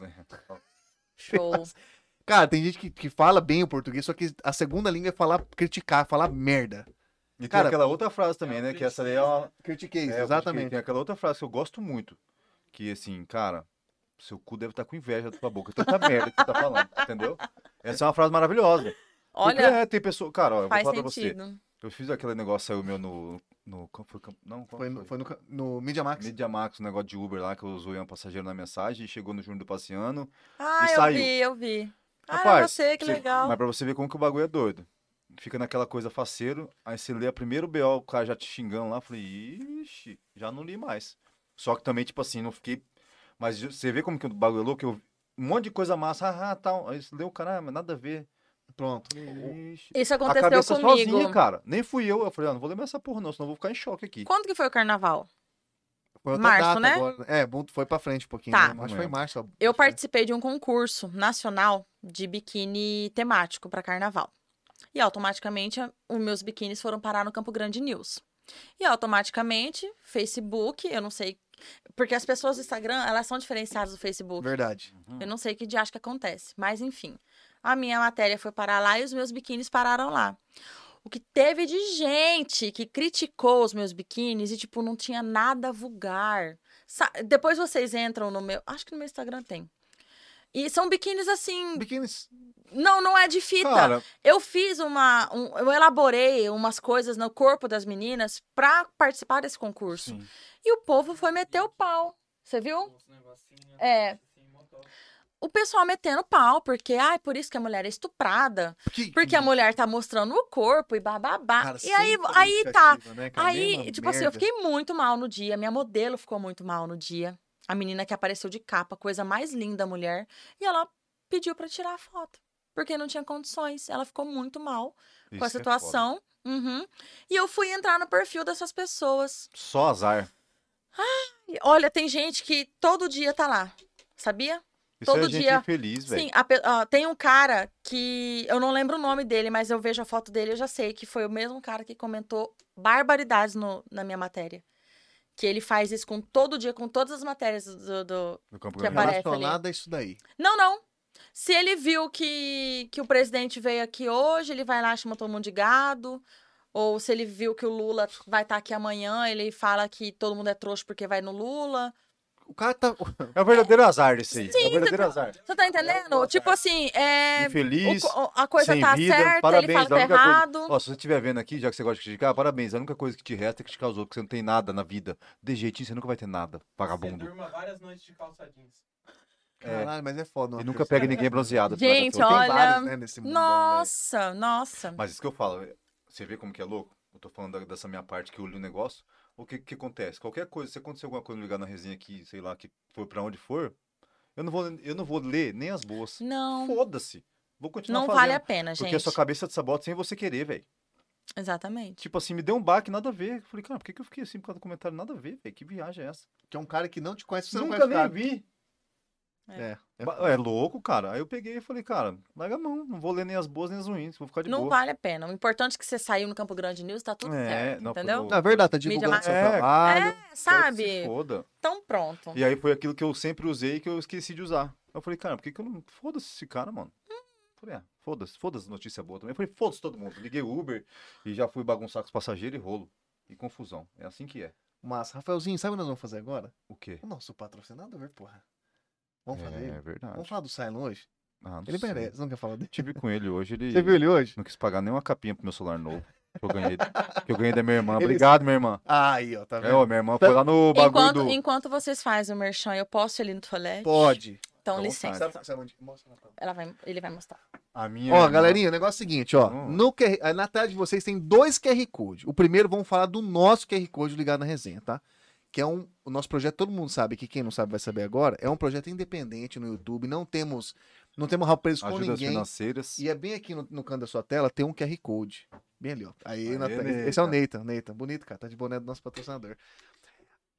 [SPEAKER 3] Show.
[SPEAKER 2] Cara, tem gente que, que fala bem o português, só que a segunda língua é falar, criticar, falar merda.
[SPEAKER 4] E
[SPEAKER 2] Cara,
[SPEAKER 4] tem aquela outra frase também, né? Que essa daí é uma...
[SPEAKER 2] Critiquei,
[SPEAKER 4] é, eu acho que
[SPEAKER 2] exatamente.
[SPEAKER 4] Tem aquela outra frase que eu gosto muito. Que assim, cara, seu cu deve estar com inveja da tua boca. Tanta merda que você tá falando, entendeu? Essa é uma frase maravilhosa. Porque,
[SPEAKER 3] Olha,
[SPEAKER 4] é, tem pessoa... Cara, ó, eu vou
[SPEAKER 3] faz
[SPEAKER 4] falar pra você.
[SPEAKER 3] sentido.
[SPEAKER 4] Eu fiz aquele negócio, saiu meu no... no qual foi, Campo- não, qual
[SPEAKER 2] é, Foi, no, foi no, ca- no Media Max.
[SPEAKER 4] Media Max, um negócio de Uber lá, que eu zoei um passageiro na mensagem e chegou no Júnior do Passeano.
[SPEAKER 3] Ah,
[SPEAKER 4] E
[SPEAKER 3] eu
[SPEAKER 4] saiu.
[SPEAKER 3] vi, eu vi. Ah, era
[SPEAKER 4] Rapaz,
[SPEAKER 3] você, que
[SPEAKER 4] você-
[SPEAKER 3] legal.
[SPEAKER 4] Mas pra você ver como que o bagulho é doido. Fica naquela coisa faceiro, aí você lê a primeiro BO, o cara já te xingando lá, eu falei, ixi, já não li mais. Só que também, tipo assim, não fiquei. Mas você vê como que o bagulho é louco? Eu... Um monte de coisa massa, ah, ah, tal. Aí você leu, caramba, nada a ver.
[SPEAKER 2] Pronto.
[SPEAKER 4] Ixi.
[SPEAKER 3] Isso
[SPEAKER 4] A
[SPEAKER 3] aconteceu
[SPEAKER 4] cabeça
[SPEAKER 3] comigo.
[SPEAKER 4] sozinha, cara. Nem fui eu. Eu falei, ah, não vou lembrar essa porra, não, senão eu vou ficar em choque aqui.
[SPEAKER 3] Quando que foi o carnaval?
[SPEAKER 2] Foi outra
[SPEAKER 3] Março,
[SPEAKER 2] data
[SPEAKER 3] né?
[SPEAKER 2] agora. É, bom, foi pra frente um pouquinho.
[SPEAKER 3] Tá.
[SPEAKER 2] né? Acho que foi em março. ó.
[SPEAKER 3] Eu participei de um concurso nacional de biquíni temático para carnaval. E automaticamente a- os meus biquínis foram parar no Campo Grande News. E automaticamente, Facebook, eu não sei. Porque as pessoas do Instagram, elas são diferenciadas do Facebook.
[SPEAKER 2] Verdade.
[SPEAKER 4] Uhum.
[SPEAKER 3] Eu não sei que diacho que acontece, mas enfim. A minha matéria foi parar lá e os meus biquínis pararam lá. O que teve de gente que criticou os meus biquínis e, tipo, não tinha nada vulgar. Sa- Depois vocês entram no meu. Acho que no meu Instagram tem. E são biquínis assim.
[SPEAKER 2] Biquínis.
[SPEAKER 3] Não, não é de fita.
[SPEAKER 4] Cara,
[SPEAKER 3] Eu fiz uma. um- eu elaborei umas coisas no corpo das meninas pra participar desse concurso.
[SPEAKER 4] sim.
[SPEAKER 3] E o povo foi meter o pau. Você viu?
[SPEAKER 6] Os negocinhos,
[SPEAKER 3] É.
[SPEAKER 6] assim, mó top.
[SPEAKER 3] o pessoal metendo pau, porque, ai, por isso que a mulher é estuprada,
[SPEAKER 2] Que-
[SPEAKER 3] porque a mulher tá mostrando o corpo e bababá.
[SPEAKER 2] Uhum. Cara,
[SPEAKER 3] e
[SPEAKER 4] é
[SPEAKER 3] aí,
[SPEAKER 2] sempre
[SPEAKER 3] aí tá.
[SPEAKER 2] iniciativa, né, cara?
[SPEAKER 3] Aí,
[SPEAKER 2] Mesma
[SPEAKER 3] tipo assim, eu
[SPEAKER 2] merda.
[SPEAKER 3] fiquei muito mal no dia, minha modelo ficou muito mal no dia. A menina que apareceu de capa, coisa mais linda a mulher, e ela pediu pra tirar a foto, porque não tinha condições. Ela ficou muito mal
[SPEAKER 4] Isso
[SPEAKER 3] com
[SPEAKER 4] é
[SPEAKER 3] a situação. Uhum. E eu fui entrar no perfil dessas pessoas.
[SPEAKER 4] foda. Só azar.
[SPEAKER 3] E olha, tem gente que todo dia tá lá, sabia?
[SPEAKER 4] Isso
[SPEAKER 3] Todo
[SPEAKER 4] é gente
[SPEAKER 3] dia.
[SPEAKER 4] infeliz, velho.
[SPEAKER 3] Sim, a pe- ah, tem um cara que eu não lembro o nome dele, mas eu vejo a foto dele, eu já sei que foi o mesmo cara que comentou barbaridades no- na minha matéria. Que ele faz isso com todo dia, com todas as matérias do. do-
[SPEAKER 4] No campo
[SPEAKER 3] que
[SPEAKER 4] Grande.
[SPEAKER 3] aparece ali.
[SPEAKER 2] Relacionada a isso daí.
[SPEAKER 3] Não, não. Se ele viu que, que o presidente veio aqui hoje, ele vai lá e chama todo mundo de gado. Ou se ele viu que o Lula vai estar aqui amanhã, ele fala que todo mundo é trouxa porque vai no Lula.
[SPEAKER 2] O cara tá.
[SPEAKER 4] É o verdadeiro azar desse aí. é o verdadeiro azar.
[SPEAKER 3] Você tá entendendo? Tipo assim, é. o
[SPEAKER 4] Infeliz.
[SPEAKER 3] co- a coisa
[SPEAKER 4] sem
[SPEAKER 3] tá
[SPEAKER 4] vida,
[SPEAKER 3] certa,
[SPEAKER 4] parabéns,
[SPEAKER 3] ele
[SPEAKER 4] a
[SPEAKER 3] fala que
[SPEAKER 4] única
[SPEAKER 3] tá
[SPEAKER 4] coisa-
[SPEAKER 3] errado.
[SPEAKER 4] Ó, se você estiver vendo aqui, já que você gosta de criticar, parabéns. A única coisa que te resta é criticar os outros, porque você não tem nada na vida. De jeitinho, você nunca vai ter nada,
[SPEAKER 5] é
[SPEAKER 6] Você
[SPEAKER 4] vagabundo.
[SPEAKER 6] durma várias noites de calça jeans.
[SPEAKER 4] É.
[SPEAKER 2] Caralho, mas é foda.
[SPEAKER 4] E
[SPEAKER 2] uma
[SPEAKER 4] nunca
[SPEAKER 2] pessoa-
[SPEAKER 4] pega ninguém bronzeado.
[SPEAKER 3] Gente,
[SPEAKER 4] filha da puta.
[SPEAKER 3] olha,
[SPEAKER 2] Tem vários, né, nesse mundão,
[SPEAKER 3] Nossa, nossa.
[SPEAKER 4] Mas isso que eu falo, você vê como que é louco? Eu tô falando da- dessa minha parte que eu li o negócio. O que que acontece? Qualquer coisa, se acontecer alguma coisa ligada na resenha aqui, sei lá, que for pra onde for, eu não vou, eu não vou ler nem as boas.
[SPEAKER 3] Não,
[SPEAKER 4] Foda-se. Vou continuar
[SPEAKER 3] não
[SPEAKER 4] fazendo.
[SPEAKER 3] vale a pena,
[SPEAKER 4] Porque
[SPEAKER 3] gente.
[SPEAKER 4] a sua cabeça te sabota sem você querer, velho.
[SPEAKER 3] Exatamente.
[SPEAKER 4] Tipo assim, me deu um baque, nada a ver. Eu falei, cara, por que, que eu fiquei assim por causa do comentário? Nada a ver, velho. Que viagem é essa?
[SPEAKER 2] Que é um cara que não te conhece, você não
[SPEAKER 4] Nunca
[SPEAKER 2] conhece o
[SPEAKER 4] nem
[SPEAKER 2] cara.
[SPEAKER 4] vi.
[SPEAKER 2] É
[SPEAKER 4] Ba- É louco, cara. Aí eu peguei e falei, cara, larga a mão. Não vou ler nem as boas nem as ruins. Vou ficar Tá de
[SPEAKER 3] não
[SPEAKER 4] boa.
[SPEAKER 3] vale a pena. O importante é que você saiu no Campo Grande News, tá tudo
[SPEAKER 4] É,
[SPEAKER 3] certo,
[SPEAKER 4] não,
[SPEAKER 3] entendeu?
[SPEAKER 4] pô,
[SPEAKER 2] Na verdade, tá
[SPEAKER 3] Mídia
[SPEAKER 2] divulgando seu
[SPEAKER 4] massiva. É.
[SPEAKER 2] trabalho.
[SPEAKER 3] É,
[SPEAKER 4] Quero que se
[SPEAKER 3] sabe?
[SPEAKER 4] Foda.
[SPEAKER 3] Então pronto.
[SPEAKER 4] E aí foi aquilo que eu sempre usei e que eu esqueci de usar. Eu falei, cara, por que, que eu não. Foda-se esse cara, mano. Falei, ah, foda-se, foda-se notícia boa também. Eu falei, foda-se todo mundo. Liguei o Uber e já fui bagunçar com os passageiros e rolo. E confusão. É assim que é.
[SPEAKER 2] Mas, Rafaelzinho, sabe o que nós vamos fazer agora?
[SPEAKER 4] O quê?
[SPEAKER 2] O nosso patrocinador, porra. Vamos
[SPEAKER 4] é,
[SPEAKER 2] fazer ele?
[SPEAKER 4] verdade.
[SPEAKER 2] Vamos falar do Silent hoje?
[SPEAKER 4] Ah, não
[SPEAKER 2] Ele
[SPEAKER 4] sei.
[SPEAKER 2] merece, não quer falar dele?
[SPEAKER 4] Tive com ele hoje, ele
[SPEAKER 2] Você viu ele hoje?
[SPEAKER 4] não quis pagar nem uma capinha pro meu celular novo. Que eu ganhei, que eu ganhei da minha irmã.
[SPEAKER 2] Ele-
[SPEAKER 4] Obrigado, minha irmã.
[SPEAKER 2] Aí, ó, tá
[SPEAKER 4] É,
[SPEAKER 2] vendo?
[SPEAKER 4] ó, minha irmã foi lá no bagulho
[SPEAKER 3] Enquanto,
[SPEAKER 4] do.
[SPEAKER 3] enquanto vocês fazem o merchan, eu posso ir ali no toalete?
[SPEAKER 2] Pode.
[SPEAKER 3] Então,
[SPEAKER 4] Fica à
[SPEAKER 3] licença.
[SPEAKER 4] vontade.
[SPEAKER 2] Sabe- sabe onde- Mostra na tela.
[SPEAKER 3] Ela vai, ele vai mostrar.
[SPEAKER 4] A minha.
[SPEAKER 2] Ó,
[SPEAKER 4] irmã-
[SPEAKER 2] galerinha, o negócio é o seguinte, ó.
[SPEAKER 4] Hum.
[SPEAKER 2] No QR, ah, na tela de vocês tem dois QR Code. O primeiro, vamos falar do nosso QR Code ligado na resenha, tá? Que é um. O nosso projeto, todo mundo sabe, que quem não sabe vai saber agora, é um projeto independente no YouTube. Não temos. Não temos rapreso com
[SPEAKER 4] Ajudas
[SPEAKER 2] ninguém.
[SPEAKER 4] financeiras.
[SPEAKER 2] E é bem aqui no, no canto da sua tela, tem um QR Code. Bem ali, ó. Aí,
[SPEAKER 4] Aê,
[SPEAKER 2] na tela. Esse é o Nathan, Nathan. Bonito, cara. Tá de boné do nosso patrocinador.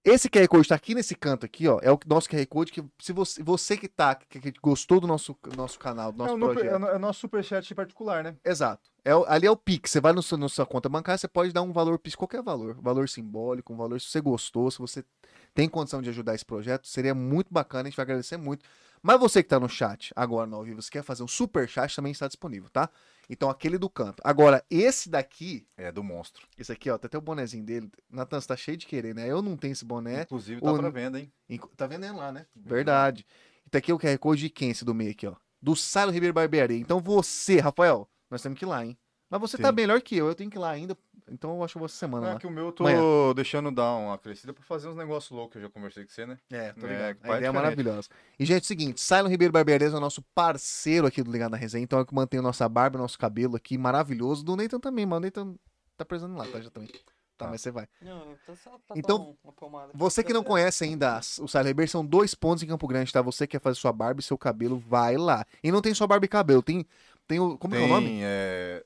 [SPEAKER 2] Esse QR Code tá aqui nesse canto aqui, ó. É o nosso QR Code que se você, você que tá, que, que gostou do nosso, nosso canal, do
[SPEAKER 4] É
[SPEAKER 2] nosso
[SPEAKER 4] o número-
[SPEAKER 2] projeto.
[SPEAKER 4] é o é o nosso superchat particular, né?
[SPEAKER 2] Exato. É, o- ali é o Pix. Você vai no seu- na sua conta bancária, você pode dar um valor Pix, qualquer valor. Valor simbólico, um valor se você gostou, se você tem condição de ajudar esse projeto, seria muito bacana, a gente vai agradecer muito. Mas você que tá no chat agora no ao vivo, você quer fazer um super chat, também está disponível, tá? Então aquele do canto. Agora, esse daqui,
[SPEAKER 4] É, do monstro.
[SPEAKER 2] esse aqui, ó, tem até o bonezinho dele. Natan, você tá cheio de querer, né? Eu não tenho esse boné.
[SPEAKER 4] Inclusive,
[SPEAKER 2] O-
[SPEAKER 4] tá pra venda, hein?
[SPEAKER 2] Inco- Tá vendendo lá, né? Verdade. E tá aqui o QR Code de quem esse do meio aqui, ó? Do Salo Ribeiro Barbearia. Então você, Rafael, nós temos que ir lá, hein? Mas você tá
[SPEAKER 4] Sim.
[SPEAKER 2] melhor que eu, eu tenho que ir lá ainda. Então eu acho que eu vou essa semana
[SPEAKER 4] É
[SPEAKER 2] lá.
[SPEAKER 4] que o meu eu tô deixando dar uma crescida pra fazer uns negócios loucos. Eu já conversei com você, né?
[SPEAKER 2] É,
[SPEAKER 4] tô ligado.
[SPEAKER 2] a ideia
[SPEAKER 4] Vai
[SPEAKER 2] é
[SPEAKER 4] diferente.
[SPEAKER 2] maravilhosa. E, gente, é o seguinte, Silon Ribeiro Barbearia é o nosso parceiro aqui do Ligado na Resenha, então é o que mantém a nossa barba, o nosso cabelo aqui maravilhoso. Do Nathan também, mano. O Nathan tá precisando lá, tá? Já também. tá,
[SPEAKER 4] Tá.
[SPEAKER 2] mas você vai.
[SPEAKER 7] Não, eu tô só pra
[SPEAKER 2] Então,
[SPEAKER 7] tomar um- uma pomada.
[SPEAKER 2] Você que não conhece ainda as- o Sally Barber, são dois pontos em Campo Grande, tá? Você que quer fazer sua barba e seu cabelo, vai lá. E não tem só barba e cabelo, tem. tem o, como que é o nome?
[SPEAKER 4] Tem é,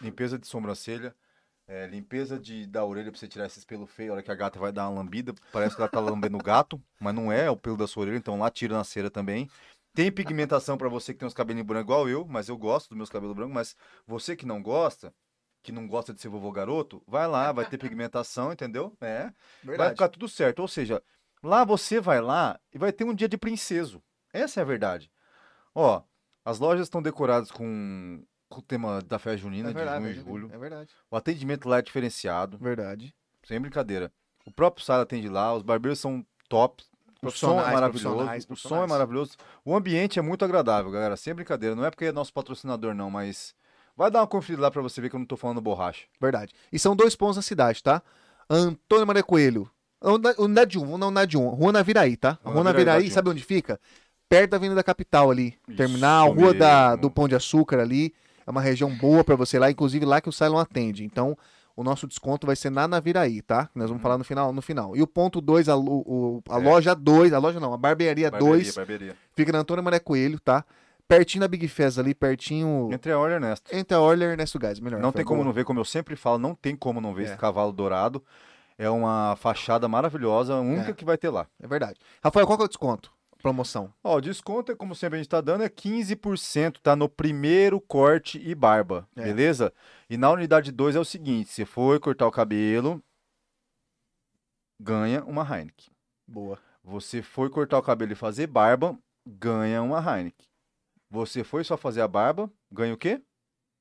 [SPEAKER 4] limpeza de sobrancelha, é, limpeza de, da orelha pra você tirar esses pelos feios. A hora que a gata vai dar uma lambida, parece que ela tá lambendo o gato, mas não é, é o pelo da sua orelha, então lá tira na cera também. Tem pigmentação pra você que tem os cabelinhos brancos igual eu, mas eu gosto dos meus cabelos brancos, mas você que não gosta, que não gosta de ser vovô garoto, vai lá, vai ter pigmentação, entendeu? É. Vai ficar tudo certo. Ou seja, lá você vai lá e vai ter um dia de princeso. Essa é a verdade. Ó, as lojas estão decoradas com, com o tema da festa junina
[SPEAKER 2] É verdade,
[SPEAKER 4] de
[SPEAKER 2] é
[SPEAKER 4] junho e julho.
[SPEAKER 2] verdade, é verdade.
[SPEAKER 4] O atendimento lá é diferenciado,
[SPEAKER 2] Verdade.
[SPEAKER 4] sem brincadeira. O próprio Sara atende lá, os barbeiros são top. O som é
[SPEAKER 2] Profissionais,
[SPEAKER 4] maravilhoso.
[SPEAKER 2] profissionais,
[SPEAKER 4] O som é
[SPEAKER 2] profissionais.
[SPEAKER 4] maravilhoso. O ambiente é muito agradável, galera. Sem brincadeira. Não é porque é nosso patrocinador, não, mas. Vai dar uma conferida lá pra você ver que eu não tô falando borracha.
[SPEAKER 2] Verdade. E são dois pontos na cidade, tá? Antônio Maria Coelho. Unda- Unidade 1, não, unidade 1. Rua Naviraí, tá? A Rua
[SPEAKER 4] Rua Naviraí,
[SPEAKER 2] Naviraí,
[SPEAKER 4] unidade
[SPEAKER 2] sabe onde fica? Perto da Avenida Capital ali.
[SPEAKER 4] Isso
[SPEAKER 2] Terminal, Rua da,
[SPEAKER 4] mesmo.
[SPEAKER 2] do Pão de Açúcar ali. É uma região boa pra você lá, inclusive lá que o Cylon atende. Então, o nosso desconto vai ser na Naviraí, tá? Nós vamos falar no final, no final. E o ponto 2, a, lo- o- a
[SPEAKER 4] Uhum. É.
[SPEAKER 2] loja 2, a loja não, a barbearia
[SPEAKER 4] Barbearia,
[SPEAKER 2] 2,
[SPEAKER 4] barbearia.
[SPEAKER 2] fica na Antônio Maria Coelho, tá? Pertinho da Big Fez ali, pertinho...
[SPEAKER 4] Entre a é hora e Ernesto.
[SPEAKER 2] Entre a Orler e Ernesto Gás, melhor.
[SPEAKER 4] Não
[SPEAKER 2] É, foi
[SPEAKER 4] tem
[SPEAKER 2] a
[SPEAKER 4] como
[SPEAKER 2] boa.
[SPEAKER 4] não ver, como eu sempre falo, não tem como não ver
[SPEAKER 2] É.
[SPEAKER 4] esse cavalo dourado. É uma fachada maravilhosa, a única
[SPEAKER 2] É.
[SPEAKER 4] que vai ter lá.
[SPEAKER 2] É verdade. Rafael, qual que é o desconto? Promoção.
[SPEAKER 4] Ó, o desconto é como sempre a gente tá dando, é 15%, tá no primeiro corte e barba,
[SPEAKER 2] É.
[SPEAKER 4] beleza? E na unidade 2 é o seguinte, se for cortar o cabelo, ganha uma Heineken.
[SPEAKER 2] Boa.
[SPEAKER 4] Você foi cortar o cabelo e fazer barba, ganha uma Heineken. Você foi só fazer a barba, ganha o quê?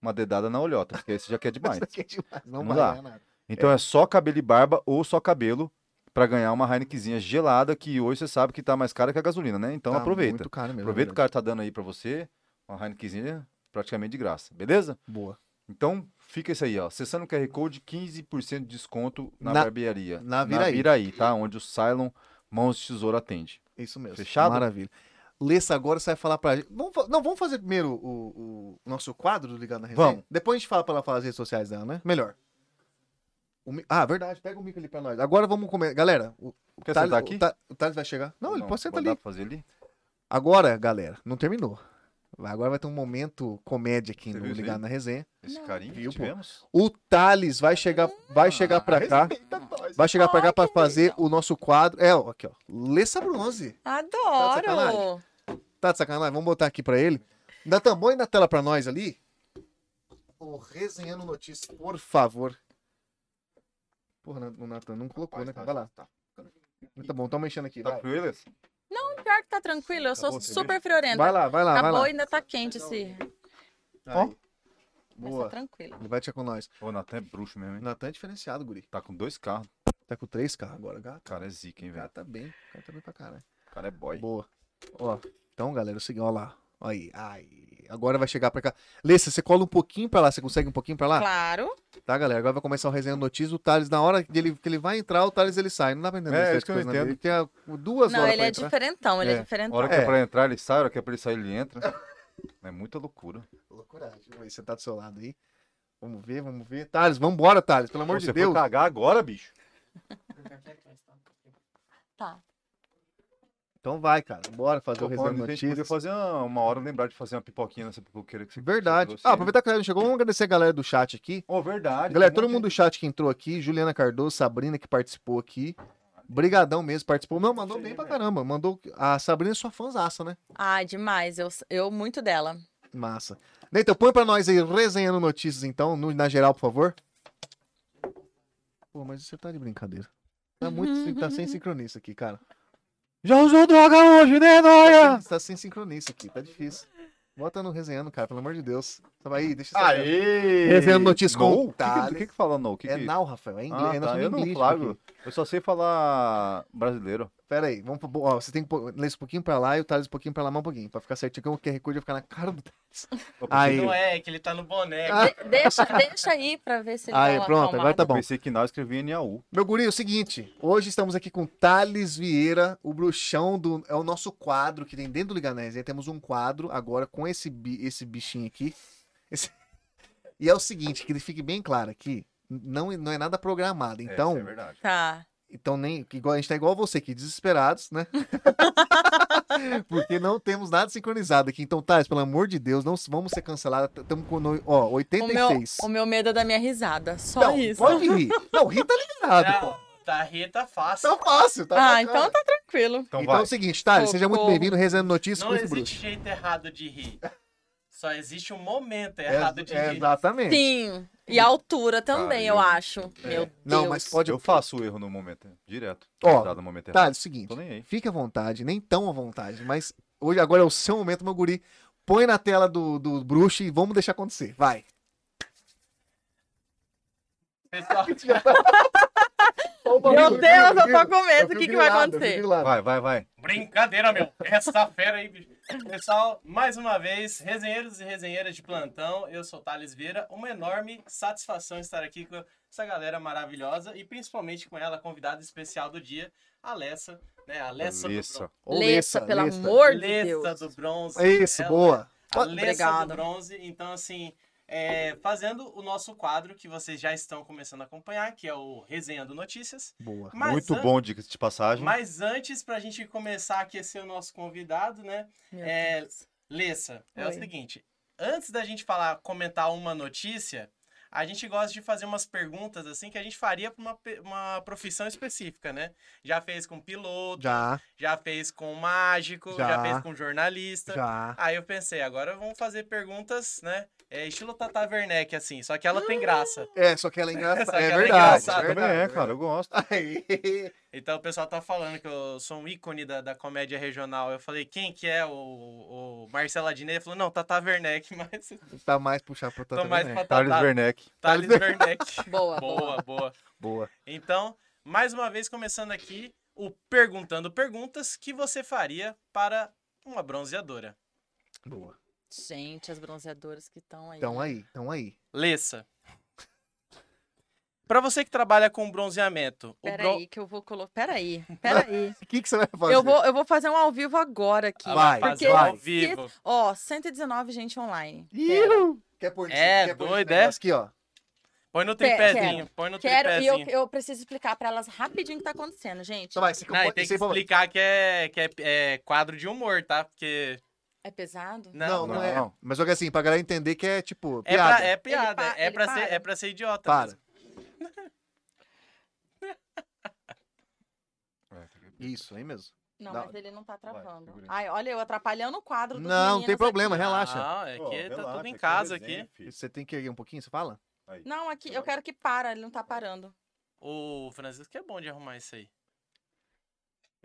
[SPEAKER 4] Uma dedada na olhota, porque aí você já quer demais.
[SPEAKER 2] é Não
[SPEAKER 4] Vamos
[SPEAKER 2] vai
[SPEAKER 4] lá.
[SPEAKER 2] ganhar nada.
[SPEAKER 4] Então é. só cabelo e barba ou só cabelo pra ganhar uma Heinekenzinha gelada que hoje você sabe que tá mais cara que a gasolina, né? Então
[SPEAKER 2] Tá
[SPEAKER 4] aproveita.
[SPEAKER 2] Muito caro mesmo,
[SPEAKER 4] Aproveita
[SPEAKER 2] é
[SPEAKER 4] o cara tá dando aí pra você uma Heinekenzinha praticamente de graça, beleza?
[SPEAKER 2] verdade. Boa.
[SPEAKER 4] Então fica isso aí, ó. Acessando o QR Code, 15% de desconto na,
[SPEAKER 2] Na-
[SPEAKER 4] barbearia.
[SPEAKER 2] na Viraí.
[SPEAKER 4] tá? Onde o Cylon Mãos de Tesouro atende.
[SPEAKER 2] Isso mesmo.
[SPEAKER 4] Fechado?
[SPEAKER 2] Maravilha. Lessa agora, você vai falar pra gente. Vamos fa- Não, vamos fazer primeiro o, o nosso quadro do Ligado na Resenha?
[SPEAKER 4] Vamos.
[SPEAKER 2] Depois a gente fala pra ela falar as redes sociais dela, né? Melhor. O mi- Ah, verdade. Pega o mico ali pra nós. Agora vamos comer. Galera, o, o
[SPEAKER 4] Quer
[SPEAKER 2] Thales-
[SPEAKER 4] sentar aqui?
[SPEAKER 2] o Tha- o Thales vai chegar. Tá Não,
[SPEAKER 4] Ou
[SPEAKER 2] ele pode sentar
[SPEAKER 4] Dá
[SPEAKER 2] ali.
[SPEAKER 4] pra fazer ali?
[SPEAKER 2] Agora, galera, não terminou. Agora vai ter um momento comédia aqui
[SPEAKER 4] Você
[SPEAKER 2] no
[SPEAKER 4] viu isso aí?
[SPEAKER 2] Ligado na Resenha.
[SPEAKER 4] Esse
[SPEAKER 3] Não.
[SPEAKER 4] carinho que
[SPEAKER 2] Viu, pô?
[SPEAKER 4] tivemos?
[SPEAKER 2] O Thales vai chegar, vai chegar pra cá. Vai chegar pra cá pra fazer o nosso quadro. É, ó, aqui, ó. Lessa Bronze.
[SPEAKER 4] Tá
[SPEAKER 3] Adoro!
[SPEAKER 2] Tá de sacanagem? Vamos botar aqui pra ele. Natan, põe na tela pra nós ali. O Resenhando Notícias, por favor. Porra, Nat- o Natan não colocou, né? cara? Vai lá. Tá bom, tamo mexendo aqui.
[SPEAKER 4] Tá
[SPEAKER 2] Vai,
[SPEAKER 4] com eles?
[SPEAKER 3] Pior que tá tranquilo, eu sou
[SPEAKER 4] Acabou a cerveja?
[SPEAKER 3] super friorenta.
[SPEAKER 2] vai lá, vai lá, vai
[SPEAKER 3] Acabou
[SPEAKER 2] lá.
[SPEAKER 3] e ainda tá quente esse.
[SPEAKER 2] Ó.
[SPEAKER 4] Aí.
[SPEAKER 3] Mas tá
[SPEAKER 2] Boa.
[SPEAKER 3] tranquilo.
[SPEAKER 2] Ele vai checar com nós.
[SPEAKER 4] Ô, Natan é bruxo mesmo, hein?
[SPEAKER 2] Natan é diferenciado, guri.
[SPEAKER 4] Tá com dois carros.
[SPEAKER 2] Tá com três carros agora,
[SPEAKER 4] O
[SPEAKER 2] gato.
[SPEAKER 4] cara é zica, hein,
[SPEAKER 2] O cara
[SPEAKER 4] velho?
[SPEAKER 2] tá bem. O cara tá bem pra caralho.
[SPEAKER 4] O cara é boy.
[SPEAKER 2] Boa. Ó, então, galera, é o seguinte, ó lá. Ó Aí, aí. Agora vai chegar pra cá. Lessa, você cola um pouquinho pra lá. Você consegue um pouquinho pra lá?
[SPEAKER 3] Claro.
[SPEAKER 2] Tá, galera? Agora vai começar o resenha notícias. O Thales, na hora que ele, que ele vai entrar, o Thales ele sai. Não dá pra entender.
[SPEAKER 4] É,
[SPEAKER 2] essas
[SPEAKER 4] isso que eu não
[SPEAKER 2] coisas, né?
[SPEAKER 4] entendo.
[SPEAKER 2] Ele tem a- duas
[SPEAKER 3] Não,
[SPEAKER 2] horas
[SPEAKER 3] ele
[SPEAKER 2] pra
[SPEAKER 3] é
[SPEAKER 2] entrar.
[SPEAKER 3] diferentão, ele é,
[SPEAKER 2] É.
[SPEAKER 4] A
[SPEAKER 3] diferentão.
[SPEAKER 4] hora que
[SPEAKER 2] É.
[SPEAKER 4] é pra entrar, ele sai, a hora que é pra ele sair, ele entra. É muita loucura.
[SPEAKER 2] Loucura, Ju, você tá do seu lado aí. Vamos ver, vamos ver. Thales, vambora, Thales, pelo amor
[SPEAKER 4] Pô,
[SPEAKER 2] de
[SPEAKER 4] você
[SPEAKER 2] Deus.
[SPEAKER 4] foi cagar agora, bicho.
[SPEAKER 3] Tá.
[SPEAKER 2] Então vai, cara. Bora fazer
[SPEAKER 4] Pô,
[SPEAKER 2] o resenha
[SPEAKER 4] falando nisso, a gente podia
[SPEAKER 2] notícias.
[SPEAKER 4] fazer uma, uma hora lembrar de fazer uma pipoquinha nessa pipoqueira que você
[SPEAKER 2] Verdade. Ah, aproveitar que a galera chegou, vamos agradecer a galera do chat aqui.
[SPEAKER 4] Oh, verdade.
[SPEAKER 2] Galera,
[SPEAKER 4] tem um
[SPEAKER 2] todo
[SPEAKER 4] monte
[SPEAKER 2] mundo do
[SPEAKER 4] de-
[SPEAKER 2] chat que entrou aqui, Juliana Cardoso, Sabrina que participou aqui. Brigadão mesmo, participou. Não, mandou bem pra caramba. Mandou. A Sabrina é sua fãzaça, né?
[SPEAKER 3] Ah, demais. Eu, eu muito dela.
[SPEAKER 2] Massa. Neito, põe pra nós aí, resenhando notícias, então, no- na geral, por favor. Pô, mas você tá de brincadeira. Tá muito. sin- tá sem sincronista aqui, cara.
[SPEAKER 4] Já usou droga hoje,
[SPEAKER 2] Tá
[SPEAKER 4] né, Noia?
[SPEAKER 2] sem, tá sem sincronista aqui, tá difícil. Bota no resenhando, cara, pelo amor de Deus. Tá aí, deixa eu saber.
[SPEAKER 4] Aê!
[SPEAKER 2] Resenhando notícias com
[SPEAKER 4] No?
[SPEAKER 2] o
[SPEAKER 4] tá O que que,
[SPEAKER 2] Thales.
[SPEAKER 4] o que que fala no? O Que
[SPEAKER 2] É
[SPEAKER 4] que...
[SPEAKER 2] now, Rafael. É inglês.
[SPEAKER 4] Ah,
[SPEAKER 2] é
[SPEAKER 4] tá,
[SPEAKER 2] nosso
[SPEAKER 4] eu não,
[SPEAKER 2] inglês,
[SPEAKER 4] Flávio.
[SPEAKER 2] porque-
[SPEAKER 4] Eu só sei falar brasileiro.
[SPEAKER 2] Pera aí, vamos pro. bo- Ó, você tem que pôr- ler um pouquinho pra lá e o Thales um pouquinho pra lá, mais um pouquinho. Pra ficar certinho, que o QR Code vai ficar na cara do Thales. Aí.
[SPEAKER 5] Não é, é que ele tá no boné.
[SPEAKER 2] Ah.
[SPEAKER 3] De- deixa, deixa aí pra ver se ele
[SPEAKER 2] Aí,
[SPEAKER 3] tá lá
[SPEAKER 2] pronto, agora
[SPEAKER 3] acalmado.
[SPEAKER 2] tá bom.
[SPEAKER 4] Pensei que não, eu escrevi NAU.
[SPEAKER 2] Meu guri, é o seguinte, hoje estamos aqui com Thales Vieira, o bruxão do... É o nosso quadro que tem dentro do Liga na Resenha. Temos um quadro agora com esse, bi- esse bichinho aqui. Esse- E é o seguinte, que ele fique bem claro aqui. não, não é nada programado.
[SPEAKER 4] É,
[SPEAKER 2] Então,
[SPEAKER 4] isso é verdade.
[SPEAKER 3] Tá.
[SPEAKER 2] então nem igual a gente tá igual você aqui, desesperados, né? Porque não temos nada sincronizado aqui. Então, Thales, pelo amor de Deus, não vamos ser cancelados. Estamos com no- ó,
[SPEAKER 3] O meu,
[SPEAKER 2] 86.
[SPEAKER 3] o meu medo é da minha risada. Só
[SPEAKER 2] Não,
[SPEAKER 3] isso.
[SPEAKER 2] Pode rir. Não, rir tá liberado, pô.
[SPEAKER 5] Não, tá Rita fácil.
[SPEAKER 2] Tá fácil, tá
[SPEAKER 3] ah,
[SPEAKER 2] bacana.
[SPEAKER 3] então tá tranquilo.
[SPEAKER 4] Então,
[SPEAKER 2] Então é
[SPEAKER 4] vai.
[SPEAKER 2] o seguinte, Thales, seja muito
[SPEAKER 3] Socorro.
[SPEAKER 2] bem-vindo, Resenha Notícias
[SPEAKER 5] Não
[SPEAKER 2] com esse
[SPEAKER 5] existe
[SPEAKER 2] bruxo.
[SPEAKER 5] jeito errado de rir. Só existe um momento
[SPEAKER 2] É-
[SPEAKER 5] errado de
[SPEAKER 2] é
[SPEAKER 5] rir.
[SPEAKER 2] exatamente.
[SPEAKER 3] Sim. E a altura também,
[SPEAKER 4] Cara,
[SPEAKER 3] eu
[SPEAKER 4] eu-
[SPEAKER 3] acho. Meu Deus.
[SPEAKER 2] É. Não, mas pode.
[SPEAKER 4] Eu faço o erro no momento. é, Direto.
[SPEAKER 2] Ó, tá,
[SPEAKER 4] Risada no momento errado.
[SPEAKER 2] Thales, é seguinte.
[SPEAKER 4] Tô nem aí.
[SPEAKER 2] Fique à vontade, nem tão à vontade, mas hoje agora é o seu momento, meu guri. Põe na tela do, do bruxo e vamos deixar acontecer. Vai.
[SPEAKER 5] Pessoal,
[SPEAKER 3] Meu Deus, eu tô com
[SPEAKER 2] Eu
[SPEAKER 3] medo. O
[SPEAKER 2] fico
[SPEAKER 3] que, que vai
[SPEAKER 2] grilado, eu fico
[SPEAKER 3] acontecer?
[SPEAKER 2] grilado.
[SPEAKER 4] Vai, vai, vai.
[SPEAKER 5] Brincadeira, meu. Essa fera aí, bicho. Pessoal, mais uma vez, resenheiros e resenheiras de plantão, eu sou Thales Vieira. Uma enorme satisfação estar aqui com essa galera maravilhosa e principalmente com ela, a convidada especial do dia, a Lessa, né? A Lessa,
[SPEAKER 4] Beleza.
[SPEAKER 2] Ô,
[SPEAKER 3] Lessa, pelo
[SPEAKER 2] Lessa.
[SPEAKER 3] amor
[SPEAKER 5] do bronze.
[SPEAKER 3] de Deus.
[SPEAKER 5] Lessa do bronze.
[SPEAKER 2] É Isso,
[SPEAKER 5] Ela
[SPEAKER 2] boa.
[SPEAKER 5] A Lessa
[SPEAKER 3] Obrigada.
[SPEAKER 5] do bronze. Então, assim, é, fazendo o nosso quadro que vocês já estão começando a acompanhar, que é o Resenhando Notícias.
[SPEAKER 2] Boa.
[SPEAKER 5] Mas
[SPEAKER 4] Muito
[SPEAKER 5] an-
[SPEAKER 4] bom, dicas de passagem.
[SPEAKER 5] Mas antes, pra gente começar a aquecer o nosso convidado, né?
[SPEAKER 3] Meu
[SPEAKER 5] É,
[SPEAKER 3] Deus.
[SPEAKER 5] Lessa, é o
[SPEAKER 3] Oi.
[SPEAKER 5] seguinte, antes da gente falar, comentar uma notícia, a gente gosta de fazer umas perguntas assim que a gente faria para uma, pe- uma profissão específica, né? Já fez com piloto, já,
[SPEAKER 2] Já,
[SPEAKER 5] fez com mágico, já,
[SPEAKER 2] Já.
[SPEAKER 5] fez com jornalista.
[SPEAKER 2] já.
[SPEAKER 5] Aí eu pensei, agora vamos fazer perguntas, né? É estilo Tata Werneck, assim, só que ela tem graça.
[SPEAKER 2] É, só que ela é
[SPEAKER 5] Só
[SPEAKER 2] engraçada.
[SPEAKER 5] que
[SPEAKER 2] É
[SPEAKER 5] ela é
[SPEAKER 2] verdade.
[SPEAKER 3] né?
[SPEAKER 5] engraçada. né?
[SPEAKER 2] É
[SPEAKER 4] também
[SPEAKER 2] verdade. Tá,
[SPEAKER 4] é, cara. Eu gosto.
[SPEAKER 2] Aí.
[SPEAKER 5] Então o pessoal tá falando que eu sou um ícone da, da comédia regional. Eu falei, quem que é o, o Marcelo Adnet? Ele falou, não, Tata Werneck, mas
[SPEAKER 2] Tá mais puxado pra né?
[SPEAKER 5] tô
[SPEAKER 2] Tata
[SPEAKER 5] mais
[SPEAKER 2] Werneck.
[SPEAKER 5] pra
[SPEAKER 4] Thales
[SPEAKER 5] Tata.
[SPEAKER 4] Werneck.
[SPEAKER 5] Thales Werneck.
[SPEAKER 3] Boa, boa.
[SPEAKER 5] Boa, boa.
[SPEAKER 2] Boa.
[SPEAKER 5] Então, mais uma vez começando aqui o perguntando perguntas que você faria para uma bronzeadora.
[SPEAKER 2] Boa.
[SPEAKER 3] Gente, as bronzeadoras que estão aí.
[SPEAKER 2] Então aí, então aí.
[SPEAKER 5] Lessa. Para você que trabalha com bronzeamento, o bron-
[SPEAKER 3] Peraí, que eu vou colocar. Peraí, peraí.
[SPEAKER 2] O que, que você vai fazer?
[SPEAKER 3] eu, vou, eu vou fazer um ao vivo agora aqui.
[SPEAKER 5] Ela
[SPEAKER 2] Vai,
[SPEAKER 5] faz
[SPEAKER 3] porque-
[SPEAKER 5] ao
[SPEAKER 3] porque-
[SPEAKER 5] vivo.
[SPEAKER 3] Ó, 119 gente online.
[SPEAKER 2] Quer pôr
[SPEAKER 5] É,
[SPEAKER 2] quer pôr
[SPEAKER 5] doido,
[SPEAKER 2] esse negócio Aqui, ó.
[SPEAKER 5] Põe no
[SPEAKER 3] Quero,
[SPEAKER 5] tripézinho, põe no
[SPEAKER 3] Quero, e eu,
[SPEAKER 5] tripézinho.
[SPEAKER 3] eu preciso explicar pra elas rapidinho o que tá acontecendo, gente.
[SPEAKER 2] Então vai, você
[SPEAKER 5] Não, e tem que
[SPEAKER 2] você-
[SPEAKER 5] explicar que é, que é, é quadro de humor, tá? Porque.
[SPEAKER 3] É pesado?
[SPEAKER 2] Não,
[SPEAKER 5] né? Não,
[SPEAKER 2] não,
[SPEAKER 4] não.
[SPEAKER 2] é. Mas só que assim, pra galera entender que é tipo.
[SPEAKER 5] É
[SPEAKER 2] piada.
[SPEAKER 5] pra, é piada,
[SPEAKER 3] pa-
[SPEAKER 5] é,
[SPEAKER 3] ele
[SPEAKER 5] pra ser,
[SPEAKER 3] para.
[SPEAKER 5] é pra ser idiota.
[SPEAKER 2] Para.
[SPEAKER 5] mesmo.
[SPEAKER 2] É, Isso, aí mesmo.
[SPEAKER 3] Não,
[SPEAKER 2] Não.
[SPEAKER 3] mas ele não tá travando.
[SPEAKER 4] segura aí.
[SPEAKER 3] Ai, olha, eu atrapalhando o quadro dos
[SPEAKER 2] Não, não tem
[SPEAKER 3] meninos
[SPEAKER 2] problema,
[SPEAKER 3] aqui.
[SPEAKER 2] relaxa.
[SPEAKER 5] Não, é que
[SPEAKER 4] Ó,
[SPEAKER 5] tá
[SPEAKER 4] relaxa,
[SPEAKER 5] tudo em
[SPEAKER 4] é
[SPEAKER 5] casa
[SPEAKER 4] resenha,
[SPEAKER 5] aqui.
[SPEAKER 4] filho.
[SPEAKER 2] Você tem que erguer um pouquinho, você fala?
[SPEAKER 3] Não, aqui, eu quero que para, ele não tá parando.
[SPEAKER 5] O Francisco é bom de arrumar isso aí.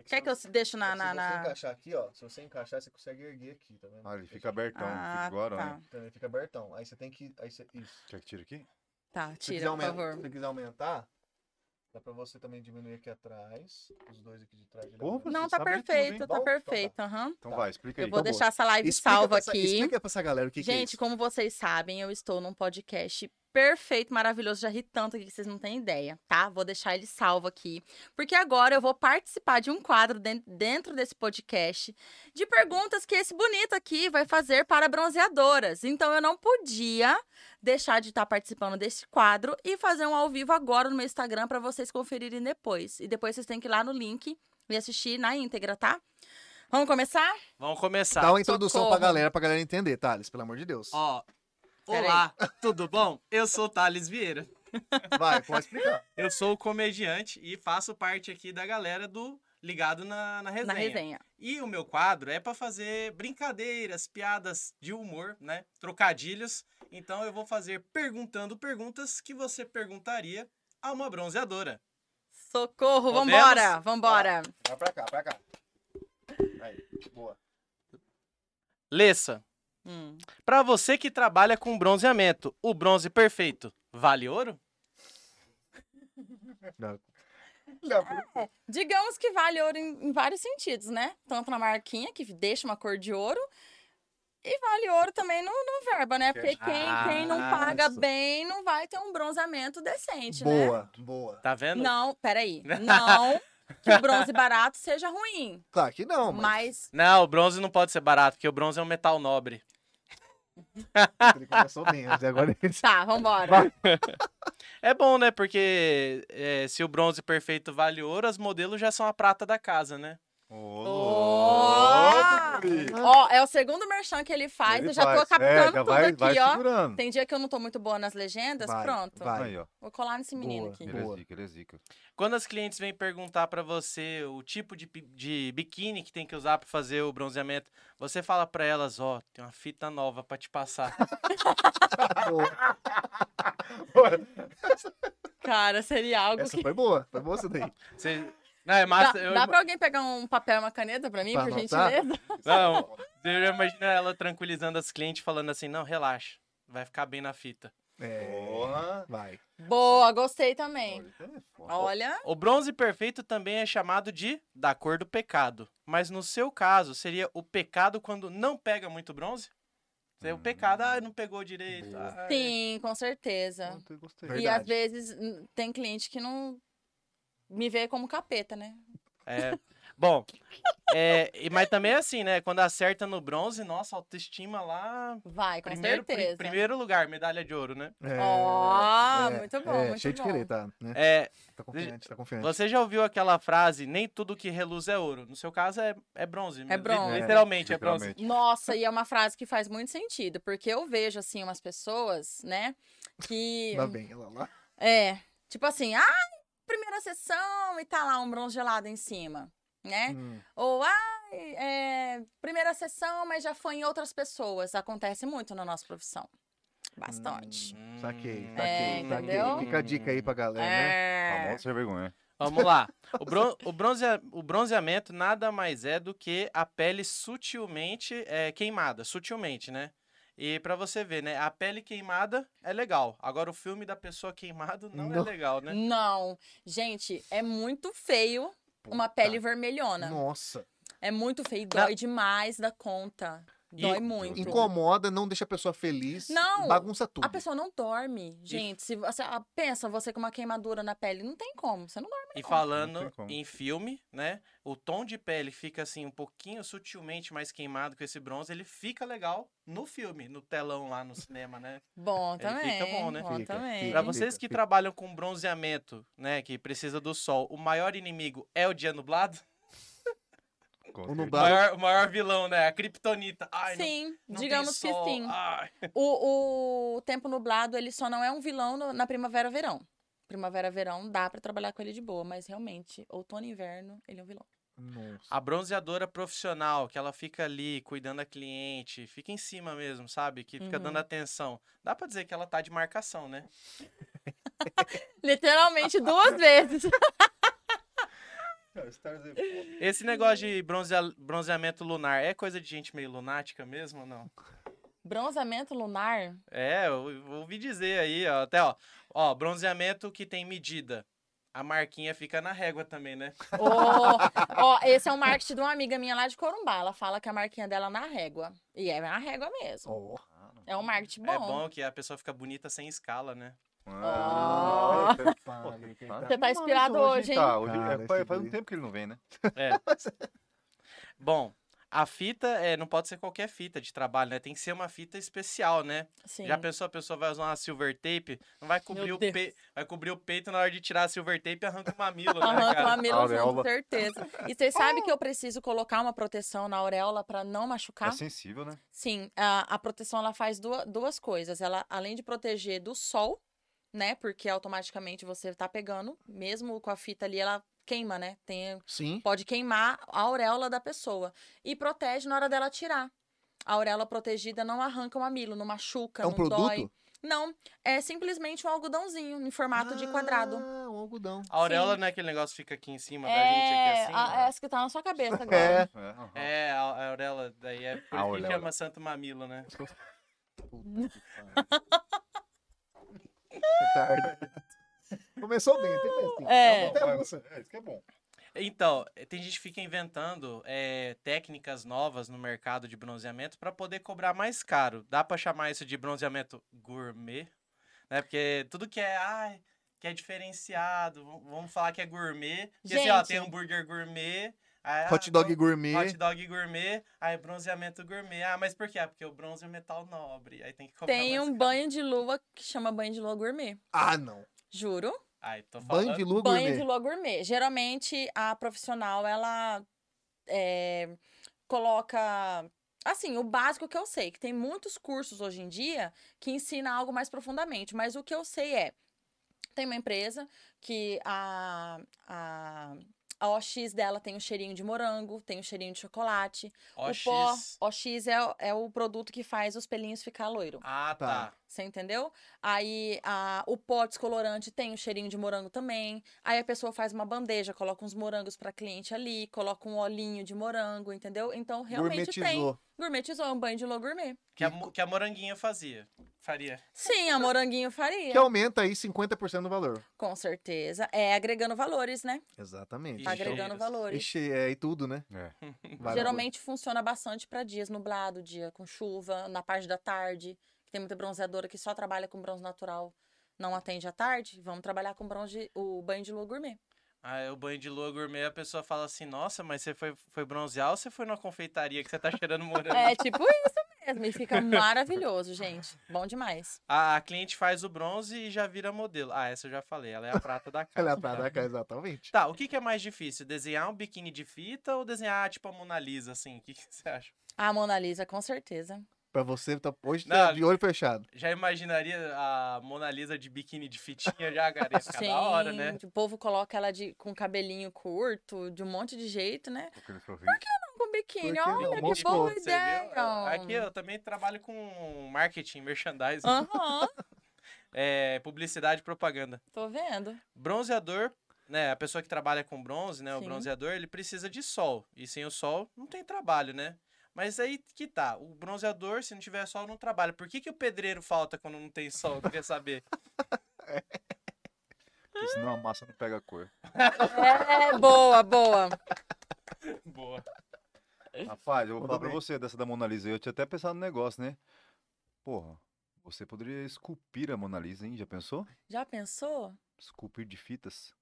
[SPEAKER 3] Quer que eu se- deixe na...
[SPEAKER 2] É que
[SPEAKER 3] na,
[SPEAKER 2] Se você
[SPEAKER 3] na-
[SPEAKER 2] encaixar aqui, ó, se você encaixar, você consegue erguer aqui, tá vendo?
[SPEAKER 4] Ah, ele fica abertão.
[SPEAKER 3] Ah,
[SPEAKER 4] fica agora,
[SPEAKER 3] tá.
[SPEAKER 4] né?
[SPEAKER 2] Então, ele fica abertão. Aí você tem que. Aí você, isso.
[SPEAKER 4] Quer que tire aqui?
[SPEAKER 3] Tá,
[SPEAKER 2] Se quiser
[SPEAKER 3] tira, por
[SPEAKER 2] aumentar-
[SPEAKER 3] favor.
[SPEAKER 2] Se você quiser aumentar, dá pra você também diminuir aqui atrás. Os dois aqui de trás. ele
[SPEAKER 4] Porra,
[SPEAKER 2] aumenta.
[SPEAKER 3] Não,
[SPEAKER 4] Você
[SPEAKER 3] tá
[SPEAKER 4] sabe tudo, hein?
[SPEAKER 3] perfeito,
[SPEAKER 2] Bom,
[SPEAKER 3] tá
[SPEAKER 2] então tá.
[SPEAKER 3] perfeito, aham.
[SPEAKER 4] Então
[SPEAKER 2] Tá.
[SPEAKER 4] vai, explica aí.
[SPEAKER 3] Eu vou
[SPEAKER 2] então boa.
[SPEAKER 3] deixar essa live
[SPEAKER 2] Explica
[SPEAKER 3] salva
[SPEAKER 2] pra essa-
[SPEAKER 3] aqui.
[SPEAKER 2] Explica pra essa galera o que, que é
[SPEAKER 3] Gente,
[SPEAKER 2] isso.
[SPEAKER 3] como vocês sabem, eu estou num podcast perfeito, maravilhoso. Já ri tanto aqui que vocês não têm ideia, tá? Vou deixar ele salvo aqui. Porque agora eu vou participar de um quadro den- dentro desse podcast de perguntas que esse bonito aqui vai fazer para bronzeadoras. Então eu não podia deixar de estar participando desse quadro e fazer um ao vivo agora no meu Instagram para vocês conferirem depois. E depois vocês têm que ir lá no link e assistir na íntegra, tá? Vamos começar?
[SPEAKER 5] Vamos começar.
[SPEAKER 2] Dá um uma introdução
[SPEAKER 3] tá, socorro.
[SPEAKER 2] pra galera, pra galera entender, Thales, pelo amor de Deus.
[SPEAKER 5] Ó,
[SPEAKER 3] Peraí.
[SPEAKER 5] olá, tudo bom? Eu sou Thales Vieira.
[SPEAKER 4] Então
[SPEAKER 2] Vai, pode explicar.
[SPEAKER 5] Eu sou comediante e faço parte aqui da galera do Ligado na, na, resenha.
[SPEAKER 3] Na resenha.
[SPEAKER 5] E o meu quadro é pra fazer brincadeiras, piadas de humor, né? Trocadilhos. Então eu vou fazer perguntando perguntas que você perguntaria a uma bronzeadora.
[SPEAKER 3] Socorro,
[SPEAKER 5] Podemos?
[SPEAKER 3] vambora, vambora.
[SPEAKER 2] Vai pra cá, pra cá. Aí, boa.
[SPEAKER 5] Lessa,
[SPEAKER 3] Hum.
[SPEAKER 5] pra você que trabalha com bronzeamento, o bronze perfeito vale ouro?
[SPEAKER 3] Digamos que vale ouro em, em vários sentidos, né? Tanto na marquinha, que deixa uma cor de ouro, e vale ouro também no, no verba, né? Porque quem, quem não
[SPEAKER 5] Ah,
[SPEAKER 3] paga
[SPEAKER 2] isso.
[SPEAKER 3] bem não vai ter um bronzeamento decente, né?
[SPEAKER 2] Boa, boa.
[SPEAKER 5] Tá vendo?
[SPEAKER 3] Não, peraí. Não que o bronze barato seja ruim,
[SPEAKER 2] Claro que não, mas.
[SPEAKER 3] mas
[SPEAKER 5] Não, o bronze não pode ser barato, porque o bronze é um metal nobre.
[SPEAKER 2] Ele começou bem, mas agora ele.
[SPEAKER 3] tá, vambora.
[SPEAKER 2] Vai.
[SPEAKER 5] É bom, né? Porque é, se o bronze perfeito vale ouro, as modelos já são a prata da casa, né?
[SPEAKER 4] Ô,
[SPEAKER 3] Ó!
[SPEAKER 4] louco, Pri.
[SPEAKER 3] Ó, é o segundo merchan que ele faz.
[SPEAKER 4] Ele
[SPEAKER 3] eu já tô
[SPEAKER 4] faz.
[SPEAKER 3] captando
[SPEAKER 4] É, já
[SPEAKER 3] tudo
[SPEAKER 4] vai,
[SPEAKER 3] aqui,
[SPEAKER 4] vai
[SPEAKER 3] ó.
[SPEAKER 4] segurando.
[SPEAKER 3] Tem dia que eu não tô muito boa nas legendas.
[SPEAKER 2] Vai,
[SPEAKER 3] Pronto.
[SPEAKER 2] vai.
[SPEAKER 4] Aí, ó.
[SPEAKER 3] Vou colar nesse menino
[SPEAKER 2] Boa.
[SPEAKER 3] aqui.
[SPEAKER 4] Ele é
[SPEAKER 2] Boa.
[SPEAKER 4] zica, ele é zica.
[SPEAKER 5] Quando as clientes vêm perguntar pra você o tipo de, pi- de biquíni que tem que usar pra fazer o bronzeamento, você fala pra elas, ó, tem uma fita nova pra te passar.
[SPEAKER 3] Cara, seria algo
[SPEAKER 2] Essa
[SPEAKER 3] que.
[SPEAKER 2] foi boa, foi boa essa daí.
[SPEAKER 5] Você... Não, é
[SPEAKER 3] Dá,
[SPEAKER 5] massa. eu
[SPEAKER 3] dá
[SPEAKER 5] ima-
[SPEAKER 3] pra alguém pegar um papel e uma caneta pra mim,
[SPEAKER 2] Pra
[SPEAKER 3] por
[SPEAKER 2] anotar?
[SPEAKER 3] gentileza?
[SPEAKER 5] Não, eu já imagino ela tranquilizando as clientes, falando assim, não, relaxa, vai ficar bem na fita.
[SPEAKER 2] É,
[SPEAKER 4] Porra.
[SPEAKER 2] vai.
[SPEAKER 3] Boa, gostei também.
[SPEAKER 4] Olha, é foda.
[SPEAKER 3] Olha,
[SPEAKER 5] O bronze perfeito também é chamado de da cor do pecado. Mas no seu caso, seria o pecado quando não pega muito bronze? Seria o
[SPEAKER 4] Hum.
[SPEAKER 5] pecado, ah, não pegou direito.
[SPEAKER 4] Boa.
[SPEAKER 5] ah,
[SPEAKER 3] sim, com certeza.
[SPEAKER 4] Puta, eu gostei.
[SPEAKER 3] E
[SPEAKER 2] é.
[SPEAKER 3] às
[SPEAKER 2] Verdade.
[SPEAKER 3] vezes n- tem cliente que não me vê como capeta, né?
[SPEAKER 5] É. Bom, é, e- mas também é assim, né? Quando acerta no bronze, nossa, autoestima lá.
[SPEAKER 3] Vai, com
[SPEAKER 5] Primeiro, pri-
[SPEAKER 3] certeza.
[SPEAKER 5] primeiro lugar, medalha de ouro, né?
[SPEAKER 2] É,
[SPEAKER 3] Ó,
[SPEAKER 2] é,
[SPEAKER 3] muito bom,
[SPEAKER 2] é,
[SPEAKER 3] muito
[SPEAKER 2] cheio
[SPEAKER 3] bom.
[SPEAKER 2] de querer, tá? Né?
[SPEAKER 5] É,
[SPEAKER 2] Tá confiante, tá confiante.
[SPEAKER 5] você já ouviu aquela frase, nem tudo que reluz é ouro. No seu caso, é, é bronze. li-
[SPEAKER 3] bronze.
[SPEAKER 5] Literalmente, é bronze.
[SPEAKER 4] Literalmente.
[SPEAKER 3] Nossa, e é uma frase que faz muito sentido, porque eu vejo, assim, umas pessoas, né, que...
[SPEAKER 2] Lá Tá bem, ela lá.
[SPEAKER 3] É, tipo assim, ah, primeira sessão e tá lá um bronze gelado em cima, né?
[SPEAKER 2] Hum,
[SPEAKER 3] Ou, ah, é, primeira sessão, mas já foi em outras pessoas. Acontece muito na nossa profissão. Bastante.
[SPEAKER 5] Hum.
[SPEAKER 2] saquei, saquei,
[SPEAKER 3] É,
[SPEAKER 2] saquei.
[SPEAKER 3] entendeu?
[SPEAKER 2] Fica a dica aí pra galera, né?
[SPEAKER 3] É.
[SPEAKER 4] Famoso Tá sem vergonha.
[SPEAKER 5] Vamos lá. O, bron- o bronzea- o bronzeamento nada mais é do que a pele sutilmente é, queimada, sutilmente, né? E pra você ver, né? A pele queimada é legal. Agora o filme da pessoa queimado não, é
[SPEAKER 2] Não.
[SPEAKER 5] legal, né?
[SPEAKER 3] Não, gente, é muito feio uma
[SPEAKER 2] Puta.
[SPEAKER 3] pele vermelhona.
[SPEAKER 2] Nossa.
[SPEAKER 3] É muito feio, e dói demais da conta. Dói
[SPEAKER 5] E-
[SPEAKER 3] muito.
[SPEAKER 2] Incomoda, não deixa a pessoa feliz.
[SPEAKER 3] Não,
[SPEAKER 2] Bagunça tudo.
[SPEAKER 3] A pessoa não dorme, gente. Se você ah, pensa você com uma queimadura na pele, não tem como. Você não dorme.
[SPEAKER 5] E
[SPEAKER 4] Não
[SPEAKER 5] falando
[SPEAKER 4] tem como.
[SPEAKER 5] em filme, né? O tom de pele fica assim um pouquinho sutilmente mais queimado com esse bronze. Ele fica legal no filme, no telão lá no cinema, né?
[SPEAKER 3] Bom
[SPEAKER 5] Ele
[SPEAKER 3] também.
[SPEAKER 5] fica bom, né?
[SPEAKER 3] Bom
[SPEAKER 2] Fica,
[SPEAKER 3] também.
[SPEAKER 5] Pra
[SPEAKER 2] fica.
[SPEAKER 5] vocês que trabalham com bronzeamento, né? Que precisa do sol, o maior inimigo é o dia nublado?
[SPEAKER 4] Com
[SPEAKER 2] O
[SPEAKER 4] certeza.
[SPEAKER 5] O
[SPEAKER 2] nublado.
[SPEAKER 5] maior, o maior vilão, né? A Kryptonita. Ai, não-
[SPEAKER 3] Sim,
[SPEAKER 5] não, tem
[SPEAKER 3] digamos que
[SPEAKER 5] sol.
[SPEAKER 3] sim.
[SPEAKER 5] Ai.
[SPEAKER 3] O, o tempo nublado, ele só não é um vilão no- na primavera-verão. Primavera-verão dá pra trabalhar com ele de boa, mas realmente, outono e inverno, ele é um vilão.
[SPEAKER 2] Nossa.
[SPEAKER 5] A bronzeadora profissional, que ela fica ali cuidando da cliente, fica em cima mesmo, sabe? Que fica
[SPEAKER 3] Uhum.
[SPEAKER 5] dando atenção. Dá pra dizer que ela tá de marcação, né?
[SPEAKER 3] Literalmente duas vezes.
[SPEAKER 5] Esse negócio de bronzea- bronzeamento lunar é coisa de gente meio lunática mesmo ou não?
[SPEAKER 3] Bronzeamento lunar?
[SPEAKER 5] É, eu, eu ouvi dizer aí, ó, até ó, ó, bronzeamento que tem medida. A marquinha fica na régua também, né?
[SPEAKER 3] Ó, ó, esse é um marketing de uma amiga minha lá de Corumbá. Ela fala que a marquinha dela é na régua. E é na régua mesmo.
[SPEAKER 2] Ó,
[SPEAKER 4] Ah, não.
[SPEAKER 3] É um marketing
[SPEAKER 5] É bom que a pessoa fica bonita sem escala, né?
[SPEAKER 4] Ah, olha,
[SPEAKER 2] pá,
[SPEAKER 4] Pô,
[SPEAKER 2] quem
[SPEAKER 4] tá-
[SPEAKER 2] tá-
[SPEAKER 3] Você tá inspirado hoje, hein?
[SPEAKER 5] então.
[SPEAKER 4] Tá, hoje
[SPEAKER 2] Cara,
[SPEAKER 4] é-
[SPEAKER 2] esse
[SPEAKER 4] faz, faz um
[SPEAKER 2] daí.
[SPEAKER 4] tempo que ele não vem, né?
[SPEAKER 5] Bom, a fita é, não pode ser qualquer fita de trabalho, né? Tem que ser uma fita especial, né?
[SPEAKER 3] Sim.
[SPEAKER 5] Já pensou, a pessoa vai usar uma silver tape, não vai cobrir,
[SPEAKER 3] Meu
[SPEAKER 5] o,
[SPEAKER 3] Deus.
[SPEAKER 5] pe... vai cobrir o peito na hora de tirar a silver tape e arranca o mamilo, né,
[SPEAKER 3] Arranca
[SPEAKER 5] cara?
[SPEAKER 3] uma mamilo junto,
[SPEAKER 4] Auréola.
[SPEAKER 3] com certeza. E vocês sabem que eu preciso colocar uma proteção na auréola pra não machucar?
[SPEAKER 4] É sensível, né?
[SPEAKER 3] Sim, a, a proteção ela faz duas, duas coisas. Ela, além de proteger do sol, né? Porque automaticamente você tá pegando, mesmo com a fita ali, ela queima, né? Tem,
[SPEAKER 2] Sim.
[SPEAKER 3] pode queimar a auréola da pessoa. E protege na hora dela tirar. A auréola protegida não arranca o mamilo, não machuca,
[SPEAKER 2] É um
[SPEAKER 3] não
[SPEAKER 2] produto?
[SPEAKER 3] dói. Não, é simplesmente um algodãozinho em formato de quadrado.
[SPEAKER 2] Ah, um algodão.
[SPEAKER 5] A auréola não é aquele negócio que fica aqui em cima da Ah, gente,
[SPEAKER 3] É,
[SPEAKER 5] aqui assim?
[SPEAKER 3] a- essa que tá na sua cabeça agora.
[SPEAKER 4] É, aham.
[SPEAKER 5] É, a, a auréola, daí é por
[SPEAKER 4] A
[SPEAKER 5] isso que
[SPEAKER 4] auréola.
[SPEAKER 5] chama santo mamilo, né?
[SPEAKER 2] Tarde. Começou bem, até bem. Assim.
[SPEAKER 3] É.
[SPEAKER 2] Até moça.
[SPEAKER 4] É, isso que é bom.
[SPEAKER 5] Então, eh, tem gente que fica inventando eh, técnicas novas no mercado de bronzeamento para poder cobrar mais caro. Dá para chamar isso de bronzeamento gourmet, né? Porque tudo que é, ai, que é diferenciado, v- vamos falar que é gourmet. Porque assim, ó,
[SPEAKER 3] Gente.
[SPEAKER 5] tem hambúrguer gourmet, aí, ah,
[SPEAKER 2] Hot dog
[SPEAKER 5] vamos-
[SPEAKER 2] gourmet.
[SPEAKER 5] Hot dog gourmet, aí bronzeamento gourmet. Ah, mas por quê? Ah, porque o bronze é um metal nobre, aí tem que cobrar
[SPEAKER 3] Tem
[SPEAKER 5] mais
[SPEAKER 3] um
[SPEAKER 5] caro.
[SPEAKER 3] banho de lua que chama banho de lua gourmet.
[SPEAKER 2] Ah, não.
[SPEAKER 3] Juro.
[SPEAKER 5] Ai, tô falando.
[SPEAKER 2] Banho de lua
[SPEAKER 3] Banho de
[SPEAKER 2] gourmet.
[SPEAKER 3] lua gourmet. Geralmente a profissional ela é, coloca assim o básico que eu sei, que tem muitos cursos hoje em dia que ensina algo mais profundamente, mas o que eu sei é tem uma empresa que a a a OX dela tem um cheirinho de morango, tem um cheirinho de chocolate.
[SPEAKER 5] OX.
[SPEAKER 3] O pó OX é, o- é o produto que faz os pelinhos ficar loiro.
[SPEAKER 5] Ah, tá.
[SPEAKER 3] Você entendeu? Aí a- o pó descolorante tem o cheirinho de morango também. Aí a pessoa faz uma bandeja, coloca uns morangos pra cliente ali, coloca um olhinho de morango, entendeu? Então realmente tem.
[SPEAKER 2] Gourmetizou.
[SPEAKER 3] Gourmetizou, é um banho de lô gourmet.
[SPEAKER 5] Que a, mo- que a moranguinha fazia. Faria.
[SPEAKER 3] Sim, a moranguinho faria.
[SPEAKER 2] Que aumenta aí 50% do valor.
[SPEAKER 3] Com certeza. É agregando valores, né?
[SPEAKER 2] Exatamente.
[SPEAKER 3] Tá
[SPEAKER 5] Ixi,
[SPEAKER 3] agregando
[SPEAKER 5] Deus.
[SPEAKER 3] valores.
[SPEAKER 2] Ixi, é, e tudo, né?
[SPEAKER 4] É.
[SPEAKER 2] Vai lá.
[SPEAKER 3] Geralmente funciona bastante pra dias nublado, dia com chuva, na parte da tarde, que tem muita bronzeadora que só trabalha com bronze natural, não atende à tarde. Vamos trabalhar com bronze, o banho de lô gourmet.
[SPEAKER 5] Aí o banho de lua gourmet, a pessoa fala assim, nossa, mas você foi, foi bronzear ou você foi numa confeitaria que você tá cheirando morango?
[SPEAKER 3] É tipo isso mesmo. E fica maravilhoso, gente. Bom demais.
[SPEAKER 5] A, a cliente faz o bronze e já vira modelo. Ah, essa eu já falei, ela é a prata da casa.
[SPEAKER 2] Ela tá da casa, exatamente.
[SPEAKER 5] Tá, o que, que é mais difícil? Desenhar um biquíni de fita ou desenhar, tipo, a Mona Lisa, assim? O que, que você acha?
[SPEAKER 3] A Mona Lisa, com certeza.
[SPEAKER 2] Pra você, tá, hoje
[SPEAKER 5] Não.
[SPEAKER 2] tá de olho fechado.
[SPEAKER 5] Já imaginaria a Mona Lisa de biquíni de fitinha já, cara? Isso é da hora, né?
[SPEAKER 3] O povo coloca ela de, com cabelinho curto, de um monte de jeito, né?
[SPEAKER 4] Porque eles sorriem.
[SPEAKER 3] Não, Com biquíni.
[SPEAKER 2] Porque
[SPEAKER 5] um
[SPEAKER 2] não,
[SPEAKER 3] Olha, que
[SPEAKER 2] moscou,
[SPEAKER 3] boa
[SPEAKER 5] Você
[SPEAKER 3] ideia.
[SPEAKER 5] viu? É um Aqui eu também trabalho com marketing, merchandising,
[SPEAKER 3] Aham,
[SPEAKER 5] é, publicidade e propaganda.
[SPEAKER 3] tô vendo.
[SPEAKER 5] Bronzeador, né? A pessoa que trabalha com bronze, né? O
[SPEAKER 3] Sim.
[SPEAKER 5] bronzeador, ele precisa de sol. E sem o sol, não tem trabalho, né? Mas aí que tá. O bronzeador, se não tiver sol, não trabalha. Por que, que o pedreiro falta quando não tem sol? Eu queria saber.
[SPEAKER 4] Porque senão a massa não pega a cor.
[SPEAKER 3] É, boa, boa.
[SPEAKER 5] Boa.
[SPEAKER 4] Rapaz, eu vou
[SPEAKER 2] Mandou
[SPEAKER 4] falar pra
[SPEAKER 2] bem.
[SPEAKER 4] você dessa da Mona Lisa. Eu tinha até pensado no negócio, né? Porra, você poderia esculpir a Mona Lisa, hein? Já pensou?
[SPEAKER 3] Já pensou?
[SPEAKER 4] Esculpir de fitas.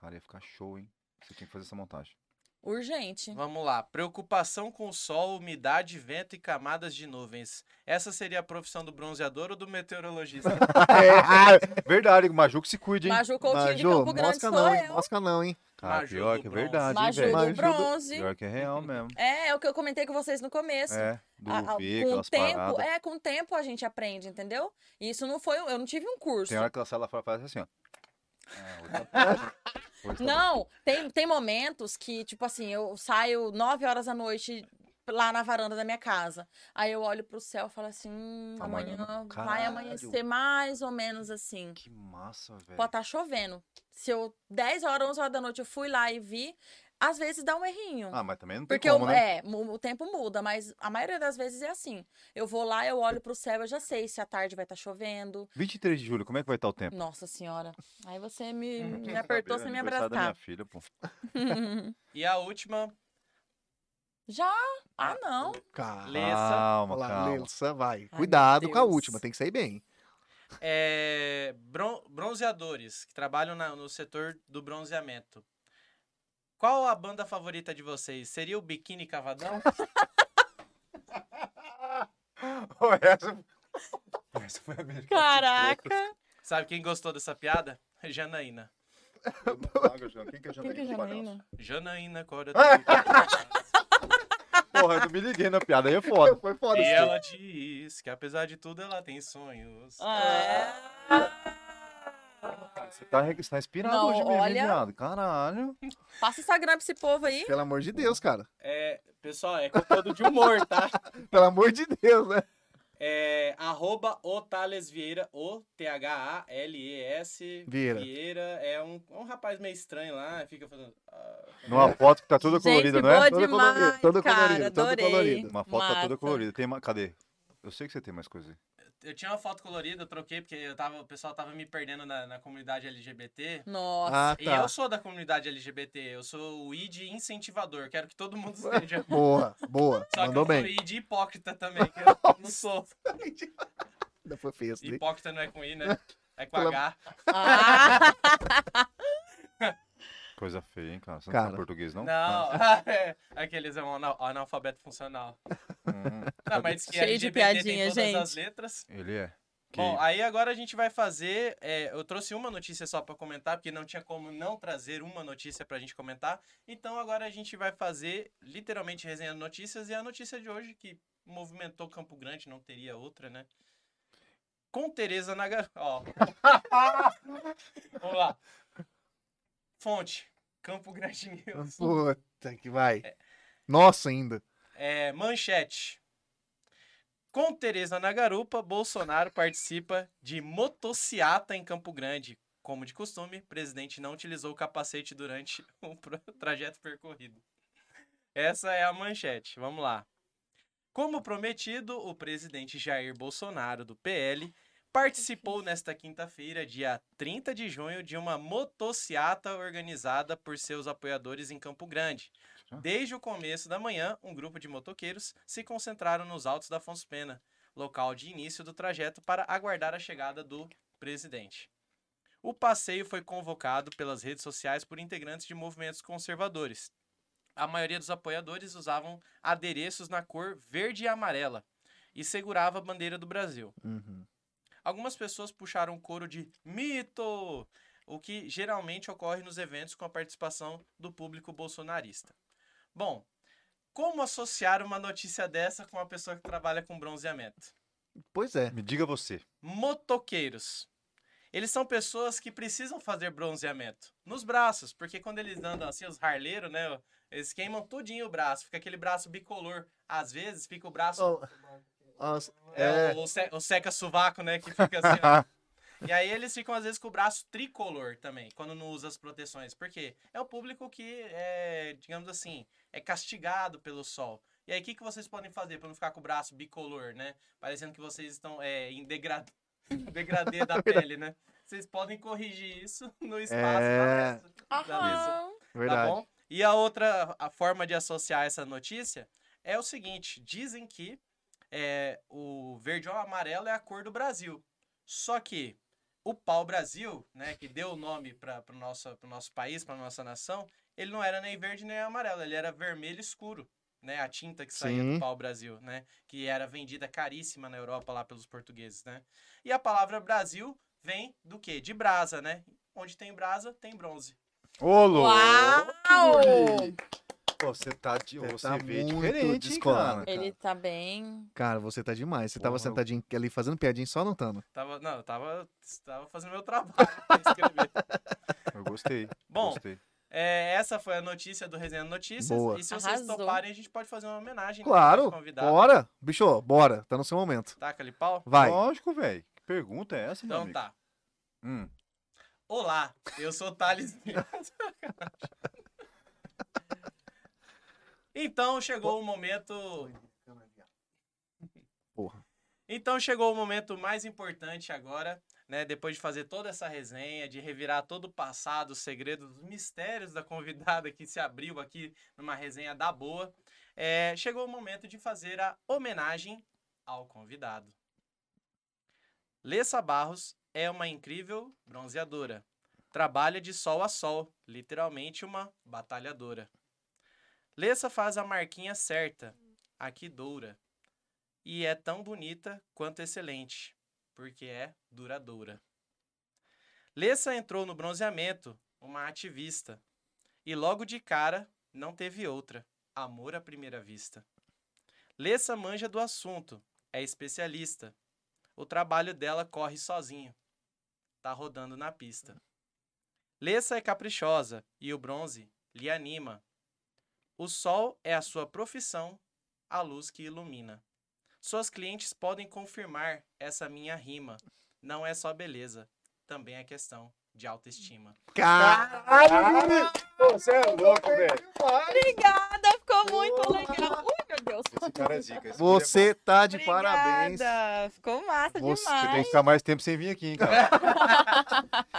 [SPEAKER 4] Cara, ia ficar show, hein? Você tinha que fazer essa montagem.
[SPEAKER 3] Urgente.
[SPEAKER 5] Vamos lá. Preocupação com sol, umidade, vento e camadas de nuvens. Essa seria a profissão do bronzeador ou do meteorologista?
[SPEAKER 4] É. Verdade, o Maju que se cuide, hein?
[SPEAKER 3] Maju Coutinho de
[SPEAKER 2] Maju,
[SPEAKER 3] Campo Grande
[SPEAKER 2] mosca
[SPEAKER 3] sou
[SPEAKER 2] não, hein?
[SPEAKER 3] eu.
[SPEAKER 2] Mosca não, hein?
[SPEAKER 4] Cara,
[SPEAKER 5] Maju
[SPEAKER 4] pior
[SPEAKER 5] do
[SPEAKER 4] que é
[SPEAKER 5] bronze.
[SPEAKER 4] verdade, hein,
[SPEAKER 3] Maju
[SPEAKER 4] velho?
[SPEAKER 3] do
[SPEAKER 2] Maju do-
[SPEAKER 3] bronze.
[SPEAKER 4] Pior que é real mesmo.
[SPEAKER 3] É, é o que eu comentei com vocês no começo.
[SPEAKER 4] É, do
[SPEAKER 3] Assim, A- a-
[SPEAKER 4] UV,
[SPEAKER 3] com o
[SPEAKER 4] aquelas
[SPEAKER 3] tempo,
[SPEAKER 4] paradas.
[SPEAKER 3] é, com o tempo a gente aprende, entendeu? E isso não foi, eu não tive um curso.
[SPEAKER 4] Tem hora que ela sai lá fora e faz assim, ó. Ah, hoje tá- hoje tá
[SPEAKER 3] Não, tem, tem momentos que, tipo assim, eu saio 9 horas da noite lá na varanda da minha casa. Aí eu olho pro céu e falo assim, "Hum,
[SPEAKER 4] Amanhã,
[SPEAKER 3] amanhã, vai
[SPEAKER 4] caralho.
[SPEAKER 3] amanhecer mais ou menos assim.
[SPEAKER 4] Que massa, velho.
[SPEAKER 3] Pode estar chovendo. Se eu 10 horas, 11 horas da noite eu fui lá e vi, às vezes dá um errinho.
[SPEAKER 4] Ah, mas também não tem
[SPEAKER 3] Porque
[SPEAKER 4] como,
[SPEAKER 3] eu-
[SPEAKER 4] né?
[SPEAKER 3] é, mu- o tempo muda, mas a maioria das vezes é assim. Eu vou lá, eu olho pro céu, eu já sei se à tarde vai estar chovendo.
[SPEAKER 4] 23 de julho, como é que vai estar o tempo?
[SPEAKER 3] Nossa senhora. Aí você me,
[SPEAKER 5] Hum,
[SPEAKER 3] me apertou sem me
[SPEAKER 4] Aniversário Uhum. da minha
[SPEAKER 3] abraçar.
[SPEAKER 4] filha, pô.
[SPEAKER 5] E a última,
[SPEAKER 3] Já? Ah, não.
[SPEAKER 2] Cara.
[SPEAKER 5] Lessa.
[SPEAKER 4] Calma,
[SPEAKER 2] Olha lá,
[SPEAKER 4] calma.
[SPEAKER 2] Lença, vai.
[SPEAKER 3] meu
[SPEAKER 2] Cuidado com a
[SPEAKER 3] Deus.
[SPEAKER 2] última, tem que sair bem.
[SPEAKER 5] é, bron- bronzeadores que trabalham na- no setor do bronzeamento. Qual a banda favorita de vocês? Seria o Biquíni Cavadão?
[SPEAKER 4] Ô, essa... essa foi a minha.
[SPEAKER 3] Caraca.
[SPEAKER 5] Sabe quem gostou dessa piada? Janaína.
[SPEAKER 4] Quem que é
[SPEAKER 3] Quem que é
[SPEAKER 2] né?
[SPEAKER 3] Janaína?
[SPEAKER 5] Janaína acorda.
[SPEAKER 4] Porra, eu não me liguei na piada, aí é foda.
[SPEAKER 2] Foi foda
[SPEAKER 5] e
[SPEAKER 2] isso.
[SPEAKER 5] ela diz que apesar de tudo ela tem sonhos.
[SPEAKER 3] é? Ah, é.
[SPEAKER 4] Você tá, re- você tá inspirado
[SPEAKER 3] Não,
[SPEAKER 4] hoje mesmo, hein,
[SPEAKER 3] olha.
[SPEAKER 4] viado? Caralho.
[SPEAKER 3] Passa Instagram pra esse povo aí.
[SPEAKER 2] Pelo amor de Deus, cara.
[SPEAKER 5] É, pessoal, é conteúdo de humor, tá?
[SPEAKER 2] Pelo amor de Deus, né?
[SPEAKER 5] É, arroba o Thales Vieira, o T-H-A-L-E-S
[SPEAKER 2] Vieira.
[SPEAKER 5] é um, um rapaz meio estranho lá, fica fazendo... ah,
[SPEAKER 4] Numa foto que tá toda colorida,
[SPEAKER 3] Gente,
[SPEAKER 4] não é?
[SPEAKER 3] boa
[SPEAKER 2] Toda
[SPEAKER 3] demais,
[SPEAKER 2] colorida, toda
[SPEAKER 3] cara.
[SPEAKER 2] colorida, toda
[SPEAKER 3] adorei.
[SPEAKER 2] colorida.
[SPEAKER 4] Uma foto tá toda
[SPEAKER 3] Massa.
[SPEAKER 4] colorida. Tem uma... Cadê? Eu sei que você tem mais coisa aí.
[SPEAKER 5] Eu tinha uma foto colorida, eu troquei, porque eu tava, o pessoal tava me perdendo na, na comunidade LGBT.
[SPEAKER 3] Nossa.
[SPEAKER 2] Ah,
[SPEAKER 5] E
[SPEAKER 2] tá.
[SPEAKER 5] eu sou da comunidade LGBT, eu sou o ID incentivador, quero que todo mundo seja.
[SPEAKER 2] Boa, boa.
[SPEAKER 5] Só
[SPEAKER 2] Mandou
[SPEAKER 5] que eu
[SPEAKER 2] bem.
[SPEAKER 5] sou ID hipócrita também, que eu não sou.
[SPEAKER 2] Ainda foi feio isso daí.
[SPEAKER 5] Hipócrita não é com I, né? É com
[SPEAKER 2] Pela-
[SPEAKER 5] H.
[SPEAKER 3] Ah,
[SPEAKER 4] Coisa feia, hein, cara? Você não
[SPEAKER 2] Cara.
[SPEAKER 4] sabe português, não?
[SPEAKER 5] Não,
[SPEAKER 2] Ah.
[SPEAKER 5] é, aqueles é um ana- analfabeto funcional.
[SPEAKER 4] Hum,
[SPEAKER 5] Não, mas que
[SPEAKER 3] Cheio de
[SPEAKER 5] LGBT tem
[SPEAKER 3] piadinha,
[SPEAKER 5] todas as
[SPEAKER 3] gente.
[SPEAKER 5] letras.
[SPEAKER 4] ele é. Que-
[SPEAKER 5] Bom, aí agora a gente vai fazer. é, eu trouxe uma notícia só para comentar, porque não tinha como não trazer uma notícia pra gente comentar. Então agora a gente vai fazer literalmente resenha de notícias e a notícia de hoje que movimentou Campo Grande, não teria outra, né? Com Tereza na gar... Ó. Vamos lá. Fonte. Campo Grande News.
[SPEAKER 2] Puta que vai. Nossa, ainda.
[SPEAKER 5] É, manchete. Com Tereza na garupa, Bolsonaro participa de motociata em Campo Grande. Como de costume, presidente não utilizou o capacete durante o pro- trajeto percorrido. Essa é a manchete. Vamos lá. Como prometido, o presidente Jair Bolsonaro, do PL, participou nesta quinta-feira, dia 30 de junho, de uma motociata organizada por seus apoiadores em Campo Grande. Desde o começo da manhã, um grupo de motoqueiros se concentraram nos altos da Afonso Pena, local de início do trajeto para aguardar a chegada do presidente. O passeio foi convocado pelas redes sociais por integrantes de movimentos conservadores. A maioria dos apoiadores usavam adereços na cor verde e amarela e segurava a bandeira do Brasil.
[SPEAKER 2] Uhum.
[SPEAKER 5] Algumas pessoas puxaram o coro de mito, o que geralmente ocorre nos eventos com a participação do público bolsonarista. Bom, como associar uma notícia dessa com uma pessoa que trabalha com bronzeamento?
[SPEAKER 2] Pois é.
[SPEAKER 4] Me diga você.
[SPEAKER 5] Motoqueiros. Eles são pessoas que precisam fazer bronzeamento nos braços, porque quando eles andam assim, os harleiros, né? Eles queimam tudinho o braço, fica aquele braço bicolor. Às vezes fica o braço
[SPEAKER 2] Ó, ó,
[SPEAKER 5] é,
[SPEAKER 2] É.
[SPEAKER 5] o, se- o seca-sovaco, né? Que fica assim,
[SPEAKER 2] Ah,
[SPEAKER 5] ó. E aí eles ficam, às vezes, com o braço tricolor também, quando não usa as proteções. Por quê? É o público que, é, digamos assim, é castigado pelo sol. E aí, o que, que vocês podem fazer para não ficar com o braço bicolor, né? Parecendo que vocês estão é, em degra- degradê da pele, né? Vocês podem corrigir isso no espaço
[SPEAKER 2] É.
[SPEAKER 5] da peça. Aham. Tá
[SPEAKER 2] verdade.
[SPEAKER 5] bom? E a outra a forma de associar essa notícia é o seguinte: dizem que é, o verde ou amarelo é a cor do Brasil. Só que o pau-brasil, né, que deu o nome para o nosso, pro nosso país, para nossa nação, ele não era nem verde nem amarelo, ele era vermelho escuro. Né, a tinta que saía do
[SPEAKER 2] Sim.
[SPEAKER 5] pau-brasil, né? Que era vendida caríssima na Europa lá pelos portugueses, né? E a palavra Brasil vem do quê? De brasa, né? Onde tem brasa, tem bronze.
[SPEAKER 4] Ô, Lô!
[SPEAKER 3] Uau!
[SPEAKER 4] Pô, Você tá, de...
[SPEAKER 2] Você
[SPEAKER 4] você
[SPEAKER 2] tá
[SPEAKER 4] vê
[SPEAKER 2] muito
[SPEAKER 4] diferente, hein,
[SPEAKER 2] descolado.
[SPEAKER 4] cara.
[SPEAKER 3] Ele tá bem.
[SPEAKER 2] Cara, você tá demais. Você
[SPEAKER 4] Porra,
[SPEAKER 2] tava
[SPEAKER 4] eu-
[SPEAKER 2] sentadinho ali fazendo piadinha e só anotando.
[SPEAKER 5] Tava, não, eu tava, tava fazendo meu trabalho. pra escrever.
[SPEAKER 4] Eu gostei.
[SPEAKER 5] Bom,
[SPEAKER 4] gostei.
[SPEAKER 5] é, essa foi a notícia do Resenha Notícias.
[SPEAKER 2] Boa.
[SPEAKER 5] E se vocês
[SPEAKER 3] Arrasou.
[SPEAKER 5] toparem, a gente pode fazer uma homenagem. né,
[SPEAKER 2] Claro.
[SPEAKER 5] pros convidados.
[SPEAKER 2] Bora. Bicho, bora. Tá no seu momento.
[SPEAKER 5] Taca ali pau.
[SPEAKER 2] Vai.
[SPEAKER 4] Lógico, velho. Que pergunta é essa, meu
[SPEAKER 5] Então
[SPEAKER 4] amigo?
[SPEAKER 5] tá.
[SPEAKER 4] Hum.
[SPEAKER 5] Olá, eu sou o Thales. Dias. então chegou o momento.
[SPEAKER 2] Porra.
[SPEAKER 5] Então chegou o momento mais importante agora, né? Depois de fazer toda essa resenha, de revirar todo o passado, os segredos, os mistérios da convidada que se abriu aqui numa resenha da boa, é, chegou o momento de fazer a homenagem ao convidado. Lessa Barros é uma incrível bronzeadora. Trabalha de sol a sol, literalmente uma batalhadora. Lessa faz a marquinha certa, a que doura. E é tão bonita quanto excelente, porque é duradoura. Lessa entrou no bronzeamento, uma ativista. E logo de cara, não teve outra. Amor à primeira vista. Lessa manja do assunto, é especialista. O trabalho dela corre sozinho. Tá rodando na pista. Lessa é caprichosa e o bronze lhe anima. O sol é a sua profissão, a luz que ilumina. Suas clientes podem confirmar essa minha rima. Não é só beleza, também é questão de autoestima.
[SPEAKER 2] Caralho!
[SPEAKER 4] Você é louco, velho.
[SPEAKER 3] Obrigada, Ah, ficou muito legal. Ui, meu Deus.
[SPEAKER 4] Esse cara é zica. esse cara
[SPEAKER 2] Você tá de
[SPEAKER 3] Obrigada.
[SPEAKER 2] parabéns.
[SPEAKER 3] Ficou massa
[SPEAKER 4] é bom. Você tem
[SPEAKER 3] demais.
[SPEAKER 4] que ficar mais tempo sem vir aqui, hein, cara.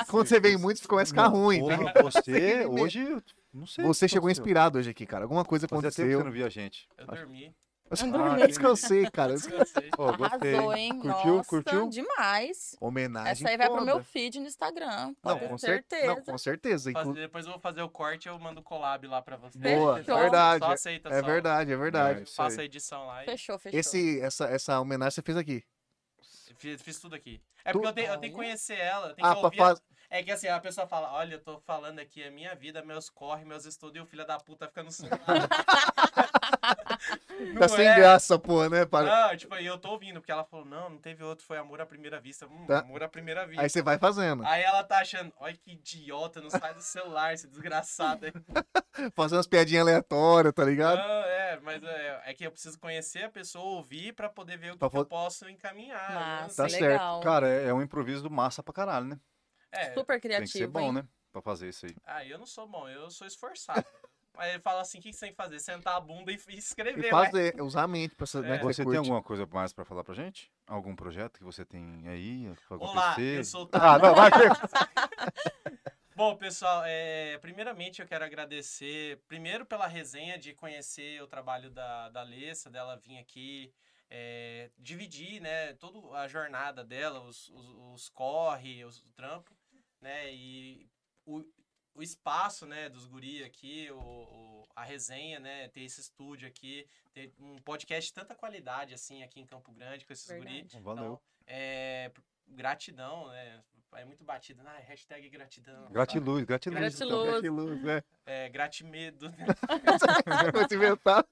[SPEAKER 2] Quando você vem muito, você começa a ficar ruim.
[SPEAKER 4] Porra, você hoje. Não sei. o que
[SPEAKER 2] Você chegou
[SPEAKER 4] aconteceu.
[SPEAKER 2] inspirado hoje aqui, cara. Alguma coisa
[SPEAKER 4] Fazia tempo que você
[SPEAKER 2] aconteceu.
[SPEAKER 4] não via a gente.
[SPEAKER 5] Eu dormi.
[SPEAKER 2] Eu só-
[SPEAKER 4] dormi.
[SPEAKER 2] eu descansei, cara.
[SPEAKER 5] descansei.
[SPEAKER 4] Pô, gostei.
[SPEAKER 3] Arrasou, hein?
[SPEAKER 4] Curtiu?
[SPEAKER 3] Nossa,
[SPEAKER 4] Curtiu?
[SPEAKER 3] demais.
[SPEAKER 2] Homenagem.
[SPEAKER 3] Essa aí vai pro
[SPEAKER 2] foda.
[SPEAKER 3] meu feed no Instagram.
[SPEAKER 2] Não,
[SPEAKER 3] pode
[SPEAKER 2] com
[SPEAKER 3] ter
[SPEAKER 2] cer-
[SPEAKER 3] certeza.
[SPEAKER 2] Não, com certeza. E com-
[SPEAKER 5] Fazer- depois eu vou fazer o corte e eu mando o collab lá pra vocês.
[SPEAKER 2] Boa, é
[SPEAKER 5] Vocês só-
[SPEAKER 2] verdade.
[SPEAKER 5] Só aceita
[SPEAKER 2] É
[SPEAKER 5] só.
[SPEAKER 2] verdade, é verdade.
[SPEAKER 4] É,
[SPEAKER 5] Eu
[SPEAKER 4] isso
[SPEAKER 5] faço
[SPEAKER 4] aí.
[SPEAKER 5] a edição lá e
[SPEAKER 3] Fechou, fechou.
[SPEAKER 2] Esse, essa, essa homenagem você fez aqui.
[SPEAKER 5] fiz Fiz, fiz tudo aqui.
[SPEAKER 2] Tu-
[SPEAKER 5] É porque eu tenho, eu tenho que conhecer ela, eu tenho
[SPEAKER 2] Ah,
[SPEAKER 5] que
[SPEAKER 2] pra
[SPEAKER 5] ouvir. a-
[SPEAKER 2] fazer.
[SPEAKER 5] É que assim, a pessoa fala, olha, eu tô falando aqui a minha vida, meus corre, meus estudos, e o filho da puta fica no celular.
[SPEAKER 2] Tá
[SPEAKER 5] Não
[SPEAKER 2] sem
[SPEAKER 5] é?
[SPEAKER 2] graça, pô, né? Para...
[SPEAKER 5] Não, tipo, e eu tô ouvindo, porque ela falou, não, não teve outro, foi amor à primeira vista. Hum,
[SPEAKER 2] Tá.
[SPEAKER 5] amor à primeira vista.
[SPEAKER 2] Aí você vai fazendo.
[SPEAKER 5] Aí ela tá achando, olha que idiota, não sai do celular, esse desgraçado. aí."
[SPEAKER 2] Fazendo umas piadinhas aleatórias, tá ligado?
[SPEAKER 5] Não, é, mas é, é que eu preciso conhecer a pessoa, ouvir, pra poder ver o que,
[SPEAKER 2] Pra
[SPEAKER 5] que eu
[SPEAKER 2] po-
[SPEAKER 5] posso encaminhar. né?
[SPEAKER 3] Massa.
[SPEAKER 2] Tá
[SPEAKER 3] Legal.
[SPEAKER 2] certo.
[SPEAKER 4] Cara, é, é um improviso do massa pra caralho, né?
[SPEAKER 5] É,
[SPEAKER 3] Super
[SPEAKER 4] Tem que ser
[SPEAKER 3] criativo,
[SPEAKER 4] bom,
[SPEAKER 3] hein?
[SPEAKER 4] né? Pra fazer isso aí.
[SPEAKER 5] ah, eu não sou bom, eu sou esforçado. Aí ele fala assim, o que que você tem que fazer? Sentar a bunda e e escrever, né?
[SPEAKER 2] E
[SPEAKER 5] ué.
[SPEAKER 2] fazer, usar a mente pra essa, né,
[SPEAKER 5] É.
[SPEAKER 2] que
[SPEAKER 4] Você tem
[SPEAKER 2] curte.
[SPEAKER 4] alguma coisa mais pra falar pra gente? Algum projeto que você tem aí pra
[SPEAKER 5] Olá,
[SPEAKER 4] acontecer?
[SPEAKER 5] eu sou o
[SPEAKER 2] Ah, não, vai ver.
[SPEAKER 5] Bom, pessoal, é, primeiramente eu quero agradecer, primeiro pela resenha de conhecer o trabalho da, da Alessa, dela vir aqui, é, dividir, né, toda a jornada dela, os, os, os corre, os trampo, né, e o, o espaço, né, dos guri aqui, o, o- a resenha, né, ter esse estúdio aqui, ter um podcast de tanta qualidade, assim, aqui em Campo Grande, com esses guri.
[SPEAKER 3] Verdade.
[SPEAKER 4] Valeu.
[SPEAKER 5] Então, é, pr- gratidão, né? É muito batido. Ah, hashtag gratidão.
[SPEAKER 4] Gratiluz, gratiluz.
[SPEAKER 3] Gratiluz.
[SPEAKER 2] Então, gratiluz, né?
[SPEAKER 5] É, gratimedo. né?
[SPEAKER 2] Vou te inventar.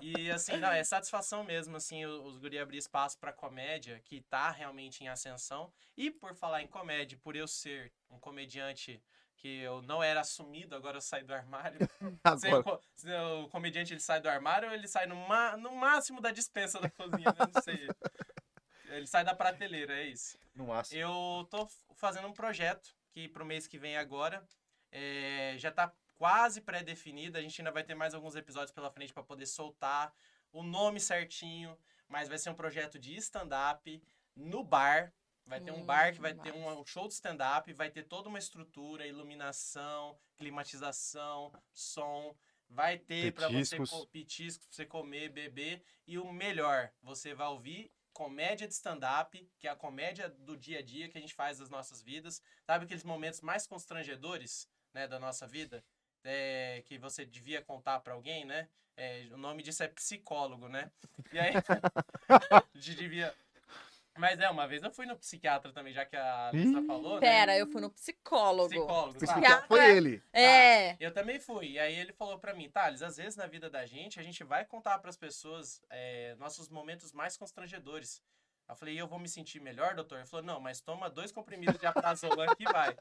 [SPEAKER 5] E assim, não, é satisfação mesmo, assim, o- os guri abrir espaço pra comédia, que tá realmente em ascensão. E por falar em comédia, por eu ser um comediante que eu não era assumido, agora eu saí do armário. Você-
[SPEAKER 2] Agora.
[SPEAKER 5] co- se o comediante ele sai do armário ou ele sai no, ma- no máximo da dispensa da cozinha, né? Não sei. Ele sai da prateleira, é isso.
[SPEAKER 4] No massa.
[SPEAKER 5] Eu tô f- fazendo um projeto que pro mês que vem agora é, já tá quase pré-definido. A gente ainda vai ter mais alguns episódios pela frente para poder soltar o nome certinho, mas vai ser um projeto de stand-up no bar. Vai ter um
[SPEAKER 3] Hum,
[SPEAKER 5] bar que vai ter um,
[SPEAKER 3] massa.
[SPEAKER 5] um show de stand-up, vai ter toda uma estrutura, iluminação, climatização, som. Vai ter para você
[SPEAKER 4] Petiscos.
[SPEAKER 5] co- petiscos, pra você comer, beber. E o melhor, você vai ouvir comédia de stand-up, que é a comédia do dia a dia que a gente faz das nossas vidas. Sabe aqueles momentos mais constrangedores, né, da nossa vida? É, que você devia contar pra alguém, né? É, o nome disso é psicólogo, né? E aí, de- devia... Mas é, uma vez eu fui no psiquiatra também, já que a Alissa falou, né?
[SPEAKER 3] Pera, eu fui no psicólogo.
[SPEAKER 5] Psicólogo. claro.
[SPEAKER 3] Psiquiatra.
[SPEAKER 2] Foi ele.
[SPEAKER 3] É.
[SPEAKER 5] Eu também fui. E aí ele falou pra mim, Thales, às vezes na vida da gente, a gente vai contar pras pessoas é, nossos momentos mais constrangedores. Eu falei, e eu vou me sentir melhor, doutor? Ele falou, não, mas toma dois comprimidos de aprazolam que vai.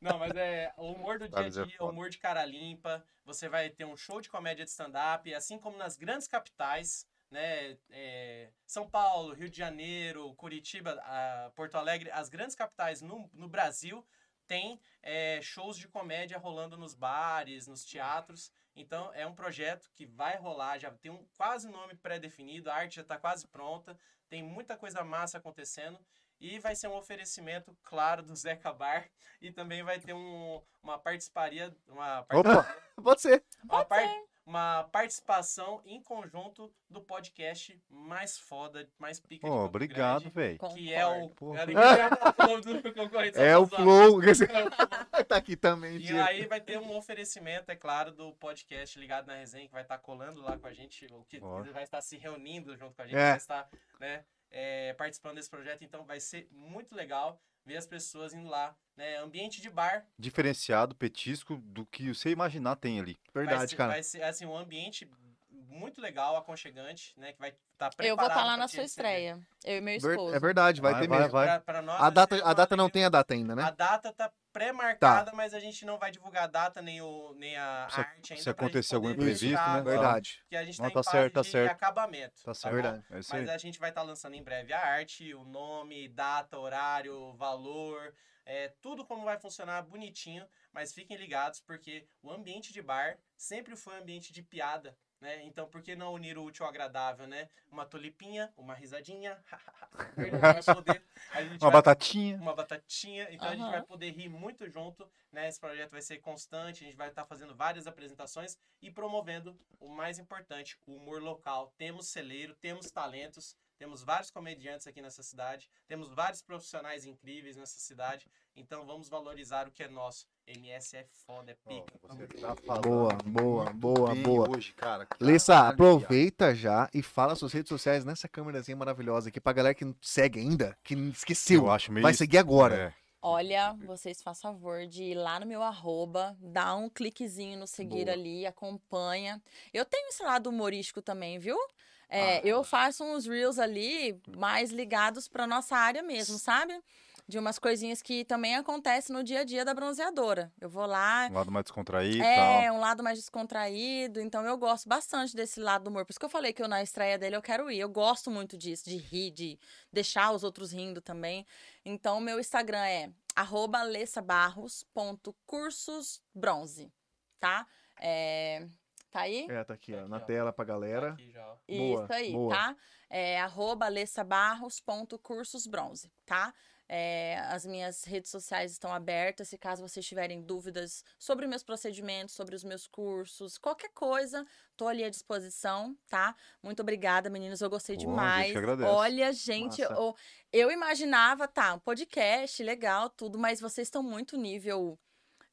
[SPEAKER 5] Não, mas é o humor do dia a
[SPEAKER 4] Thales é
[SPEAKER 5] dia, o
[SPEAKER 4] foda.
[SPEAKER 5] humor de cara limpa. Você vai ter um show de comédia de stand-up, assim como nas grandes capitais, né? é, São Paulo, Rio de Janeiro, Curitiba, a- Porto Alegre, as grandes capitais no, no Brasil têm é, shows de comédia rolando nos bares, nos teatros. Então é um projeto que vai rolar, já tem um quase nome pré-definido, a arte já está quase pronta, tem muita coisa massa acontecendo e vai ser um oferecimento, claro, do Zeca Bar e também vai ter um- uma participaria, uma, participaria-
[SPEAKER 2] Pode ser.
[SPEAKER 5] uma, par- uma participação em conjunto do podcast mais foda, mais pica de
[SPEAKER 4] Pô,
[SPEAKER 5] Campo
[SPEAKER 4] obrigado,
[SPEAKER 5] Grande,
[SPEAKER 4] velho.
[SPEAKER 5] que é o,
[SPEAKER 4] Pô.
[SPEAKER 5] eu nem lembro o nome do concorrente, só
[SPEAKER 2] É o
[SPEAKER 5] pra
[SPEAKER 2] Flow.
[SPEAKER 5] zoar.
[SPEAKER 2] tá aqui também,
[SPEAKER 5] E
[SPEAKER 2] Diego.
[SPEAKER 5] aí vai ter um oferecimento, é claro, do podcast Ligado na Resenha, que vai estar colando lá com a gente, o que
[SPEAKER 4] Ó.
[SPEAKER 5] vai estar se reunindo junto com a gente,
[SPEAKER 2] É.
[SPEAKER 5] vai estar né, é, participando desse projeto. Então vai ser muito legal ver as pessoas indo lá, né? Ambiente de bar.
[SPEAKER 4] Diferenciado, petisco do que você imaginar tem ali.
[SPEAKER 5] vai
[SPEAKER 2] Verdade,
[SPEAKER 5] ser,
[SPEAKER 2] cara.
[SPEAKER 5] Vai ser assim, um ambiente muito legal, aconchegante, né? Que vai estar
[SPEAKER 3] Eu
[SPEAKER 5] preparado.
[SPEAKER 3] vou estar lá
[SPEAKER 5] pra
[SPEAKER 3] na
[SPEAKER 5] te
[SPEAKER 3] sua
[SPEAKER 5] receber.
[SPEAKER 3] estreia. Eu e meu
[SPEAKER 2] Ver-
[SPEAKER 3] esposo.
[SPEAKER 2] É verdade, vai, ter
[SPEAKER 4] vai, Tá
[SPEAKER 2] mesmo.
[SPEAKER 4] vai.
[SPEAKER 5] Pra- pra nós,
[SPEAKER 2] A
[SPEAKER 5] vai
[SPEAKER 2] data,
[SPEAKER 5] ser
[SPEAKER 2] a
[SPEAKER 5] uma
[SPEAKER 2] data não
[SPEAKER 5] alegria.
[SPEAKER 2] tem a data ainda, né?
[SPEAKER 5] A data tá pré-marcada, mas a gente não vai divulgar a data nem, o, nem a
[SPEAKER 4] Se-
[SPEAKER 5] arte ainda.
[SPEAKER 4] se
[SPEAKER 5] pra gente
[SPEAKER 4] acontecer algum
[SPEAKER 5] poder
[SPEAKER 4] imprevisto,
[SPEAKER 5] fechar
[SPEAKER 4] né?
[SPEAKER 5] agora.
[SPEAKER 2] Verdade.
[SPEAKER 5] que a gente
[SPEAKER 4] Não,
[SPEAKER 5] tá em
[SPEAKER 4] tá
[SPEAKER 5] fase
[SPEAKER 4] certo, tá
[SPEAKER 5] de
[SPEAKER 4] certo.
[SPEAKER 5] acabamento.
[SPEAKER 4] Tá
[SPEAKER 5] bom?
[SPEAKER 4] certo.
[SPEAKER 2] Verdade.
[SPEAKER 4] É isso aí.
[SPEAKER 5] Mas a gente vai estar lançando em breve a arte, o nome, data, horário, valor, é, tudo como vai funcionar bonitinho, mas fiquem ligados porque o ambiente de bar sempre foi um ambiente de piada, né? Então por que não unir o útil ao agradável, né? Uma tulipinha, uma risadinha, vai poder- a
[SPEAKER 4] Uma
[SPEAKER 5] gente vai-
[SPEAKER 4] batatinha.
[SPEAKER 5] uma batatinha. Então a gente
[SPEAKER 3] Aham.
[SPEAKER 5] vai poder rir muito junto, né? Esse projeto vai ser constante, a gente vai estar fazendo várias apresentações e promovendo o mais importante, o humor local. Temos celeiro, temos talentos, Temos vários comediantes aqui nessa cidade. Temos vários profissionais incríveis nessa cidade. Então vamos valorizar o que é nosso. MS é foda, é
[SPEAKER 4] Ó,
[SPEAKER 5] pica.
[SPEAKER 4] você tá falando
[SPEAKER 8] Boa, boa, boa,
[SPEAKER 4] bem
[SPEAKER 8] boa.
[SPEAKER 4] hoje, cara. é
[SPEAKER 8] Lissa,
[SPEAKER 2] tá
[SPEAKER 4] Caralho,
[SPEAKER 8] aproveita já e fala suas redes sociais nessa câmerazinha maravilhosa aqui pra galera que não segue ainda, que não esqueceu.
[SPEAKER 4] Eu acho meio.
[SPEAKER 8] Vai seguir agora.
[SPEAKER 4] É.
[SPEAKER 3] Olha, vocês façam favor de ir lá no meu arroba, dá um cliquezinho no seguir
[SPEAKER 8] Boa.
[SPEAKER 3] ali, acompanha. Eu tenho esse lado humorístico também, viu? É,
[SPEAKER 2] Ah,
[SPEAKER 3] eu faço uns reels ali mais ligados pra nossa área mesmo, sabe? De umas coisinhas que também acontecem no dia a dia da bronzeadora. Eu vou lá,
[SPEAKER 4] Um lado mais descontraído e
[SPEAKER 3] é,
[SPEAKER 4] tal.
[SPEAKER 3] um lado mais descontraído. Então eu gosto bastante desse lado do humor. Por isso que eu falei que eu na estreia dele eu quero ir. Eu gosto muito disso, de rir, de deixar os outros rindo também. Então meu Instagram é arroba lessabarros.cursosbronze, tá? É, Tá aí?
[SPEAKER 8] É, tá aqui, ó, na
[SPEAKER 5] Aqui, ó.
[SPEAKER 8] tela pra galera.
[SPEAKER 5] Aqui já, ó.
[SPEAKER 8] Boa,
[SPEAKER 3] Isso aí,
[SPEAKER 8] boa.
[SPEAKER 3] tá? É arroba alessabarros.cursosbronze, tá? É, as minhas redes sociais estão abertas. Se caso vocês tiverem dúvidas sobre meus procedimentos, sobre os meus cursos, qualquer coisa, tô ali à disposição, tá? Muito obrigada, meninos. Eu gostei
[SPEAKER 4] Pô, a gente
[SPEAKER 3] demais.
[SPEAKER 4] que agradece.
[SPEAKER 3] Olha, gente,
[SPEAKER 8] Massa.
[SPEAKER 3] eu, eu imaginava, tá, um podcast, legal, tudo, mas vocês estão muito nível.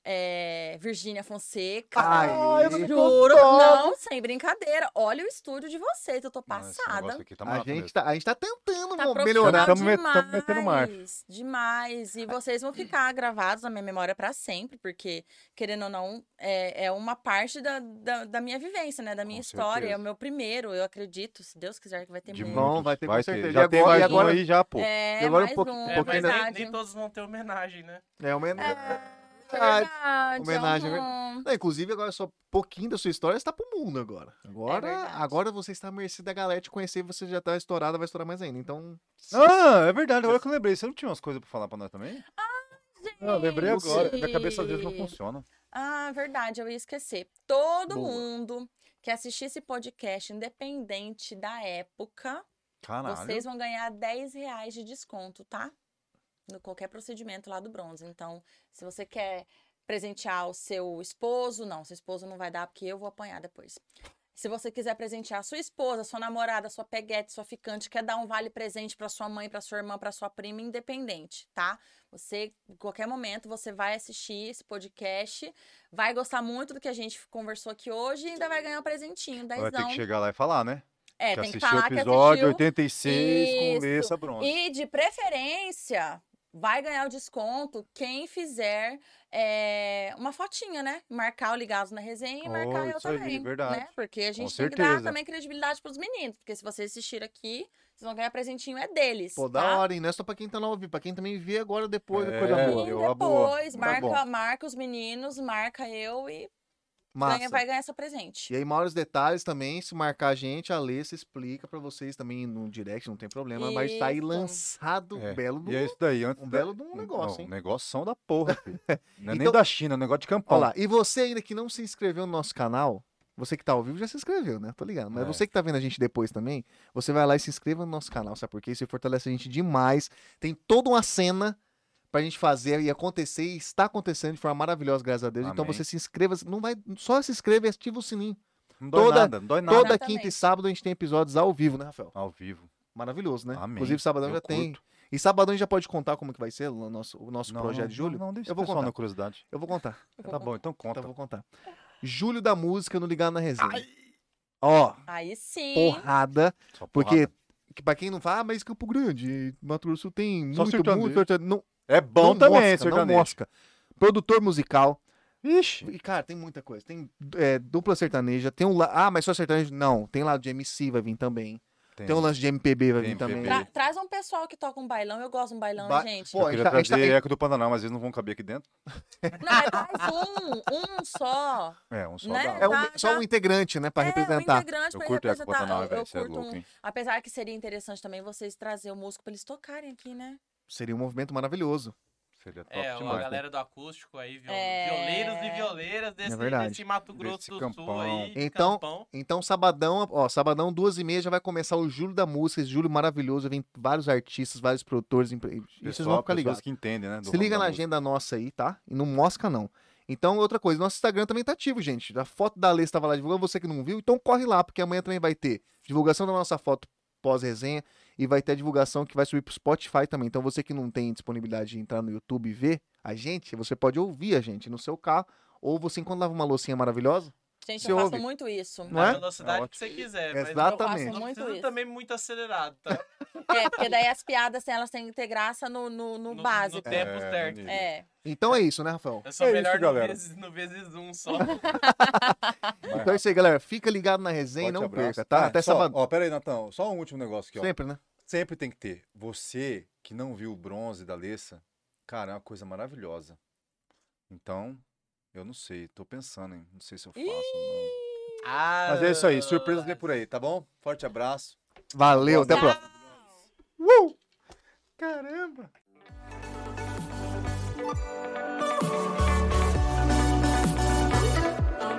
[SPEAKER 3] É, Virgínia Fonseca.
[SPEAKER 8] Ai, eu não me
[SPEAKER 3] juro. Não, sem brincadeira. Olha o estúdio de vocês. Eu tô
[SPEAKER 4] Mano, esse
[SPEAKER 3] passada.
[SPEAKER 4] negócio aqui tá
[SPEAKER 8] a,
[SPEAKER 4] massa
[SPEAKER 8] gente
[SPEAKER 4] mesmo.
[SPEAKER 8] tá, a gente tá tentando
[SPEAKER 3] Tá
[SPEAKER 8] mo-
[SPEAKER 3] profissional
[SPEAKER 8] melhorar.
[SPEAKER 4] Tamo met-
[SPEAKER 3] demais,
[SPEAKER 4] tamo metendo marcha.
[SPEAKER 3] demais. E vocês vão ficar gravados na minha memória pra sempre, porque, querendo ou não, é, é uma parte da, da, da minha vivência, né? Da minha história.
[SPEAKER 4] certeza.
[SPEAKER 3] É o meu primeiro, eu acredito, se Deus quiser, que vai ter
[SPEAKER 4] De
[SPEAKER 3] muito.
[SPEAKER 8] Não,
[SPEAKER 4] muitos.
[SPEAKER 8] vai ter com certeza.
[SPEAKER 4] Já
[SPEAKER 8] E
[SPEAKER 4] tem
[SPEAKER 8] agora-
[SPEAKER 4] mais
[SPEAKER 8] e
[SPEAKER 4] um
[SPEAKER 8] agora-
[SPEAKER 4] aí já, pô.
[SPEAKER 3] É,
[SPEAKER 8] E agora um
[SPEAKER 3] mais
[SPEAKER 8] pouquinho- um
[SPEAKER 5] É,
[SPEAKER 8] pouquinho
[SPEAKER 5] mas
[SPEAKER 8] da-
[SPEAKER 5] nem,
[SPEAKER 3] verdade. É
[SPEAKER 5] nem todos vão ter homenagem, né?
[SPEAKER 8] É homenagem.
[SPEAKER 3] Verdade, é
[SPEAKER 8] Homenagem, né?
[SPEAKER 3] Antônio.
[SPEAKER 8] Não, inclusive, agora só um pouquinho da sua história está pro mundo agora. Agora,
[SPEAKER 3] verdade.
[SPEAKER 8] agora você está à mercê da galera te conhecer, você já tá estourada, vai estourar mais ainda. Então,
[SPEAKER 4] Ah, é verdade, agora que eu lembrei. Você não tinha umas coisas pra falar pra nós também? Ah, lembrei
[SPEAKER 3] Gente.
[SPEAKER 4] agora. Minha cabeça às vezes não funciona.
[SPEAKER 3] Ah, verdade, eu ia esquecer. Todo
[SPEAKER 8] Boa.
[SPEAKER 3] mundo que assistir esse podcast, independente da época,
[SPEAKER 4] Caralho.
[SPEAKER 3] Vocês vão ganhar 10 reais de desconto, tá? No qualquer procedimento lá do bronze. Então, se você quer presentear o seu esposo, não, seu esposo não vai dar porque eu vou apanhar depois. Se você quiser presentear a sua esposa, sua namorada, sua peguete, sua ficante, quer dar um vale presente pra sua mãe, pra sua irmã, pra sua prima, independente, tá? Você, em qualquer momento, você vai assistir esse podcast, vai gostar muito do que a gente conversou aqui hoje e ainda vai ganhar um presentinho,
[SPEAKER 4] Vai ter
[SPEAKER 3] dezão.
[SPEAKER 4] que chegar lá e falar, né?
[SPEAKER 3] É,
[SPEAKER 4] que
[SPEAKER 3] tem que
[SPEAKER 4] assistiu o
[SPEAKER 3] falar que
[SPEAKER 4] episódio
[SPEAKER 3] assistiu.
[SPEAKER 4] 86 com
[SPEAKER 3] Isso.
[SPEAKER 4] Lessa Bronze.
[SPEAKER 3] E de preferência, vai ganhar o desconto quem fizer é, uma fotinha, né? Marcar o Ligados na resenha e
[SPEAKER 4] Oh,
[SPEAKER 3] marcar eu
[SPEAKER 4] isso aí,
[SPEAKER 3] também.
[SPEAKER 4] verdade.
[SPEAKER 3] Né? Porque a gente tem que
[SPEAKER 4] certeza.
[SPEAKER 3] dar também credibilidade pros meninos. Porque se vocês assistirem aqui, vocês vão ganhar presentinho, é deles.
[SPEAKER 8] pô,
[SPEAKER 3] tá?
[SPEAKER 8] da hora, hein? Não é só pra quem tá novo, pra quem também vê agora depois da
[SPEAKER 4] É,
[SPEAKER 8] coisa
[SPEAKER 3] E
[SPEAKER 8] boa.
[SPEAKER 4] deu a boa.
[SPEAKER 3] depois,
[SPEAKER 4] Tá
[SPEAKER 3] marca,
[SPEAKER 4] bom.
[SPEAKER 3] marca os meninos, marca eu e
[SPEAKER 8] Massa.
[SPEAKER 3] ganha- é vai ganhar essa presente.
[SPEAKER 8] E aí, maiores detalhes também, se marcar a gente, a Alessa explica pra vocês também no direct, não tem problema, mas tá aí
[SPEAKER 3] Isso.
[SPEAKER 8] lançado
[SPEAKER 4] É,
[SPEAKER 8] um belo do...
[SPEAKER 4] E é isso daí. Antes
[SPEAKER 8] um
[SPEAKER 4] da-
[SPEAKER 8] belo de um negócio,
[SPEAKER 4] não,
[SPEAKER 8] hein?
[SPEAKER 4] negóção da porra, filho. Não é nem
[SPEAKER 8] Então-
[SPEAKER 4] da China, é um negócio de campão.
[SPEAKER 8] Olha lá, e você ainda que não se inscreveu no nosso canal, você que tá ao vivo já se inscreveu, né? Tô ligado. Mas
[SPEAKER 4] É.
[SPEAKER 8] você que tá vendo a gente depois também, você vai lá e se inscreva no nosso canal, sabe por quê? Isso fortalece a gente demais. Tem toda uma cena pra gente fazer e acontecer, e está acontecendo de forma maravilhosa, graças a Deus. Então
[SPEAKER 4] Amém.
[SPEAKER 8] você se inscreva, não vai, só se inscreva e ativa o sininho.
[SPEAKER 4] Não dói
[SPEAKER 8] toda-
[SPEAKER 4] nada, não dói nada.
[SPEAKER 8] Toda
[SPEAKER 3] Exatamente.
[SPEAKER 8] quinta e sábado a gente tem episódios ao vivo, né, Rafael?
[SPEAKER 4] Ao vivo.
[SPEAKER 8] Maravilhoso, né?
[SPEAKER 4] Amém.
[SPEAKER 8] Inclusive, sabadão
[SPEAKER 4] Eu
[SPEAKER 8] já tem.
[SPEAKER 4] curto.
[SPEAKER 8] E sabadão a gente já pode contar como que vai ser o nosso, o nosso
[SPEAKER 4] Não,
[SPEAKER 8] projeto de
[SPEAKER 4] não,
[SPEAKER 8] julho?
[SPEAKER 4] Não, deixa
[SPEAKER 8] Eu vou
[SPEAKER 4] o pessoal
[SPEAKER 8] contar.
[SPEAKER 4] na curiosidade.
[SPEAKER 8] Eu vou contar.
[SPEAKER 4] Tá bom, então
[SPEAKER 8] Então
[SPEAKER 4] conta.
[SPEAKER 8] eu vou contar. Julho da música no Ligado na Resenha. Ó,
[SPEAKER 3] Aí sim.
[SPEAKER 8] porrada.
[SPEAKER 4] Só
[SPEAKER 8] Porque,
[SPEAKER 4] porrada.
[SPEAKER 8] que pra quem não fala, ah, mas Campo Grande, Mato Grosso tem
[SPEAKER 4] Só
[SPEAKER 8] muito,
[SPEAKER 4] sertanejo.
[SPEAKER 8] muito sertanejo. Não,
[SPEAKER 4] É bom
[SPEAKER 8] não
[SPEAKER 4] também,
[SPEAKER 8] mosca, não
[SPEAKER 4] sertanejo.
[SPEAKER 8] mosca. Produtor musical.
[SPEAKER 4] Ixi.
[SPEAKER 8] E, cara, tem muita coisa. Tem é, dupla sertaneja, tem um la... Ah, mas só sertanejo? Não. Tem lado de MC, vai vir também. Tem, um lance de MPB, vai
[SPEAKER 4] Tem
[SPEAKER 8] vir também.
[SPEAKER 3] Tra- traz um pessoal que toca um bailão. Eu gosto de um bailão,
[SPEAKER 8] Ba-
[SPEAKER 3] hein, gente.
[SPEAKER 8] Pô,
[SPEAKER 4] eu
[SPEAKER 8] a gente
[SPEAKER 4] queria
[SPEAKER 8] tá- a gente
[SPEAKER 4] trazer
[SPEAKER 8] tá-
[SPEAKER 4] Eco do Pantanal, mas eles não vão caber aqui dentro.
[SPEAKER 3] Não, mas traz um, um só.
[SPEAKER 4] É, um só
[SPEAKER 3] Né?
[SPEAKER 4] dá.
[SPEAKER 8] É um-
[SPEAKER 3] Tá,
[SPEAKER 8] só
[SPEAKER 3] tá.
[SPEAKER 8] um integrante, né, pra
[SPEAKER 3] é, Um
[SPEAKER 8] representar.
[SPEAKER 3] integrante
[SPEAKER 4] Eu
[SPEAKER 3] pra
[SPEAKER 4] curto Eco do
[SPEAKER 3] representar.
[SPEAKER 4] Pantanal,
[SPEAKER 3] Eu-
[SPEAKER 4] velho.
[SPEAKER 3] eu
[SPEAKER 4] Você é
[SPEAKER 3] curto um-
[SPEAKER 4] louco, hein?
[SPEAKER 3] Apesar que seria interessante também vocês trazer o músico pra eles tocarem aqui, né?
[SPEAKER 8] Seria um movimento maravilhoso.
[SPEAKER 4] Seria top
[SPEAKER 5] É, ó, a
[SPEAKER 8] né?
[SPEAKER 4] demais.
[SPEAKER 5] galera do acústico aí, viol...
[SPEAKER 3] É.
[SPEAKER 5] violeiros e violeiras desse,
[SPEAKER 8] É verdade.
[SPEAKER 5] desse Mato
[SPEAKER 4] Desse
[SPEAKER 5] Grosso do
[SPEAKER 4] campão.
[SPEAKER 5] Sul aí.
[SPEAKER 8] Então-
[SPEAKER 5] campão.
[SPEAKER 8] Então, sabadão, ó, sabadão, duas e meia, já vai começar o Júlio da Música, esse Júlio maravilhoso, vem vários artistas, vários produtores, empre... e vocês vão
[SPEAKER 4] Pessoal-
[SPEAKER 8] ficar
[SPEAKER 4] pessoas
[SPEAKER 8] ligados.
[SPEAKER 4] que entendem, né? do
[SPEAKER 8] Se
[SPEAKER 4] ramo
[SPEAKER 8] liga
[SPEAKER 4] da
[SPEAKER 8] na
[SPEAKER 4] música.
[SPEAKER 8] agenda nossa aí, tá? E não mosca, não. Então, outra coisa, nosso Instagram também tá ativo, gente. A foto da Alê estava lá divulgando, você que não viu, então corre lá, porque amanhã também vai ter divulgação da nossa foto pós-resenha E vai ter a divulgação que vai subir pro Spotify também. Então você que não tem disponibilidade de entrar no YouTube e ver a gente, você pode ouvir a gente no seu carro. Ou você, enquanto lava uma loucinha maravilhosa,
[SPEAKER 3] Gente,
[SPEAKER 8] Se
[SPEAKER 3] eu faço
[SPEAKER 8] ouve.
[SPEAKER 3] muito isso.
[SPEAKER 8] não
[SPEAKER 5] Na
[SPEAKER 8] é?
[SPEAKER 5] velocidade
[SPEAKER 4] É
[SPEAKER 5] que você quiser.
[SPEAKER 8] Exato.
[SPEAKER 3] Eu
[SPEAKER 8] Exatamente.
[SPEAKER 3] faço
[SPEAKER 5] Mas não- não
[SPEAKER 3] muito
[SPEAKER 5] precisa
[SPEAKER 3] isso.
[SPEAKER 5] também muito acelerado, tá?
[SPEAKER 3] É, porque daí as piadas assim, elas têm que ter graça no, no, no
[SPEAKER 5] No-
[SPEAKER 3] básico.
[SPEAKER 5] No tempo
[SPEAKER 4] É,
[SPEAKER 5] certo.
[SPEAKER 4] entendi.
[SPEAKER 3] É.
[SPEAKER 8] Então é isso, né, Rafael?
[SPEAKER 5] Eu sou
[SPEAKER 4] É
[SPEAKER 5] melhor
[SPEAKER 4] isso,
[SPEAKER 5] no,
[SPEAKER 4] galera.
[SPEAKER 5] vezes, no vezes um só.
[SPEAKER 8] Então é isso aí, galera. Fica ligado na resenha e
[SPEAKER 4] Forte
[SPEAKER 8] não
[SPEAKER 4] abraço.
[SPEAKER 8] perca, tá?
[SPEAKER 4] Ah,
[SPEAKER 8] Até
[SPEAKER 4] só,
[SPEAKER 8] sábado.
[SPEAKER 4] Ó, pera aí, Natão. Só um último negócio aqui, ó.
[SPEAKER 8] Sempre, né?
[SPEAKER 4] Sempre tem que ter. Você que não viu o bronze da Lessa, cara, é uma coisa maravilhosa. Então, eu não sei. Tô pensando, hein? Não sei se eu faço.
[SPEAKER 3] Ih!
[SPEAKER 4] ou não.
[SPEAKER 5] Ah,
[SPEAKER 4] Mas é isso aí. Surpresas vem por aí, tá bom? Forte abraço.
[SPEAKER 8] Valeu, até a
[SPEAKER 3] Tchau.
[SPEAKER 8] próxima.
[SPEAKER 4] Caramba!